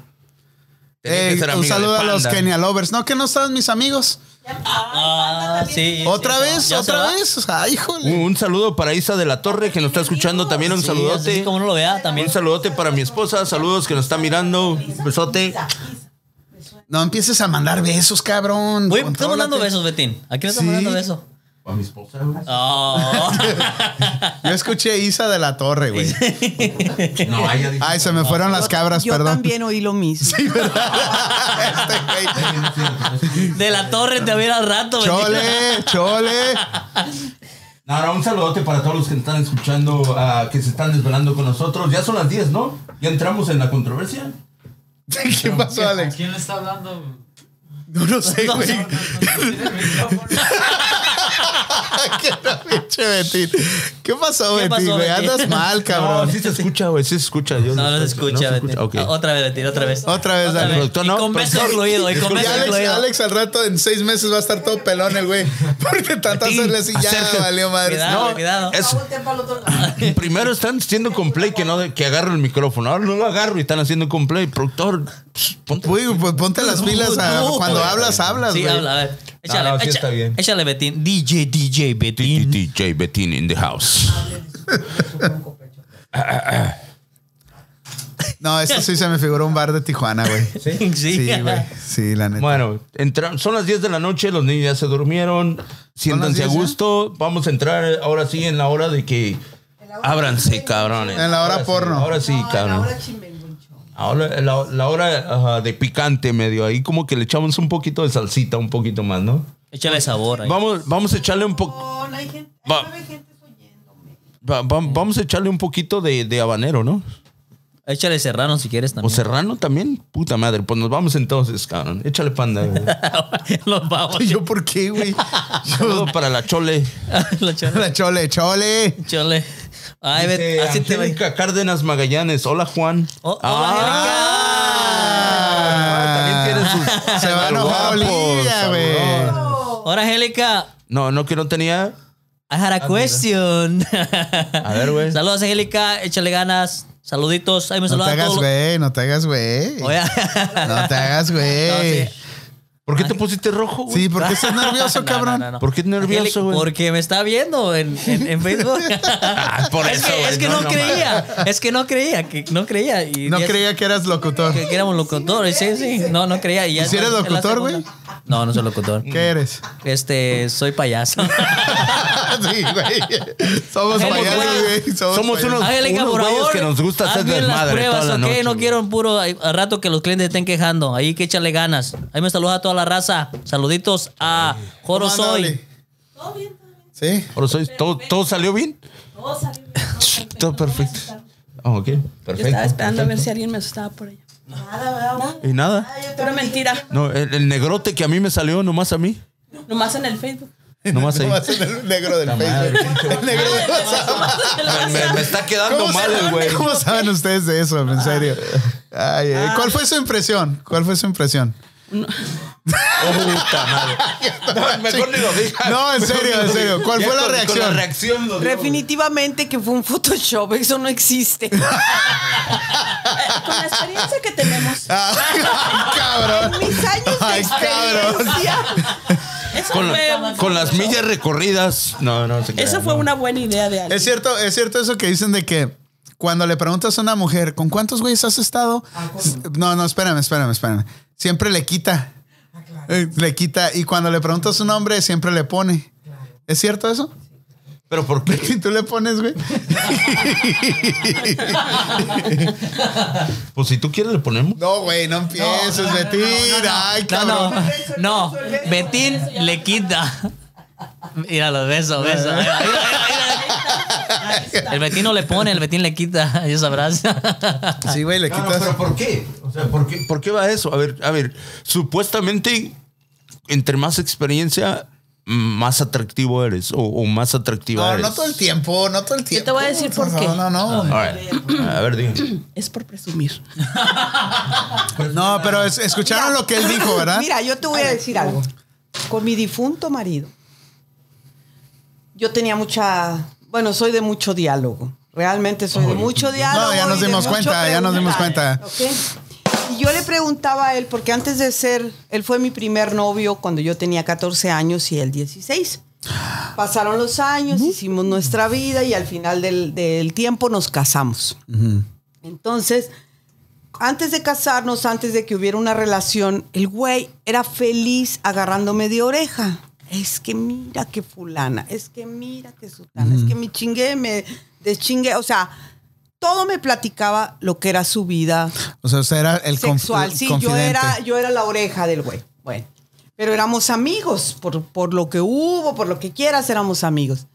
[SPEAKER 2] Tenía que
[SPEAKER 1] Ey,
[SPEAKER 2] ser
[SPEAKER 1] un
[SPEAKER 2] amiga de
[SPEAKER 1] saludo a los
[SPEAKER 2] Panda.
[SPEAKER 1] Kenia Lovers. No, que no están mis amigos.
[SPEAKER 3] Ah, sí,
[SPEAKER 1] ¿Otra
[SPEAKER 3] sí,
[SPEAKER 1] vez?
[SPEAKER 3] ya se
[SPEAKER 1] ¿Otra
[SPEAKER 3] va.
[SPEAKER 1] vez? Ay, híjole.
[SPEAKER 2] Un, un saludo para Isa de la Torre que nos está escuchando también. Un
[SPEAKER 3] Sí,
[SPEAKER 2] saludote.
[SPEAKER 3] así como no lo vea también.
[SPEAKER 2] Un saludote para mi esposa. Saludos que nos está mirando. Un besote.
[SPEAKER 1] No empieces a mandar besos, cabrón.
[SPEAKER 3] Oye, estamos dando
[SPEAKER 1] Contrólate.
[SPEAKER 3] besos, Betín. ¿A quién le estamos
[SPEAKER 1] Sí.
[SPEAKER 3] dando besos?
[SPEAKER 2] A mi esposa.
[SPEAKER 3] Oh.
[SPEAKER 1] Yo escuché Isa de la Torre, güey.
[SPEAKER 2] No, ella dice.
[SPEAKER 1] Ay, se me fueron las cabras,
[SPEAKER 6] Yo
[SPEAKER 1] perdón.
[SPEAKER 6] también oí lo mismo.
[SPEAKER 1] Este güey.
[SPEAKER 3] De la torre te voy a ir al rato, Betín.
[SPEAKER 1] Chole, chole.
[SPEAKER 2] No, no, un saludote para todos los que están escuchando, ah, que se están desvelando con nosotros. Ya son las 10, ¿no? Ya entramos en la controversia.
[SPEAKER 1] ¿Qué pasó, Alex?
[SPEAKER 8] quién le está hablando?
[SPEAKER 1] No lo sé, güey. Qué no, pinche Betín. ¿Qué pasó,
[SPEAKER 3] ¿Qué
[SPEAKER 1] Betín?
[SPEAKER 3] pasó,
[SPEAKER 1] güey?
[SPEAKER 3] Betín?
[SPEAKER 1] Andas mal,
[SPEAKER 2] No,
[SPEAKER 1] cabrón.
[SPEAKER 2] sí se escucha, güey, sí se escucha. Dios
[SPEAKER 3] No,
[SPEAKER 2] mío,
[SPEAKER 3] no se escucha, Betín.
[SPEAKER 2] Ok.
[SPEAKER 3] Ah, Otra vez, Betín, otra vez.
[SPEAKER 1] Otra vez,
[SPEAKER 3] Otra
[SPEAKER 1] Dani.
[SPEAKER 3] vez.
[SPEAKER 2] Productor, no,
[SPEAKER 3] Y con beso
[SPEAKER 2] productor.
[SPEAKER 3] incluido, y con
[SPEAKER 1] Y
[SPEAKER 3] beso
[SPEAKER 1] Alex,
[SPEAKER 3] incluido.
[SPEAKER 1] Alex al rato en seis meses va a estar todo pelón el güey. Porque tanto hacerle así ya
[SPEAKER 2] acércate.
[SPEAKER 1] valió madre.
[SPEAKER 3] Cuidado,
[SPEAKER 2] No,
[SPEAKER 3] cuidado.
[SPEAKER 2] es-
[SPEAKER 7] Voltea para el otro
[SPEAKER 2] Ah,
[SPEAKER 7] lado.
[SPEAKER 2] primero están haciendo complay que no de- que agarro el micrófono. Ahora no lo agarro y están haciendo complay. Productor, psh, ponte-
[SPEAKER 1] Güey, pues ponte las pilas a-
[SPEAKER 3] No,
[SPEAKER 1] cuando
[SPEAKER 3] güey.
[SPEAKER 1] hablas, hablas,
[SPEAKER 3] Sí,
[SPEAKER 1] güey.
[SPEAKER 3] habla, a ver. Échale,
[SPEAKER 2] no, sí
[SPEAKER 3] echa-
[SPEAKER 2] está bien.
[SPEAKER 3] échale, Betín. DJ, DJ, Betín.
[SPEAKER 2] DJ Betín in the house.
[SPEAKER 1] No, esto sí se me figuró un bar de Tijuana, güey.
[SPEAKER 3] Sí,
[SPEAKER 1] Sí, güey. Sí, la neta.
[SPEAKER 2] Bueno, entra- son las 10 de la noche, los niños ya se durmieron. Siéntanse a
[SPEAKER 1] 10 ya?
[SPEAKER 2] gusto. Vamos a entrar ahora sí en la hora de que. Ábranse, cabrones.
[SPEAKER 1] En la hora
[SPEAKER 2] Ahora sí,
[SPEAKER 1] porno.
[SPEAKER 2] ahora sí, cabrón.
[SPEAKER 7] Ahora chimengucho.
[SPEAKER 2] Ahora la, la hora ajá, de picante medio. Ahí como que le echamos un poquito de salsita, un poquito más, ¿no?
[SPEAKER 3] Échale sabor ahí.
[SPEAKER 2] Vamos, vamos a echarle un poco.
[SPEAKER 7] No, no hay gente. hay
[SPEAKER 2] Va.
[SPEAKER 7] nueve gentes oyéndome.
[SPEAKER 2] va- va- vamos a echarle un poquito de, de habanero, ¿no?
[SPEAKER 3] Échale serrano si quieres
[SPEAKER 2] O
[SPEAKER 3] también.
[SPEAKER 2] serrano también. Puta madre. Pues nos vamos entonces, cabrón. Échale panda. güey.
[SPEAKER 3] Los vamos.
[SPEAKER 1] ¿Yo por qué, güey?
[SPEAKER 2] Saludo para la chole.
[SPEAKER 3] Los chole.
[SPEAKER 1] La chole, chole.
[SPEAKER 3] Chole. Ay,
[SPEAKER 2] Dice
[SPEAKER 3] Bet- así te ve.
[SPEAKER 2] Angélica Cárdenas Magallanes. Hola, Juan.
[SPEAKER 3] Oh, hola,
[SPEAKER 1] Ah.
[SPEAKER 2] también tiene sus-
[SPEAKER 1] Se va a enojar
[SPEAKER 2] Guapos,
[SPEAKER 1] Olivia, güey.
[SPEAKER 3] Ahora, Angélica,
[SPEAKER 2] No, no que no tenía.
[SPEAKER 3] I had a question.
[SPEAKER 2] Ah, A ver, güey.
[SPEAKER 3] Saludos, Angélica. Échale ganas. Saluditos. Ahí me
[SPEAKER 1] No te
[SPEAKER 3] saludan
[SPEAKER 1] hagas,
[SPEAKER 3] todos.
[SPEAKER 1] güey. No te hagas, güey.
[SPEAKER 3] Oye.
[SPEAKER 1] No te hagas,
[SPEAKER 3] No,
[SPEAKER 1] güey.
[SPEAKER 3] sí.
[SPEAKER 2] ¿Por qué te pusiste rojo, güey?
[SPEAKER 1] Sí, porque estás nervioso,
[SPEAKER 3] No,
[SPEAKER 1] cabrón.
[SPEAKER 3] no, no, no.
[SPEAKER 2] ¿Por qué nervioso, güey?
[SPEAKER 3] Porque me está viendo en, en- en Facebook.
[SPEAKER 2] Ah, por
[SPEAKER 3] es
[SPEAKER 2] eso,
[SPEAKER 3] que,
[SPEAKER 2] güey.
[SPEAKER 3] es que no,
[SPEAKER 2] no
[SPEAKER 3] creía. Es que no creía. Que, no creía. Y
[SPEAKER 1] No
[SPEAKER 3] ya-
[SPEAKER 1] creía que eras locutor.
[SPEAKER 3] Que, que éramos locutores. Sí, sí. No, no creía. Y ya-
[SPEAKER 1] ¿Y si eres
[SPEAKER 3] en la
[SPEAKER 1] locutor, güey?
[SPEAKER 3] segunda- No, no soy locutor.
[SPEAKER 2] Mm.
[SPEAKER 1] ¿Qué eres?
[SPEAKER 3] Este, soy payaso.
[SPEAKER 1] sí, güey. Somos
[SPEAKER 3] Somos
[SPEAKER 1] payasos,
[SPEAKER 3] güey.
[SPEAKER 1] güey. Somos,
[SPEAKER 2] Somos
[SPEAKER 1] payasos.
[SPEAKER 2] unos-
[SPEAKER 3] Angélica,
[SPEAKER 2] unos
[SPEAKER 3] por
[SPEAKER 2] güeyes
[SPEAKER 3] favor.
[SPEAKER 2] que nos gusta hacer
[SPEAKER 3] haz bien las
[SPEAKER 2] desmadre
[SPEAKER 3] pruebas,
[SPEAKER 2] toda la
[SPEAKER 3] ¿ok?
[SPEAKER 2] noche,
[SPEAKER 3] No
[SPEAKER 2] güey.
[SPEAKER 3] quiero un puro ay, a rato que los clientes estén quejando. Ahí que échale ganas. Ahí me saluda a toda la raza. Saluditos a Joro
[SPEAKER 1] ¿Cómo anda,
[SPEAKER 3] Soy.
[SPEAKER 1] Oli? Sí.
[SPEAKER 2] Ahora soy- ¿todo, todo salió bien? Todo perfecto. Ah, ok,
[SPEAKER 5] Yo estaba
[SPEAKER 2] perfecto.
[SPEAKER 5] esperando a ver si alguien me asustaba por ella.
[SPEAKER 7] Nada, ¿verdad? güey?
[SPEAKER 2] Y nada.
[SPEAKER 7] Ay, yo
[SPEAKER 5] Pero
[SPEAKER 7] también
[SPEAKER 5] mentira.
[SPEAKER 2] No, el, el negrote que a mí me salió nomás a mí.
[SPEAKER 5] Nomás en el Facebook.
[SPEAKER 2] Nomás ahí.
[SPEAKER 1] Nomás en el negro del Facebook. El negro del WhatsApp.
[SPEAKER 2] Me, me- me está quedando
[SPEAKER 1] ¿Cómo
[SPEAKER 2] mal el
[SPEAKER 1] saben,
[SPEAKER 2] güey.
[SPEAKER 1] ¿Cómo saben ustedes de eso? En serio. Ay, eh, ¿Cuál fue su impresión? ¿Cuál fue su impresión?
[SPEAKER 2] Puta madre. No, mejor ni lo digas.
[SPEAKER 1] No, en serio, en serio. ¿Cuál
[SPEAKER 2] Ya
[SPEAKER 1] fue la
[SPEAKER 2] con- con
[SPEAKER 1] reacción?
[SPEAKER 2] reacción lo digo.
[SPEAKER 6] Definitivamente que fue un Photoshop, eso no existe.
[SPEAKER 5] Con la experiencia que tenemos.
[SPEAKER 1] Ah, cabrón.
[SPEAKER 6] Mis años de
[SPEAKER 1] Ay, cabrón.
[SPEAKER 6] experiencia.
[SPEAKER 5] Eso
[SPEAKER 2] Con,
[SPEAKER 5] fue,
[SPEAKER 2] con las millas recorridas. No, no, se
[SPEAKER 5] eso
[SPEAKER 2] crean,
[SPEAKER 5] fue
[SPEAKER 2] no.
[SPEAKER 5] una buena idea de alguien.
[SPEAKER 1] Es cierto, es cierto eso que dicen de que cuando le preguntas a una
[SPEAKER 2] Ah,
[SPEAKER 1] mujer, ¿con cuántos güeyes has estado? No, no, espérame, espérame, espérame. Siempre le quita.
[SPEAKER 2] Ah,
[SPEAKER 1] Eh, Le quita, y cuando le preguntas su nombre, siempre le pone. ¿Es cierto eso?
[SPEAKER 2] Pero ¿por qué?
[SPEAKER 1] ¿Y tú le pones, güey?
[SPEAKER 2] Pues si tú quieres le ponemos.
[SPEAKER 1] No, güey, no empieces, Betín. Ay,
[SPEAKER 3] No,
[SPEAKER 1] cabrón.
[SPEAKER 3] no, no. Betín le quita. Mira los besos, besos. Mira, mira, mira, mira. El Betín no le pone, el Betín le quita. Ya sabrás.
[SPEAKER 1] Sí, güey, le
[SPEAKER 2] No, no,
[SPEAKER 1] quitas.
[SPEAKER 2] pero ¿por qué? O sea, ¿por qué, por qué va eso? A ver, a ver, supuestamente, entre más experiencia, más atractivo eres o, o más atractiva
[SPEAKER 1] No,
[SPEAKER 2] eres.
[SPEAKER 1] no todo el tiempo, no todo el tiempo.
[SPEAKER 5] te voy a decir por
[SPEAKER 1] No,
[SPEAKER 5] qué.
[SPEAKER 1] No, no, no.
[SPEAKER 2] All right. A ver, dime.
[SPEAKER 5] Es por presumir.
[SPEAKER 1] No, pero es- escucharon lo que él dijo, ¿verdad?
[SPEAKER 6] Mira, yo te voy a decir algo. Con mi difunto marido, yo tenía mucha. Bueno, soy de mucho diálogo. Realmente soy de mucho diálogo.
[SPEAKER 1] ya nos
[SPEAKER 6] y de
[SPEAKER 1] dimos
[SPEAKER 6] mucho
[SPEAKER 1] cuenta, ya nos dimos
[SPEAKER 6] preguntar,
[SPEAKER 1] cuenta.
[SPEAKER 6] ¿ok? Y yo le preguntaba a él, porque antes de ser. Él fue mi primer novio cuando yo tenía 14 años y él 16. Pasaron los años, hicimos nuestra vida y al final del, del tiempo nos casamos. Entonces, antes de casarnos, antes de que hubiera una relación, el güey era feliz agarrándome de oreja. Es que mira que fulana, es que mira que sutana, es que me chingué, me deschingué. O sea, todo me platicaba lo que era su vida
[SPEAKER 1] O sea, usted era el conf-
[SPEAKER 6] sexual. Sí, yo
[SPEAKER 1] confidente.
[SPEAKER 6] era, yo era la oreja del güey. Bueno, pero éramos amigos, por, por lo que hubo, por lo que quieras, éramos amigos.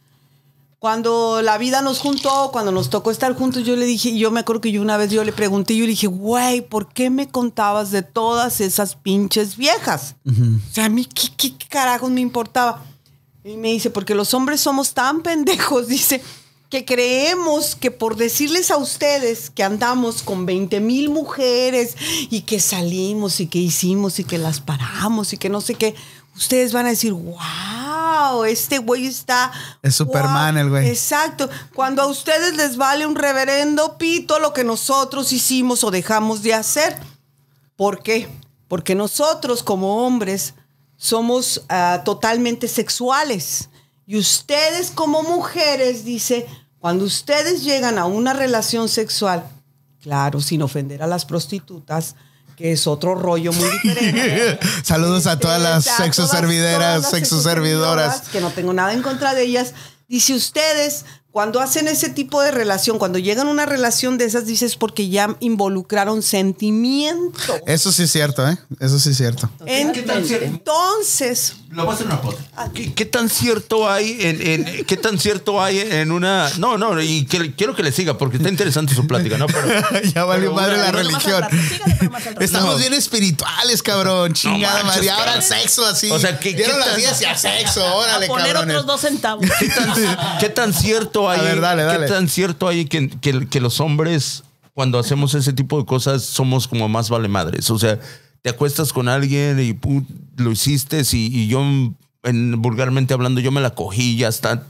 [SPEAKER 6] Cuando la vida nos juntó, cuando nos tocó estar juntos, yo le dije, yo me acuerdo que yo una vez yo le pregunté, yo le dije, güey, ¿por qué me contabas de todas esas pinches viejas? O sea, a mí, ¿qué, qué, qué carajos me importaba? Y me dice, porque los hombres somos tan pendejos, dice, que creemos que por decirles a ustedes que andamos con 20 mil mujeres y que salimos y que hicimos y que las paramos y que no sé qué, ustedes van a decir, wow, este güey está...
[SPEAKER 1] Es Superman el güey."
[SPEAKER 6] Exacto. Cuando a ustedes les vale un reverendo pito lo que nosotros hicimos o dejamos de hacer. ¿Por qué? Porque nosotros como hombres somos ah, totalmente sexuales. Y ustedes como mujeres, dice, cuando ustedes llegan a una relación sexual, claro, sin ofender a las prostitutas, que es otro rollo muy diferente.
[SPEAKER 1] Saludos a todas las
[SPEAKER 6] Exacto,
[SPEAKER 1] sexo
[SPEAKER 6] todas- todas
[SPEAKER 1] servideras,
[SPEAKER 6] las
[SPEAKER 1] sexo servidoras.
[SPEAKER 6] Que no tengo nada en contra de ellas. Dice ustedes, cuando hacen ese tipo de relación, cuando llegan a una relación de esas, dices porque ya involucraron sentimiento.
[SPEAKER 1] Eso sí es cierto, ¿eh? Eso sí es cierto.
[SPEAKER 6] Entonces,
[SPEAKER 2] Lo voy a hacer una pausa. Ah, ¿Qué, qué tan cierto hay en, en- qué tan cierto hay en una no no y que, quiero que le siga porque está interesante su plática no pero
[SPEAKER 1] ya valió
[SPEAKER 2] Pero
[SPEAKER 1] madre
[SPEAKER 2] una-
[SPEAKER 1] la
[SPEAKER 2] no,
[SPEAKER 1] religión. Estamos bien espirituales, cabrón. Chingada
[SPEAKER 2] manches,
[SPEAKER 1] madre. Y ahora el
[SPEAKER 2] cabrón.
[SPEAKER 1] sexo así.
[SPEAKER 2] O sea, ¿qué-
[SPEAKER 1] Dieron
[SPEAKER 2] qué
[SPEAKER 1] las
[SPEAKER 2] tan-
[SPEAKER 1] 10 y a sexo.
[SPEAKER 5] A
[SPEAKER 1] Órale,
[SPEAKER 5] poner
[SPEAKER 1] cabrones.
[SPEAKER 5] otros dos centavos.
[SPEAKER 2] ¿Qué tan, qué tan cierto hay?
[SPEAKER 1] A ver, dale, dale.
[SPEAKER 2] ¿Qué tan cierto hay que, que- que los hombres, cuando hacemos ese tipo de cosas, somos como más vale madres? O sea, te acuestas con alguien y put, lo hiciste y, y yo, en- vulgarmente hablando, yo me la cogí ya está.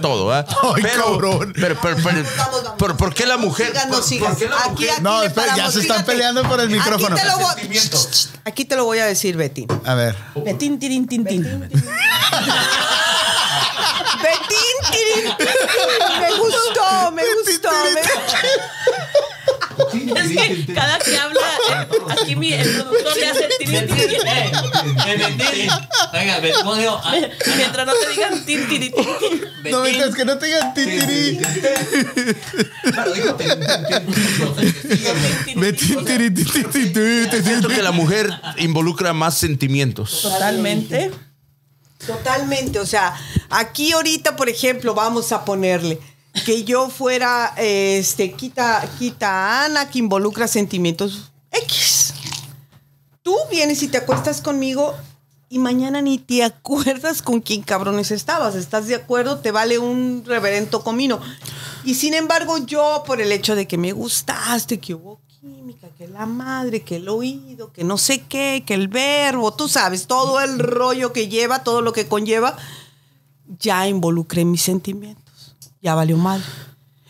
[SPEAKER 2] Todo, ¿ah?
[SPEAKER 1] Ay, cabrón.
[SPEAKER 2] Pero, pero, pero, pero, ¿por qué la mujer?
[SPEAKER 6] sigas, no
[SPEAKER 2] por-
[SPEAKER 6] sigas.
[SPEAKER 2] por qué la
[SPEAKER 6] Aquí,
[SPEAKER 2] mujer-
[SPEAKER 6] aquí
[SPEAKER 1] No,
[SPEAKER 6] le
[SPEAKER 1] espera, ya
[SPEAKER 6] paramos.
[SPEAKER 1] se están
[SPEAKER 6] Fíjate,
[SPEAKER 1] peleando por el micrófono.
[SPEAKER 6] Aquí te, lo voy,
[SPEAKER 2] Sentimiento.
[SPEAKER 6] aquí te lo voy a decir, Betty.
[SPEAKER 1] A ver.
[SPEAKER 5] Betín, tirín, tin, tin.
[SPEAKER 6] Betín, tirín, tirín. Me gustó, me gustó. me-
[SPEAKER 5] Es que cada que habla, eh, aquí mi, el productor le hace tirín, tirín, tirín.
[SPEAKER 3] Venga, Betín, ¿cómo digo? Ah,
[SPEAKER 5] Mientras no te digan tin, tirín, tin, tin.
[SPEAKER 1] No me
[SPEAKER 3] Betín.
[SPEAKER 1] digas que no tengan titiri. Betín, tiri, ti, ti, ti, tu, ti, ti.
[SPEAKER 2] Siento que la mujer involucra más sentimientos.
[SPEAKER 5] Totalmente.
[SPEAKER 6] Totalmente, o sea, aquí ahorita, por ejemplo, vamos a ponerle que yo fuera, este, quita, quita a Ana, que involucra sentimientos X. Tú vienes y te acuestas conmigo y mañana ni te acuerdas con quién cabrones estabas. ¿Estás de acuerdo? Te vale un reverendo comino. Y sin embargo, yo, por el hecho de que me gustaste, que hubo química, que la madre, que el oído, que no sé qué, que el verbo, tú sabes, todo el rollo que lleva, todo lo que conlleva, ya involucré mis sentimientos. Ya valió mal.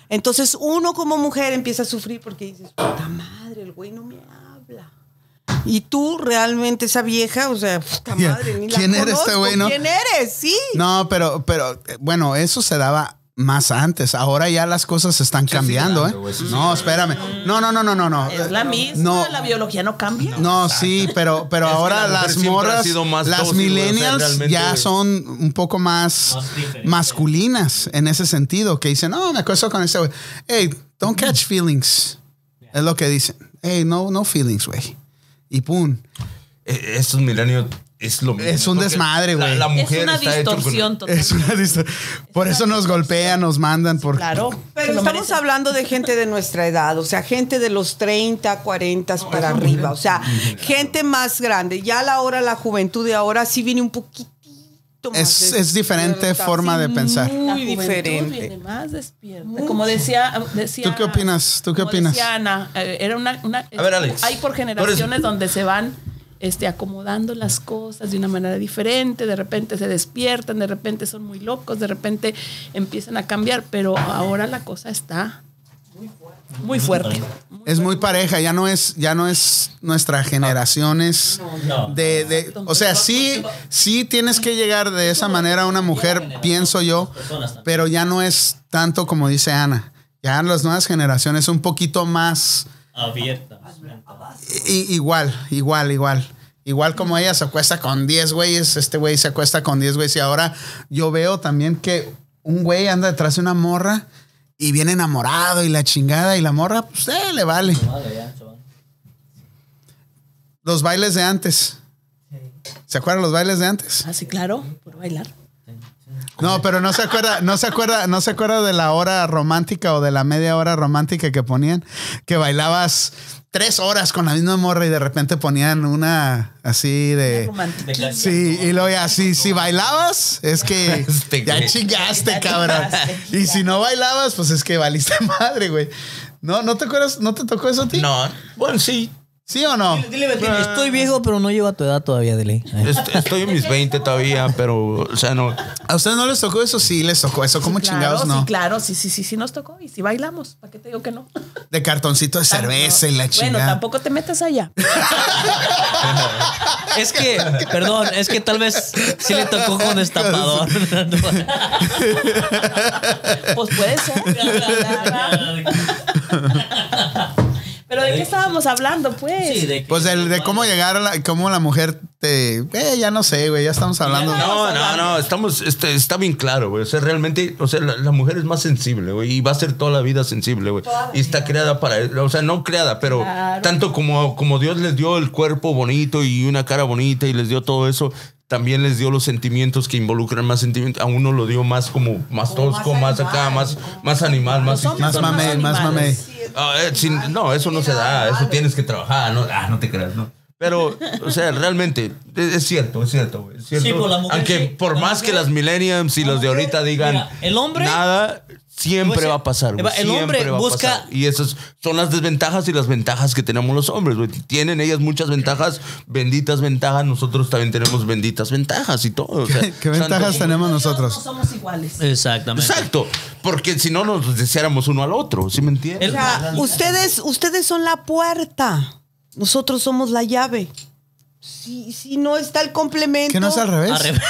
[SPEAKER 6] Entonces uno como mujer empieza a sufrir porque dices, puta madre, el güey no me habla. Y tú realmente esa vieja, o sea, puta
[SPEAKER 1] Ya,
[SPEAKER 6] madre, ni la
[SPEAKER 1] ¿quién eres este
[SPEAKER 6] conozco.
[SPEAKER 1] güey, no?
[SPEAKER 6] ¿Quién eres? Sí.
[SPEAKER 1] No, pero, pero, eh, bueno, eso se daba más antes. Ahora ya las cosas están cambiando, ¿eh?
[SPEAKER 9] cambiando, güey, sí sigue
[SPEAKER 1] No, espérame. No, no, no, no, no, no.
[SPEAKER 5] Es la misma,
[SPEAKER 1] No.
[SPEAKER 5] la biología no cambia.
[SPEAKER 1] No, sí, pero, pero
[SPEAKER 2] Es que
[SPEAKER 1] ahora
[SPEAKER 2] la mujer
[SPEAKER 1] las
[SPEAKER 2] siempre ha
[SPEAKER 1] morras,
[SPEAKER 2] sido más
[SPEAKER 1] las
[SPEAKER 2] dócil, güey, o sea,
[SPEAKER 1] millennials
[SPEAKER 2] realmente-
[SPEAKER 1] ya son un poco más,
[SPEAKER 3] Más diferentes.
[SPEAKER 1] masculinas en ese sentido, que dicen, no, me acuesto con ese güey. Hey, don't catch feelings. Es lo que dicen. Hey, no, no feelings, güey. Y pum.
[SPEAKER 2] Eh, Estos milenios es lo mismo.
[SPEAKER 1] Es un
[SPEAKER 2] Porque
[SPEAKER 1] desmadre,
[SPEAKER 2] la-
[SPEAKER 1] güey.
[SPEAKER 2] La, mujer
[SPEAKER 5] es una
[SPEAKER 2] está hecho con-
[SPEAKER 5] distorsión total.
[SPEAKER 1] Es una dist- Por eso nos golpean, nos mandan. Por...
[SPEAKER 5] Claro. se
[SPEAKER 6] Pero
[SPEAKER 5] lo
[SPEAKER 6] estamos
[SPEAKER 5] merece.
[SPEAKER 6] hablando de gente de nuestra edad, o sea, gente de los 30, 40 para arriba, o sea, gente más grande. Ya a la hora, la juventud de ahora sí viene un poquitito más.
[SPEAKER 1] Es,
[SPEAKER 6] des-
[SPEAKER 1] es diferente
[SPEAKER 6] despierta,
[SPEAKER 1] forma de
[SPEAKER 6] sí,
[SPEAKER 1] pensar.
[SPEAKER 5] La
[SPEAKER 6] Muy
[SPEAKER 5] juventud
[SPEAKER 6] diferente.
[SPEAKER 5] viene más despierta. Como decía, decía-
[SPEAKER 1] ¿Tú qué opinas? ¿Tú qué
[SPEAKER 5] como
[SPEAKER 1] opinas?
[SPEAKER 5] decía Ana, eh, era una, una-
[SPEAKER 2] A ver, Alex.
[SPEAKER 5] hay por
[SPEAKER 2] Tú eres-
[SPEAKER 5] generaciones donde se van este, acomodando las cosas de una manera diferente, de repente se despiertan, de repente son muy locos, de repente empiezan a cambiar, pero ahora la cosa está muy fuerte.
[SPEAKER 1] Es muy pareja, ya no es, ya no es nuestra generaciones
[SPEAKER 3] no.
[SPEAKER 1] de, de- o sea, sí, sí tienes que llegar de esa manera a una mujer, pienso yo, pero ya no es tanto como dice Ana. Ya las nuevas generaciones un poquito más
[SPEAKER 3] Abierta.
[SPEAKER 1] i- igual, igual, igual. Igual como ella se acuesta con 10 güeyes, este güey se acuesta con 10 güeyes y ahora yo veo también que un güey anda detrás de una morra y viene enamorado y la chingada y la morra, pues eh, le vale.
[SPEAKER 3] Vale, ya, chaval.
[SPEAKER 1] Los bailes de antes. ¿Se acuerdan los bailes de antes?
[SPEAKER 5] Así Ah, claro, por bailar.
[SPEAKER 1] No, pero no se acuerda, no se acuerda, no se acuerda de la hora romántica o de la media hora romántica que ponían, que bailabas tres horas con la misma morra y de repente ponían una así de.
[SPEAKER 5] Romántico.
[SPEAKER 3] De
[SPEAKER 1] Sí, y luego ya, si, si bailabas, es que
[SPEAKER 2] Este
[SPEAKER 1] ya
[SPEAKER 2] güey.
[SPEAKER 1] chingaste, cabrón. Y si no bailabas, pues es que valiste madre, güey. No, ¿no te acuerdas? ¿No te tocó eso a ti?
[SPEAKER 2] No, bueno, sí.
[SPEAKER 1] ¿Sí o no?
[SPEAKER 9] Estoy viejo, pero no llego a tu edad todavía, Dele.
[SPEAKER 2] est- Estoy en mis 20 todavía, pero, o sea, no.
[SPEAKER 1] ¿A ustedes no les tocó eso? Sí, les tocó eso. ¿Cómo chingados
[SPEAKER 5] claro,
[SPEAKER 1] no?
[SPEAKER 5] Sí, claro, sí, sí, sí, sí nos tocó y sí bailamos, ¿para qué te digo que no?
[SPEAKER 1] De cartoncito de cerveza y la chingada.
[SPEAKER 5] Bueno, tampoco te metas allá.
[SPEAKER 3] Es que, perdón, es que tal vez sí le tocó con destapador.
[SPEAKER 5] Pues puede ser. Pero ¿de qué estábamos hablando, pues?
[SPEAKER 3] Sí, de que-
[SPEAKER 1] Pues el de cómo llegar a la, cómo la mujer te, eh, ya no sé, güey, ya estamos hablando.
[SPEAKER 2] No, no, no, estamos, este, está bien claro, güey. O sea, realmente, o sea, la, la mujer es más sensible, güey, y va a ser toda la vida sensible, güey. Y está creada para, o sea, no creada, pero
[SPEAKER 5] Claro.
[SPEAKER 2] tanto como, como Dios les dio el cuerpo bonito y una cara bonita y les dio todo eso, también les dio los sentimientos que involucran más sentimientos. A uno lo dio más como, más
[SPEAKER 7] Como
[SPEAKER 2] tosco, más,
[SPEAKER 7] más
[SPEAKER 2] acá,
[SPEAKER 7] animal.
[SPEAKER 2] más, más animal, más.
[SPEAKER 5] hombres
[SPEAKER 1] Más
[SPEAKER 5] son más
[SPEAKER 1] mame, más mame.
[SPEAKER 5] animales.
[SPEAKER 2] Ah, eh, sin- no, eso no se da, eso tienes que trabajar, no, ah, no te creas, no. Pero, o sea, realmente, es, es cierto, es cierto, güey, es cierto.
[SPEAKER 3] Sí, pues, la mujer
[SPEAKER 2] Aunque
[SPEAKER 3] sí,
[SPEAKER 2] por
[SPEAKER 3] la
[SPEAKER 2] más que
[SPEAKER 3] mujer-
[SPEAKER 2] las millenniums y los de ahorita digan
[SPEAKER 3] mira, el hombre-
[SPEAKER 2] nada, siempre
[SPEAKER 3] Pues,
[SPEAKER 2] va a pasar. güey,
[SPEAKER 3] el hombre
[SPEAKER 2] siempre va a
[SPEAKER 3] busca-
[SPEAKER 2] pasar. Y esas son las desventajas y las ventajas que tenemos los hombres, güey. Tienen ellas muchas ventajas, benditas ventajas, nosotros también tenemos benditas ventajas y todo. o sea,
[SPEAKER 1] ¿Qué
[SPEAKER 2] tanto
[SPEAKER 1] ventajas
[SPEAKER 2] como-
[SPEAKER 1] tenemos
[SPEAKER 5] No
[SPEAKER 1] nosotros?
[SPEAKER 5] somos iguales.
[SPEAKER 3] Exactamente.
[SPEAKER 2] Exacto, porque si no nos deseáramos uno al otro, ¿sí me entiendes?
[SPEAKER 3] El-
[SPEAKER 6] O sea, ustedes, ustedes son la puerta, nosotros somos la llave. Si, si no está el complemento.
[SPEAKER 1] Que no es al revés.
[SPEAKER 3] Al revés.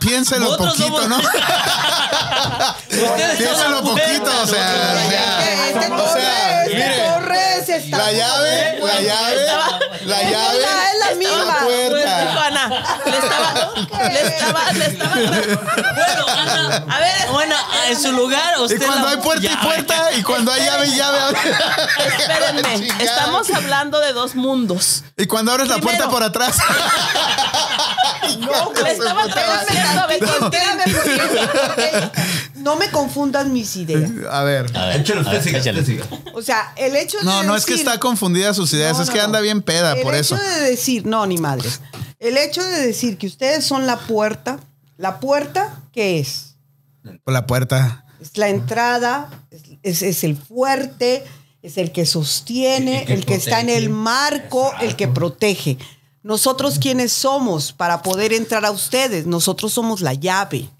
[SPEAKER 1] Piénselo
[SPEAKER 3] Nosotros
[SPEAKER 1] poquito,
[SPEAKER 3] somos-
[SPEAKER 1] ¿no?
[SPEAKER 3] Ustedes son la
[SPEAKER 1] Piénselo poquito,
[SPEAKER 3] mujer.
[SPEAKER 1] o sea, o sea,
[SPEAKER 6] Ah, Este
[SPEAKER 1] Ah, o sea,
[SPEAKER 6] Torres, este
[SPEAKER 1] mire,
[SPEAKER 6] Torres está.
[SPEAKER 1] la llave, la llave, la
[SPEAKER 6] Es
[SPEAKER 1] llave,
[SPEAKER 6] la- es la misma.
[SPEAKER 5] Pues dijo
[SPEAKER 1] puerta.
[SPEAKER 5] Ana, le estaba, le estaba, le estaba.
[SPEAKER 3] Bueno, Ana, a ver, bueno, en su lugar,
[SPEAKER 1] Y
[SPEAKER 3] usted.
[SPEAKER 1] cuando
[SPEAKER 3] la-
[SPEAKER 1] hay puerta y
[SPEAKER 3] Ya,
[SPEAKER 1] puerta, y cuando hay llave y llave,
[SPEAKER 5] Espérenme,
[SPEAKER 1] Chingada.
[SPEAKER 5] estamos hablando de dos mundos.
[SPEAKER 1] y cuando abres la puerta
[SPEAKER 5] Primero.
[SPEAKER 1] por atrás.
[SPEAKER 5] Le estaba diciendo a Beto,
[SPEAKER 6] Espérame, porque- No me confundan mis ideas.
[SPEAKER 1] A ver.
[SPEAKER 3] A ver,
[SPEAKER 2] Échale,
[SPEAKER 3] a ver,
[SPEAKER 2] usted siga,
[SPEAKER 3] échale.
[SPEAKER 2] usted siga.
[SPEAKER 6] O sea, el hecho de
[SPEAKER 1] No, no es que
[SPEAKER 6] decir-
[SPEAKER 1] está confundida sus ideas,
[SPEAKER 6] No,
[SPEAKER 1] es
[SPEAKER 6] no,
[SPEAKER 1] que
[SPEAKER 6] no.
[SPEAKER 1] anda bien peda,
[SPEAKER 6] el
[SPEAKER 1] por
[SPEAKER 6] hecho
[SPEAKER 1] eso.
[SPEAKER 6] de decir, no, ni madres. El hecho de decir que ustedes son la puerta, la puerta, ¿qué es?
[SPEAKER 1] Por la puerta.
[SPEAKER 6] Es la entrada, es, es- es el fuerte, es el que sostiene,
[SPEAKER 2] El
[SPEAKER 6] el
[SPEAKER 2] que
[SPEAKER 6] que, está en
[SPEAKER 2] protege.
[SPEAKER 6] el marco, el que protege. Nosotros, ¿quiénes somos para poder entrar a ustedes? Nosotros somos la llave.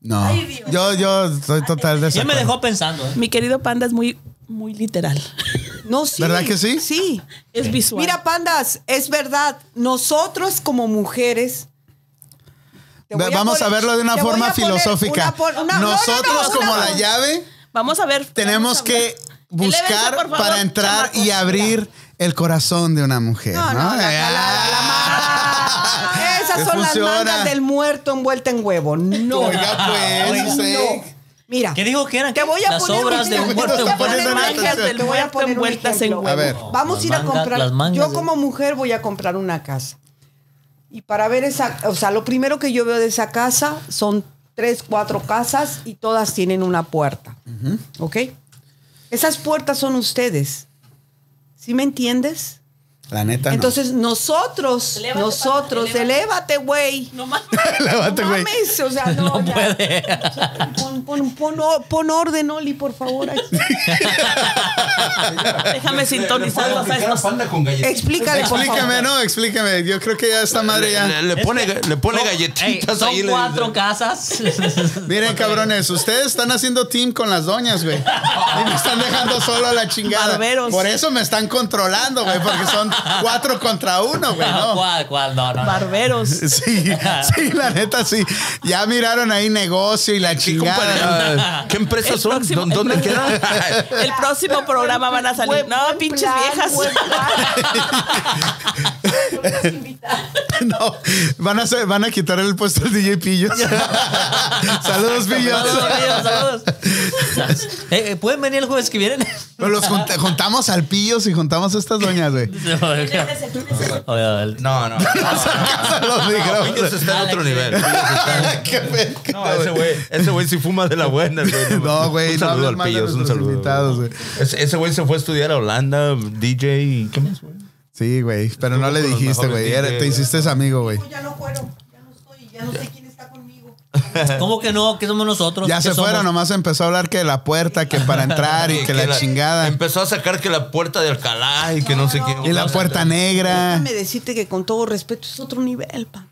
[SPEAKER 1] No. Yo, yo estoy total de
[SPEAKER 3] Ya me dejó pensando. ¿eh?
[SPEAKER 5] Mi querido panda es muy, muy literal.
[SPEAKER 6] No, sí.
[SPEAKER 1] ¿Verdad que sí?
[SPEAKER 6] Sí.
[SPEAKER 5] Es visual.
[SPEAKER 6] Mira, pandas, es verdad. Nosotros como mujeres Te voy
[SPEAKER 1] Vamos a
[SPEAKER 6] poner-
[SPEAKER 1] verlo de una
[SPEAKER 6] te voy
[SPEAKER 1] forma
[SPEAKER 6] a poner
[SPEAKER 1] filosófica.
[SPEAKER 6] una por- una- no, no, no,
[SPEAKER 1] Nosotros,
[SPEAKER 6] una
[SPEAKER 1] como
[SPEAKER 6] por-
[SPEAKER 1] la llave,
[SPEAKER 5] Vamos a ver.
[SPEAKER 1] tenemos
[SPEAKER 5] vamos a ver.
[SPEAKER 1] que buscar
[SPEAKER 5] Eleven, por favor,
[SPEAKER 1] para entrar y
[SPEAKER 5] chamacos,
[SPEAKER 1] abrir el corazón de una mujer. No, Ah.
[SPEAKER 6] No, no, la- la- la- la- la- Esas son
[SPEAKER 1] Funciona.
[SPEAKER 6] las mangas del muerto envuelta en huevo. No.
[SPEAKER 1] Oiga, pues,
[SPEAKER 6] No.
[SPEAKER 1] usted.
[SPEAKER 6] Mira.
[SPEAKER 3] ¿Qué dijo que eran?
[SPEAKER 6] Te voy a
[SPEAKER 3] Las
[SPEAKER 6] poner
[SPEAKER 3] obras
[SPEAKER 6] un-
[SPEAKER 3] de un muerto
[SPEAKER 6] te voy a
[SPEAKER 1] Ponen
[SPEAKER 6] poner
[SPEAKER 1] en
[SPEAKER 6] un
[SPEAKER 1] mangas
[SPEAKER 6] ejemplo,
[SPEAKER 5] del
[SPEAKER 6] te voy a
[SPEAKER 5] muerto
[SPEAKER 6] poner un
[SPEAKER 5] envueltas en
[SPEAKER 6] ejemplo.
[SPEAKER 1] huevo. A ver.
[SPEAKER 6] Vamos
[SPEAKER 3] Las
[SPEAKER 6] a ir a
[SPEAKER 3] mangas-
[SPEAKER 6] comprar.
[SPEAKER 3] las mangas
[SPEAKER 6] yo
[SPEAKER 3] del-
[SPEAKER 6] como mujer voy a comprar una casa. Y para ver esa, o sea, lo primero que yo veo de esa casa son tres, cuatro casas y todas tienen una puerta. ¿Ok? Esas puertas son ustedes. ¿Sí me entiendes?
[SPEAKER 1] La neta. no.
[SPEAKER 6] Entonces nosotros,
[SPEAKER 5] Elévate,
[SPEAKER 6] nosotros,
[SPEAKER 5] pata,
[SPEAKER 6] elévate, güey.
[SPEAKER 5] No mames.
[SPEAKER 1] Levante,
[SPEAKER 6] No
[SPEAKER 1] güey.
[SPEAKER 6] mames, o sea, no, ya.
[SPEAKER 3] puede.
[SPEAKER 6] Pon, pon, pon, o- pon orden, Oli, por favor.
[SPEAKER 5] Déjame sintonizar los
[SPEAKER 4] Cara panda con galletitas.
[SPEAKER 6] Explícale, por
[SPEAKER 1] Explícame,
[SPEAKER 6] favor.
[SPEAKER 1] no, explícame. Yo creo que ya esta madre ya.
[SPEAKER 4] Le, le pone, le pone
[SPEAKER 3] Son-
[SPEAKER 4] galletitas
[SPEAKER 3] Ey, son
[SPEAKER 4] ahí. le-
[SPEAKER 3] cuatro casas.
[SPEAKER 1] Miren, cabrones, ustedes están haciendo team con las doñas, güey. Y me están dejando solo a la chingada.
[SPEAKER 5] Barberos.
[SPEAKER 1] Por eso me están controlando, güey, porque son cuatro contra uno, güey,
[SPEAKER 3] No,
[SPEAKER 1] ¿no?
[SPEAKER 3] ¿Cuál, cuál? No, no. no.
[SPEAKER 5] Barberos.
[SPEAKER 1] Sí, sí, la neta, sí. Ya miraron ahí negocio y la
[SPEAKER 4] ¿Qué,
[SPEAKER 1] chingada.
[SPEAKER 4] compa- ah, ¿qué empresas
[SPEAKER 5] El
[SPEAKER 4] son?
[SPEAKER 5] próximo-
[SPEAKER 4] ¿Dó- ¿Dónde
[SPEAKER 5] el
[SPEAKER 4] quedan?
[SPEAKER 5] El próximo programa van a salir.
[SPEAKER 6] Buen-
[SPEAKER 5] No,
[SPEAKER 6] buen
[SPEAKER 5] pinches
[SPEAKER 6] plan,
[SPEAKER 5] viejas.
[SPEAKER 6] buen
[SPEAKER 1] No, van a, ser- van a quitar el puesto al DJ Pillos. Saludos, Pillos.
[SPEAKER 3] Saludos, amigos, saludos. Eh, eh, ¿Pueden venir el jueves que viene?
[SPEAKER 1] Pero los junta- juntamos al Pillos y juntamos a estas doñas, güey.
[SPEAKER 3] No, Oye, el-
[SPEAKER 4] No, no.
[SPEAKER 1] Los micrófonos.
[SPEAKER 4] Ellos están en otro nivel.
[SPEAKER 1] Qué pe-
[SPEAKER 4] No, ese güey, ese güey sí fuma de la buena, güey.
[SPEAKER 1] No, güey,
[SPEAKER 4] Un
[SPEAKER 1] no
[SPEAKER 4] saludo
[SPEAKER 1] hables
[SPEAKER 4] al
[SPEAKER 1] mal de
[SPEAKER 4] Pillos, un
[SPEAKER 1] nuestros
[SPEAKER 4] saludo.
[SPEAKER 1] invitados, güey.
[SPEAKER 4] Ese ese güey se fue a estudiar a Holanda, DJ y ¿qué más, güey?
[SPEAKER 1] Sí, güey, pero no le
[SPEAKER 4] con los
[SPEAKER 1] dijiste,
[SPEAKER 4] mejores
[SPEAKER 1] güey. Era-
[SPEAKER 4] DJs,
[SPEAKER 1] Te hiciste amigo, güey.
[SPEAKER 8] Ya no puedo, ya no estoy, ya no sé quién está conmigo.
[SPEAKER 3] ¿Cómo que no? ¿Qué somos nosotros?
[SPEAKER 1] Ya
[SPEAKER 3] ¿Qué
[SPEAKER 1] se fueron,
[SPEAKER 3] somos?
[SPEAKER 1] nomás empezó a hablar que la puerta, que para entrar y que la em- chingada.
[SPEAKER 4] Empezó a sacar que la puerta de Alcalá y que no, sé qué.
[SPEAKER 1] Y la puerta negra.
[SPEAKER 6] Déjame decirte que con todo respeto es otro nivel, pa.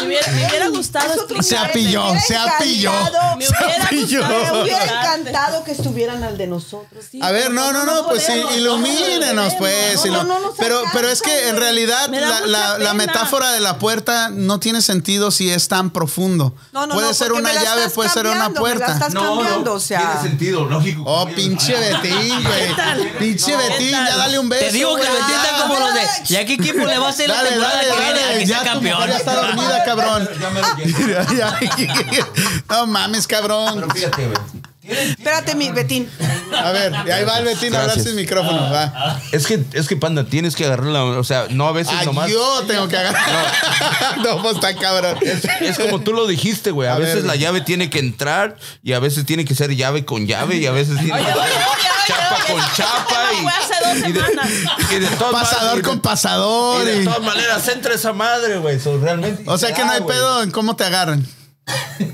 [SPEAKER 5] Me hubiera, me hubiera gustado
[SPEAKER 6] Eso te
[SPEAKER 1] Se
[SPEAKER 5] explicar.
[SPEAKER 1] apilló, se apilló.
[SPEAKER 6] encantado.
[SPEAKER 5] Me
[SPEAKER 1] Se
[SPEAKER 5] hubiera
[SPEAKER 1] apilló.
[SPEAKER 5] gustado.
[SPEAKER 6] Me hubiera
[SPEAKER 5] Claro.
[SPEAKER 6] encantado que estuvieran al de nosotros.
[SPEAKER 1] A ver, no, no, no, pues sí,
[SPEAKER 5] podemos,
[SPEAKER 1] ilumínenos,
[SPEAKER 5] no
[SPEAKER 1] pues.
[SPEAKER 6] podemos.
[SPEAKER 1] ilu-
[SPEAKER 6] No, no nos
[SPEAKER 1] Pero,
[SPEAKER 6] alcanza,
[SPEAKER 1] pero es que en
[SPEAKER 6] güey.
[SPEAKER 1] realidad
[SPEAKER 5] Me da
[SPEAKER 1] la,
[SPEAKER 5] mucha
[SPEAKER 1] la- la
[SPEAKER 5] pena.
[SPEAKER 1] metáfora de la puerta no tiene sentido si es tan profundo.
[SPEAKER 6] No, no,
[SPEAKER 1] puede
[SPEAKER 6] no,
[SPEAKER 1] ser
[SPEAKER 6] porque
[SPEAKER 1] una
[SPEAKER 6] me la
[SPEAKER 1] llave,
[SPEAKER 6] estás
[SPEAKER 1] puede ser una
[SPEAKER 6] cambiando, me la
[SPEAKER 1] puerta.
[SPEAKER 6] estás cambiando, o sea.
[SPEAKER 4] Tiene sentido, lógico.
[SPEAKER 1] Oh,
[SPEAKER 4] Como Ah,
[SPEAKER 1] pinche
[SPEAKER 4] ellos-
[SPEAKER 1] Betín, güey. Pinche Betín, ya dale un beso.
[SPEAKER 3] Te digo que
[SPEAKER 1] güey,
[SPEAKER 3] lo
[SPEAKER 1] ya.
[SPEAKER 3] entiendan como los de. Y aquí equipo le va a hacer la
[SPEAKER 1] Dale,
[SPEAKER 3] temporada
[SPEAKER 1] dale,
[SPEAKER 3] que viene a
[SPEAKER 1] dale.
[SPEAKER 3] que sea
[SPEAKER 1] Ya tu mujer
[SPEAKER 3] campeón.
[SPEAKER 1] ya está dormida, cabrón.
[SPEAKER 4] Ya me lo llevo.
[SPEAKER 1] Ya, ya. No mames, cabrón.
[SPEAKER 4] Pero fíjate, güey.
[SPEAKER 6] Espérate, mi Betín.
[SPEAKER 1] A ver, ahí va el Betín a hablar
[SPEAKER 4] Gracias.
[SPEAKER 1] sin micrófono.
[SPEAKER 4] Ah,
[SPEAKER 1] Va.
[SPEAKER 4] Es que, es que, panda, tienes que agarrar la. O sea, no a veces
[SPEAKER 1] Ah,
[SPEAKER 4] nomás.
[SPEAKER 1] yo tengo que agarrar. No, pues está cabrón.
[SPEAKER 4] Es como tú lo dijiste, güey. A,
[SPEAKER 1] A
[SPEAKER 4] veces
[SPEAKER 1] ver.
[SPEAKER 4] la llave tiene que entrar y a veces tiene que ser llave con llave y a veces tiene que
[SPEAKER 5] Oye,
[SPEAKER 4] ser
[SPEAKER 5] oye, oye, oye,
[SPEAKER 4] chapa
[SPEAKER 5] oye.
[SPEAKER 4] con chapa
[SPEAKER 5] Fue hace dos
[SPEAKER 4] y, y de,
[SPEAKER 5] semanas.
[SPEAKER 4] y de todas maneras-
[SPEAKER 1] Pasador
[SPEAKER 4] y de-
[SPEAKER 1] con pasador.
[SPEAKER 4] y de
[SPEAKER 1] y-
[SPEAKER 4] todas maneras entra esa madre, güey. So, realmente.
[SPEAKER 1] O sea que no hay
[SPEAKER 4] Ah, güey.
[SPEAKER 1] pedo en cómo te agarran.
[SPEAKER 4] A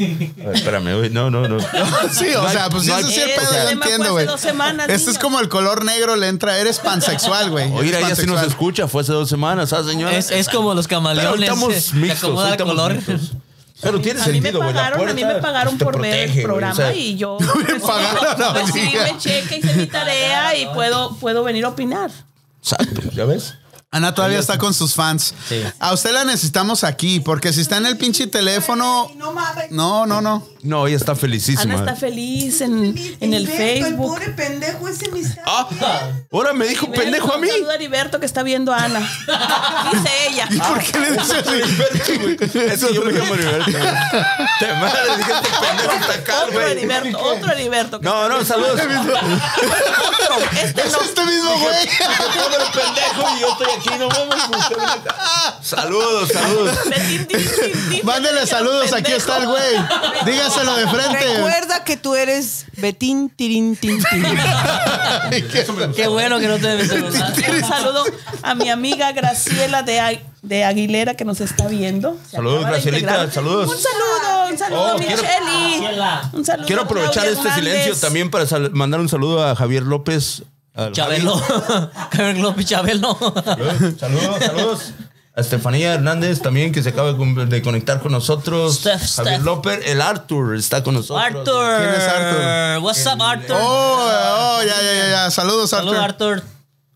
[SPEAKER 4] ver, Espérame, güey. No, no, no.
[SPEAKER 1] Sí, o
[SPEAKER 4] No hay-
[SPEAKER 1] sea, pues
[SPEAKER 4] no
[SPEAKER 1] eso
[SPEAKER 4] hay-
[SPEAKER 1] sí el
[SPEAKER 5] Ese
[SPEAKER 1] pedo, yo
[SPEAKER 5] tema fue
[SPEAKER 1] entiendo,
[SPEAKER 5] hace
[SPEAKER 1] güey.
[SPEAKER 5] dos semanas,
[SPEAKER 1] Este es
[SPEAKER 5] niño.
[SPEAKER 1] como el color negro le entra. Eres pansexual, güey.
[SPEAKER 4] Oye,
[SPEAKER 1] Eres
[SPEAKER 4] ella sí nos
[SPEAKER 1] pansexual.
[SPEAKER 4] escucha. Fue hace dos semanas, ¿sabes, señora?
[SPEAKER 3] Es, es como los
[SPEAKER 4] Pero
[SPEAKER 3] camaleones.
[SPEAKER 4] estamos
[SPEAKER 3] se
[SPEAKER 4] mixtos.
[SPEAKER 3] acomoda
[SPEAKER 4] hoy
[SPEAKER 3] el
[SPEAKER 4] estamos
[SPEAKER 3] color.
[SPEAKER 4] mixtos. Pero tiene
[SPEAKER 5] A mí me
[SPEAKER 4] sentido, güey. la
[SPEAKER 5] pagaron, a mí me
[SPEAKER 4] puerta
[SPEAKER 5] pagaron
[SPEAKER 4] te
[SPEAKER 5] por ver
[SPEAKER 4] protege,
[SPEAKER 5] el
[SPEAKER 4] güey, o
[SPEAKER 5] programa
[SPEAKER 4] sea,
[SPEAKER 5] y yo pues,
[SPEAKER 1] Me pagaron, no,
[SPEAKER 5] recibí
[SPEAKER 1] diga.
[SPEAKER 5] mi cheque, hice mi tarea y puedo, puedo venir a opinar.
[SPEAKER 4] Exacto, ¿ya ves?
[SPEAKER 1] Ana todavía está con sus fans.
[SPEAKER 3] Sí.
[SPEAKER 1] A usted la necesitamos aquí, porque si está en el pinche teléfono.
[SPEAKER 8] No mames.
[SPEAKER 1] No, no, no.
[SPEAKER 4] No, ella está felicísima.
[SPEAKER 5] Ana está feliz en, en el
[SPEAKER 8] Heriberto, El
[SPEAKER 5] Facebook.
[SPEAKER 8] pobre pendejo ese me está.
[SPEAKER 4] Ah, ahora me dijo pendejo a mí.
[SPEAKER 5] Saluda a Heriberto que está viendo a Ana. Dice ella.
[SPEAKER 1] ¿Y por qué le dice así?
[SPEAKER 4] Es que yo me llamo
[SPEAKER 1] este
[SPEAKER 4] Heriberto. güey. Te madre, dije, este pendejo está acá,
[SPEAKER 5] Otro
[SPEAKER 4] güey.
[SPEAKER 5] Heriberto, otro Heriberto. que-
[SPEAKER 4] No, no, saludos.
[SPEAKER 5] Este
[SPEAKER 1] Es
[SPEAKER 5] no.
[SPEAKER 1] este mismo güey.
[SPEAKER 4] Todo el pendejo y yo estoy aquí, no mames. usted ven acá. Saludos, saludos.
[SPEAKER 5] Betín, din, din, din.
[SPEAKER 1] Mándele saludos, aquí
[SPEAKER 5] Pendejo.
[SPEAKER 1] está el güey. Dígaselo de frente.
[SPEAKER 6] Recuerda que tú eres Betín Tirín Tin Tin.
[SPEAKER 3] Qué bueno que no te debes celular.
[SPEAKER 5] Un saludo a mi amiga Graciela de, Ag- de Aguilera que nos está viendo. Se
[SPEAKER 4] Saludos,
[SPEAKER 5] acaba de
[SPEAKER 4] Gracielita,
[SPEAKER 5] integrar.
[SPEAKER 4] saludos.
[SPEAKER 5] Un saludo, un saludo
[SPEAKER 4] Oh,
[SPEAKER 5] a
[SPEAKER 4] quiero-
[SPEAKER 5] Micheli. Un saludo
[SPEAKER 4] Quiero
[SPEAKER 5] a
[SPEAKER 4] aprovechar
[SPEAKER 5] Claudia
[SPEAKER 4] este silencio
[SPEAKER 5] Hernández.
[SPEAKER 4] también para sal- mandar un saludo a Javier López. al
[SPEAKER 3] Chabelo. Javier López Chabelo.
[SPEAKER 4] Javi. Saludos, saludos. A Estefanía Hernández también, que se acaba de con- de conectar con nosotros.
[SPEAKER 3] Steph, Steph.
[SPEAKER 4] Javier López, el Arthur está con nosotros.
[SPEAKER 3] Arthur.
[SPEAKER 1] ¿Quién es Arthur?
[SPEAKER 3] What's up, Arthur?
[SPEAKER 1] Oh, oh, ya, ya, ya, ya. Saludos,
[SPEAKER 3] Saludos,
[SPEAKER 1] Arthur.
[SPEAKER 3] Arthur.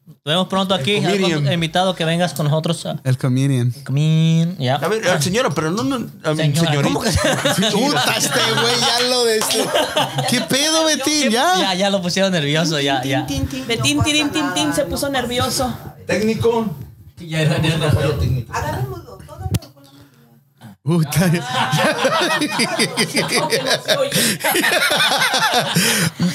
[SPEAKER 3] Nos vemos pronto aquí.
[SPEAKER 2] comedian.
[SPEAKER 3] Algún invitado que vengas con nosotros. a-
[SPEAKER 1] El comedian.
[SPEAKER 3] Come in. Ya.
[SPEAKER 2] A ver, eh, señora, pero no, no a mí,
[SPEAKER 3] Señora,
[SPEAKER 2] señorita.
[SPEAKER 3] ¿cómo que-
[SPEAKER 1] Puta, este güey ya lo de este. ¿Qué pedo, Betín?
[SPEAKER 3] Ya,
[SPEAKER 1] Ya.
[SPEAKER 3] ya lo pusieron nervioso. Ya, ya.
[SPEAKER 5] Betín, tirín, tin, tin, se puso nervioso.
[SPEAKER 2] Técnico.
[SPEAKER 7] Agarrémoslo, todo lo colamos.
[SPEAKER 1] Puta.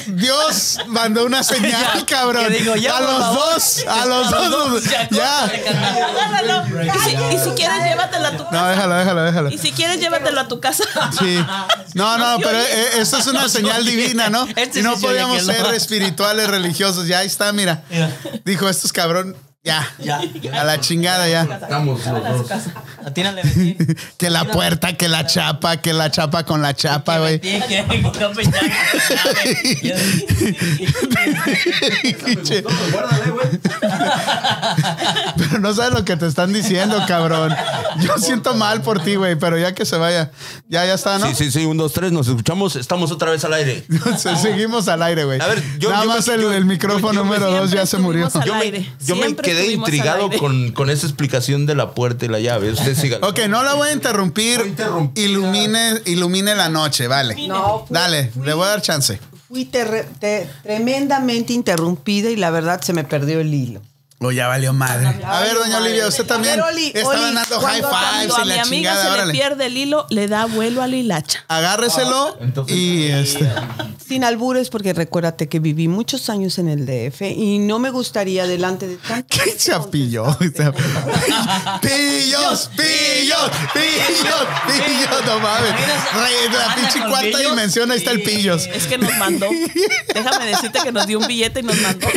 [SPEAKER 1] Dios mandó una señal, cabrón.
[SPEAKER 3] que digo, ya,
[SPEAKER 1] a
[SPEAKER 3] por
[SPEAKER 1] los
[SPEAKER 3] favor.
[SPEAKER 1] dos, a los dos. Ya.
[SPEAKER 5] Agárralo. Y si, y si quieres, llévatelo a tu
[SPEAKER 1] No,
[SPEAKER 5] casa.
[SPEAKER 1] déjalo, déjalo, déjalo.
[SPEAKER 5] Y si quieres, llévatelo a tu casa.
[SPEAKER 1] Sí. No, no,
[SPEAKER 5] se
[SPEAKER 1] pero
[SPEAKER 5] oye.
[SPEAKER 1] eh, esto es una señal
[SPEAKER 3] oye.
[SPEAKER 1] divina, ¿no?
[SPEAKER 3] Este
[SPEAKER 1] Y no
[SPEAKER 3] sí se oye
[SPEAKER 1] podíamos
[SPEAKER 3] que lo-
[SPEAKER 1] ser espirituales, religiosos. Ya ahí está, mira.
[SPEAKER 3] Mira.
[SPEAKER 1] Dijo, estos cabrón, ya.
[SPEAKER 3] Ya.
[SPEAKER 1] A la chingada, ya.
[SPEAKER 2] Estamos los dos.
[SPEAKER 3] Atínale, Betín.
[SPEAKER 1] Que la puerta, que la chapa, que la chapa con la chapa, güey.
[SPEAKER 3] Betín, que- que no pensaste.
[SPEAKER 1] Pinche. Pero no sabes lo que te están diciendo, cabrón. Yo siento mal por ti, güey, pero ya que se vaya. Ya, ya está, ¿no?
[SPEAKER 2] Sí, sí, sí, un, dos, tres, nos escuchamos, estamos otra vez al aire.
[SPEAKER 1] Se- Seguimos al aire, güey.
[SPEAKER 2] A ver, yo-
[SPEAKER 1] Nada
[SPEAKER 2] yo me-
[SPEAKER 1] más el,
[SPEAKER 2] yo-
[SPEAKER 1] el micrófono
[SPEAKER 2] yo- yo me-
[SPEAKER 1] número dos ya se murió.
[SPEAKER 5] Siempre estuvimos al
[SPEAKER 2] Yo me,
[SPEAKER 5] aire.
[SPEAKER 2] yo me
[SPEAKER 5] Siempre
[SPEAKER 2] quedé
[SPEAKER 5] estuvimos al
[SPEAKER 2] intrigado
[SPEAKER 5] aire.
[SPEAKER 2] con, con esa explicación de la puerta y la llave. Usted siga.
[SPEAKER 1] Ok, no la voy a interrumpir.
[SPEAKER 2] Voy a interrumpir.
[SPEAKER 1] Ilumine, ilumine la noche, vale.
[SPEAKER 6] No, fui-
[SPEAKER 1] Dale,
[SPEAKER 6] fui-
[SPEAKER 1] le voy a dar chance.
[SPEAKER 6] Fui terre- te- tremendamente interrumpida y la verdad se me perdió el hilo.
[SPEAKER 1] O Oh, ya valió madre. A ver, doña Olivia, usted también
[SPEAKER 6] A ver, Oli,
[SPEAKER 1] estaban
[SPEAKER 6] Oli,
[SPEAKER 1] dando high
[SPEAKER 6] cuando-
[SPEAKER 5] Cuando
[SPEAKER 1] fives
[SPEAKER 5] a
[SPEAKER 1] y
[SPEAKER 5] mi
[SPEAKER 1] la
[SPEAKER 5] amiga se
[SPEAKER 1] chingada,
[SPEAKER 5] le
[SPEAKER 1] órale.
[SPEAKER 5] pierde el hilo, le da vuelo a la hilacha.
[SPEAKER 2] Ah,
[SPEAKER 1] Agárreselo y este.
[SPEAKER 6] Sin albures, porque recuérdate que viví muchos años en el DF y no me gustaría delante de tanto.
[SPEAKER 1] ¿Qué chapillo? pillos, pillos, pillos, pillos, no mames. Re- La
[SPEAKER 3] Anda
[SPEAKER 1] pinche
[SPEAKER 3] con
[SPEAKER 1] cuarta
[SPEAKER 3] pillos.
[SPEAKER 1] dimensión, ahí está el pillos.
[SPEAKER 5] Es que nos mandó. Déjame decirte que nos dio un billete y nos mandó.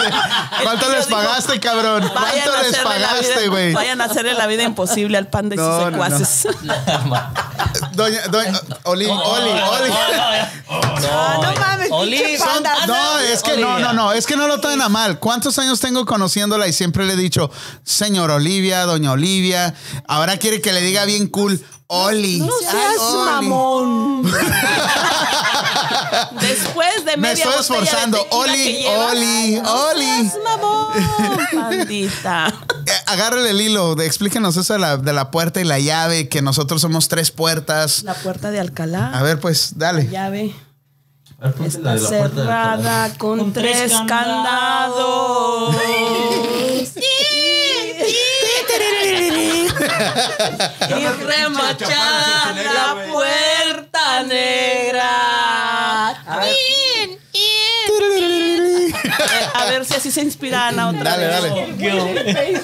[SPEAKER 1] ¿Cuánto les pagaste, cabrón?
[SPEAKER 5] Vayan a
[SPEAKER 1] ¿Cuánto les
[SPEAKER 5] hacerle la vida-
[SPEAKER 1] pagaste, güey?
[SPEAKER 5] Vayan a hacerle la vida imposible al panda y
[SPEAKER 1] No, no,
[SPEAKER 5] sus
[SPEAKER 1] no.
[SPEAKER 5] secuaces.
[SPEAKER 1] Doña, doña, Oli,
[SPEAKER 3] Oh,
[SPEAKER 1] Oli, Oli.
[SPEAKER 6] Ah, no mames,
[SPEAKER 3] Oli,
[SPEAKER 6] pinche
[SPEAKER 3] son- Ah,
[SPEAKER 6] panda.
[SPEAKER 1] No, es que no, no, no, es que no lo tomen a mal. ¿Cuántos años tengo conociéndola y siempre le he dicho, señor Olivia, doña Olivia? Ahora quiere que le diga bien cool, Oli.
[SPEAKER 6] No
[SPEAKER 1] Ay,
[SPEAKER 6] seas
[SPEAKER 1] Oli.
[SPEAKER 6] mamón.
[SPEAKER 5] Después de media
[SPEAKER 1] Me estoy
[SPEAKER 5] botella
[SPEAKER 1] esforzando.
[SPEAKER 5] de tequila
[SPEAKER 1] Oli,
[SPEAKER 5] que llevas,
[SPEAKER 1] Oli,
[SPEAKER 5] no
[SPEAKER 1] Oli.
[SPEAKER 5] seas mamón, pandita.
[SPEAKER 1] Eh, Agárrele el hilo, de- explíquenos eso de la, de la puerta y la llave, que nosotros somos tres puertas.
[SPEAKER 5] La puerta de
[SPEAKER 1] A
[SPEAKER 5] Alcalá,
[SPEAKER 1] ver, pues,
[SPEAKER 5] la
[SPEAKER 1] dale.
[SPEAKER 5] llave está cerrada con,
[SPEAKER 3] Con tres
[SPEAKER 5] tres
[SPEAKER 3] candados.
[SPEAKER 5] candados. y remachar la puerta negra. Eh, A ver si así se inspira Ana otra
[SPEAKER 1] Dale,
[SPEAKER 5] vez.
[SPEAKER 1] dale.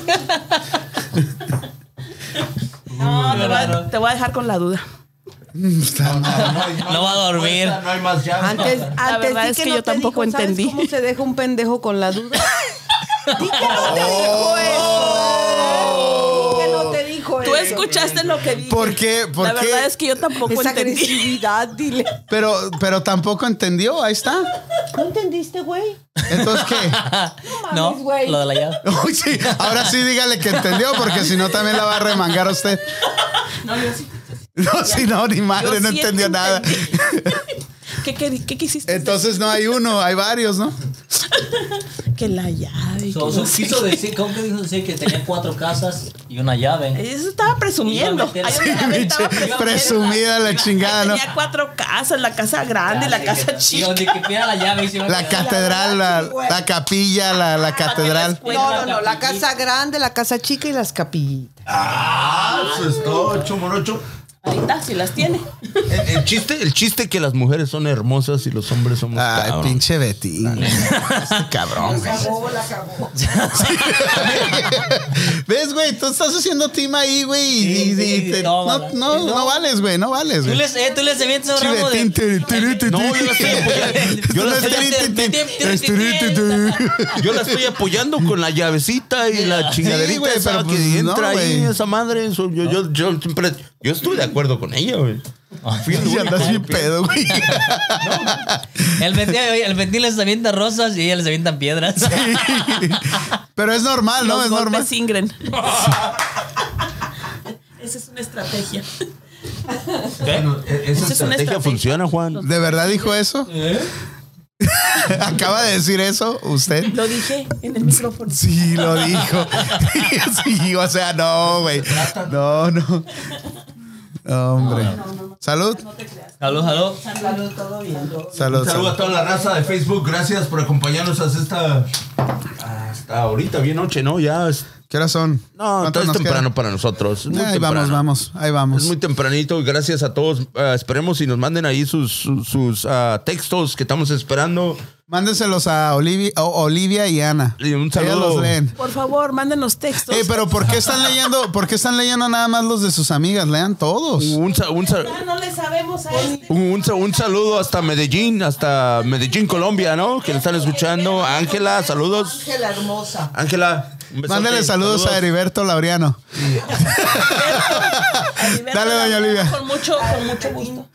[SPEAKER 5] No, te voy, a, te voy a dejar con la duda.
[SPEAKER 3] No va a dormir.
[SPEAKER 2] No hay más llave.
[SPEAKER 6] Antes,
[SPEAKER 5] La
[SPEAKER 6] antes
[SPEAKER 5] verdad
[SPEAKER 6] di
[SPEAKER 5] es
[SPEAKER 6] que
[SPEAKER 5] que
[SPEAKER 6] no
[SPEAKER 5] yo
[SPEAKER 6] te
[SPEAKER 5] tampoco
[SPEAKER 6] dijo, ¿sabes
[SPEAKER 5] entendí.
[SPEAKER 6] ¿Cómo se deja un pendejo con la duda? Di que no te dijo eso. Di que no te dijo
[SPEAKER 5] Tú
[SPEAKER 6] eso.
[SPEAKER 5] escuchaste lo que dije.
[SPEAKER 1] ¿Por qué? ¿Por
[SPEAKER 5] la
[SPEAKER 1] qué?
[SPEAKER 5] verdad es que yo tampoco
[SPEAKER 6] Esa
[SPEAKER 5] entendí.
[SPEAKER 6] agresividad, dile.
[SPEAKER 1] Pero, pero tampoco entendió, ahí está.
[SPEAKER 6] ¿No entendiste, güey?
[SPEAKER 1] Entonces, ¿qué?
[SPEAKER 3] No,
[SPEAKER 6] mames, güey.
[SPEAKER 3] lo de la llave.
[SPEAKER 1] Uy, sí, ahora sí dígale que entendió, porque si no también la va a remangar a usted. No, si no, ni madre,
[SPEAKER 5] Yo
[SPEAKER 1] no
[SPEAKER 5] sí
[SPEAKER 1] entendió nada.
[SPEAKER 5] ¿Qué, qué, qué quisiste?
[SPEAKER 1] Entonces no hay uno, hay varios, ¿no?
[SPEAKER 5] Que la llave.
[SPEAKER 3] So,
[SPEAKER 5] que
[SPEAKER 3] so,
[SPEAKER 5] no sé
[SPEAKER 3] quiso
[SPEAKER 5] qué.
[SPEAKER 3] decir, ¿cómo que dijo decir que tenía cuatro casas y una llave?
[SPEAKER 5] Eso estaba presumiendo.
[SPEAKER 3] Iba a meter-
[SPEAKER 5] Ahí donde la ve, estaba
[SPEAKER 1] Pinche
[SPEAKER 5] presumiendo.
[SPEAKER 1] Presumida la chingada, ¿no?
[SPEAKER 5] Tenía cuatro casas, la casa grande y la casa
[SPEAKER 3] Y
[SPEAKER 5] chica.
[SPEAKER 3] donde que pida la llave. y se iba a
[SPEAKER 1] La
[SPEAKER 3] quedar.
[SPEAKER 1] catedral, la, la capilla, la,
[SPEAKER 5] Ah,
[SPEAKER 1] la catedral.
[SPEAKER 6] No, no, no. La casa grande, la casa chica y las capillitas.
[SPEAKER 2] Ah, eso es todo, ocho morocho.
[SPEAKER 5] Ahorita si las tiene.
[SPEAKER 2] El, el chiste, el chiste que las mujeres son hermosas y los hombres somos
[SPEAKER 1] Ay,
[SPEAKER 2] cabrón.
[SPEAKER 1] pinche Betty. Este cabrón, güey. ¿Ves, güey? Tú estás haciendo team ahí, güey. y-
[SPEAKER 3] Sí,
[SPEAKER 1] y-
[SPEAKER 3] sí,
[SPEAKER 1] y
[SPEAKER 3] sí,
[SPEAKER 1] te-
[SPEAKER 3] no,
[SPEAKER 1] no,
[SPEAKER 3] mano.
[SPEAKER 1] no, no vales, güey. No vales,
[SPEAKER 3] Tú
[SPEAKER 1] güey.
[SPEAKER 3] les, eh, tú les avientas un ramo
[SPEAKER 1] Chivetín,
[SPEAKER 3] de...
[SPEAKER 1] tiri, tiri, tiri.
[SPEAKER 2] No, yo la estoy apoyando. Yo la
[SPEAKER 1] Es tiri, tiri, tiri. Es
[SPEAKER 2] estoy,
[SPEAKER 1] tiri, tiri, tiri.
[SPEAKER 2] yo la estoy apoyando con la llavecita y la chingaderita
[SPEAKER 1] güey,
[SPEAKER 2] esa
[SPEAKER 1] pero
[SPEAKER 2] que
[SPEAKER 1] pues no,
[SPEAKER 2] entra ahí,
[SPEAKER 1] güey.
[SPEAKER 2] esa madre. eso, yo, yo, yo siempre- yo estoy de acuerdo con ella, güey. Fui el
[SPEAKER 1] Y
[SPEAKER 2] único.
[SPEAKER 1] andas bien pedo, güey.
[SPEAKER 3] El Betín, oye, el Betín les avienta rosas y ellas les avientan piedras.
[SPEAKER 1] Pero es normal, ¿no?
[SPEAKER 5] Los
[SPEAKER 1] Es
[SPEAKER 5] golpes
[SPEAKER 1] normal.
[SPEAKER 5] Ingren. Esa es una estrategia.
[SPEAKER 2] Bueno, e- Esa
[SPEAKER 5] Esa es
[SPEAKER 2] estrategia
[SPEAKER 5] una estrategia.
[SPEAKER 2] funciona, Juan.
[SPEAKER 1] ¿De verdad dijo eso? Acaba de decir eso usted.
[SPEAKER 5] Lo dije en el micrófono.
[SPEAKER 1] Sí, lo dijo. Sí, o sea, no, güey. No, no. No, Hombre. Salud.
[SPEAKER 3] Salud, salud.
[SPEAKER 1] Salud.
[SPEAKER 2] Saludos
[SPEAKER 1] salud.
[SPEAKER 2] a toda la raza de Facebook. Gracias por acompañarnos hasta esta. Hasta ahorita, bien noche, ¿no? Ya. es-
[SPEAKER 1] ¿Qué horas son?
[SPEAKER 2] no,
[SPEAKER 1] ¿Cuánto
[SPEAKER 2] entonces
[SPEAKER 1] nos
[SPEAKER 2] es
[SPEAKER 1] queda?
[SPEAKER 2] temprano para nosotros. es muy
[SPEAKER 1] Ahí vamos,
[SPEAKER 2] temprano.
[SPEAKER 1] vamos. Ahí vamos.
[SPEAKER 2] Es muy tempranito. Gracias a todos. Ah, esperemos y nos manden ahí sus, sus, sus, ah, textos que estamos esperando.
[SPEAKER 1] Mándenselos a Olivia, o- Olivia y Ana.
[SPEAKER 2] Y un
[SPEAKER 1] Ellas
[SPEAKER 2] saludo.
[SPEAKER 1] los leen.
[SPEAKER 5] Por favor, mándenos textos.
[SPEAKER 1] Ey, Eh, pero ¿por qué están leyendo? ¿Por qué están leyendo nada más los de sus amigas? Lean todos.
[SPEAKER 2] Un, sa- un, sa-
[SPEAKER 5] no le sabemos a este.
[SPEAKER 2] un sa- un saludo hasta Medellín, hasta Medellín, Colombia, ¿no? Que nos están escuchando. Ángela, saludos.
[SPEAKER 7] Ángela hermosa.
[SPEAKER 2] Ángela. un besote.
[SPEAKER 1] Mándale saludos, a Heriberto Laureano. Dale, doña Olivia.
[SPEAKER 5] Con mucho, con mucho gusto.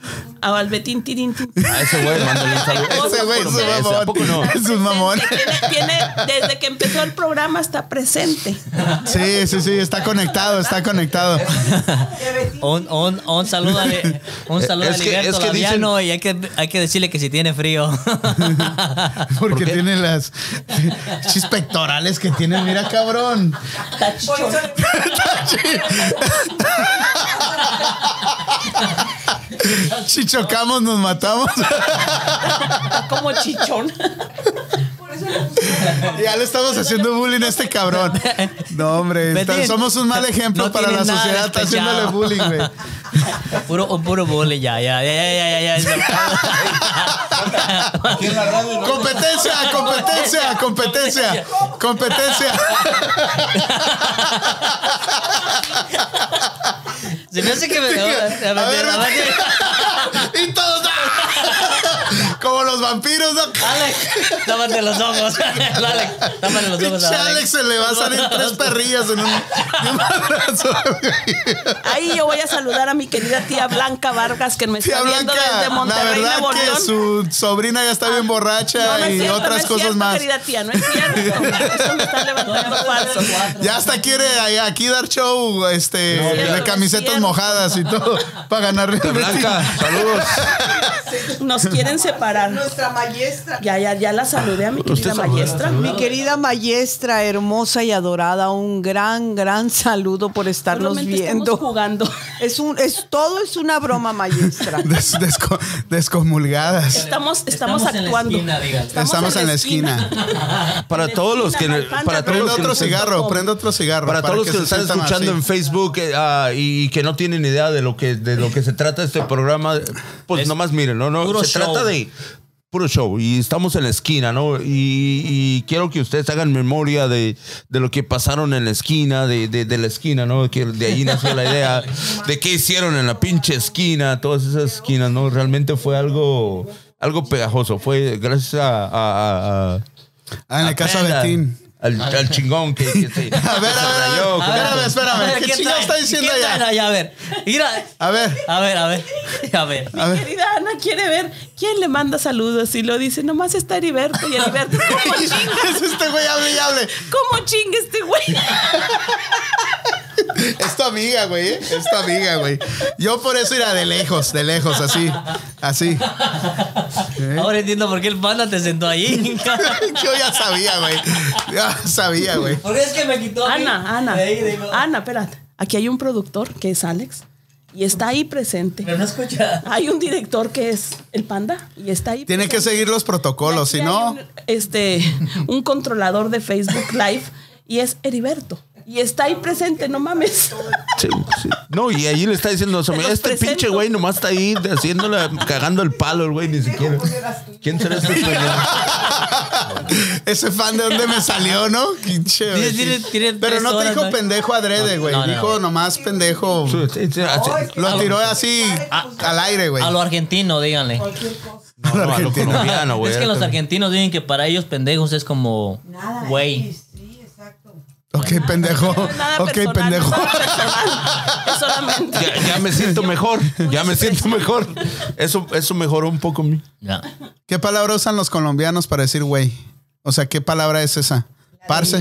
[SPEAKER 5] A Albetín Tirín tin.
[SPEAKER 2] A ese güey, mándale un saludo.
[SPEAKER 1] Ese güey es un
[SPEAKER 2] Ese, ¿a poco no?
[SPEAKER 1] mamón. Es un mamón.
[SPEAKER 5] Tiene, tiene- desde que empezó el programa está presente.
[SPEAKER 1] Sí, sí, sí, está conectado, está conectado.
[SPEAKER 3] Un, un, un saludo a, un saludo
[SPEAKER 2] Es
[SPEAKER 3] a
[SPEAKER 2] que-
[SPEAKER 3] Liberto
[SPEAKER 2] es que dicen-
[SPEAKER 3] Labiano y hay que, hay que decirle que si tiene frío.
[SPEAKER 1] Porque tiene las chis pectorales que tiene. Mira, cabrón. Si chocamos, nos matamos.
[SPEAKER 5] Está como chichón.
[SPEAKER 1] Ya le estamos haciendo bullying a este cabrón. No, hombre, está-
[SPEAKER 3] Betín,
[SPEAKER 1] somos un mal ejemplo
[SPEAKER 3] no
[SPEAKER 1] para la
[SPEAKER 3] tiene nada de
[SPEAKER 1] sociedad. Está haciéndole
[SPEAKER 3] despechado.
[SPEAKER 1] bullying, güey.
[SPEAKER 3] puro, puro bullying, ya, ya, ya, ya, ya, ya, ya.
[SPEAKER 2] Aquí en la radio, ¿no?
[SPEAKER 1] Competencia, competencia, competencia, competencia.
[SPEAKER 3] Se me hace que me.
[SPEAKER 1] A ver, Y todos. ¡ah! Como los vampiros, ¿no?
[SPEAKER 3] Alex, tápate los ojos. Alex, tápate los ojos.
[SPEAKER 1] Pinche Alex se le va a salir tres perrillas en un, de un madrazo, güey.
[SPEAKER 5] Ahí yo voy a saludar a mi querida tía Blanca Vargas que me
[SPEAKER 1] Tía
[SPEAKER 5] está viendo
[SPEAKER 1] Blanca,
[SPEAKER 5] desde
[SPEAKER 1] la
[SPEAKER 5] Monterrey,
[SPEAKER 1] verdad
[SPEAKER 5] Nuevo
[SPEAKER 1] que su
[SPEAKER 5] León.
[SPEAKER 1] sobrina ya está bien borracha
[SPEAKER 5] No, no es
[SPEAKER 1] y
[SPEAKER 5] cierto, no
[SPEAKER 1] otras
[SPEAKER 5] es
[SPEAKER 1] cosas
[SPEAKER 5] cierto,
[SPEAKER 1] más.
[SPEAKER 5] querida tía, no es cierto. Eso me está levantando falsos.
[SPEAKER 1] Ya hasta quiere ahí- aquí dar show este,
[SPEAKER 5] No,
[SPEAKER 1] de
[SPEAKER 5] cierto,
[SPEAKER 1] camisetas
[SPEAKER 5] cierto.
[SPEAKER 1] mojadas y todo para ganarle a
[SPEAKER 2] Blanca, saludos.
[SPEAKER 5] Nos quieren separar.
[SPEAKER 7] Nuestra maestra.
[SPEAKER 5] Ya, ya, ya la saludé a mi querida maestra.
[SPEAKER 6] Mi querida maestra, hermosa y adorada, un gran, gran saludo por estarnos
[SPEAKER 5] Solamente estamos
[SPEAKER 6] viendo.
[SPEAKER 5] jugando.
[SPEAKER 6] Es un, es todo es una broma, maestra.
[SPEAKER 1] Des- desco- descomulgadas.
[SPEAKER 5] Estamos, estamos, actuando.
[SPEAKER 3] En la esquina, dígale.
[SPEAKER 1] Estamos en la esquina.
[SPEAKER 2] Para todos los que. Para todos
[SPEAKER 1] Prende
[SPEAKER 2] los que
[SPEAKER 1] otro
[SPEAKER 2] nos-
[SPEAKER 1] cigarro, prende otro cigarro.
[SPEAKER 2] Para, todos los que,
[SPEAKER 1] se
[SPEAKER 2] nos están
[SPEAKER 1] sientan
[SPEAKER 2] escuchando
[SPEAKER 1] así.
[SPEAKER 2] en Facebook eh, ah, y que no tienen idea de lo que de lo que se trata este programa, pues nomás miren, no, no,
[SPEAKER 3] puro
[SPEAKER 2] se
[SPEAKER 3] show.
[SPEAKER 2] trata de puro show y estamos en la esquina, ¿no? Y, y quiero que ustedes hagan memoria de, de lo que pasaron en la esquina, de, de, de la esquina, ¿no? Que de ahí nació la idea de qué hicieron en la pinche esquina, todas esas esquinas, ¿no? Realmente fue algo algo pegajoso, fue gracias a- a- a- a
[SPEAKER 1] Ah, en la casa
[SPEAKER 2] Aprenda.
[SPEAKER 1] Betín.
[SPEAKER 2] Al, al chingón que, que se.
[SPEAKER 1] A ver, a ver, a ver,
[SPEAKER 2] Yo,
[SPEAKER 1] espérame,
[SPEAKER 2] que-
[SPEAKER 1] espérame.
[SPEAKER 3] A ver,
[SPEAKER 1] ¿Qué chingado
[SPEAKER 3] traen?
[SPEAKER 1] está diciendo
[SPEAKER 3] ¿Qué
[SPEAKER 1] allá?
[SPEAKER 3] traen allá? A ver, mira.
[SPEAKER 1] A ver,
[SPEAKER 3] A ver, a ver, a ver.
[SPEAKER 1] a ver.
[SPEAKER 5] Querida Ana quiere ver quién le manda saludos y lo dice, nomás está Heriberto y Heriberto, ¿cómo chinga?
[SPEAKER 1] Es este güey, hable y hable.
[SPEAKER 5] ¿Cómo chinga este güey?
[SPEAKER 1] Es tu amiga, güey. ¿eh? Es tu amiga, güey. Yo por eso era de lejos, de lejos, así. Así.
[SPEAKER 3] Ahora entiendo por qué el panda te sentó ahí.
[SPEAKER 1] Yo ya sabía, güey. Ya sabía, güey.
[SPEAKER 3] Porque es que me quitó. a mí.
[SPEAKER 5] Ana, Ana,
[SPEAKER 3] De ahí digo,
[SPEAKER 5] Ana, espérate. Aquí hay un productor que es Alex y está ahí presente.
[SPEAKER 3] Pero no escucha.
[SPEAKER 5] Hay un director que es el panda y está ahí.
[SPEAKER 1] Tiene que
[SPEAKER 5] presente.
[SPEAKER 1] seguir los protocolos,
[SPEAKER 5] Aquí
[SPEAKER 1] si
[SPEAKER 5] hay
[SPEAKER 1] no.
[SPEAKER 5] un, Este, un controlador de Facebook Live y es Heriberto. Y está ahí presente, no mames.
[SPEAKER 2] Sí, sí. No, y ahí le está diciendo, "Este
[SPEAKER 5] los presento".
[SPEAKER 2] pinche güey nomás está ahí haciéndola, cagando el palo, el güey, ni siquiera. ¿Quién será este señor?
[SPEAKER 1] Ese fan de dónde me salió, ¿no? Quinche, güey.
[SPEAKER 3] Tiene- tiene- tiene
[SPEAKER 1] Pero
[SPEAKER 3] tres
[SPEAKER 1] no te
[SPEAKER 3] horas,
[SPEAKER 1] dijo
[SPEAKER 3] ¿no?
[SPEAKER 1] pendejo adrede,
[SPEAKER 3] No,
[SPEAKER 1] güey.
[SPEAKER 3] no, no,
[SPEAKER 1] Dijo
[SPEAKER 3] no.
[SPEAKER 1] nomás pendejo.
[SPEAKER 2] Sí, sí, sí, así.
[SPEAKER 1] Lo tiró así
[SPEAKER 3] A-
[SPEAKER 1] al aire, güey.
[SPEAKER 3] A lo argentino, díganle.
[SPEAKER 2] No, no, a lo colombiano, güey.
[SPEAKER 3] es que los argentinos dicen que para ellos pendejos es como
[SPEAKER 7] Nada.
[SPEAKER 3] güey.
[SPEAKER 7] Sí, sí, exacto.
[SPEAKER 1] Ok, pendejo.
[SPEAKER 5] No es nada
[SPEAKER 1] Ok,
[SPEAKER 5] personal,
[SPEAKER 1] pendejo.
[SPEAKER 5] no es nada personal. Es solamente.
[SPEAKER 2] Ya, ya me siento mejor, ya me siento mejor. Eso, eso mejoró un poco mi.
[SPEAKER 3] Ya.
[SPEAKER 1] ¿Qué palabra usan los colombianos para decir güey? O sea, ¿qué palabra es esa? Parce.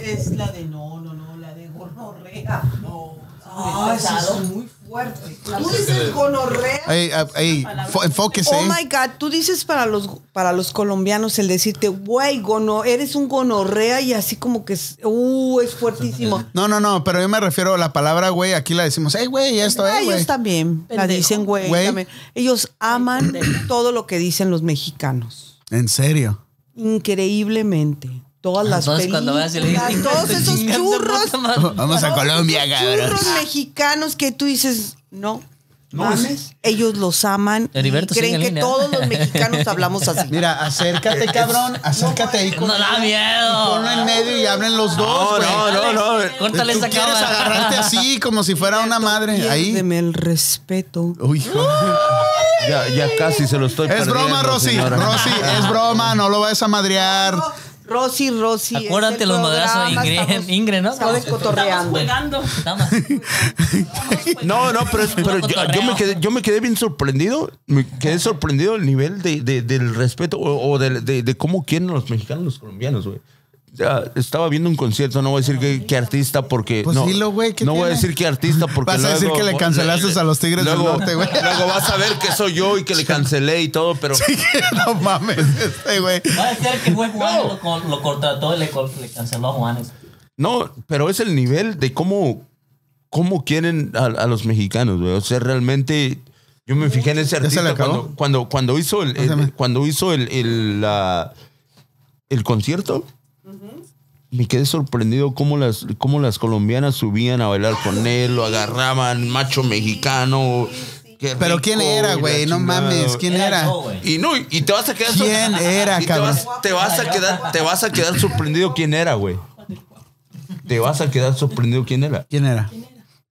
[SPEAKER 7] Es la de no, no, no, la de gornorrea. No. Ah, esa es muy fuerte. fuerte. Tú dices gonorrea.
[SPEAKER 1] Ey, ah, ey, fo- enfóquese. ¿eh?
[SPEAKER 6] Oh my God, tú dices para los para los colombianos el decirte, güey, gono, eres un gonorrea y así como que es, uh, es fuertísimo.
[SPEAKER 1] No, no, no, pero yo me refiero a la palabra, güey. Aquí la decimos, hey, güey, esto,
[SPEAKER 6] Ah,
[SPEAKER 1] eh,
[SPEAKER 6] ellos
[SPEAKER 1] güey.
[SPEAKER 6] también la
[SPEAKER 5] Pendejo.
[SPEAKER 6] dicen, güey.
[SPEAKER 1] Güey.
[SPEAKER 6] también. Ellos aman todo lo que dicen los mexicanos.
[SPEAKER 1] En serio.
[SPEAKER 6] Increíblemente. Todas las
[SPEAKER 3] Ah, Entonces, cuando vayas y le digas,
[SPEAKER 6] películas, todos
[SPEAKER 3] "Te
[SPEAKER 6] esos
[SPEAKER 3] chingaste,
[SPEAKER 6] churros,
[SPEAKER 3] puta madre".
[SPEAKER 1] Vamos a Colombia, cabrón.
[SPEAKER 6] churros mexicanos que tú dices, no, mames, ellos los aman y
[SPEAKER 3] Heriberto sigue
[SPEAKER 6] creen
[SPEAKER 3] en
[SPEAKER 6] que
[SPEAKER 3] línea.
[SPEAKER 6] todos los mexicanos hablamos así.
[SPEAKER 1] Mira, acércate, cabrón. Acércate ahí con
[SPEAKER 3] No da miedo.
[SPEAKER 1] ponlo en medio y hablen los dos,
[SPEAKER 2] No,
[SPEAKER 1] güey.
[SPEAKER 2] no, no, no.
[SPEAKER 3] Córtale
[SPEAKER 1] Tú
[SPEAKER 3] esa
[SPEAKER 1] quieres agarrarte
[SPEAKER 3] cámara.
[SPEAKER 1] así como si fuera una madre. Ahí.
[SPEAKER 6] Piérdeme el respeto.
[SPEAKER 1] Uy, hijo.
[SPEAKER 2] Ya, ya casi se lo estoy
[SPEAKER 1] Es
[SPEAKER 2] perdiendo,
[SPEAKER 1] broma, Rosy.
[SPEAKER 2] señora.
[SPEAKER 1] Rosy, es broma. No lo vayas a madrear.
[SPEAKER 6] Rosy, Rosy. es
[SPEAKER 3] Acuérdate
[SPEAKER 6] el
[SPEAKER 3] los madrazos de
[SPEAKER 6] programa,
[SPEAKER 3] Ingrid,
[SPEAKER 6] estamos-
[SPEAKER 3] Ingrid, ¿no?
[SPEAKER 6] Estamos cotorreando.
[SPEAKER 5] Jugando.
[SPEAKER 3] Damas.
[SPEAKER 2] No, no, pero, pero yo, yo me quedé, yo me quedé bien sorprendido. Me quedé sorprendido el nivel de, de- del respeto o, o del- de, de cómo quieren los mexicanos los colombianos, güey. Ya, estaba viendo un concierto, no voy a decir qué, qué artista porque.
[SPEAKER 1] Pues
[SPEAKER 2] no,
[SPEAKER 1] dilo, güey, ¿qué
[SPEAKER 2] No voy a
[SPEAKER 1] tiene?
[SPEAKER 2] decir qué artista porque.
[SPEAKER 1] Vas a decir
[SPEAKER 2] luego-
[SPEAKER 1] que le cancelaste a los Tigres del
[SPEAKER 2] luego-
[SPEAKER 1] Norte, güey.
[SPEAKER 2] Luego vas a ver que soy yo y que le cancelé y todo, pero.
[SPEAKER 1] no mames, este güey.
[SPEAKER 3] Va a ser que fue Juan lo, co- lo contrató y le, co- le canceló a Juanes.
[SPEAKER 2] No, pero es el nivel de cómo, cómo quieren a, a los mexicanos, güey. O sea, realmente yo me fijé en ese
[SPEAKER 1] ¿Ya se le
[SPEAKER 2] artista
[SPEAKER 1] acabó?
[SPEAKER 2] cuando, cuando, cuando hizo el,
[SPEAKER 1] se llama?
[SPEAKER 2] el- cuando hizo el, el, la- el concierto. Me quedé sorprendido cómo las, cómo las colombianas subían a bailar con él, lo agarraban, macho mexicano. qué
[SPEAKER 1] Pero
[SPEAKER 2] rico,
[SPEAKER 1] ¿quién era,
[SPEAKER 2] y la
[SPEAKER 1] güey? No
[SPEAKER 2] chingada.
[SPEAKER 1] mames, ¿quién era?
[SPEAKER 3] yo, güey.
[SPEAKER 2] Y no, y- y te vas a quedar sor-
[SPEAKER 1] ¿Quién era,
[SPEAKER 2] y te vas-
[SPEAKER 1] cabrón?
[SPEAKER 2] te vas a quedar, te vas a quedar sorprendido quién era, güey. Te vas a quedar sorprendido quién era.
[SPEAKER 1] ¿Quién era?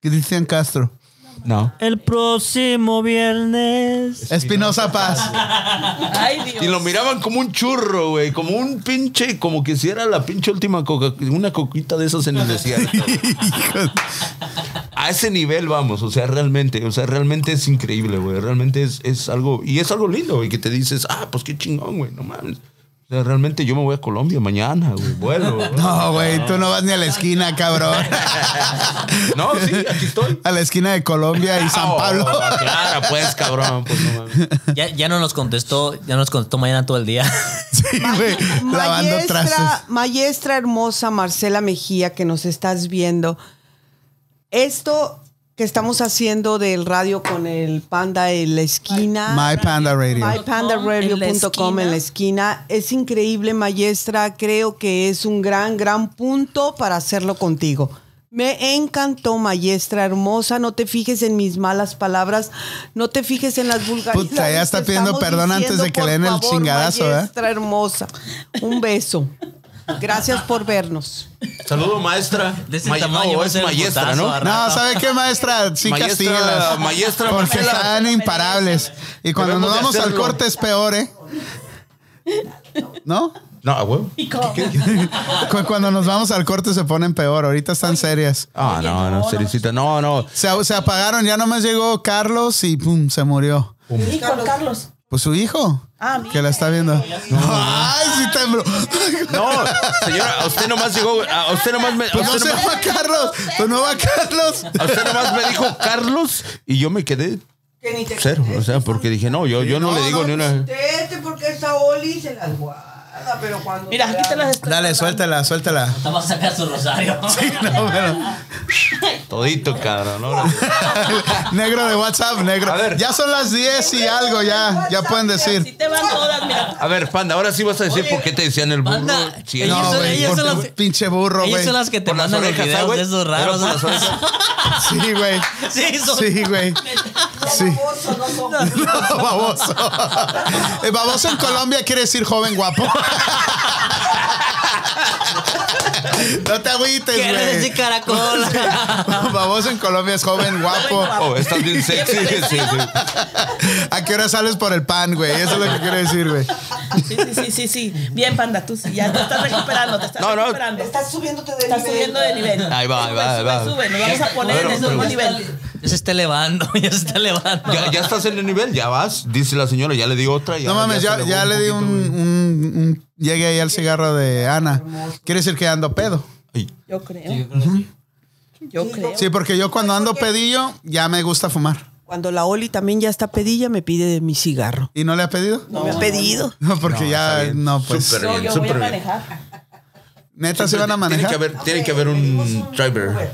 [SPEAKER 1] Cristian Castro.
[SPEAKER 2] No.
[SPEAKER 9] El próximo viernes.
[SPEAKER 1] Espinosa Paz.
[SPEAKER 5] Ay, Dios.
[SPEAKER 2] Y lo miraban como un churro, güey, como un pinche, como que si era la pinche última coca, una coquita de esas en el desierto. A ese nivel vamos, o sea, realmente, o sea, realmente es increíble, güey, realmente es, es algo, y es algo lindo, güey, que te dices, ah, pues qué chingón, güey, no mames. O sea, realmente yo me voy a Colombia mañana, güey, vuelo. güey.
[SPEAKER 1] No, güey, tú no vas ni a la esquina, cabrón.
[SPEAKER 2] No, sí, aquí estoy.
[SPEAKER 1] A la esquina de Colombia y San
[SPEAKER 2] Oh,
[SPEAKER 1] Pablo.
[SPEAKER 2] claro, pues, cabrón. Pues, no mames.
[SPEAKER 3] Ya, ya no nos contestó, ya nos contestó mañana todo el día.
[SPEAKER 1] Sí, güey, lavando trastes.
[SPEAKER 6] Maestra, maestra hermosa Marcela Mejía, que nos estás viendo. Esto que estamos haciendo del radio con el panda en la esquina.
[SPEAKER 1] My Panda Radio.
[SPEAKER 6] MyPandaRadio.com en la esquina. Es increíble, maestra. Creo que es un gran, gran punto para hacerlo contigo. Me encantó, maestra hermosa. No te fijes en mis malas palabras. No te fijes en las vulgaridades.
[SPEAKER 1] Puta, ya está
[SPEAKER 6] que
[SPEAKER 1] pidiendo
[SPEAKER 6] estamos
[SPEAKER 1] perdón antes de que
[SPEAKER 6] por
[SPEAKER 1] le den el chingadazo, ¿eh? ¿verdad?
[SPEAKER 6] Maestra hermosa. Un beso. Gracias por vernos.
[SPEAKER 2] Saludo, maestra.
[SPEAKER 3] De ese
[SPEAKER 2] May-
[SPEAKER 3] tamaño
[SPEAKER 2] no,
[SPEAKER 3] va a
[SPEAKER 2] es
[SPEAKER 3] ser un
[SPEAKER 2] maestra,
[SPEAKER 3] putazo,
[SPEAKER 2] ¿no?
[SPEAKER 3] arra-
[SPEAKER 1] No, ¿sabe qué, maestra? Sí,
[SPEAKER 2] Maestra-
[SPEAKER 1] castígalas.
[SPEAKER 2] maestra
[SPEAKER 1] Porque
[SPEAKER 2] Marcela.
[SPEAKER 1] están imparables. Y cuando
[SPEAKER 2] Debemos
[SPEAKER 1] nos
[SPEAKER 2] de
[SPEAKER 1] vamos al
[SPEAKER 2] hacerlo.
[SPEAKER 1] corte es peor, ¿eh? ¿No?
[SPEAKER 2] No, a huevo.
[SPEAKER 1] Cu- Cuando nos vamos al corte se ponen peor. Ahorita están serias.
[SPEAKER 2] Ah, no, no, Cerecita, no, no.
[SPEAKER 1] Se, se apagaron, ya nomás llegó Carlos y pum, se murió.
[SPEAKER 5] ¿Y Juan Carlos?
[SPEAKER 1] Pues su hijo. que la está viendo. Ay, sí tembló.
[SPEAKER 2] No, señora, a usted nomás llegó, a usted nomás me, a
[SPEAKER 1] Pues no
[SPEAKER 2] usted
[SPEAKER 1] se
[SPEAKER 2] nomás,
[SPEAKER 1] llama Carlos. Pues no va Carlos.
[SPEAKER 2] a usted nomás me dijo Carlos y yo me quedé cero. O sea, porque dije, no, yo, yo no, le digo ni una.
[SPEAKER 7] Tete, porque esa Oli se las guarda, pero cuando.
[SPEAKER 5] Mira, aquí te las estoy
[SPEAKER 1] Dale, suéltala, suéltala.
[SPEAKER 3] Vamos a sacar su rosario.
[SPEAKER 1] No, pero-
[SPEAKER 2] Todito, cabrón. ¿no?
[SPEAKER 1] negro de WhatsApp, negro.
[SPEAKER 2] A ver.
[SPEAKER 1] Ya son las 10 y algo, ya. Ya pueden
[SPEAKER 5] Si
[SPEAKER 1] decir.
[SPEAKER 5] te van todas, mira.
[SPEAKER 2] A ver, panda, ahora sí vas a decir por qué te decían el burro.
[SPEAKER 3] Panda,
[SPEAKER 2] Sí,
[SPEAKER 3] ellos
[SPEAKER 1] No,
[SPEAKER 3] son-
[SPEAKER 1] güey.
[SPEAKER 3] ellas
[SPEAKER 1] por
[SPEAKER 3] son
[SPEAKER 1] tu
[SPEAKER 3] las-
[SPEAKER 1] Pinche burro,
[SPEAKER 3] Ellos
[SPEAKER 1] güey.
[SPEAKER 3] son las que te
[SPEAKER 2] Por las
[SPEAKER 3] mandan los
[SPEAKER 2] orejas, ¿ah,
[SPEAKER 3] videos
[SPEAKER 2] güey?
[SPEAKER 3] de esos
[SPEAKER 2] Era
[SPEAKER 3] raros.
[SPEAKER 2] por las orejas.
[SPEAKER 1] Sí, güey.
[SPEAKER 3] Sí, son-
[SPEAKER 1] Sí, güey. Sí. No, baboso. Eh, baboso en Colombia quiere decir joven guapo. No te agüites, güey.
[SPEAKER 3] Quiere decir caracol.
[SPEAKER 1] Baboso en Colombia es joven guapo.
[SPEAKER 2] Oh, estás bien sexy. Sí, sí.
[SPEAKER 1] ¿A qué hora sales por el pan, güey? Eso es lo que quiero decir, güey.
[SPEAKER 5] Ah, Sí, sí, sí, sí, sí. Bien, panda, tú sí. Ya te estás recuperando, te estás
[SPEAKER 2] No, no.
[SPEAKER 5] recuperando.
[SPEAKER 7] Estás subiéndote de
[SPEAKER 5] Estás
[SPEAKER 7] nivel.
[SPEAKER 5] subiendo de nivel.
[SPEAKER 2] Ahí va, ahí va, ahí va.
[SPEAKER 5] Sube, sube, nos vamos a poner en
[SPEAKER 2] Bueno,
[SPEAKER 5] ese
[SPEAKER 2] pero-
[SPEAKER 5] mismo nivel.
[SPEAKER 3] Ya se está elevando, ya se está elevando.
[SPEAKER 2] Ya, ya estás en el nivel, ya vas, dice la señora, ya le di otra. Ya,
[SPEAKER 1] No mames,
[SPEAKER 2] se
[SPEAKER 1] ya,
[SPEAKER 2] elevó
[SPEAKER 1] ya
[SPEAKER 2] un
[SPEAKER 1] le di un,
[SPEAKER 2] poquito, güey.
[SPEAKER 1] un- un- Llegué ahí al cigarro de Ana. Quiere decir que ando pedo.
[SPEAKER 2] Ay,
[SPEAKER 5] Yo creo. Yo creo.
[SPEAKER 1] Sí, porque yo cuando ando
[SPEAKER 7] Porque-
[SPEAKER 1] pedillo ya me gusta fumar.
[SPEAKER 6] Cuando la Oli también ya está pedilla, me pide de mi cigarro.
[SPEAKER 1] ¿Y no le ha pedido?
[SPEAKER 6] No, me ha pedido.
[SPEAKER 1] No, porque
[SPEAKER 2] está
[SPEAKER 1] ya
[SPEAKER 2] bien.
[SPEAKER 1] no, pues.
[SPEAKER 2] Súper
[SPEAKER 5] No,
[SPEAKER 2] bien,
[SPEAKER 5] yo voy a
[SPEAKER 2] súper bien.
[SPEAKER 5] manejar.
[SPEAKER 1] Neta, se van a
[SPEAKER 2] Tiene
[SPEAKER 1] manejar.
[SPEAKER 2] que haber, tiene que haber un driver.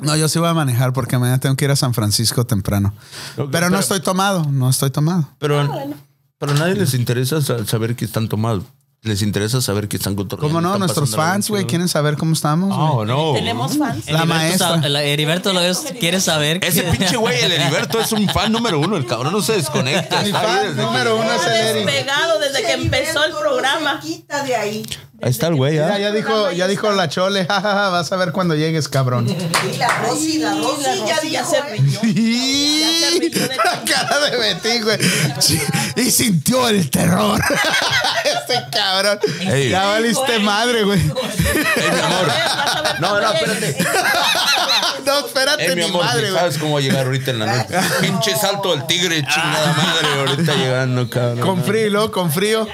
[SPEAKER 1] No, yo sí voy a manejar porque mañana tengo que ir a San Francisco temprano.
[SPEAKER 2] Ok,
[SPEAKER 1] pero no
[SPEAKER 2] pero-
[SPEAKER 1] estoy tomado, no estoy tomado.
[SPEAKER 2] Pero, pero a nadie les interesa sa- saber que están tomados. Les interesa saber que están controlando.
[SPEAKER 1] ¿Cómo no? Nuestros fans, güey, quieren saber cómo estamos.
[SPEAKER 2] No, no.
[SPEAKER 5] Tenemos fans.
[SPEAKER 1] La maestra.
[SPEAKER 3] sa- la- Heriberto lo es- quiere saber.
[SPEAKER 2] Ese
[SPEAKER 3] que-
[SPEAKER 2] pinche güey, el Heriberto, es un fan número uno. El cabrón no se desconecta.
[SPEAKER 1] Mi
[SPEAKER 2] está ahí
[SPEAKER 1] fan
[SPEAKER 2] desde-
[SPEAKER 1] número uno es el Eric.
[SPEAKER 5] Despegado desde que empezó el
[SPEAKER 7] Heriberto no
[SPEAKER 5] programa.
[SPEAKER 7] se quita de ahí.
[SPEAKER 2] Ahí está el güey,
[SPEAKER 1] Ya,
[SPEAKER 2] ¿ah?
[SPEAKER 1] ya dijo, ya dijo la chole, jajaja, vas a ver cuando llegues, cabrón.
[SPEAKER 7] Y la Rosy, la Rosy,
[SPEAKER 5] la
[SPEAKER 7] ya,
[SPEAKER 5] Rosy ya
[SPEAKER 7] dijo,
[SPEAKER 5] se
[SPEAKER 7] ¿eh?
[SPEAKER 5] rió. se
[SPEAKER 1] Y-
[SPEAKER 5] rió de
[SPEAKER 1] La cara de Betty, güey. Sí, Y sintió el terror. Este cabrón.
[SPEAKER 2] Ey.
[SPEAKER 1] Ya valiste madre, güey.
[SPEAKER 7] eh.
[SPEAKER 2] Ey, mi amor.
[SPEAKER 5] Vas a ver
[SPEAKER 2] No,
[SPEAKER 5] cuando
[SPEAKER 2] no,
[SPEAKER 5] llegues.
[SPEAKER 2] espérate.
[SPEAKER 1] No, espérate,
[SPEAKER 2] Ey, mi
[SPEAKER 1] mi,
[SPEAKER 2] amor,
[SPEAKER 1] madre,
[SPEAKER 2] ni
[SPEAKER 1] güey.
[SPEAKER 2] sabes cómo va a llegar ahorita en la noche. Pinche salto del tigre, chingada madre, ahorita llegando, cabrón.
[SPEAKER 1] Con frío, luego con frío.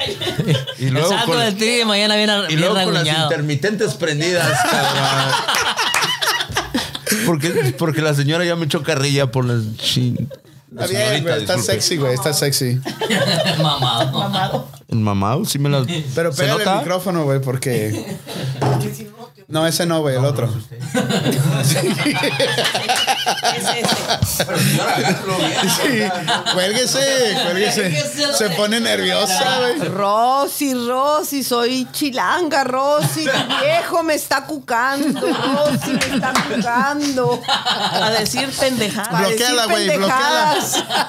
[SPEAKER 2] y
[SPEAKER 3] El
[SPEAKER 2] luego
[SPEAKER 3] salto
[SPEAKER 2] con,
[SPEAKER 3] del tigre mañana viene,
[SPEAKER 2] y luego con las
[SPEAKER 3] raguñado.
[SPEAKER 2] intermitentes prendidas, cabrón. Porque, porque la señora ya me echó carrilla por las chin. la
[SPEAKER 1] Está bien,
[SPEAKER 2] señorita,
[SPEAKER 1] güey. Está
[SPEAKER 2] disculpe.
[SPEAKER 1] sexy, güey. Está sexy.
[SPEAKER 3] Mamado.
[SPEAKER 5] Mamado.
[SPEAKER 2] El mamado, sí me las.
[SPEAKER 1] Pero
[SPEAKER 2] ¿Se
[SPEAKER 1] pégale el
[SPEAKER 2] nota?
[SPEAKER 1] micrófono, güey, porque. No, ese no, güey, el otro.
[SPEAKER 5] Es este.
[SPEAKER 1] Sí, cuélguese, cuélguese. Se pone nerviosa, güey.
[SPEAKER 6] Rosy, Rosy, soy chilanga, Rosy, mi viejo me está cucando, Rosy me está cucando.
[SPEAKER 5] A decir pendejadas.
[SPEAKER 6] Para
[SPEAKER 1] Bloquéala,
[SPEAKER 6] decir
[SPEAKER 1] güey, bloquéala.
[SPEAKER 6] pendejadas.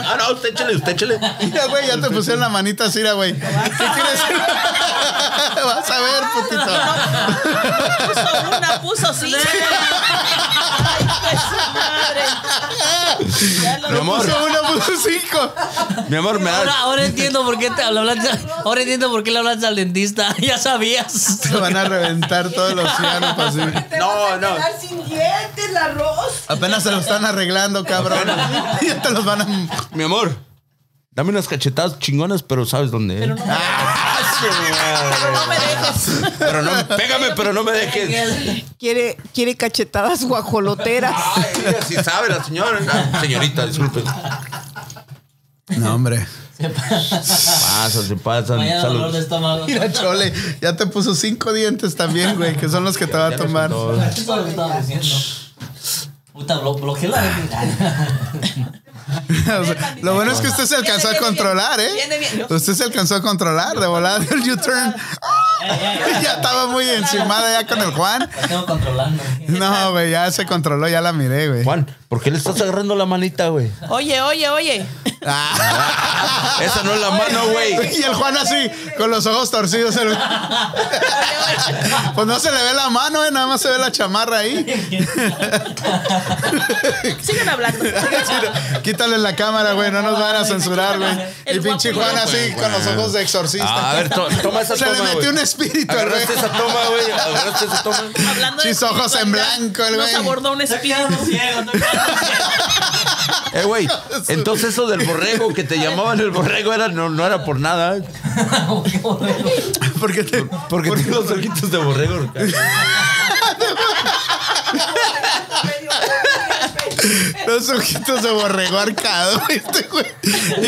[SPEAKER 2] Ah, no, usted échale, usted échale.
[SPEAKER 1] Mira, güey, ya te pusieron la manita así, mira, güey. ¿Qué quieres? Vas a ver, putito.
[SPEAKER 5] Puso una, puso cinco. Ay, qué su madre. Ya lo
[SPEAKER 2] Mi amor,
[SPEAKER 1] Puso uno, puso cinco.
[SPEAKER 2] mi amor, me
[SPEAKER 3] Ahora,
[SPEAKER 2] das.
[SPEAKER 3] ahora entiendo por qué te hablaste, ahora entiendo por qué le hablaste al dentista. Ya sabías.
[SPEAKER 1] Se van a reventar todos los pues, cianos así.
[SPEAKER 2] No, no.
[SPEAKER 7] Quedar sin dientes, la Rosy.
[SPEAKER 1] Apenas se lo están arreglando, cabrón. Ya te los van a.
[SPEAKER 2] Mi amor, dame unas cachetadas chingonas, pero sabes dónde. eh? Pero no,
[SPEAKER 5] No me dejes.
[SPEAKER 2] pero no pégame, pero no me dejes.
[SPEAKER 6] Quiere, quiere cachetadas guajoloteras.
[SPEAKER 2] Ay, mira, si sabe la señora. Ah, Señorita, disculpe.
[SPEAKER 1] No, hombre.
[SPEAKER 2] Pasan, se pasan.
[SPEAKER 3] Mañana dolor
[SPEAKER 2] Saludos.
[SPEAKER 3] de estómago.
[SPEAKER 1] Mira, Chole, ya te puso cinco dientes también, güey, que son los que te va a tomar.
[SPEAKER 3] Eso es lo que estaba diciendo. Puta, blo bloqueé la
[SPEAKER 1] O sea, Lo bueno es que usted se alcanzó a controlar,
[SPEAKER 5] Viene bien,
[SPEAKER 1] ¿eh?
[SPEAKER 5] ¿no?
[SPEAKER 1] Usted se alcanzó a controlar, de volada el U-turn. Ya estaba muy encimada ya con el Juan.
[SPEAKER 3] La tengo controlando.
[SPEAKER 1] No, güey, ya se controló, ya la miré, güey.
[SPEAKER 2] Juan, ¿por qué le estás agarrando la manita, güey?
[SPEAKER 5] Oye, oye, oye.
[SPEAKER 1] Ah,
[SPEAKER 2] Esa no es la mano, güey.
[SPEAKER 1] y el Juan así, con los ojos torcidos. el- Pues no se le ve la mano, eh, nada más se ve la chamarra ahí.
[SPEAKER 5] Sigan hablando.
[SPEAKER 1] Quítale la cámara, güey, no nos van a censurar, güey. Y
[SPEAKER 5] El
[SPEAKER 1] pinche
[SPEAKER 5] guapo.
[SPEAKER 1] Juan así, con los ojos de
[SPEAKER 2] A
[SPEAKER 1] exorcista.
[SPEAKER 2] ver, to- toma esa
[SPEAKER 1] Se
[SPEAKER 2] toma.
[SPEAKER 1] le metió
[SPEAKER 2] güey.
[SPEAKER 1] un espíritu, al güey.
[SPEAKER 2] Agarraste esa toma, güey. Agarraste esa toma.
[SPEAKER 5] Hablando de
[SPEAKER 1] Chis ojos en blanco, el
[SPEAKER 5] Nos
[SPEAKER 1] güey.
[SPEAKER 5] abordó un espíritu.
[SPEAKER 2] Eh, güey, entonces eso del borrego que te llamaban el borrego era, no, no era por nada.
[SPEAKER 1] Porque te,
[SPEAKER 2] Porque
[SPEAKER 1] por-
[SPEAKER 2] tiene los ojitos de borrego. Ricardo.
[SPEAKER 1] los ojitos de borrego arcado, güey, este güey.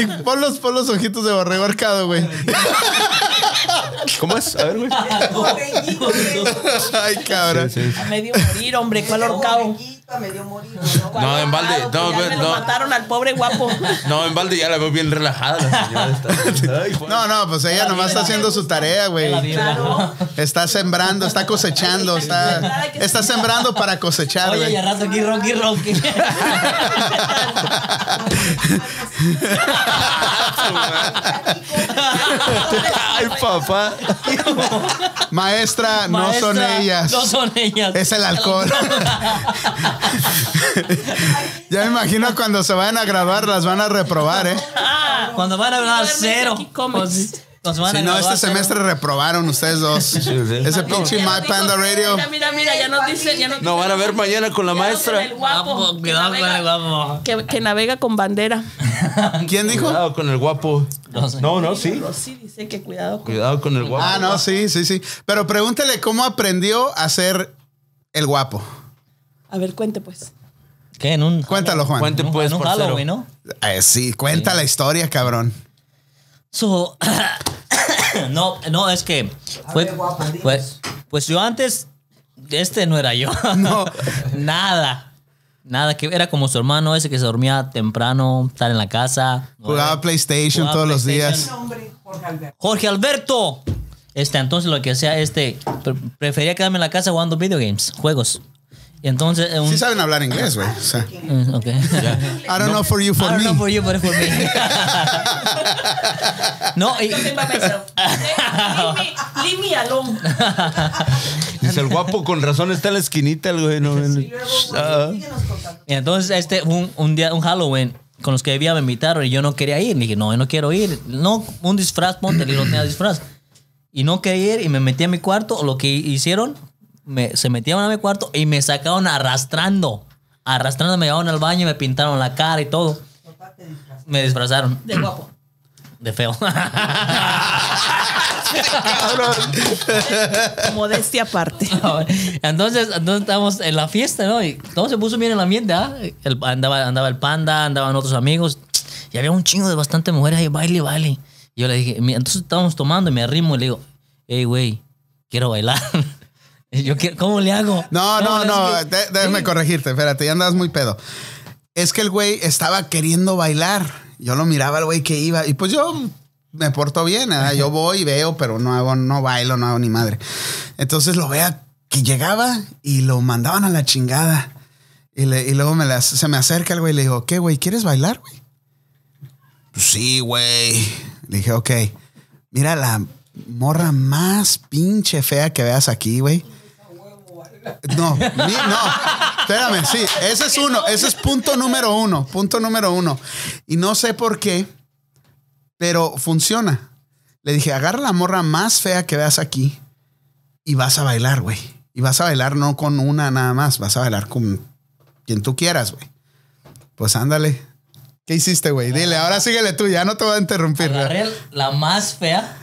[SPEAKER 1] Y pon los, pon los ojitos de borrego arcado, güey.
[SPEAKER 2] ¿Cómo es? A ver, güey.
[SPEAKER 1] Ay, cabrón.
[SPEAKER 2] Sí, sí.
[SPEAKER 5] Me dio morir, hombre. ¿Cuál ahorcado?
[SPEAKER 7] Me dio morir.
[SPEAKER 2] No, en balde, no,
[SPEAKER 5] Ahorcado, que ya
[SPEAKER 2] güey,
[SPEAKER 5] me lo
[SPEAKER 2] no.
[SPEAKER 5] mataron al pobre guapo.
[SPEAKER 2] No, en balde ya la veo bien relajada la señora. Está- Ay, Juan.
[SPEAKER 1] No, no, pues ella nomás está haciendo su tarea, güey.
[SPEAKER 3] Claro.
[SPEAKER 1] Está sembrando, está cosechando, está, está sembrando para cosechar,
[SPEAKER 3] Oye,
[SPEAKER 1] güey.
[SPEAKER 3] ya rato aquí Rocky Rocky.
[SPEAKER 2] Ay, papá.
[SPEAKER 1] Maestra, no
[SPEAKER 3] Maestra,
[SPEAKER 1] son ellas.
[SPEAKER 3] No son ellas.
[SPEAKER 1] Es el alcohol. ya me imagino cuando se vayan a graduar las van a reprobar, ¿eh?
[SPEAKER 5] Ah,
[SPEAKER 3] Cuando van a hablar
[SPEAKER 5] duermes
[SPEAKER 3] cero.
[SPEAKER 5] aquí comes.
[SPEAKER 3] Nos van a
[SPEAKER 1] Si no,
[SPEAKER 3] graduar
[SPEAKER 1] este
[SPEAKER 3] cero.
[SPEAKER 1] semestre reprobaron ustedes dos.
[SPEAKER 2] sí.
[SPEAKER 1] Ese pinche My Panda Radio.
[SPEAKER 5] Mira, mira, mira, ya nos dice. Ya nos
[SPEAKER 2] No van a ver mañana con la
[SPEAKER 5] ya nos
[SPEAKER 2] maestra.
[SPEAKER 5] dice el guapo.
[SPEAKER 3] Guapo,
[SPEAKER 5] Que
[SPEAKER 3] cuidado con el
[SPEAKER 5] navega,
[SPEAKER 3] guapo.
[SPEAKER 5] que, que navega con bandera.
[SPEAKER 1] ¿Quién dijo?
[SPEAKER 2] Cuidado con el guapo.
[SPEAKER 3] No sé.
[SPEAKER 2] No, no, sí.
[SPEAKER 5] Sí, dice que cuidado. con-
[SPEAKER 2] Cuidado con el guapo.
[SPEAKER 1] Ah, no, sí, sí, sí. Pero pregúntele cómo aprendió a ser El guapo.
[SPEAKER 5] A ver, cuente pues.
[SPEAKER 3] ¿Qué? En un,
[SPEAKER 1] Cuéntalo, Juan.
[SPEAKER 3] en
[SPEAKER 2] Cuente,
[SPEAKER 3] un-
[SPEAKER 2] pues,
[SPEAKER 3] en un
[SPEAKER 2] parcero.
[SPEAKER 3] Halloween, ¿no?
[SPEAKER 1] Eh, sí, cuenta la historia, cabrón.
[SPEAKER 3] So, no, no, es que fue,
[SPEAKER 7] ver, guapo, dinos.
[SPEAKER 3] pues, pues yo antes, este no era yo.
[SPEAKER 1] No.
[SPEAKER 3] Nada. Nada, que era como su hermano ese que se dormía temprano, estar en la casa.
[SPEAKER 1] Jugaba PlayStation
[SPEAKER 3] Jugaba
[SPEAKER 1] todos los
[SPEAKER 3] PlayStation.
[SPEAKER 1] días.
[SPEAKER 7] Nombre, Jorge Alberto.
[SPEAKER 3] Jorge Alberto. Este, entonces lo que hacía, este, pre- prefería quedarme en la casa jugando video games, juegos. Y entonces, eh, un,
[SPEAKER 1] Sí saben hablar inglés, güey. O sea,
[SPEAKER 3] Mm, ok.
[SPEAKER 1] I don't know for you,
[SPEAKER 3] I
[SPEAKER 1] for
[SPEAKER 3] don't
[SPEAKER 1] me.
[SPEAKER 3] know for you, but for me. no, y,
[SPEAKER 5] Eh, leave me alone.
[SPEAKER 2] Dice el guapo, con razón está en la esquinita el güey.
[SPEAKER 7] Y
[SPEAKER 2] No,
[SPEAKER 7] luego, güey,
[SPEAKER 2] Ah.
[SPEAKER 7] síguenos contando.
[SPEAKER 3] Y entonces este un, un día, un Halloween, con los que vivía me invitaron y yo no quería ir. Le dije, no, yo no quiero ir. No, un disfraz, ponte, y no tenía disfraz. Y no quería ir y me metí a mi cuarto. Lo que hicieron, me, se metieron a mi cuarto y me sacaron arrastrando. Arrastrando, me llevaron al baño y me pintaron la cara y todo. Me disfrazaron. De guapo. De feo.
[SPEAKER 5] Modestia aparte.
[SPEAKER 3] Entonces, entonces estábamos en la fiesta, ¿no? Y todo se puso bien en la ambienta. andaba, andaba el panda, andaban otros amigos. Y había un chingo de bastante mujeres ahí, baile, baile. Y yo le dije, mi- entonces estábamos tomando y me arrimo y le digo, hey, güey, quiero bailar. Y yo, "¿Qué- ¿cómo le hago?
[SPEAKER 1] No, no, no,
[SPEAKER 3] es que-
[SPEAKER 1] de- déjame corregirte, espérate, ya andas muy pedo. Es que el güey estaba queriendo bailar. Yo lo miraba al güey que iba y pues yo me porto bien, ¿verdad? yo voy y veo, pero no hago, no bailo, no hago ni madre. Entonces lo vea que llegaba y lo mandaban a la chingada. Y, le- y luego me las- se me acerca el güey y le digo, ¿qué güey? ¿Quieres bailar, güey? "Pues sí, güey. Le dije, ok, mira la morra más pinche fea que veas aquí, güey. No, ni- no. Espérame, sí. Ese es uno. Ese es punto número uno. Punto número uno. Y no sé por qué, pero funciona. Le dije, agarra la morra más fea que veas aquí y vas a bailar, güey. Y vas a bailar no con una nada más. Vas a bailar con quien tú quieras, güey. Pues ándale. ¿Qué hiciste, güey? Dile, ahora síguele tú. Ya no te voy a interrumpir.
[SPEAKER 3] Agarré la más fea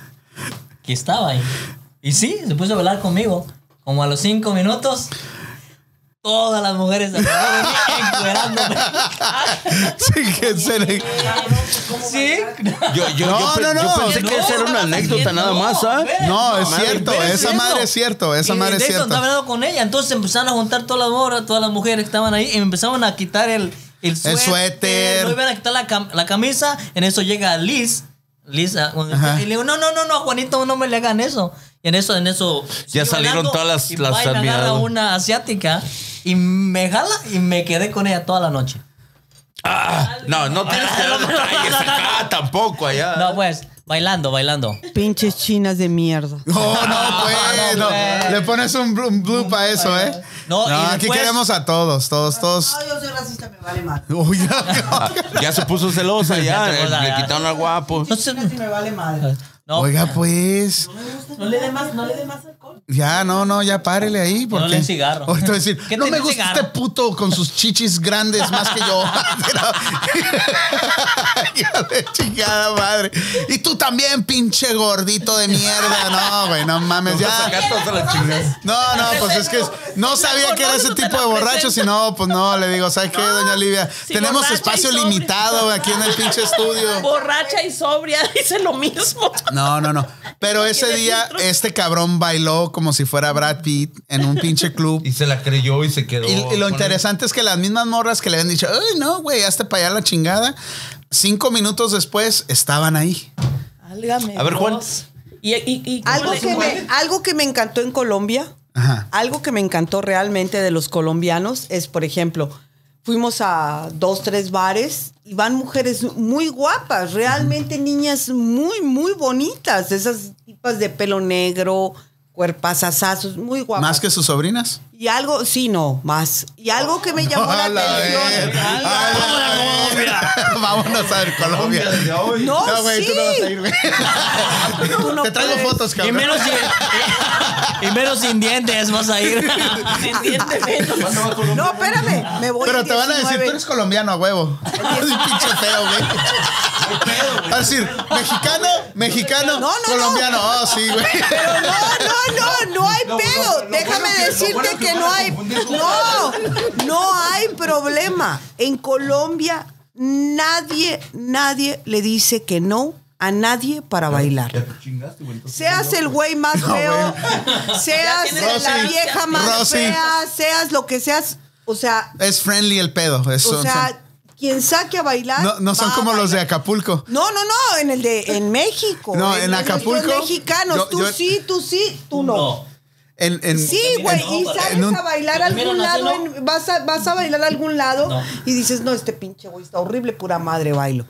[SPEAKER 3] que estaba ahí. Y sí, se puso a bailar conmigo. Como a los cinco minutos, todas las mujeres alrededor de mí encuerándome.
[SPEAKER 1] Sí, que se le-
[SPEAKER 3] Sí.
[SPEAKER 2] Yo, yo,
[SPEAKER 1] No,
[SPEAKER 2] yo pe-
[SPEAKER 1] no, no.
[SPEAKER 2] yo pensé que
[SPEAKER 3] No,
[SPEAKER 2] esa era una
[SPEAKER 3] no,
[SPEAKER 2] anécdota
[SPEAKER 3] no,
[SPEAKER 2] nada más, ¿ah?
[SPEAKER 3] güey.
[SPEAKER 1] No, es
[SPEAKER 2] Madre,
[SPEAKER 1] cierto.
[SPEAKER 3] pero es
[SPEAKER 1] Esa
[SPEAKER 3] cierto.
[SPEAKER 1] madre es cierto. Esa
[SPEAKER 3] Y
[SPEAKER 1] madre es
[SPEAKER 3] de eso
[SPEAKER 1] cierto.
[SPEAKER 3] andaba hablando con ella. Entonces empezaron a juntar todas las morras, todas las mujeres que estaban ahí y me empezaron a quitar el, el suéter.
[SPEAKER 1] suéter.
[SPEAKER 3] luego iban a quitar la, cam- la camisa. En eso llega Liz. Liz, ah,
[SPEAKER 1] Ajá.
[SPEAKER 3] y le digo, no, no, no, no, Juanito, no me le hagan eso. Y en eso, en eso. sigue
[SPEAKER 2] salieron
[SPEAKER 3] bailando,
[SPEAKER 2] todas las-
[SPEAKER 3] y
[SPEAKER 2] las
[SPEAKER 3] baila, agarra
[SPEAKER 2] admiradas.
[SPEAKER 3] una asiática y me jala y me quedé con ella toda la noche.
[SPEAKER 2] No, no tienes que dar detalles acá Ah, tampoco allá.
[SPEAKER 3] No, pues, bailando, bailando.
[SPEAKER 6] Pinches chinas de mierda.
[SPEAKER 1] No, no, pues.
[SPEAKER 3] No,
[SPEAKER 1] no.
[SPEAKER 3] pues.
[SPEAKER 1] Le pones un blue, un blue para eso, ¿eh?
[SPEAKER 3] No,
[SPEAKER 1] No,
[SPEAKER 3] y
[SPEAKER 1] aquí
[SPEAKER 3] después-
[SPEAKER 1] queremos a todos, todos, todos.
[SPEAKER 7] No, yo soy racista, me vale madre.
[SPEAKER 1] Uy, ya.
[SPEAKER 2] Ya se puso celosa,
[SPEAKER 3] Ya
[SPEAKER 2] ya.
[SPEAKER 3] se puso,
[SPEAKER 2] eh,
[SPEAKER 3] ya.
[SPEAKER 2] Le quitaron al guapo.
[SPEAKER 3] No sé-
[SPEAKER 7] Sí, me vale madre.
[SPEAKER 3] Oh. no,
[SPEAKER 1] Oiga, pues.
[SPEAKER 5] No le dé más, no le dé más alcohol.
[SPEAKER 1] Ya, no, no, ya párele ahí. Porque...
[SPEAKER 3] No le den cigarro.
[SPEAKER 1] Ahorita voy a decir,
[SPEAKER 3] ¿Qué
[SPEAKER 1] no
[SPEAKER 3] tiene
[SPEAKER 1] me gusta
[SPEAKER 3] cigarro?
[SPEAKER 1] este puto con sus chichis grandes más que yo. Ya de chingada madre. Y tú también, pinche gordito de mierda. No, güey, no mames. Ya.
[SPEAKER 2] Sacaste hasta la chingada.
[SPEAKER 1] No, no, pues es que no sabía que era ese tipo de borracho, si no, pues no, le digo, ¿sabes qué, doña Olivia?
[SPEAKER 5] Sí,
[SPEAKER 1] Tenemos
[SPEAKER 5] borracha y
[SPEAKER 1] espacio
[SPEAKER 5] sobria.
[SPEAKER 1] limitado aquí en el pinche estudio.
[SPEAKER 5] Borracha y sobria, dice lo mismo.
[SPEAKER 1] No, no, no. Pero ese día, este cabrón bailó como si fuera Brad Pitt en un pinche club.
[SPEAKER 2] Y se la creyó y se quedó.
[SPEAKER 1] Y, y lo
[SPEAKER 2] con-
[SPEAKER 1] interesante es que las mismas morras que le habían dicho, ¡ay, no, güey, hazte para allá la chingada! Cinco minutos después estaban ahí.
[SPEAKER 5] Álgame.
[SPEAKER 2] A ver, Juan.
[SPEAKER 5] Dios. Y, y, y-
[SPEAKER 6] Algo
[SPEAKER 5] ¿cómo
[SPEAKER 6] que,
[SPEAKER 5] le-
[SPEAKER 6] me, algo que me encantó en Colombia,
[SPEAKER 1] Ajá.
[SPEAKER 6] algo que me encantó realmente de los colombianos es, por ejemplo, fuimos a dos, tres bares y van mujeres muy guapas, realmente niñas muy, muy bonitas, esas tipas de pelo negro, cuerpazazazos, muy guapas.
[SPEAKER 1] Más que sus sobrinas.
[SPEAKER 6] Y algo, sí, no, más. Y algo que me llamó la
[SPEAKER 1] A la
[SPEAKER 6] atención.
[SPEAKER 1] vez. A la vez. Vámonos a ver Colombia.
[SPEAKER 6] No, sí.
[SPEAKER 1] güey.
[SPEAKER 6] Tú no
[SPEAKER 1] Te traigo
[SPEAKER 6] puedes.
[SPEAKER 1] fotos,
[SPEAKER 3] y
[SPEAKER 1] cabrón.
[SPEAKER 3] menos sin, y menos sin dientes vas a ir.
[SPEAKER 6] No, espérame, me voy
[SPEAKER 1] Pero
[SPEAKER 6] el
[SPEAKER 1] te van a decir,
[SPEAKER 6] 19.
[SPEAKER 1] tú eres colombiano a huevo. Es pinche feo, güey. Va a decir, mexicano, mexicano,
[SPEAKER 6] No, no, no.
[SPEAKER 1] colombiano. Ah, sí, güey.
[SPEAKER 6] Pero no, no, no, no hay
[SPEAKER 2] No,
[SPEAKER 6] pedo.
[SPEAKER 2] no, lo
[SPEAKER 6] Déjame
[SPEAKER 2] bueno que- lo
[SPEAKER 6] decirte
[SPEAKER 2] bueno
[SPEAKER 6] que,
[SPEAKER 2] que no
[SPEAKER 6] no
[SPEAKER 2] la
[SPEAKER 6] hay.
[SPEAKER 2] confundí con
[SPEAKER 6] No, no hay problema. En Colombia nadie, nadie le dice que no a nadie para bailar. Seas el güey más feo, seas
[SPEAKER 5] tienes
[SPEAKER 6] la
[SPEAKER 1] Rosy,
[SPEAKER 6] vieja más
[SPEAKER 1] Rosy.
[SPEAKER 6] fea, seas lo que seas. O sea,
[SPEAKER 1] Es friendly el pedo. es-
[SPEAKER 6] o
[SPEAKER 1] son-
[SPEAKER 6] sea, quien saque a bailar.
[SPEAKER 1] son- no, no son
[SPEAKER 6] va a
[SPEAKER 1] como los de
[SPEAKER 6] bailar.
[SPEAKER 1] Acapulco.
[SPEAKER 6] No, no, no, en el de en México.
[SPEAKER 1] No, en
[SPEAKER 6] los
[SPEAKER 1] Acapulco,
[SPEAKER 6] mexicanos,
[SPEAKER 1] yo-
[SPEAKER 6] tú
[SPEAKER 1] yo-
[SPEAKER 6] sí, tú sí, tú no.
[SPEAKER 1] En, en-
[SPEAKER 6] Sí, güey,
[SPEAKER 3] no,
[SPEAKER 6] y
[SPEAKER 3] para-
[SPEAKER 6] sales
[SPEAKER 1] en un-
[SPEAKER 6] a bailar a
[SPEAKER 3] Mira,
[SPEAKER 6] algún
[SPEAKER 3] no, así
[SPEAKER 6] lado,
[SPEAKER 3] no.
[SPEAKER 6] en- vas, a, vas a bailar a algún lado
[SPEAKER 3] No.
[SPEAKER 6] y dices, no, este pinche güey está horrible, pura madre bailo.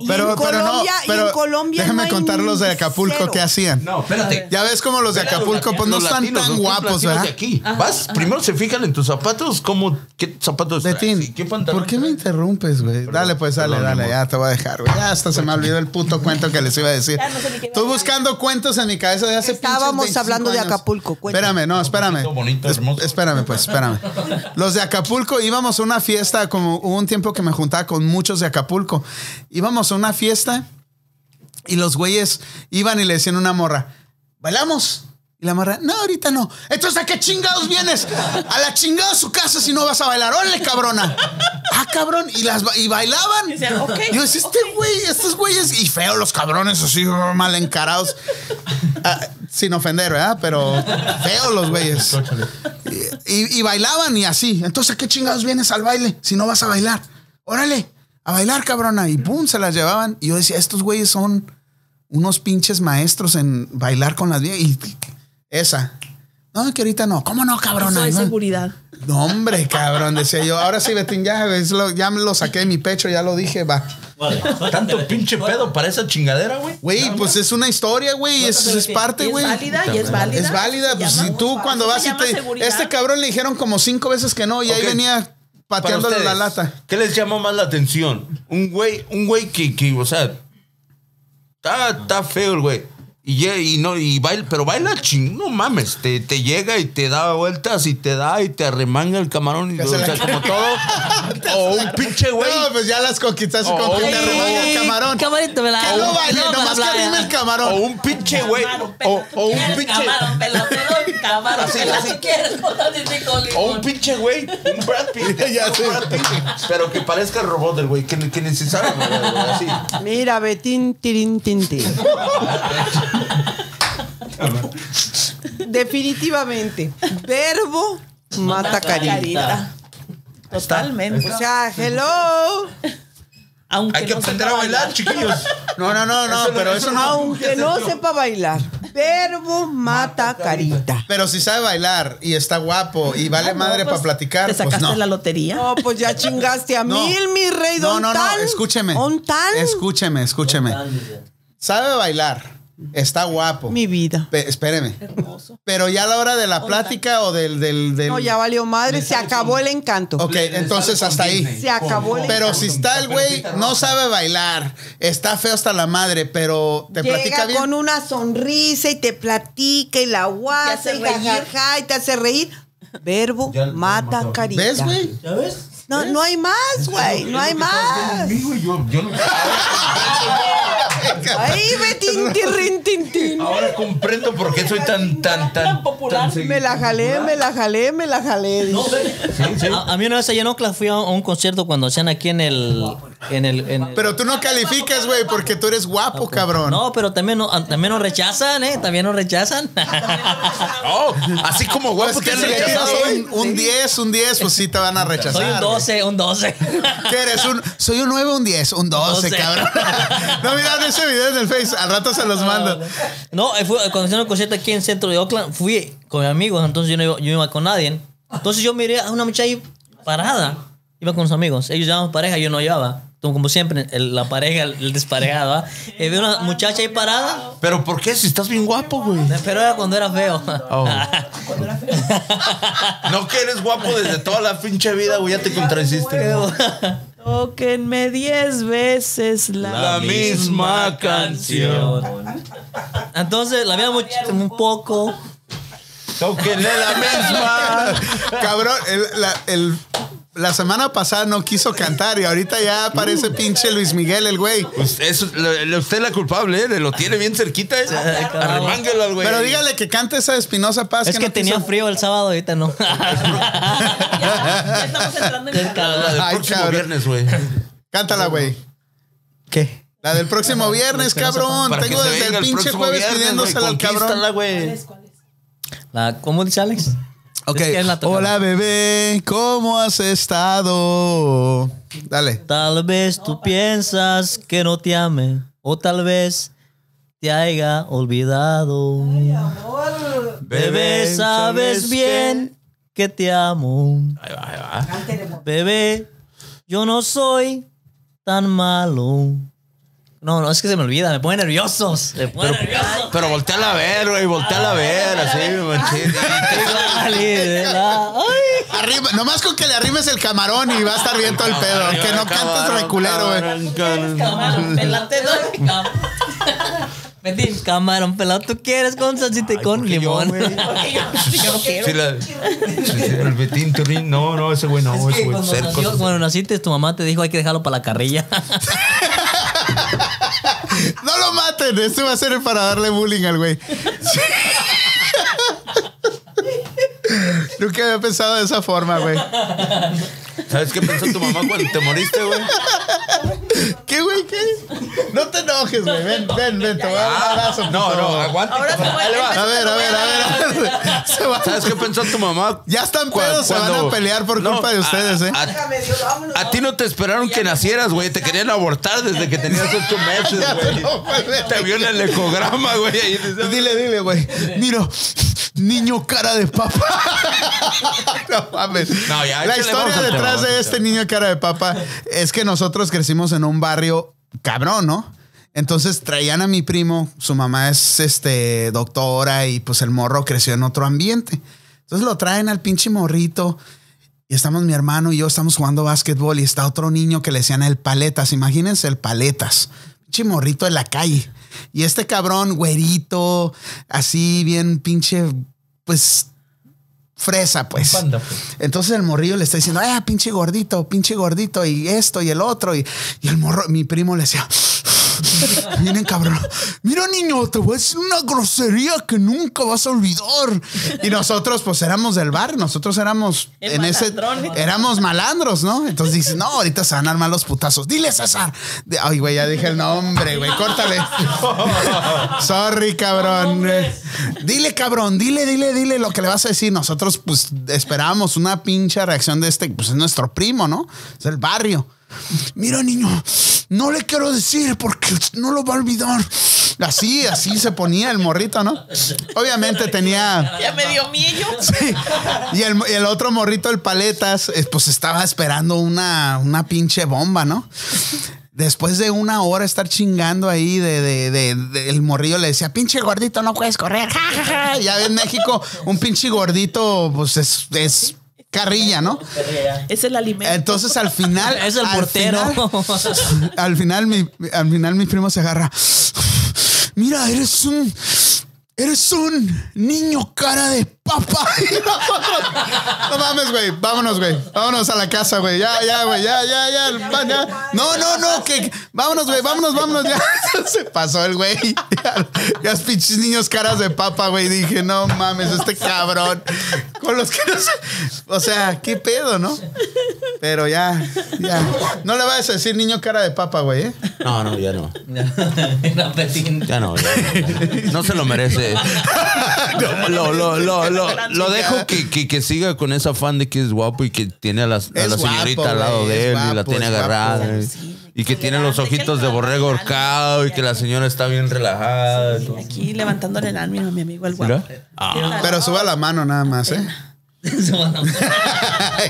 [SPEAKER 6] Y
[SPEAKER 1] Pero,
[SPEAKER 6] en
[SPEAKER 1] pero no,
[SPEAKER 6] Colombia- y
[SPEAKER 1] pero
[SPEAKER 6] en Colombia
[SPEAKER 1] déjame
[SPEAKER 6] no hay
[SPEAKER 1] contar los de Acapulco
[SPEAKER 6] cero.
[SPEAKER 1] que hacían.
[SPEAKER 2] No, espérate.
[SPEAKER 1] Ya ves como los de Acapulco, pues no
[SPEAKER 2] Los
[SPEAKER 1] están
[SPEAKER 2] latinos,
[SPEAKER 1] tan
[SPEAKER 2] los
[SPEAKER 1] guapos, ¿eh?
[SPEAKER 2] latinos
[SPEAKER 1] ¿verdad?
[SPEAKER 2] de aquí. Vas, primero se fijan en tus zapatos, cómo, qué zapatos traes y
[SPEAKER 1] Betín,
[SPEAKER 2] qué pantalón
[SPEAKER 1] ¿por qué me
[SPEAKER 2] traes.
[SPEAKER 1] interrumpes, güey? Dale, pues, dale,
[SPEAKER 2] perdón,
[SPEAKER 1] dale,
[SPEAKER 2] mi
[SPEAKER 1] ya te voy a dejar, güey. Ya hasta se me olvidó el puto cuento que les iba a decir.
[SPEAKER 5] Ya no sé ni qué
[SPEAKER 1] Estoy
[SPEAKER 5] iba a
[SPEAKER 1] buscando cuentos en mi cabeza de hace pinches
[SPEAKER 6] Estábamos
[SPEAKER 1] 25
[SPEAKER 6] hablando de
[SPEAKER 1] años.
[SPEAKER 6] Acapulco, cuenta.
[SPEAKER 1] Espérame, no, espérame.
[SPEAKER 2] bonito,
[SPEAKER 1] Es-
[SPEAKER 2] hermoso.
[SPEAKER 1] Espérame, pues, espérame. Los de Acapulco íbamos a una fiesta, como hubo un tiempo que me juntaba con muchos de Acapulco. Íbamos a una fiesta y los güeyes iban y le decían a una morra, ¿bailamos? Y la morra, no, ahorita no. Entonces, ¿a qué chingados vienes? A la chingada su casa si no vas a bailar. ¡Órale, cabrona! ¡Ah, cabrón! Y, las, ba- y bailaban.
[SPEAKER 5] decían, "Ok,
[SPEAKER 1] Yo decía, este güey, estos güeyes, y feos los cabrones, así mal encarados. Ah, sin ofender, ¿verdad? Pero feos los güeyes. Y, y bailaban y así. Entonces, ¿qué chingados vienes al baile si no vas a bailar? Órale, a bailar, cabrona. Y pum, se las llevaban. Y yo decía, estos güeyes son unos pinches maestros en bailar con las viejas. Y esa. No, que ahorita no. ¿Cómo no,
[SPEAKER 5] Eso
[SPEAKER 1] cabrona?
[SPEAKER 5] es
[SPEAKER 1] No.
[SPEAKER 5] pues seguridad.
[SPEAKER 1] No, hombre, cabrón, decía yo. Ahora sí, Betín, ya, es lo- ya me lo saqué de mi pecho, ya lo dije, va.
[SPEAKER 3] Vale, suéltate,
[SPEAKER 2] Tanto
[SPEAKER 3] Betín.
[SPEAKER 2] pinche pedo para esa chingadera, güey.
[SPEAKER 1] Güey, pues es una historia, güey, es, es parte,
[SPEAKER 5] Y es
[SPEAKER 1] güey.
[SPEAKER 5] válida y es válida.
[SPEAKER 1] Es válida,
[SPEAKER 5] Se
[SPEAKER 1] pues
[SPEAKER 5] llama-
[SPEAKER 1] si tú cuando
[SPEAKER 5] se
[SPEAKER 1] vas y
[SPEAKER 5] llama
[SPEAKER 1] te...
[SPEAKER 5] seguridad.
[SPEAKER 1] Este cabrón le dijeron como cinco veces que no y ahí
[SPEAKER 2] Ok.
[SPEAKER 1] venía
[SPEAKER 2] Para
[SPEAKER 1] pateándole la
[SPEAKER 2] ustedes,
[SPEAKER 1] lata.
[SPEAKER 2] ¿Qué les llamó más la atención? Un güey, un güey que, que, o sea, está, está feo el güey. Y, ye- y no, y baila, pero baila ching, no mames, te, te llega y te da vueltas y te da y te arremanga el camarón y
[SPEAKER 1] Que
[SPEAKER 2] o
[SPEAKER 1] se
[SPEAKER 2] sea,
[SPEAKER 1] la-
[SPEAKER 2] como todo. o un pinche güey.
[SPEAKER 1] No, pues ya las conquistaste
[SPEAKER 2] Oh,
[SPEAKER 1] con que
[SPEAKER 2] sí.
[SPEAKER 1] te arremanga el camarón. Que
[SPEAKER 3] Camarito, me la
[SPEAKER 1] no baile,
[SPEAKER 3] me la
[SPEAKER 1] nomás que
[SPEAKER 3] playa.
[SPEAKER 1] arrime el camarón.
[SPEAKER 2] O un pinche güey. O, o un pinche.
[SPEAKER 5] Camarón, pelotero, camarón,
[SPEAKER 2] Así, así.
[SPEAKER 5] pelotero, quiero, no, ni te con
[SPEAKER 2] O
[SPEAKER 5] limón.
[SPEAKER 2] un pinche güey. Un Brad Pitt.
[SPEAKER 1] Ya
[SPEAKER 2] un
[SPEAKER 1] sé.
[SPEAKER 2] Brad Pitt, Pero que parezca el robot del güey. Que, que necesario, güey, así.
[SPEAKER 6] Mira, Betín, tirín, tin, tin. Definitivamente, verbo mata carita.
[SPEAKER 5] Carita. Totalmente.
[SPEAKER 6] O sea, hello.
[SPEAKER 5] Aunque
[SPEAKER 2] Hay que
[SPEAKER 5] no
[SPEAKER 2] aprender a
[SPEAKER 5] sepa
[SPEAKER 2] bailar, chiquillos.
[SPEAKER 1] No, no, no, no, pero eso no...
[SPEAKER 6] Aunque no sepa bailar, verbo mata carita.
[SPEAKER 1] Pero si sabe bailar y está guapo y vale
[SPEAKER 5] Ah, no,
[SPEAKER 1] madre
[SPEAKER 5] pues,
[SPEAKER 1] para platicar,
[SPEAKER 5] Te sacaste
[SPEAKER 1] pues no.
[SPEAKER 5] la lotería.
[SPEAKER 6] No, pues ya chingaste a
[SPEAKER 1] No.
[SPEAKER 6] mil, mi rey.
[SPEAKER 1] No,
[SPEAKER 6] don
[SPEAKER 1] no, no,
[SPEAKER 6] tan,
[SPEAKER 1] escúcheme.
[SPEAKER 6] don tan,
[SPEAKER 1] Escúcheme, escúcheme. Sabe bailar, está guapo.
[SPEAKER 6] mi vida.
[SPEAKER 1] Pe- espéreme. Pero ya a la hora de la plática o del... del, del-
[SPEAKER 6] No, ya valió madre. Se acabó el encanto.
[SPEAKER 1] Ok, entonces hasta ahí.
[SPEAKER 6] Se acabó el
[SPEAKER 1] Pero
[SPEAKER 6] encanto.
[SPEAKER 1] si está el güey, no sabe bailar, está feo hasta la madre, pero te platica
[SPEAKER 6] Llega
[SPEAKER 1] bien.
[SPEAKER 6] con una sonrisa y te platica y la guasa
[SPEAKER 5] hace
[SPEAKER 6] y
[SPEAKER 5] reír.
[SPEAKER 6] jajaja y te hace reír. Verbo
[SPEAKER 2] Ya- ya
[SPEAKER 6] mata
[SPEAKER 2] mató.
[SPEAKER 6] carita.
[SPEAKER 1] ¿Ves, güey?
[SPEAKER 3] ¿Ya ves?
[SPEAKER 6] No, no hay más, güey. No hay más.
[SPEAKER 2] Conmigo y yo, yo no-
[SPEAKER 6] Ahí me tin, tirrin, tin, tin.
[SPEAKER 2] Ahora comprendo por qué soy tan, tan, tan. tan segui-
[SPEAKER 6] Me la jalé, me la jalé, me la jalé. dice.
[SPEAKER 2] Sí, sí.
[SPEAKER 3] A, a mí una vez allá en Oakland fui a un, a un concierto cuando hacían aquí en el... En el, en el-
[SPEAKER 1] Pero tú no calificas, güey, porque tú eres guapo, cabrón.
[SPEAKER 3] No, pero también, no, también nos rechazan, ¿eh? También nos rechazan.
[SPEAKER 2] Oh, así como
[SPEAKER 1] Pues
[SPEAKER 2] guapo
[SPEAKER 1] que
[SPEAKER 2] te han
[SPEAKER 1] si eres
[SPEAKER 2] rechazado, güey.
[SPEAKER 1] un, un 10, un 10, pues sí te van a rechazar.
[SPEAKER 3] Soy un
[SPEAKER 1] güey.
[SPEAKER 3] 12, un 12.
[SPEAKER 1] ¿Qué eres? Un, soy un 9, un 10, un 12,
[SPEAKER 3] 12.
[SPEAKER 1] cabrón. No miraron ese video en el Face, al rato se los mando.
[SPEAKER 3] No, eh, fue, cuando hicieron el concierto aquí en el centro de Oakland, fui con mis amigos, entonces yo no iba, yo no iba con nadie. Entonces yo miré a una muchacha ahí parada. Iba con sus amigos. Ellos llevaban pareja, yo no llevaba. Como como siempre, el- la pareja, el desparejado. ¿ah? Y vi una muchacha ahí parada,
[SPEAKER 2] Pero ¿por qué? Si estás bien guapo, güey.
[SPEAKER 3] pero era cuando era feo.
[SPEAKER 2] Oh. No que eres guapo desde toda la pinche vida, güey. Ya te contradiciste.
[SPEAKER 5] Tóquenme diez veces la.
[SPEAKER 2] La misma canción.
[SPEAKER 3] Entonces la veía much- un poco.
[SPEAKER 2] Tóquenle la misma.
[SPEAKER 1] Cabrón, el, la, el- la semana pasada no quiso cantar y ahorita ya parece pinche Luis Miguel el güey.
[SPEAKER 2] Pues eso, le- le- usted es la culpable, ¿eh? Lo tiene bien cerquita, ¿eh? Arremángalo al güey.
[SPEAKER 1] Pero dígale que cante esa de Espinosa Paz.
[SPEAKER 3] Es que,
[SPEAKER 1] no
[SPEAKER 3] tenía
[SPEAKER 1] quiso.
[SPEAKER 3] frío el sábado, ahorita no.
[SPEAKER 5] Ya estamos entrando en calor.
[SPEAKER 2] El
[SPEAKER 1] Ay,
[SPEAKER 2] próximo
[SPEAKER 1] cabrón.
[SPEAKER 2] viernes, güey.
[SPEAKER 1] Cántala, güey.
[SPEAKER 3] ¿Qué?
[SPEAKER 1] La del próximo viernes, cabrón.
[SPEAKER 2] Para que
[SPEAKER 1] Tengo
[SPEAKER 2] se
[SPEAKER 1] desde
[SPEAKER 2] venga
[SPEAKER 1] el pinche
[SPEAKER 2] próximo
[SPEAKER 1] jueves
[SPEAKER 2] viernes, güey.
[SPEAKER 1] pidiéndosela al cabrón.
[SPEAKER 2] Conquístala, güey.
[SPEAKER 3] La, ¿Cómo dice Alex?
[SPEAKER 1] Ok.
[SPEAKER 3] Es que él la tocaba.
[SPEAKER 1] Hola, bebé. ¿Cómo has estado? Dale.
[SPEAKER 3] Tal vez tú piensas que no te ame o tal vez te haya olvidado. Bebé, sabes bien que te amo. Bebé, yo no soy tan malo. No, no, es que se me olvida, me pone nerviosos. Se pone nervioso.
[SPEAKER 2] Pero volteala a ver, güey. Volteala a ver, así, machín.
[SPEAKER 3] Vale, ¿verdad? Ay.
[SPEAKER 1] Arriba, nomás con que le arrimes el camarón y va a estar bien todo el pedo. Que no cantes reculero, eh. güey.
[SPEAKER 3] Camarón pelado te doy. Cam- Vete, camarón pelado, tú quieres con salsita y con
[SPEAKER 2] ¿por qué yo,
[SPEAKER 3] limón.
[SPEAKER 2] güey?
[SPEAKER 3] Porque yo- porque yo quiero.
[SPEAKER 2] Sí, la-
[SPEAKER 8] El Betín Turín. No, no, ese güey no,
[SPEAKER 3] Es
[SPEAKER 8] ese
[SPEAKER 3] que
[SPEAKER 8] güey.
[SPEAKER 3] cuando
[SPEAKER 2] ser
[SPEAKER 3] nació-
[SPEAKER 2] cosas-
[SPEAKER 3] cuando naciste, tu mamá te dijo hay que dejarlo para la carrilla.
[SPEAKER 1] No lo maten. Este va a ser para darle bullying al güey. Sí. Nunca había pensado de esa forma, güey.
[SPEAKER 2] ¿Sabes qué pensó tu mamá cuando te moriste, güey?
[SPEAKER 1] ¿Qué, güey? ¿Qué? No te enojes, güey. Ven, ven, ven. Te voy a dar un abrazo. pues, por
[SPEAKER 2] Ah, No, no,
[SPEAKER 1] favor.
[SPEAKER 2] aguanta.
[SPEAKER 5] Ahora se fue.
[SPEAKER 1] A ver, a ver, a ver. a ver. Se va.
[SPEAKER 2] ¿Sabes qué pensó tu mamá?
[SPEAKER 1] Ya están
[SPEAKER 2] Cu-
[SPEAKER 1] pedos, se van
[SPEAKER 2] cuando-
[SPEAKER 1] a pelear por
[SPEAKER 2] No, Ah,
[SPEAKER 1] culpa de
[SPEAKER 2] a-
[SPEAKER 1] ustedes, ¿eh?
[SPEAKER 2] A, a ti no te esperaron que nacieras, güey. Te querían abortar desde que tenías ocho meses, ah, güey.
[SPEAKER 1] No, güey.
[SPEAKER 2] Te vio en el ecograma, güey. ahí dices,
[SPEAKER 1] Dile, dile, güey. Miro, niño cara de papa. no mames.
[SPEAKER 2] No, ya,
[SPEAKER 1] La
[SPEAKER 2] échale,
[SPEAKER 1] historia
[SPEAKER 2] vamos al tema,
[SPEAKER 1] detrás
[SPEAKER 2] vamos al
[SPEAKER 1] de este
[SPEAKER 2] tema.
[SPEAKER 1] niño cara de papa es que nosotros crecimos en un barrio cabrón, ¿no? Entonces traían a mi primo, su mamá es este doctora y pues el morro creció en otro ambiente. Entonces lo traen al pinche morrito y estamos mi hermano y yo estamos jugando básquetbol y está otro niño que le decían el paletas. Imagínense el paletas. Pinche morrito de la calle. Y este cabrón, güerito, así bien pinche, pues, fresa, pues. Entonces el morrillo le está diciendo, ah, pinche gordito, pinche gordito, y esto y el otro. Y, y el morro, mi primo le decía, miren cabrón, mira niño, te voy a decir una grosería que nunca vas a olvidar. Y nosotros pues éramos del bar, nosotros éramos
[SPEAKER 5] El
[SPEAKER 1] en ese,
[SPEAKER 5] malandrón.
[SPEAKER 1] éramos malandros, ¿no? Entonces dices, no, ahorita se van a armar los putazos. Dile César. De- Ay, güey, ya dije el nombre, güey, córtale. Sorry, cabrón. Dile, cabrón, dile, dile, dile lo que le vas a decir. Nosotros, pues, esperábamos una pincha reacción de este, pues es nuestro primo, ¿no? Es el barrio. Mira, niño, no le quiero decir porque no lo va a olvidar. Así, así se ponía el morrito, ¿no? Obviamente tenía.
[SPEAKER 5] Ya me dio miedo.
[SPEAKER 1] Sí. Y el, y el otro morrito, el paletas, eh, pues estaba esperando una, una pinche bomba, ¿no? Después de una hora estar chingando ahí, de, de- de- de- el morrillo le decía, pinche gordito, no puedes correr. ja, ja, ja". Ya en México, un pinche gordito, pues es, es carrilla, ¿no?
[SPEAKER 5] Es el alimento.
[SPEAKER 1] Entonces al final.
[SPEAKER 3] Es el
[SPEAKER 1] al
[SPEAKER 3] portero.
[SPEAKER 1] final- al, final, mi, al final mi primo se agarra. Mira, eres un. Eres un niño cara de papa. Y nosotros, no mames, güey. Vámonos, güey. Vámonos a la casa, güey. Ya, ya, güey. Ya, ya, ya, va, ya. No, no, no. Que, vámonos, güey. Vámonos, vámonos. Ya se pasó el güey. Ya, ya los pinches niños caras de papa, güey. Dije, no mames, este cabrón. Con los que no se... O sea, qué pedo, ¿no? Pero ya, ya. No le vayas a decir niño cara de papa, güey, ¿eh?
[SPEAKER 2] No, no, ya no.
[SPEAKER 3] No, Betín.
[SPEAKER 2] Ya no, ya no. No se lo merece. Lo, lo, lo, lo, lo dejo que, que, que siga con ese afán de que es guapo y que tiene a la, a
[SPEAKER 1] Es
[SPEAKER 2] la
[SPEAKER 1] guapo,
[SPEAKER 2] señorita al lado
[SPEAKER 1] güey, es
[SPEAKER 2] de él y la
[SPEAKER 1] guapo,
[SPEAKER 2] tiene
[SPEAKER 1] es
[SPEAKER 2] agarrada.
[SPEAKER 1] guapo.
[SPEAKER 2] eh. Y que tiene los ojitos de borrego horcado y que la señora está bien relajada.
[SPEAKER 5] Aquí levantándole el ánimo a mi amigo el guapo.
[SPEAKER 2] Mira.
[SPEAKER 1] Pero suba la mano nada más, ¿eh?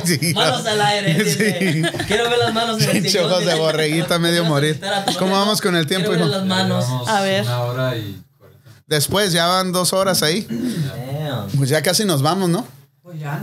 [SPEAKER 1] Sí.
[SPEAKER 3] Manos al aire. dice. Quiero ver las manos en el
[SPEAKER 1] Pinche
[SPEAKER 3] sillón,
[SPEAKER 1] ojos de
[SPEAKER 3] dice.
[SPEAKER 1] borreguita medio morir.
[SPEAKER 3] Quiero felicitar a tu
[SPEAKER 1] ¿Cómo
[SPEAKER 3] novio.
[SPEAKER 1] vamos con el tiempo,
[SPEAKER 3] Quiero ver
[SPEAKER 1] hijo?
[SPEAKER 3] las manos.
[SPEAKER 5] A ver.
[SPEAKER 8] Una hora y
[SPEAKER 1] Después Pues ya van dos horas ahí. Pues ya casi nos vamos, ¿no?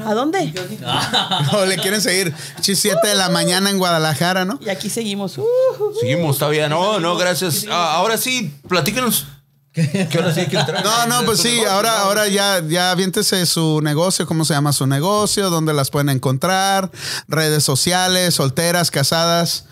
[SPEAKER 5] ¿A dónde? Ah.
[SPEAKER 1] O le quieren seguir. Chis, Siete de la mañana en Guadalajara, ¿no?
[SPEAKER 5] Y aquí seguimos. Uh,
[SPEAKER 2] Oh, Seguimos, está bien. No, no, gracias. Ah, ahora sí, platíquenos. ¿Qué hora sí hay que entrar?
[SPEAKER 1] No, no, pues sí, ahora, ahora ya, ya aviéntese su negocio, cómo se llama su negocio, dónde las pueden encontrar, redes sociales, solteras, casadas,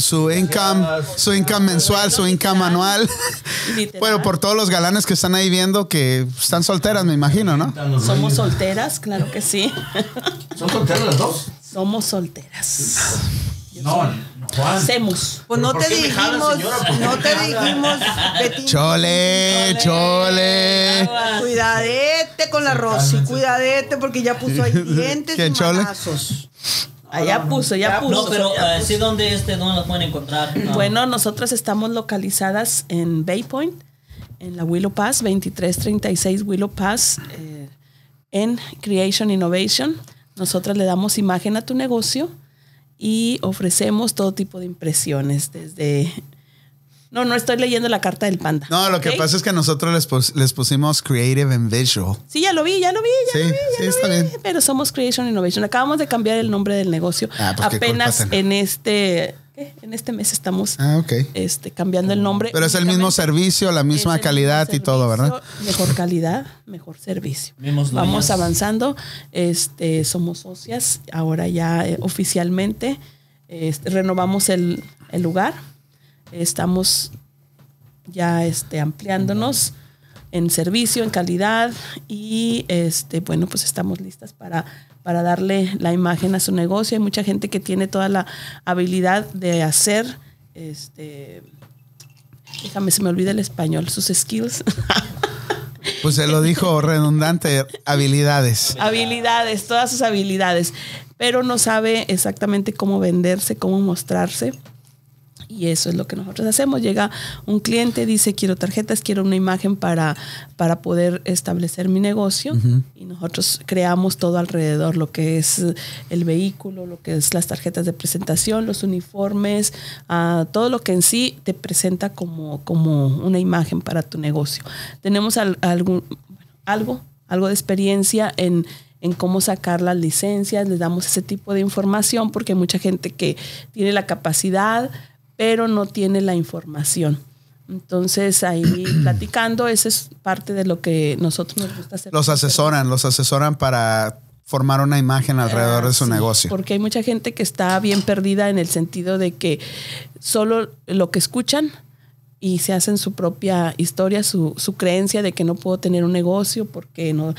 [SPEAKER 1] su income, su income mensual, su income anual.
[SPEAKER 5] Literal.
[SPEAKER 1] Bueno, por todos los galanes que están ahí viendo que están solteras, me imagino, ¿no?
[SPEAKER 5] Somos solteras, claro que sí.
[SPEAKER 2] ¿Son solteras las dos?
[SPEAKER 5] Somos solteras.
[SPEAKER 8] No,
[SPEAKER 4] Ah.
[SPEAKER 8] Juan.
[SPEAKER 5] Hacemos.
[SPEAKER 6] Pues no
[SPEAKER 2] ¿Por
[SPEAKER 6] te
[SPEAKER 2] qué me jala,
[SPEAKER 6] dijimos,
[SPEAKER 2] señora? ¿Por qué
[SPEAKER 6] no
[SPEAKER 2] me
[SPEAKER 6] te
[SPEAKER 2] jala?
[SPEAKER 6] dijimos, Betín,
[SPEAKER 1] Chole, chole.
[SPEAKER 6] cuidadete con la Rosy, cuidadete porque ya puso ahí dientes
[SPEAKER 1] ¿Qué,
[SPEAKER 6] y
[SPEAKER 1] Chole?
[SPEAKER 6] manazos.
[SPEAKER 5] Allá puso, ya puso.
[SPEAKER 3] No, pero eh, sí, ¿dónde, este, ¿dónde las pueden encontrar? Ah,
[SPEAKER 5] Bueno, nosotras estamos localizadas en Bay Point, en la Willow Pass, 2336 Willow Pass, eh, en Creation Innovation. Nosotras le damos imagen a tu negocio y ofrecemos todo tipo de impresiones desde... No, no estoy leyendo la carta del panda.
[SPEAKER 1] No, lo que
[SPEAKER 5] ¿ok?
[SPEAKER 1] pasa es que nosotros les, pus- les pusimos creative and visual.
[SPEAKER 5] Sí, ya lo vi, ya lo vi, ya
[SPEAKER 1] Sí,
[SPEAKER 5] lo vi. ya
[SPEAKER 1] sí,
[SPEAKER 5] lo
[SPEAKER 1] está
[SPEAKER 5] vi.
[SPEAKER 1] bien.
[SPEAKER 5] Pero somos Creation Innovation. Acabamos de cambiar el nombre del negocio.
[SPEAKER 1] Ah, pues, ¿qué
[SPEAKER 5] Apenas
[SPEAKER 1] culpa
[SPEAKER 5] en este, ¿qué? en este mes estamos
[SPEAKER 1] Ah, ok.
[SPEAKER 5] este, cambiando el nombre.
[SPEAKER 1] Pero es el mismo
[SPEAKER 5] únicamente.
[SPEAKER 1] servicio, la
[SPEAKER 5] Es el
[SPEAKER 1] misma
[SPEAKER 5] mismo
[SPEAKER 1] calidad y todo, ¿verdad?
[SPEAKER 5] servicio, Mejor calidad, mejor servicio.
[SPEAKER 3] Mismos dueños.
[SPEAKER 5] Vamos avanzando. Este, somos socias ahora ya eh, oficialmente. Este, renovamos el, el lugar. Estamos ya este, ampliándonos en servicio, en calidad y este, bueno, pues estamos listas para, para darle la imagen a su negocio. Hay mucha gente que tiene toda la habilidad de hacer, este, déjame, se me olvida el español, sus skills,
[SPEAKER 1] Pues se lo dijo redundante, habilidades.
[SPEAKER 5] habilidades, todas sus habilidades, pero no sabe exactamente cómo venderse, cómo mostrarse. Y eso es lo que nosotros hacemos. Llega un cliente, dice, quiero tarjetas, quiero una imagen para, para poder establecer mi negocio. Y nosotros creamos todo alrededor, lo que es eh, el vehículo, lo que es las tarjetas de presentación, los uniformes, ah, todo lo que en sí te presenta como, como una imagen para tu negocio. Tenemos al- algún, bueno, algo, algo de experiencia en, en cómo sacar las licencias, les damos ese tipo de información porque hay mucha gente que tiene la capacidad, pero no tiene la información. Entonces ahí platicando, esa es parte de lo que nosotros nos gusta hacer.
[SPEAKER 1] Los asesoran, los asesoran para formar una imagen alrededor de su
[SPEAKER 5] Ah, Sí,
[SPEAKER 1] negocio.
[SPEAKER 5] Porque hay mucha gente que está bien perdida en el sentido de que solo lo que escuchan y se hacen su propia historia, su, su creencia de que no puedo tener un negocio porque no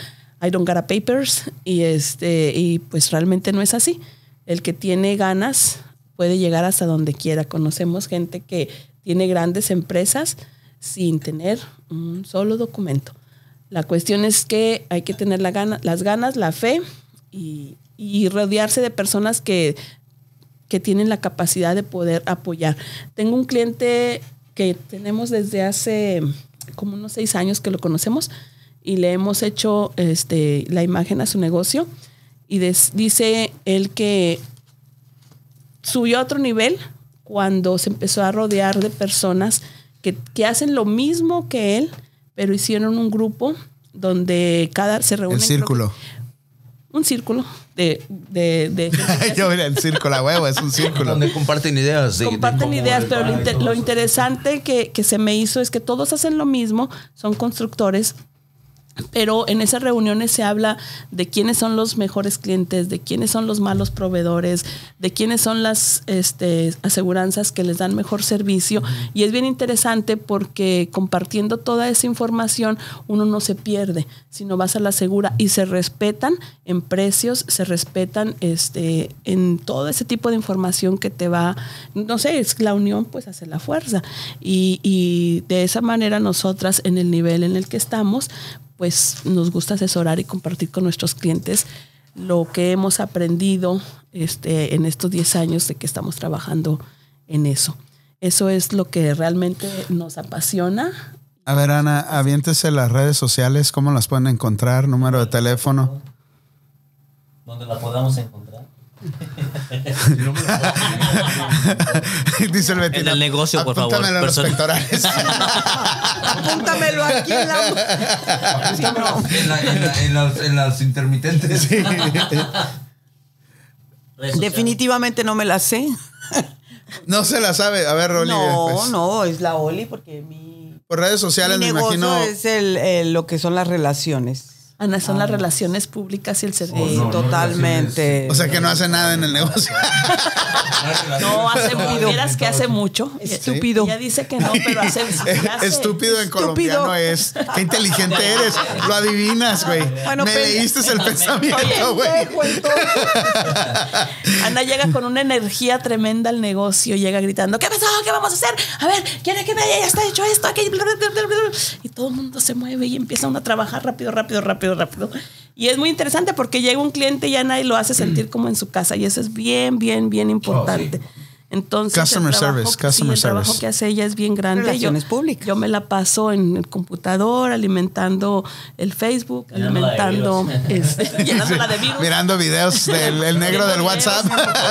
[SPEAKER 5] I don't got a papers y este y pues realmente no es así. El que tiene ganas puede llegar hasta donde quiera. Conocemos gente que tiene grandes empresas sin tener un solo documento. La cuestión es que hay que tener la gana- las ganas, la fe y, y rodearse de personas que, que tienen la capacidad de poder apoyar. Tengo un cliente que tenemos desde hace como unos seis años que lo conocemos y le hemos hecho este, la imagen a su negocio y des- dice él que subió a otro nivel cuando se empezó a rodear de personas que, que hacen lo mismo que él, pero hicieron un grupo donde cada se reúnen
[SPEAKER 1] El
[SPEAKER 5] creo que-
[SPEAKER 1] círculo.
[SPEAKER 5] un círculo de, de, de-
[SPEAKER 1] Yo mira, el círculo, a huevo, es un círculo.
[SPEAKER 2] Donde comparten ideas. de- de
[SPEAKER 5] comparten
[SPEAKER 2] cómo
[SPEAKER 5] ideas,
[SPEAKER 2] les
[SPEAKER 5] pero
[SPEAKER 2] va
[SPEAKER 5] lo,
[SPEAKER 2] y
[SPEAKER 5] inter-
[SPEAKER 2] todo
[SPEAKER 5] lo
[SPEAKER 2] eso.
[SPEAKER 5] interesante que, que se me hizo es que todos hacen lo mismo, son constructores, pero en esas reuniones se habla de quiénes son los mejores clientes, de quiénes son los malos proveedores, de quiénes son las este, aseguranzas que les dan mejor servicio. Y es bien interesante porque compartiendo toda esa información uno no se pierde, sino vas a la segura y se respetan en precios, se respetan este, en todo ese tipo de información que te va, no sé, es la unión pues hace la fuerza. Y, y de esa manera nosotras en el nivel en el que estamos, pues nos gusta asesorar y compartir con nuestros clientes lo que hemos aprendido este, en estos 10 años de que estamos trabajando en eso. Eso es lo que realmente nos apasiona.
[SPEAKER 1] A ver, Ana, aviéntese las redes sociales, cómo las pueden encontrar, número de teléfono.
[SPEAKER 3] ¿Dónde la podamos encontrar?
[SPEAKER 1] Dice el Betín.
[SPEAKER 3] En el negocio, por favor,
[SPEAKER 1] apúntamelo en los
[SPEAKER 3] persona.
[SPEAKER 1] pectorales.
[SPEAKER 6] Apúntamelo aquí en la
[SPEAKER 8] En, la- en la- en las, en las intermitentes.
[SPEAKER 3] Redes sociales.
[SPEAKER 6] Definitivamente no me la sé.
[SPEAKER 1] No se la sabe. A ver, Rolly.
[SPEAKER 6] no,
[SPEAKER 1] pues.
[SPEAKER 6] no, es la Oli porque mi
[SPEAKER 1] Por redes sociales,
[SPEAKER 6] Mi
[SPEAKER 1] me
[SPEAKER 6] negocio
[SPEAKER 1] imagino.
[SPEAKER 6] es el, eh, lo que son las relaciones.
[SPEAKER 5] Ana, son las relaciones públicas y el servicio.
[SPEAKER 6] Sí,
[SPEAKER 8] no, no
[SPEAKER 6] totalmente.
[SPEAKER 1] O sea que no hace nada en el negocio.
[SPEAKER 5] No, hace mucho. Vieras que hace mucho.
[SPEAKER 6] Estúpido.
[SPEAKER 5] Ella dice que no, pero hace. hace-
[SPEAKER 1] eh, Estúpido en colombiano es. Qué inteligente eres. Lo adivinas, güey.
[SPEAKER 6] Bueno,
[SPEAKER 1] me
[SPEAKER 6] pe-
[SPEAKER 1] leíste el pensamiento, güey.
[SPEAKER 6] Pendejo, entonces.
[SPEAKER 5] Ana llega con una energía tremenda al negocio, llega gritando, ¿qué pasó? ¿Qué vamos a hacer? A ver, ¿quiere que me haya está hecho esto? Aquí, bla, bla, bla, bla, bla". Y todo el mundo se mueve y empieza uno a trabajar rápido, rápido, rápido, rápido. Y es muy interesante porque llega un cliente y Ana y lo hace sentir como en su casa. Y eso es bien, bien, bien importante. Entonces, el
[SPEAKER 1] Customer
[SPEAKER 5] trabajo-
[SPEAKER 1] service, customer
[SPEAKER 5] el trabajo
[SPEAKER 1] service.
[SPEAKER 5] que hace ella es bien grande.
[SPEAKER 6] Relaciones
[SPEAKER 5] yo,
[SPEAKER 6] públicas.
[SPEAKER 5] Yo me la paso en el computador, alimentando el Facebook,
[SPEAKER 3] Llenándola de
[SPEAKER 5] alimentando, este, llenándola de virus.
[SPEAKER 1] Mirando videos del el negro del WhatsApp.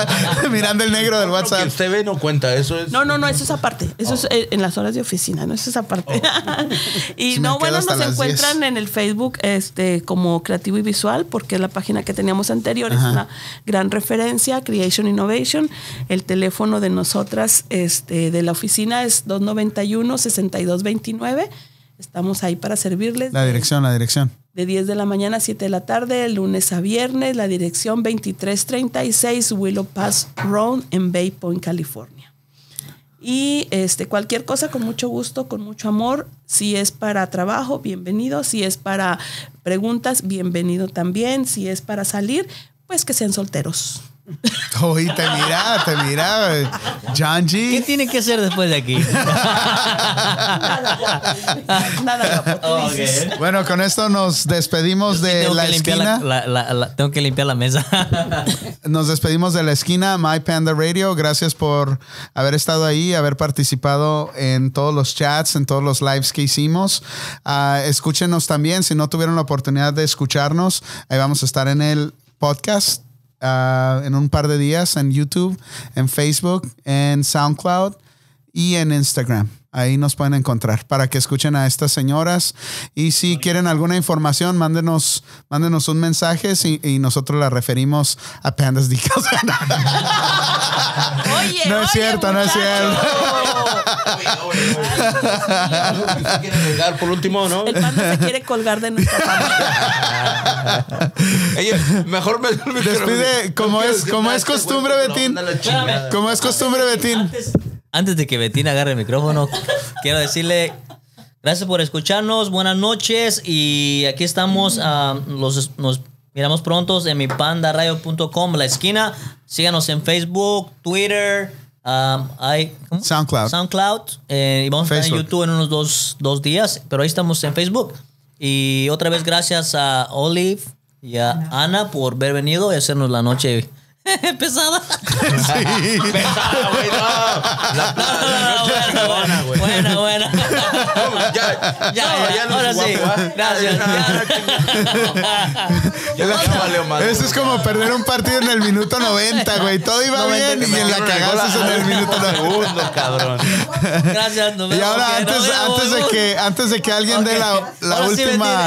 [SPEAKER 1] Mirando el negro del
[SPEAKER 2] Lo que
[SPEAKER 1] WhatsApp.
[SPEAKER 2] usted ve no cuenta, eso es.
[SPEAKER 5] No, no, no, eso es aparte. Eso
[SPEAKER 1] Oh.
[SPEAKER 5] es eh, en las horas de oficina, no, eso es aparte.
[SPEAKER 1] Sí,
[SPEAKER 5] y
[SPEAKER 1] Oh. me
[SPEAKER 5] no,
[SPEAKER 1] quedo
[SPEAKER 5] bueno,
[SPEAKER 1] hasta
[SPEAKER 5] nos
[SPEAKER 1] las
[SPEAKER 5] encuentran
[SPEAKER 1] 10.
[SPEAKER 5] en el Facebook este, como Creativo y Visual, porque es la página que teníamos anterior, es
[SPEAKER 1] Ajá.
[SPEAKER 5] una gran referencia, Creation Innovation. El teléfono de nosotras este, de la oficina es 291-6229. Estamos ahí para servirles.
[SPEAKER 1] La dirección, la dirección.
[SPEAKER 5] De 10 de la mañana a 7 de la tarde, de lunes a viernes, la dirección 2336 Willow Pass Road en Bay Point, California. Y este, cualquier cosa con mucho gusto, con mucho amor, si es para trabajo, bienvenido, si es para preguntas, bienvenido también, si es para salir, pues que sean solteros.
[SPEAKER 1] Uy, te mira, te mira. güey. John
[SPEAKER 3] ¿Qué
[SPEAKER 1] G.
[SPEAKER 3] tiene que hacer después de aquí?
[SPEAKER 5] Nada, guapo, tú
[SPEAKER 3] Ok.
[SPEAKER 5] dices.
[SPEAKER 1] Bueno, con esto nos despedimos
[SPEAKER 3] Sí,
[SPEAKER 1] de
[SPEAKER 3] tengo
[SPEAKER 1] la
[SPEAKER 3] que limpiar Eh, la-
[SPEAKER 1] esquina.
[SPEAKER 3] la- la- la- tengo que limpiar la mesa.
[SPEAKER 1] Nos despedimos de la esquina, My Panda Radio. Gracias por haber estado ahí, haber participado en todos los chats, en todos los lives que hicimos. Ah, escúchenos también, si no tuvieron la oportunidad de escucharnos, ahí vamos a estar en el podcast. ah, en un par de días en YouTube, en Facebook, en SoundCloud y en Instagram. Ahí nos pueden encontrar para que escuchen a estas señoras. Y si quieren alguna información, mándenos, mándenos un mensaje si- y nosotros la referimos a Pandas Dicas.
[SPEAKER 5] Oye,
[SPEAKER 1] No es
[SPEAKER 5] oye,
[SPEAKER 1] cierto, no es cierto.
[SPEAKER 2] Quiere agregar por último, ¿no?
[SPEAKER 5] El panda se quiere colgar de nuestra familia.
[SPEAKER 2] Ella, mejor me
[SPEAKER 1] Despide, como es, como es costumbre, Betín. Como es costumbre, Betín.
[SPEAKER 3] Antes de que Betina agarre el micrófono, quiero decirle gracias por escucharnos, buenas noches y aquí estamos, ah, los, nos miramos pronto en mi pandaradio.com, la esquina, síganos en Facebook, Twitter, ah, hay- ¿cómo?
[SPEAKER 1] SoundCloud.
[SPEAKER 3] SoundCloud eh, y vamos a estar en
[SPEAKER 1] Facebook.
[SPEAKER 3] YouTube en unos dos, dos días, pero ahí estamos en Facebook. Y otra vez gracias a Olive y a Ana por haber venido y hacernos la noche pesada. Buena, buena, buena.
[SPEAKER 2] Ya,
[SPEAKER 3] Ya, ya, ahora sí. Gracias.
[SPEAKER 2] Ya la valió madre.
[SPEAKER 1] Eso es como perder un partido en el minuto 90, güey. Todo iba bien y en la cagaste en el minuto 90.
[SPEAKER 2] Segundo, cabrón.
[SPEAKER 3] Gracias, nos
[SPEAKER 1] Y
[SPEAKER 3] vemos,
[SPEAKER 1] ahora
[SPEAKER 3] que nos
[SPEAKER 1] antes,
[SPEAKER 3] vemos.
[SPEAKER 1] antes de que antes de que alguien dé la, la
[SPEAKER 3] Ahora sí me
[SPEAKER 1] última
[SPEAKER 3] tiene-